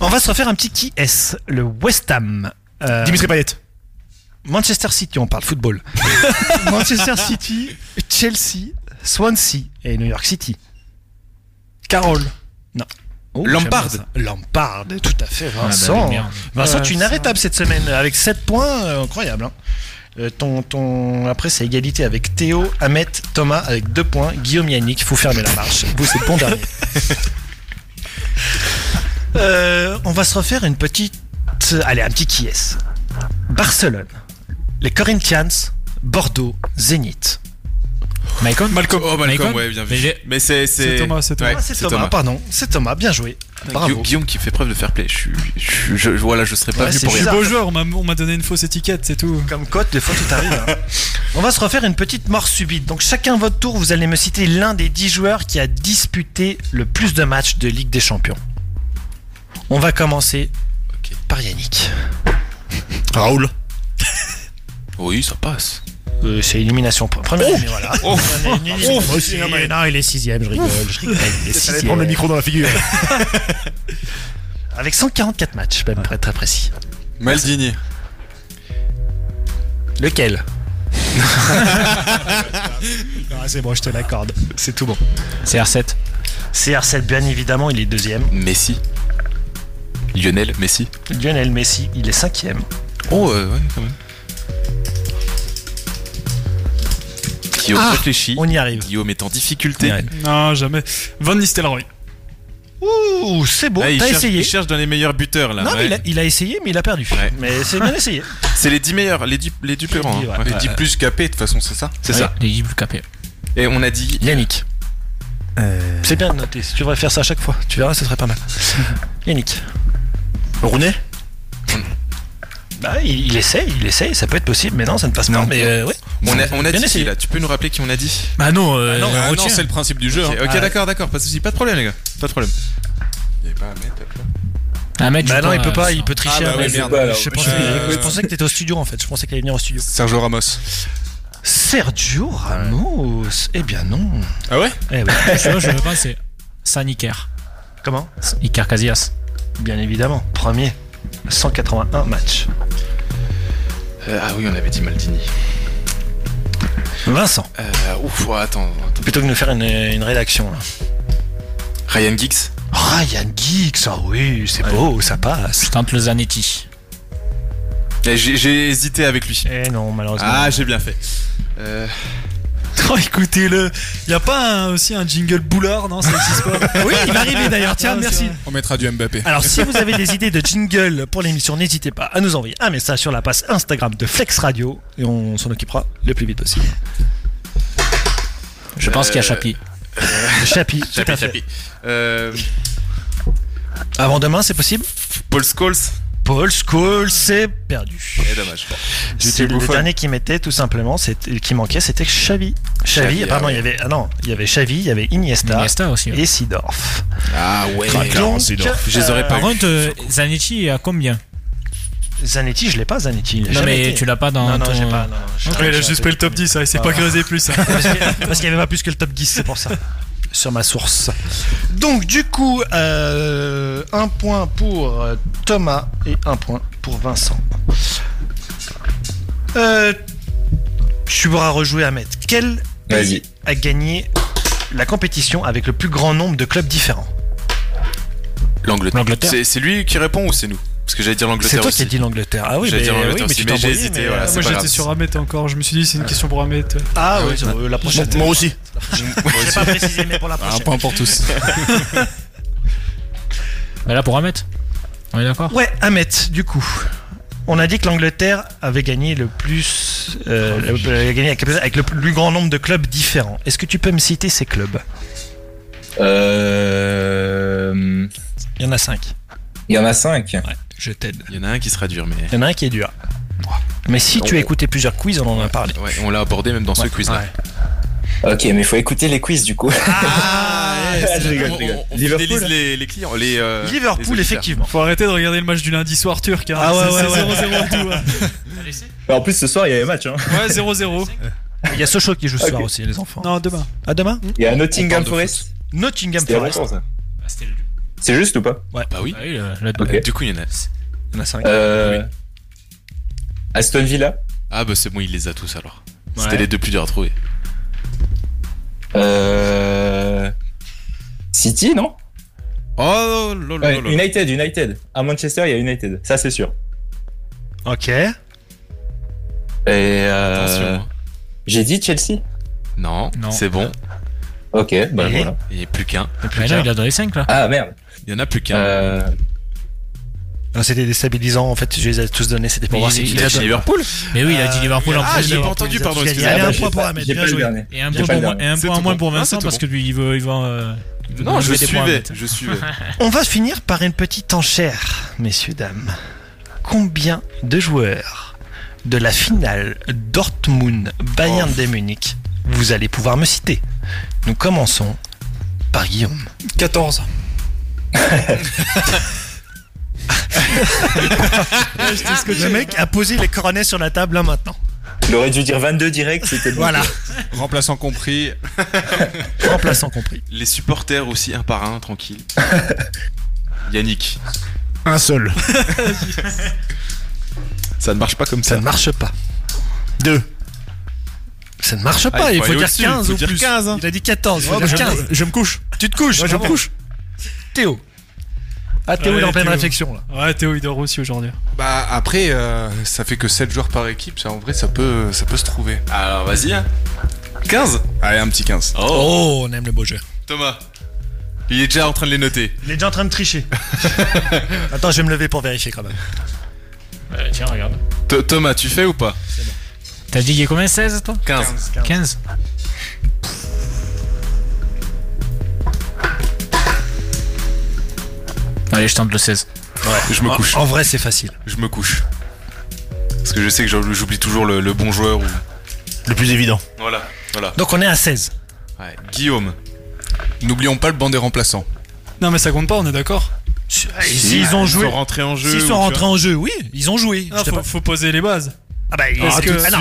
Speaker 8: On va se refaire un petit qui est Le West Ham. Euh,
Speaker 4: Dimitri Payet.
Speaker 8: Manchester City, on parle football. Manchester City, Chelsea, Swansea et New York City. Carole. Non. Oh,
Speaker 1: Lampard.
Speaker 8: j'aime bien ça. Lampard, tout à fait.
Speaker 1: Ah, bah
Speaker 8: Vincent,
Speaker 1: oui, merde.
Speaker 8: Vincent tu es
Speaker 1: Ouais,
Speaker 8: inarrêtable cette semaine avec 7 points, euh, incroyable. hein. Euh, ton, ton... Après, c'est égalité avec Théo, Ahmet, Thomas avec 2 points, Guillaume Yannick, faut fermer la marche. Vous, c'est le bon dernier. Euh, on va se refaire une petite. Allez, un petit qui est Barcelone, les Corinthians, Bordeaux, Zénith. Malcolm
Speaker 5: Malcolm,
Speaker 1: Oh, Malcolm, ouais, bien vu. Mais, c'est, c'est...
Speaker 8: Ah,
Speaker 1: Ouais,
Speaker 8: c'est Thomas, pardon. C'est Thomas, bien joué. Bravo.
Speaker 1: Guillaume- Guillaume qui fait preuve de fair play. Je suis, je, suis- je- voilà, je serais pas
Speaker 8: Ouais,
Speaker 1: venu
Speaker 8: c'est
Speaker 1: pour
Speaker 6: Je suis
Speaker 1: rien.
Speaker 6: beau joueur, on m'a- on m'a donné une fausse étiquette, c'est tout.
Speaker 8: Comme cote, des fois tout arrive. hein. On va se refaire une petite mort subite. Donc chacun votre tour, vous allez me citer l'un des 10 joueurs qui a disputé le plus de matchs de Ligue des Champions. On va commencer par Yannick.
Speaker 4: Raoul.
Speaker 1: Oui, ça passe.
Speaker 8: Euh, c'est élimination pr- première. mais voilà.
Speaker 1: Oh.
Speaker 8: On est nul.
Speaker 1: Oh.
Speaker 8: Oh, si, non, mais non, il est sixième, je rigole, je rigole. Il est
Speaker 4: T'allais
Speaker 8: sixième.
Speaker 4: prendre le micro dans la figure.
Speaker 8: Avec 144 matchs, même pour être très précis.
Speaker 7: Maldini.
Speaker 8: Lequel Non, C'est bon, je te l'accorde. C'est tout bon. CR7. CR7, bien évidemment, il est deuxième.
Speaker 1: Messi. Lionel Messi.
Speaker 8: Lionel Messi, il est cinquième.
Speaker 1: Oh, euh, ouais, quand même. Guillaume
Speaker 6: Ah,
Speaker 1: réfléchit.
Speaker 8: On y arrive.
Speaker 1: Guillaume est en difficulté.
Speaker 6: Non, jamais. Van Nistelrooy.
Speaker 8: Ouh, c'est beau.
Speaker 1: Là, Bah, il,
Speaker 8: T'as
Speaker 1: cherche,
Speaker 8: essayé.
Speaker 1: il cherche dans les meilleurs buteurs là.
Speaker 8: non, mais
Speaker 1: ouais.
Speaker 8: il a, il a essayé, mais il a perdu.
Speaker 1: Ouais.
Speaker 8: Mais c'est bien essayé.
Speaker 1: C'est les 10 meilleurs, les 10, les 10 plus grands.
Speaker 8: dix,
Speaker 1: hein.
Speaker 8: ouais.
Speaker 1: Ouais.
Speaker 8: Les dix
Speaker 7: plus capés de toute façon, c'est ça
Speaker 1: C'est ça.
Speaker 5: Les 10 plus capés.
Speaker 1: Et on a dit.
Speaker 8: Yannick. C'est bien de noter. Si tu devrais faire ça à chaque fois, tu verras, ce serait pas mal. Yannick.
Speaker 4: Rooney
Speaker 8: Bah, il, il essaye, il essaye, ça peut être possible, mais non, ça ne passe pas. Mais euh, ouais.
Speaker 1: On a, on a
Speaker 8: Bien
Speaker 1: dit qui,
Speaker 8: essayé. euh,
Speaker 1: là Tu peux nous rappeler qui on a dit
Speaker 5: Bah non,
Speaker 1: Ah non, ah non,
Speaker 7: c'est le principe du jeu.
Speaker 1: Ok,
Speaker 7: hein.
Speaker 1: ok, d'accord, d'accord, pas de soucis, pas de problème les gars, pas de problème.
Speaker 7: Il y avait pas à mettre, après.
Speaker 8: bah non, il peut pas, il peut tricher.
Speaker 7: Ah bah
Speaker 8: hein,
Speaker 7: ouais,
Speaker 8: mais je-
Speaker 7: merde.
Speaker 8: je,
Speaker 7: Je-
Speaker 8: pensais,
Speaker 7: euh,
Speaker 8: je pensais que t'étais au studio en fait. Je pensais qu'il allait venir au studio.
Speaker 7: Sergio Ramos.
Speaker 8: Sergio Ramos. Eh bien non.
Speaker 7: Ah ouais
Speaker 8: Eh oui.
Speaker 5: Tu vois, je veux pas, c'est San Iker.
Speaker 8: Comment
Speaker 5: Iker Casillas.
Speaker 8: Bien évidemment. Premier. 181 matchs.
Speaker 1: Euh, ah oui, on avait dit Maldini.
Speaker 8: Vincent.
Speaker 1: Euh, ouf, ouais, attends, attends.
Speaker 8: Plutôt que de nous faire une, une rédaction. Là.
Speaker 1: Ryan Giggs
Speaker 8: Ryan Giggs, ah oui, c'est beau, ça passe.
Speaker 5: Je tente le Zanetti.
Speaker 1: Eh, J'ai j'ai hésité avec lui.
Speaker 8: Eh non, malheureusement.
Speaker 1: Ah, j'ai bien fait. Euh,
Speaker 6: Oh, écoutez-le. Y a pas un- aussi un jingle boulard, non Ça existe pas
Speaker 8: Oui, il va arriver d'ailleurs. Tiens,
Speaker 6: Ah,
Speaker 8: merci.
Speaker 7: On mettra du Mbappé.
Speaker 8: Alors, si vous avez des idées de jingle pour l'émission, n'hésitez pas à nous envoyer un message sur la passe Instagram de Flex Radio et on s'en occupera le plus vite possible.
Speaker 5: Je pense qu'il y a
Speaker 1: Euh,
Speaker 5: Chapi.
Speaker 8: euh, Chapi, tout
Speaker 1: Chapi,
Speaker 8: à fait.
Speaker 1: Chapi. Euh,
Speaker 8: Avant demain, c'est possible
Speaker 1: Paul Scholes
Speaker 8: Paul Scholes, c'est perdu.
Speaker 1: Eh, dommage.
Speaker 8: C'est le dernier qui mettait tout simplement, c'était- qui manquait, c'était Xavi. Xavi,
Speaker 1: Xavi, ah
Speaker 8: pardon,
Speaker 1: ouais.
Speaker 8: il y avait, ah non, il y avait Xavi, il y avait Iniesta, et Sidorf.
Speaker 1: Ah ouais,
Speaker 8: Crac, donc,
Speaker 1: Je les aurais pas
Speaker 5: Par
Speaker 1: eu.
Speaker 5: contre, euh, Zanetti est à combien
Speaker 8: Zanetti, je l'ai pas, Zanetti. il a
Speaker 5: Non,
Speaker 8: jamais
Speaker 5: mais
Speaker 8: été.
Speaker 5: tu l'as pas dans
Speaker 8: Non, non,
Speaker 5: ton-
Speaker 8: j'ai pas. Non, non, je-
Speaker 5: Ok. Ouais,
Speaker 6: Il a juste pris le top 10, hein, il s'est pas creusé plus. hein.
Speaker 8: Ah. Parce qu'il n'y avait pas plus que le top 10, c'est pour ça. Sur ma source. Donc, du coup, euh, un point pour euh, Thomas et un point pour Vincent. Euh, tu pourras rejouer Ahmed. Quel pays a gagné la compétition avec le plus grand nombre de clubs différents
Speaker 1: L'Angleterre.
Speaker 8: L'Angleterre.
Speaker 1: C'est- C'est lui qui répond ou c'est nous Parce que j'allais dire l'Angleterre
Speaker 8: C'est toi qui as
Speaker 1: aussi.
Speaker 8: dit l'Angleterre. Ah oui,
Speaker 1: J'allais
Speaker 8: mais,
Speaker 1: dire l'Angleterre
Speaker 8: oui, mais
Speaker 1: aussi,
Speaker 8: tu
Speaker 1: mais
Speaker 8: t'es
Speaker 1: j'ai
Speaker 8: embrouillé,
Speaker 1: hésité,
Speaker 8: mais,
Speaker 1: voilà,
Speaker 8: euh,
Speaker 1: c'est
Speaker 6: Moi,
Speaker 1: pas
Speaker 6: j'étais
Speaker 1: grave.
Speaker 6: sur Ahmed encore. Je me suis dit, c'est une question pour Ahmed.
Speaker 8: Ah oui, sur, euh, la prochaine.
Speaker 4: Moi aussi.
Speaker 8: J'ai pas précisé, mais pour la prochaine.
Speaker 5: Bah là, pour Ahmed. On est d'accord
Speaker 8: Ouais, Ahmed, du coup. On a dit que l'Angleterre avait gagné le plus. euh, le- euh, gagné avec, avec le plus grand nombre de clubs différents. Est-ce que tu peux me citer ces clubs
Speaker 2: Euh...
Speaker 8: Il y en a 5.
Speaker 2: Il y en a 5.
Speaker 8: Je t'aide.
Speaker 1: Il y en a un qui sera dur, mais.
Speaker 8: Il y en a un qui est dur. Mais si tu as écouté plusieurs quiz, on en a parlé.
Speaker 1: Ouais, on l'a abordé même dans ce
Speaker 8: Ouais,
Speaker 1: quiz là.
Speaker 8: ouais.
Speaker 2: Ok, mais il faut écouter les quiz du coup. Ah, je rigole, je rigole.
Speaker 1: Ah, On
Speaker 2: Liverpool. hein.
Speaker 1: fidélise les, les clients. Les, euh, les auditeurs.
Speaker 6: Faut arrêter de regarder le match du lundi soir turc. Hein.
Speaker 1: Ah ouais,
Speaker 6: C'est-
Speaker 1: ouais, ouais.
Speaker 6: c'est 0-0 et tout. hein.
Speaker 2: En plus, ce soir, il y avait match. Hein.
Speaker 6: Ouais, 0-0.
Speaker 8: Il y a Sochaux qui joue ce soir
Speaker 6: Ok.
Speaker 8: aussi, les enfants.
Speaker 6: Non, demain.
Speaker 8: À demain
Speaker 2: Il y a Nottingham Forest.
Speaker 8: Nottingham
Speaker 2: C'était il y a
Speaker 8: Forest.
Speaker 1: hein.
Speaker 8: Ah,
Speaker 2: longtemps, ça. C'est juste ou pas
Speaker 8: Ouais. Ah euh,
Speaker 1: Bah oui.
Speaker 2: Ok.
Speaker 1: Du coup, il y en a, il y en a cinq.
Speaker 2: Euh, Aston Villa.
Speaker 1: Ah bah c'est bon, il les a tous alors.
Speaker 2: Ouais.
Speaker 1: C'était les deux plus durs à trouver.
Speaker 2: Euh... City, non
Speaker 1: Oh,
Speaker 2: Ouais, United, United. À Manchester, il y a United. Ça, c'est sûr.
Speaker 8: Ok.
Speaker 2: Et euh, j'ai dit Chelsea.
Speaker 1: Non,
Speaker 2: Non.
Speaker 1: c'est bon.
Speaker 2: Ok, bah voilà.
Speaker 1: Il n'y a plus qu'un.
Speaker 5: Mais non, il a dans les 5 là.
Speaker 2: Ah merde.
Speaker 1: Il y en a plus qu'un.
Speaker 2: Euh,
Speaker 8: Non, C'était déstabilisant en fait, je les ai tous donnés, c'était pour
Speaker 1: Mais
Speaker 8: voir
Speaker 1: il-
Speaker 8: si
Speaker 1: il a dit Liverpool
Speaker 5: Mais oui, il a dit Liverpool en
Speaker 1: Ah,
Speaker 5: premier.
Speaker 1: j'ai pas entendu, pardon,
Speaker 5: Il y
Speaker 1: excusez-moi.
Speaker 5: avait
Speaker 1: Ah, bah,
Speaker 5: un point
Speaker 1: j'ai
Speaker 5: pour
Speaker 1: pas-
Speaker 5: Ahmed,
Speaker 1: j'ai
Speaker 5: bien
Speaker 1: pas le
Speaker 5: joué.
Speaker 1: dernier.
Speaker 5: Et un
Speaker 1: J'ai
Speaker 5: point
Speaker 1: pas
Speaker 5: pour
Speaker 1: le
Speaker 5: moi- et
Speaker 1: dernier.
Speaker 5: un
Speaker 1: C'est
Speaker 5: point en
Speaker 1: tout
Speaker 5: moins
Speaker 1: bon.
Speaker 5: pour
Speaker 1: Non, c'est
Speaker 5: Vincent
Speaker 1: tout
Speaker 5: parce
Speaker 1: bon.
Speaker 5: que lui, il veut. il veut, euh, il veut
Speaker 1: Non, je
Speaker 5: enlever des points à
Speaker 1: suivais,
Speaker 5: Ahmed.
Speaker 1: je suivais.
Speaker 8: On va finir par une petite enchère, messieurs, dames. Combien de joueurs de la finale Dortmund-Bayern
Speaker 1: Oh.
Speaker 8: de Munich vous allez pouvoir me citer Nous commençons par Guillaume.
Speaker 6: 14.
Speaker 8: Le mec a posé les coronets sur la table là maintenant.
Speaker 2: Il aurait dû dire 22 direct, c'était bon.
Speaker 8: Voilà.
Speaker 1: Remplaçant compris.
Speaker 8: Remplaçant compris.
Speaker 1: Les supporters aussi, un par un, tranquille. Yannick,
Speaker 4: Un seul.
Speaker 1: ça ne marche pas comme ça.
Speaker 8: Ça ne marche pas. Deux. Ça ne marche pas,
Speaker 1: Ah, il
Speaker 8: il
Speaker 1: faut
Speaker 8: faut,
Speaker 1: aller
Speaker 8: dire
Speaker 1: au-dessus,
Speaker 8: 15
Speaker 1: il faut
Speaker 8: ou
Speaker 1: dire
Speaker 8: plus.
Speaker 1: 15, hein.
Speaker 8: Il a dit 14, il faut
Speaker 1: Ouais,
Speaker 8: dire
Speaker 1: bah, je
Speaker 8: 15.
Speaker 1: me- je me
Speaker 8: couche. Tu te couches,
Speaker 1: Moi, je
Speaker 8: ah
Speaker 1: me
Speaker 8: bon.
Speaker 1: couche.
Speaker 8: Théo. Ah, Théo,
Speaker 6: Ouais,
Speaker 8: il est en pleine
Speaker 6: Théo.
Speaker 8: réflexion là.
Speaker 6: Ouais, Théo, il dort aussi aujourd'hui.
Speaker 7: Bah après, euh, ça fait que 7 joueurs par équipe, ça en vrai, ça peut, ça peut se trouver. Ah. Alors vas-y.
Speaker 1: hein.
Speaker 7: 15 Allez, un petit 15.
Speaker 8: Oh, on aime le beau jeu.
Speaker 1: Thomas, il est déjà en train de les noter.
Speaker 8: Il est déjà en train de tricher. Attends, je vais me lever pour vérifier quand même.
Speaker 5: tiens, regarde.
Speaker 1: Th- Thomas, tu fais ou pas
Speaker 5: T'as dit il y a combien 16 toi
Speaker 1: 15.
Speaker 5: 15. Allez, je tente le 16.
Speaker 1: Ouais. Je me
Speaker 5: Ah,
Speaker 8: En-
Speaker 1: couche.
Speaker 8: En vrai, c'est facile.
Speaker 1: Je me couche. Parce que je sais que j'ou- j'oublie toujours le, le bon joueur. Ou...
Speaker 4: Le plus évident.
Speaker 1: Voilà, voilà.
Speaker 8: Donc on est à 16.
Speaker 1: Ouais. Guillaume.
Speaker 7: N'oublions pas le banc des remplaçants.
Speaker 6: Non, mais ça compte pas, on est d'accord
Speaker 8: Et s'ils ont joué. S'ils sont rentrés en jeu, oui, ils ont joué.
Speaker 6: Ah,
Speaker 8: Je t'ai
Speaker 6: faut,
Speaker 8: pas-
Speaker 6: faut poser les bases.
Speaker 8: Ah bah,
Speaker 6: Parce que-
Speaker 8: alors,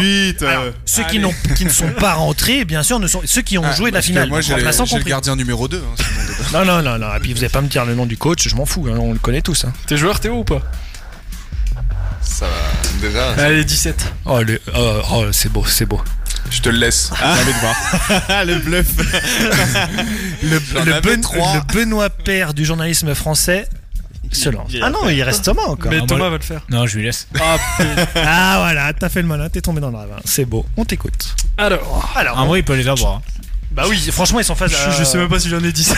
Speaker 8: alors,
Speaker 7: euh.
Speaker 8: ceux qui, n'ont- qui ne sont pas rentrés, bien sûr, ne sont ceux qui ont
Speaker 7: Ah,
Speaker 8: joué la
Speaker 7: parce que
Speaker 8: finale.
Speaker 7: Moi, j'ai
Speaker 8: donc,
Speaker 7: j'ai
Speaker 8: remplaçants
Speaker 7: le
Speaker 8: compris.
Speaker 7: gardien numéro hein, 2.
Speaker 8: Non, non, non, non. Et puis vous allez pas me dire le nom du coach, je m'en fous, hein, on le connaît tous. hein.
Speaker 6: T'es joueur, Théo, ou pas
Speaker 7: Ça va. Déjà.
Speaker 6: Allez, 17.
Speaker 8: Oh, le- oh, oh, c'est beau, c'est beau.
Speaker 7: Je te le laisse.
Speaker 6: Ah,
Speaker 1: le bluff.
Speaker 8: le,
Speaker 7: J'en
Speaker 8: le
Speaker 7: avais
Speaker 8: Ben-
Speaker 7: trois.
Speaker 8: le Benoît Père du journalisme français se lance.
Speaker 5: il-
Speaker 8: Ah non, il reste Thomas encore.
Speaker 5: Mais
Speaker 8: Ah,
Speaker 5: Thomas
Speaker 8: moi-
Speaker 5: va le faire. Non, je lui laisse.
Speaker 8: Ah voilà, t'as fait le malin, t'es tombé dans le ravin. C'est beau, on t'écoute.
Speaker 6: Alors,
Speaker 8: Alors,
Speaker 5: En vrai, il peut les avoir. hein.
Speaker 8: bah oui, franchement, ils sont face à.
Speaker 6: je, je sais même pas si j'en ai 10.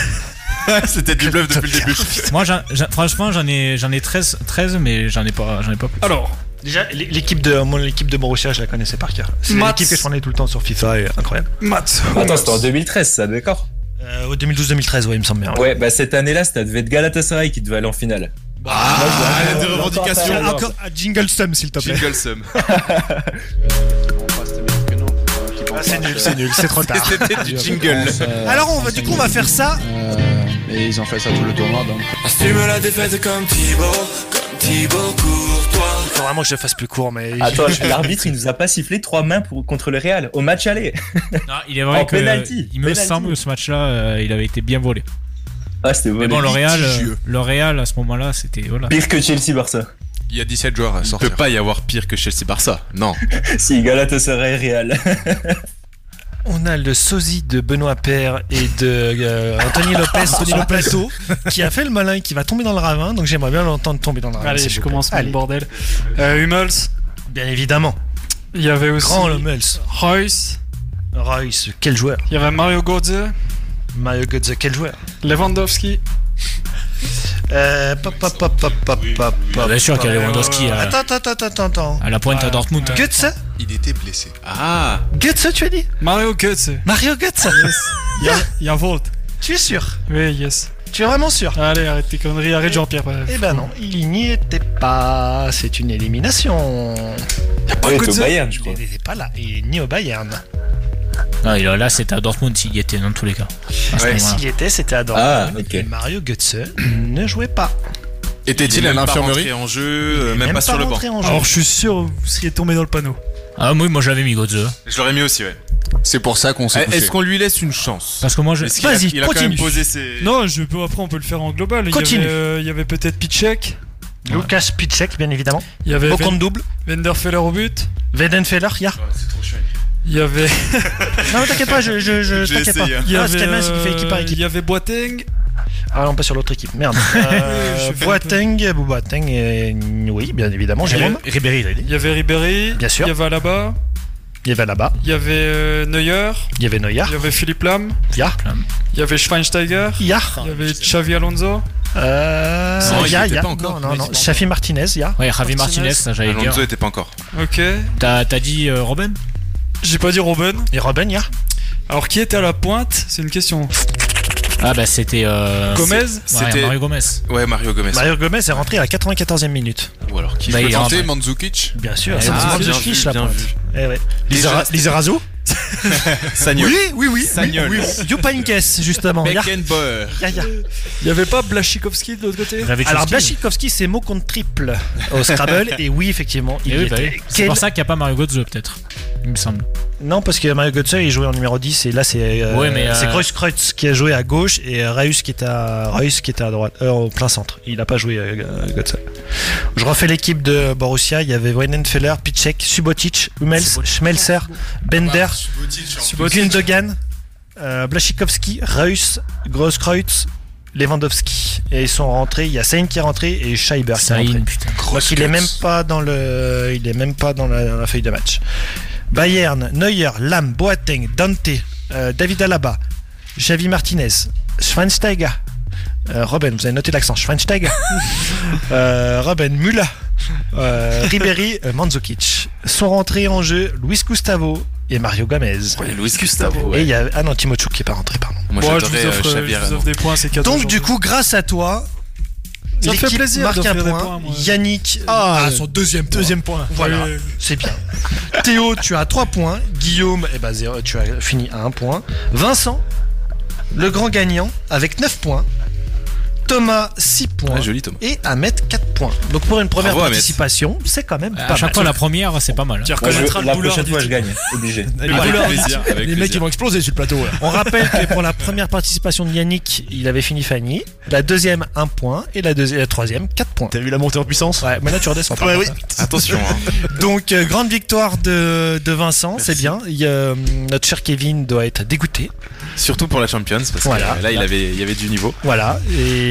Speaker 1: C'était du bluff depuis le début.
Speaker 5: Moi, j'en- j'en- franchement, j'en ai, j'en ai 13, 13, mais j'en ai pas, j'en ai pas plus.
Speaker 6: Alors,
Speaker 8: Déjà, l- l'équipe de, mon équipe de Borussia, je la connaissais par cœur. C'est
Speaker 6: Mats.
Speaker 8: l'équipe que je prenais tout le temps sur FIFA, et incroyable.
Speaker 6: Matt.
Speaker 2: Attends, c'était en 2013, ça, d'accord
Speaker 8: Euh, au 2012-2013, ouais, il me semble bien.
Speaker 2: Ouais, bah cette année-là, ça devait être Galatasaray qui devait aller en finale.
Speaker 8: Bah,
Speaker 1: Ah, il y a des revendications.
Speaker 8: Ah, Encore à Jingle Sum, s'il te plaît.
Speaker 1: Jingle Sum.
Speaker 8: Ah, c'est nul, c'est nul, c'est trop tard. Ah,
Speaker 1: C'était du jingle.
Speaker 8: Alors, on va, du coup, on va faire ça.
Speaker 20: Et ils ont fait ça tout le tournoi. Donc.
Speaker 17: Assume la défaite comme Thibaut, comme Thibaut Courtois.
Speaker 8: Faut vraiment que je fasse plus court, mais.
Speaker 2: Attends, l'arbitre, il nous a pas sifflé trois mains pour, contre le Real au match aller.
Speaker 5: Non, Ah, il est vrai
Speaker 2: En
Speaker 5: que
Speaker 2: penalty,
Speaker 5: il me
Speaker 2: penalty.
Speaker 5: semble que ce match-là, euh, il avait été bien volé.
Speaker 2: Ah, c'était
Speaker 5: Mais
Speaker 2: volé.
Speaker 5: bon, le Real, euh,
Speaker 2: Litigieux.
Speaker 5: le Real, à ce moment-là, c'était voilà.
Speaker 2: Pire que Chelsea-Barça.
Speaker 7: Il y a 17 joueurs à
Speaker 1: Il ne
Speaker 7: sortir.
Speaker 1: peut pas y avoir pire que Chelsea-Barça. Non.
Speaker 2: si, Galatasaray-Real.
Speaker 8: On a le sosie de Benoît Père et de euh, Anthony Lopez
Speaker 6: Anthony
Speaker 8: sur le
Speaker 6: Lopez.
Speaker 8: plateau qui a fait le malin et qui va tomber dans le ravin. Donc j'aimerais bien l'entendre tomber dans le ravin.
Speaker 6: Allez,
Speaker 8: s'il
Speaker 6: je
Speaker 8: vous plaît.
Speaker 6: commence mon
Speaker 8: Allez.
Speaker 6: bordel. Euh, Hummels,
Speaker 8: Bien évidemment.
Speaker 6: il y avait aussi
Speaker 8: Grand Hummels.
Speaker 6: Royce,
Speaker 8: Royce, quel joueur.
Speaker 6: il y avait Mario Götze,
Speaker 8: Mario Götze, quel joueur.
Speaker 6: Lewandowski.
Speaker 8: Euh, pop, pop, pop, pop, pop, pop, pop,
Speaker 5: Bien sûr qu'il y a
Speaker 8: pop.
Speaker 5: Lewandowski euh. à,
Speaker 8: Attends, attends, attends, attends, attends.
Speaker 5: à la pointe à Dortmund.
Speaker 8: Götze
Speaker 7: Il était blessé.
Speaker 1: Ah.
Speaker 8: Götze, tu as dit
Speaker 6: Mario Götze.
Speaker 8: Mario Götze
Speaker 6: Il y a- il y a Volt.
Speaker 8: Tu es sûr
Speaker 6: Oui, yes.
Speaker 8: Tu es vraiment sûr
Speaker 6: Allez, arrête tes conneries, arrête Jean-Pierre. ouais.
Speaker 8: Eh ben non, il n'y était pas. C'est une élimination.
Speaker 2: Il était au Bayern, je crois.
Speaker 5: Ah,
Speaker 8: Il n'était pas là, il est ni au Bayern.
Speaker 5: Non, il- là, c'était à Dortmund s'il y était, dans tous les cas. À ce
Speaker 8: Ouais,
Speaker 5: moment-là.
Speaker 8: s'il y était, c'était à Dortmund.
Speaker 5: Ah,
Speaker 8: Et Mario Götze ne jouait pas.
Speaker 1: Était-il à l'infirmerie en
Speaker 8: Il
Speaker 1: jeu,
Speaker 8: est
Speaker 1: même, pas, sur le banc
Speaker 8: rentré en jeu. Alors, je suis sûr, vous seriez tombé dans le panneau.
Speaker 5: Ah, oui, moi j'avais mis Götze.
Speaker 1: Je l'aurais mis aussi, ouais.
Speaker 7: C'est pour ça qu'on
Speaker 1: s'est Eh, est-ce couché. qu'on lui laisse une chance
Speaker 5: Parce que moi, je.
Speaker 1: Est-ce qu'il a- il a quand même posé ses-
Speaker 6: Non, je peux, après on peut le faire en global. Il y
Speaker 8: Continue.
Speaker 6: avait, euh, Il y avait, peut-être Pitchek.
Speaker 8: Lucas Piszczek, bien évidemment.
Speaker 6: Il y avait
Speaker 8: Au compte
Speaker 6: Ven-
Speaker 8: double.
Speaker 6: Wenderfeller au but.
Speaker 8: Weidenfeller, ya.
Speaker 6: Il y avait.
Speaker 8: Non, mais t'inquiète pas, je, je, je
Speaker 6: J'ai
Speaker 8: t'inquiète pas.
Speaker 6: essayé, hein.
Speaker 8: Ah, ce qui est bien, c'est qu'il fait
Speaker 6: Il y
Speaker 8: équipe par
Speaker 6: avait, euh,
Speaker 8: équipe.
Speaker 6: Il y avait Boateng.
Speaker 8: Ah non, pas sur l'autre équipe, merde.
Speaker 6: Je
Speaker 8: Euh,
Speaker 6: fais un
Speaker 8: Boateng, Boateng, et... oui, bien évidemment,
Speaker 6: Il y avait-
Speaker 8: Jérôme. Ribéry, il a dit.
Speaker 6: Il y avait Ribéry.
Speaker 8: Bien sûr.
Speaker 6: Il y avait Alaba.
Speaker 8: Il y avait là-bas.
Speaker 6: Il y avait euh, Neuer.
Speaker 8: Il y avait Neuer.
Speaker 6: Il y avait Philippe Lam.
Speaker 8: Ya.
Speaker 6: Il y avait Schweinsteiger. Il y avait Xavi Alonso.
Speaker 8: Euh,
Speaker 6: Non, il
Speaker 8: ya,
Speaker 6: était
Speaker 8: ya.
Speaker 6: pas encore.
Speaker 8: Non, non,
Speaker 6: Il
Speaker 8: non.
Speaker 6: était pas
Speaker 8: Chafi Martinez, ya.
Speaker 5: Ouais, Javi Martinez, ça j'allais dire.
Speaker 1: Alonso était pas encore.
Speaker 6: Ok.
Speaker 5: T'as t'as dit euh, Robin
Speaker 6: J'ai pas dit Robin.
Speaker 8: Et Robin, ya.
Speaker 6: Alors qui était à la pointe C'est une question.
Speaker 5: Ah bah c'était. euh,
Speaker 6: Gomez
Speaker 5: c'est- ouais, Mario Gomez.
Speaker 1: Ouais, Mario Gomez.
Speaker 8: Mario Gomez est rentré à la 94e minute.
Speaker 1: Ou alors qui
Speaker 8: Bah,
Speaker 1: Je peux
Speaker 8: il est
Speaker 1: tenter
Speaker 8: rentré.
Speaker 1: Mandzukic
Speaker 8: Bien sûr,
Speaker 1: Ah,
Speaker 8: c'est
Speaker 1: bien
Speaker 8: Mandzukic,
Speaker 1: vu,
Speaker 8: la
Speaker 1: bien
Speaker 8: pointe.
Speaker 1: vu.
Speaker 8: Eh ouais.
Speaker 1: Déjà,
Speaker 8: Lisa-
Speaker 1: c'était-
Speaker 8: Lisa Razou
Speaker 1: Sagnol.
Speaker 8: Oui, oui, oui.
Speaker 1: Sagnol.
Speaker 8: oui. Youpankes, justement. ya.
Speaker 1: Beckenbauer.
Speaker 8: Ya, ya.
Speaker 6: Il y avait pas Blachikowski de l'autre côté
Speaker 8: Alors Blachikowski, c'est mot contre triple au Scrabble. et oui, effectivement, il
Speaker 5: Et
Speaker 8: y
Speaker 5: oui, bah
Speaker 8: était.
Speaker 5: oui. C'est
Speaker 8: Quel-
Speaker 5: pour ça qu'il n'y a pas Mario Götze peut-être, il me semble.
Speaker 8: Non, parce que Mario Götze, il jouait en numéro 10 et là, c'est euh,
Speaker 5: Ouais, mais, euh,
Speaker 8: c'est Kreuz Kreutz qui a joué à gauche et euh, Reus qui était à, Reus qui était à droite, euh, au plein centre. Il n'a pas joué euh, Götze. Je refais l'équipe de Borussia. Il y avait Weidenfeller, Piszczek, Subotic, Hummels, Schmelzer, Bender, Gundogan, euh, Blachikowski, Reus, Grosskreutz, Lewandowski. Et ils sont rentrés. Il y a Sain qui est rentré et Scheiber qui est
Speaker 5: Saïn,
Speaker 8: rentré.
Speaker 5: putain.
Speaker 8: Donc il est même pas dans le, il est même pas dans la, dans la feuille de match. Bayern, Neuer, Lam, Boateng, Dante, euh, David Alaba, Xavi Martinez, Schweinsteiger, euh, Robin, vous avez noté l'accent, Schweinsteiger, euh, Robin, Mula, euh, Ribéry, euh, Mandzukic. Sont rentrés en jeu Luis Gustavo et Mario Gomez.
Speaker 1: Luis Gustavo.
Speaker 8: Et il y a, ah non, Timochuk qui est pas rentré, pardon.
Speaker 1: Moi,
Speaker 6: Bon, je
Speaker 1: j'adorais,
Speaker 6: vous offre,
Speaker 1: euh, Xavi
Speaker 6: je vous
Speaker 1: Arnaud.
Speaker 6: offre des points, c'est 14
Speaker 8: Donc du coup, grâce à toi,
Speaker 6: Ça me
Speaker 8: l'équipe
Speaker 6: fait plaisir
Speaker 8: marque un
Speaker 6: d'offrir des
Speaker 8: point.
Speaker 6: points, moi.
Speaker 8: Yannick
Speaker 6: Ah,
Speaker 8: euh,
Speaker 6: son deuxième point.
Speaker 8: deuxième point. Voilà,
Speaker 6: Ouais.
Speaker 8: c'est bien. Théo, tu as 3 points. Guillaume, eh ben, zéro, tu as fini à 1 point. Vincent, le grand gagnant, avec 9 points. Thomas, 6 points.
Speaker 1: Ah, joli, Thomas.
Speaker 8: Et Ahmed, 4 points. Donc pour une première
Speaker 1: Bravo, Ahmed.
Speaker 8: participation, c'est quand même pas
Speaker 5: À chaque
Speaker 8: mal.
Speaker 5: fois, la première, c'est pas mal. hein.
Speaker 8: Tu reconnaîtras le
Speaker 2: la
Speaker 8: bouleur
Speaker 2: prochaine
Speaker 8: du
Speaker 2: fois, je
Speaker 8: type.
Speaker 2: gagne, obligé.
Speaker 8: Le bouleur du type.
Speaker 4: Les mecs, ils vont exploser sur le plateau. là.
Speaker 8: On rappelle que pour la première participation de Yannick, il avait fini Fanny. La deuxième, 1 point. Et la, deuxième, la troisième, 4 points. T'as
Speaker 4: vu la montée en puissance
Speaker 8: Ouais, mais là tu redescends. par
Speaker 4: Ouais,
Speaker 8: contre.
Speaker 4: oui.
Speaker 1: Attention, hein.
Speaker 8: Donc, euh, grande victoire de, de Vincent, c'est bien. Il y a, euh, notre cher Kevin doit être dégoûté.
Speaker 1: Surtout pour la Champions, parce
Speaker 8: Voilà.
Speaker 1: que euh, là, il avait, il y avait du niveau.
Speaker 8: Voilà.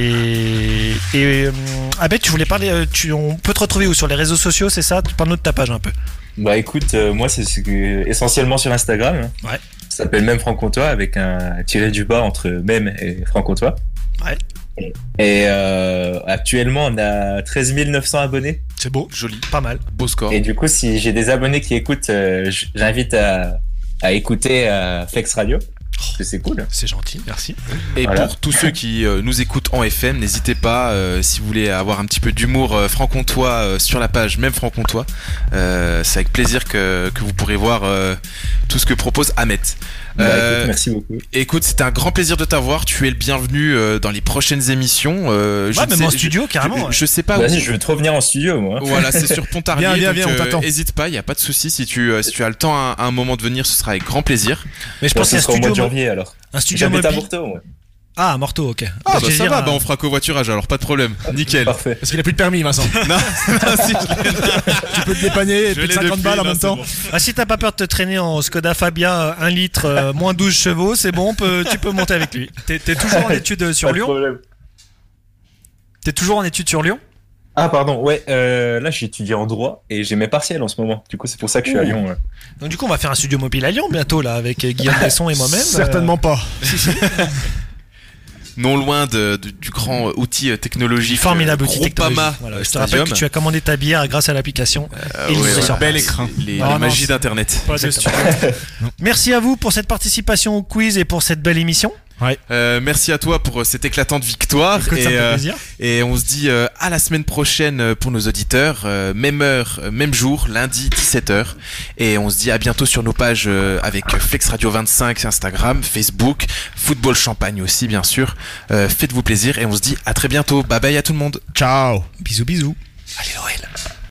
Speaker 8: Et, et euh, Abed, tu voulais parler. euh, Tu, on peut te retrouver où Sur les réseaux sociaux, c'est ça Tu parles de ta page un peu.
Speaker 2: Bah écoute, euh, moi c'est ce que- essentiellement sur Instagram.
Speaker 8: Ouais.
Speaker 2: Ça s'appelle même Franc-Comtois avec un tiré du bas entre même et Franc-Comtois.
Speaker 8: Ouais.
Speaker 2: Et euh, actuellement on a 13 900 abonnés.
Speaker 8: C'est beau.
Speaker 1: Joli.
Speaker 8: Pas mal.
Speaker 1: Beau score.
Speaker 2: Et du coup, si j'ai des abonnés qui écoutent, euh, j- j'invite à, à écouter euh, Flex Radio. Parce que c'est cool.
Speaker 8: Oh. C'est gentil, merci.
Speaker 1: Et
Speaker 2: Voilà.
Speaker 1: pour tous ceux qui euh, nous écoutent en FM, n'hésitez pas, euh, si vous voulez avoir un petit peu d'humour euh, franc-comtois euh, sur la page, même franc-comtois, euh, c'est avec plaisir que, que vous pourrez voir euh, tout ce que propose Ahmet.
Speaker 2: Bah,
Speaker 1: Euh,
Speaker 2: écoute, merci beaucoup.
Speaker 1: Écoute, c'était un grand plaisir de t'avoir. Tu es le bienvenu euh, dans les prochaines émissions. Euh, je
Speaker 8: Ouais,
Speaker 1: ne
Speaker 8: même
Speaker 1: sais-
Speaker 8: en
Speaker 1: je-
Speaker 8: studio,
Speaker 1: je-
Speaker 8: carrément, ouais.
Speaker 1: Je, sais pas
Speaker 2: Vas-y,
Speaker 1: où.
Speaker 2: je veux trop venir en studio, moi.
Speaker 1: Voilà, c'est sur Pontarlier.
Speaker 4: Viens, viens,
Speaker 1: donc,
Speaker 4: viens, on
Speaker 1: euh,
Speaker 4: t'attend.
Speaker 1: Hésite pas, il y a pas de souci. Si tu, euh, si tu as le temps à, à un moment de venir, ce sera avec grand plaisir.
Speaker 8: Mais je pense
Speaker 2: que
Speaker 8: qu'un
Speaker 2: sera au mois
Speaker 8: studio.
Speaker 2: de janvier alors.
Speaker 8: Un studio
Speaker 2: J'habite à
Speaker 8: mobile.
Speaker 2: Porto, moi.
Speaker 8: Ah, à Morteau, ok.
Speaker 1: Ah,
Speaker 8: Parce
Speaker 1: bah,
Speaker 8: que
Speaker 1: ça
Speaker 8: j'allais
Speaker 1: va,
Speaker 8: dire,
Speaker 1: bah, on fera covoiturage alors, pas de problème. Nickel.
Speaker 2: Parfait.
Speaker 4: Parce qu'il a plus de permis, Vincent.
Speaker 1: non,
Speaker 4: tu peux te
Speaker 1: Je
Speaker 4: dépanner, plus de
Speaker 1: l'ai
Speaker 4: 50
Speaker 1: depuis,
Speaker 4: balles en
Speaker 1: là,
Speaker 4: même
Speaker 1: c'est
Speaker 4: temps.
Speaker 1: bon.
Speaker 8: Ah, si t'as pas peur de te traîner en Skoda Fabia 1 litre, euh, moins 12 chevaux, c'est bon, on peut- tu peux monter avec lui.
Speaker 6: T'es t'es toujours en étude sur
Speaker 2: Pas de
Speaker 6: Lyon
Speaker 2: problème.
Speaker 6: T'es toujours en étude sur Lyon
Speaker 2: Ah, pardon, ouais, euh, là j'étudie en droit et j'ai mes partiels en ce moment. Du coup, c'est pour ça que je suis à
Speaker 8: Ouh.
Speaker 2: Lyon. ouais.
Speaker 8: Donc du coup, on va faire un studio mobile à Lyon bientôt là avec euh, Guillaume Besson et moi-même.
Speaker 4: Certainement pas.
Speaker 1: non loin de, de- du grand outil euh, technologique.
Speaker 8: Formidable
Speaker 1: euh,
Speaker 8: outil
Speaker 1: Groupama
Speaker 8: technologique. Voilà, je te rappelle
Speaker 1: Stadium.
Speaker 8: que tu as commandé ta bière grâce à l'application.
Speaker 1: Euh,
Speaker 8: et il
Speaker 1: ouais,
Speaker 8: nous
Speaker 1: ouais.
Speaker 8: sort.
Speaker 1: Bel écran. Les,
Speaker 8: Ah,
Speaker 1: les
Speaker 8: non,
Speaker 1: magies
Speaker 8: c'est-
Speaker 1: d'internet.
Speaker 8: Exactement. Merci à vous pour cette participation au quiz et pour cette belle émission.
Speaker 1: Euh, merci à toi pour cette éclatante victoire. euh,
Speaker 6: Écoute, ça me fait plaisir.
Speaker 1: et on se dit euh, à la semaine prochaine pour nos auditeurs. Euh, même heure, euh, même jour, lundi 17h. Et on se dit à bientôt sur nos pages euh, avec Flex Radio 25, Instagram, Facebook, Football Champagne aussi, bien sûr. Euh, Faites-vous plaisir et on se dit à très bientôt. Bye bye à tout le monde.
Speaker 4: Ciao.
Speaker 1: Bisous, bisous.
Speaker 3: Allez, Noël.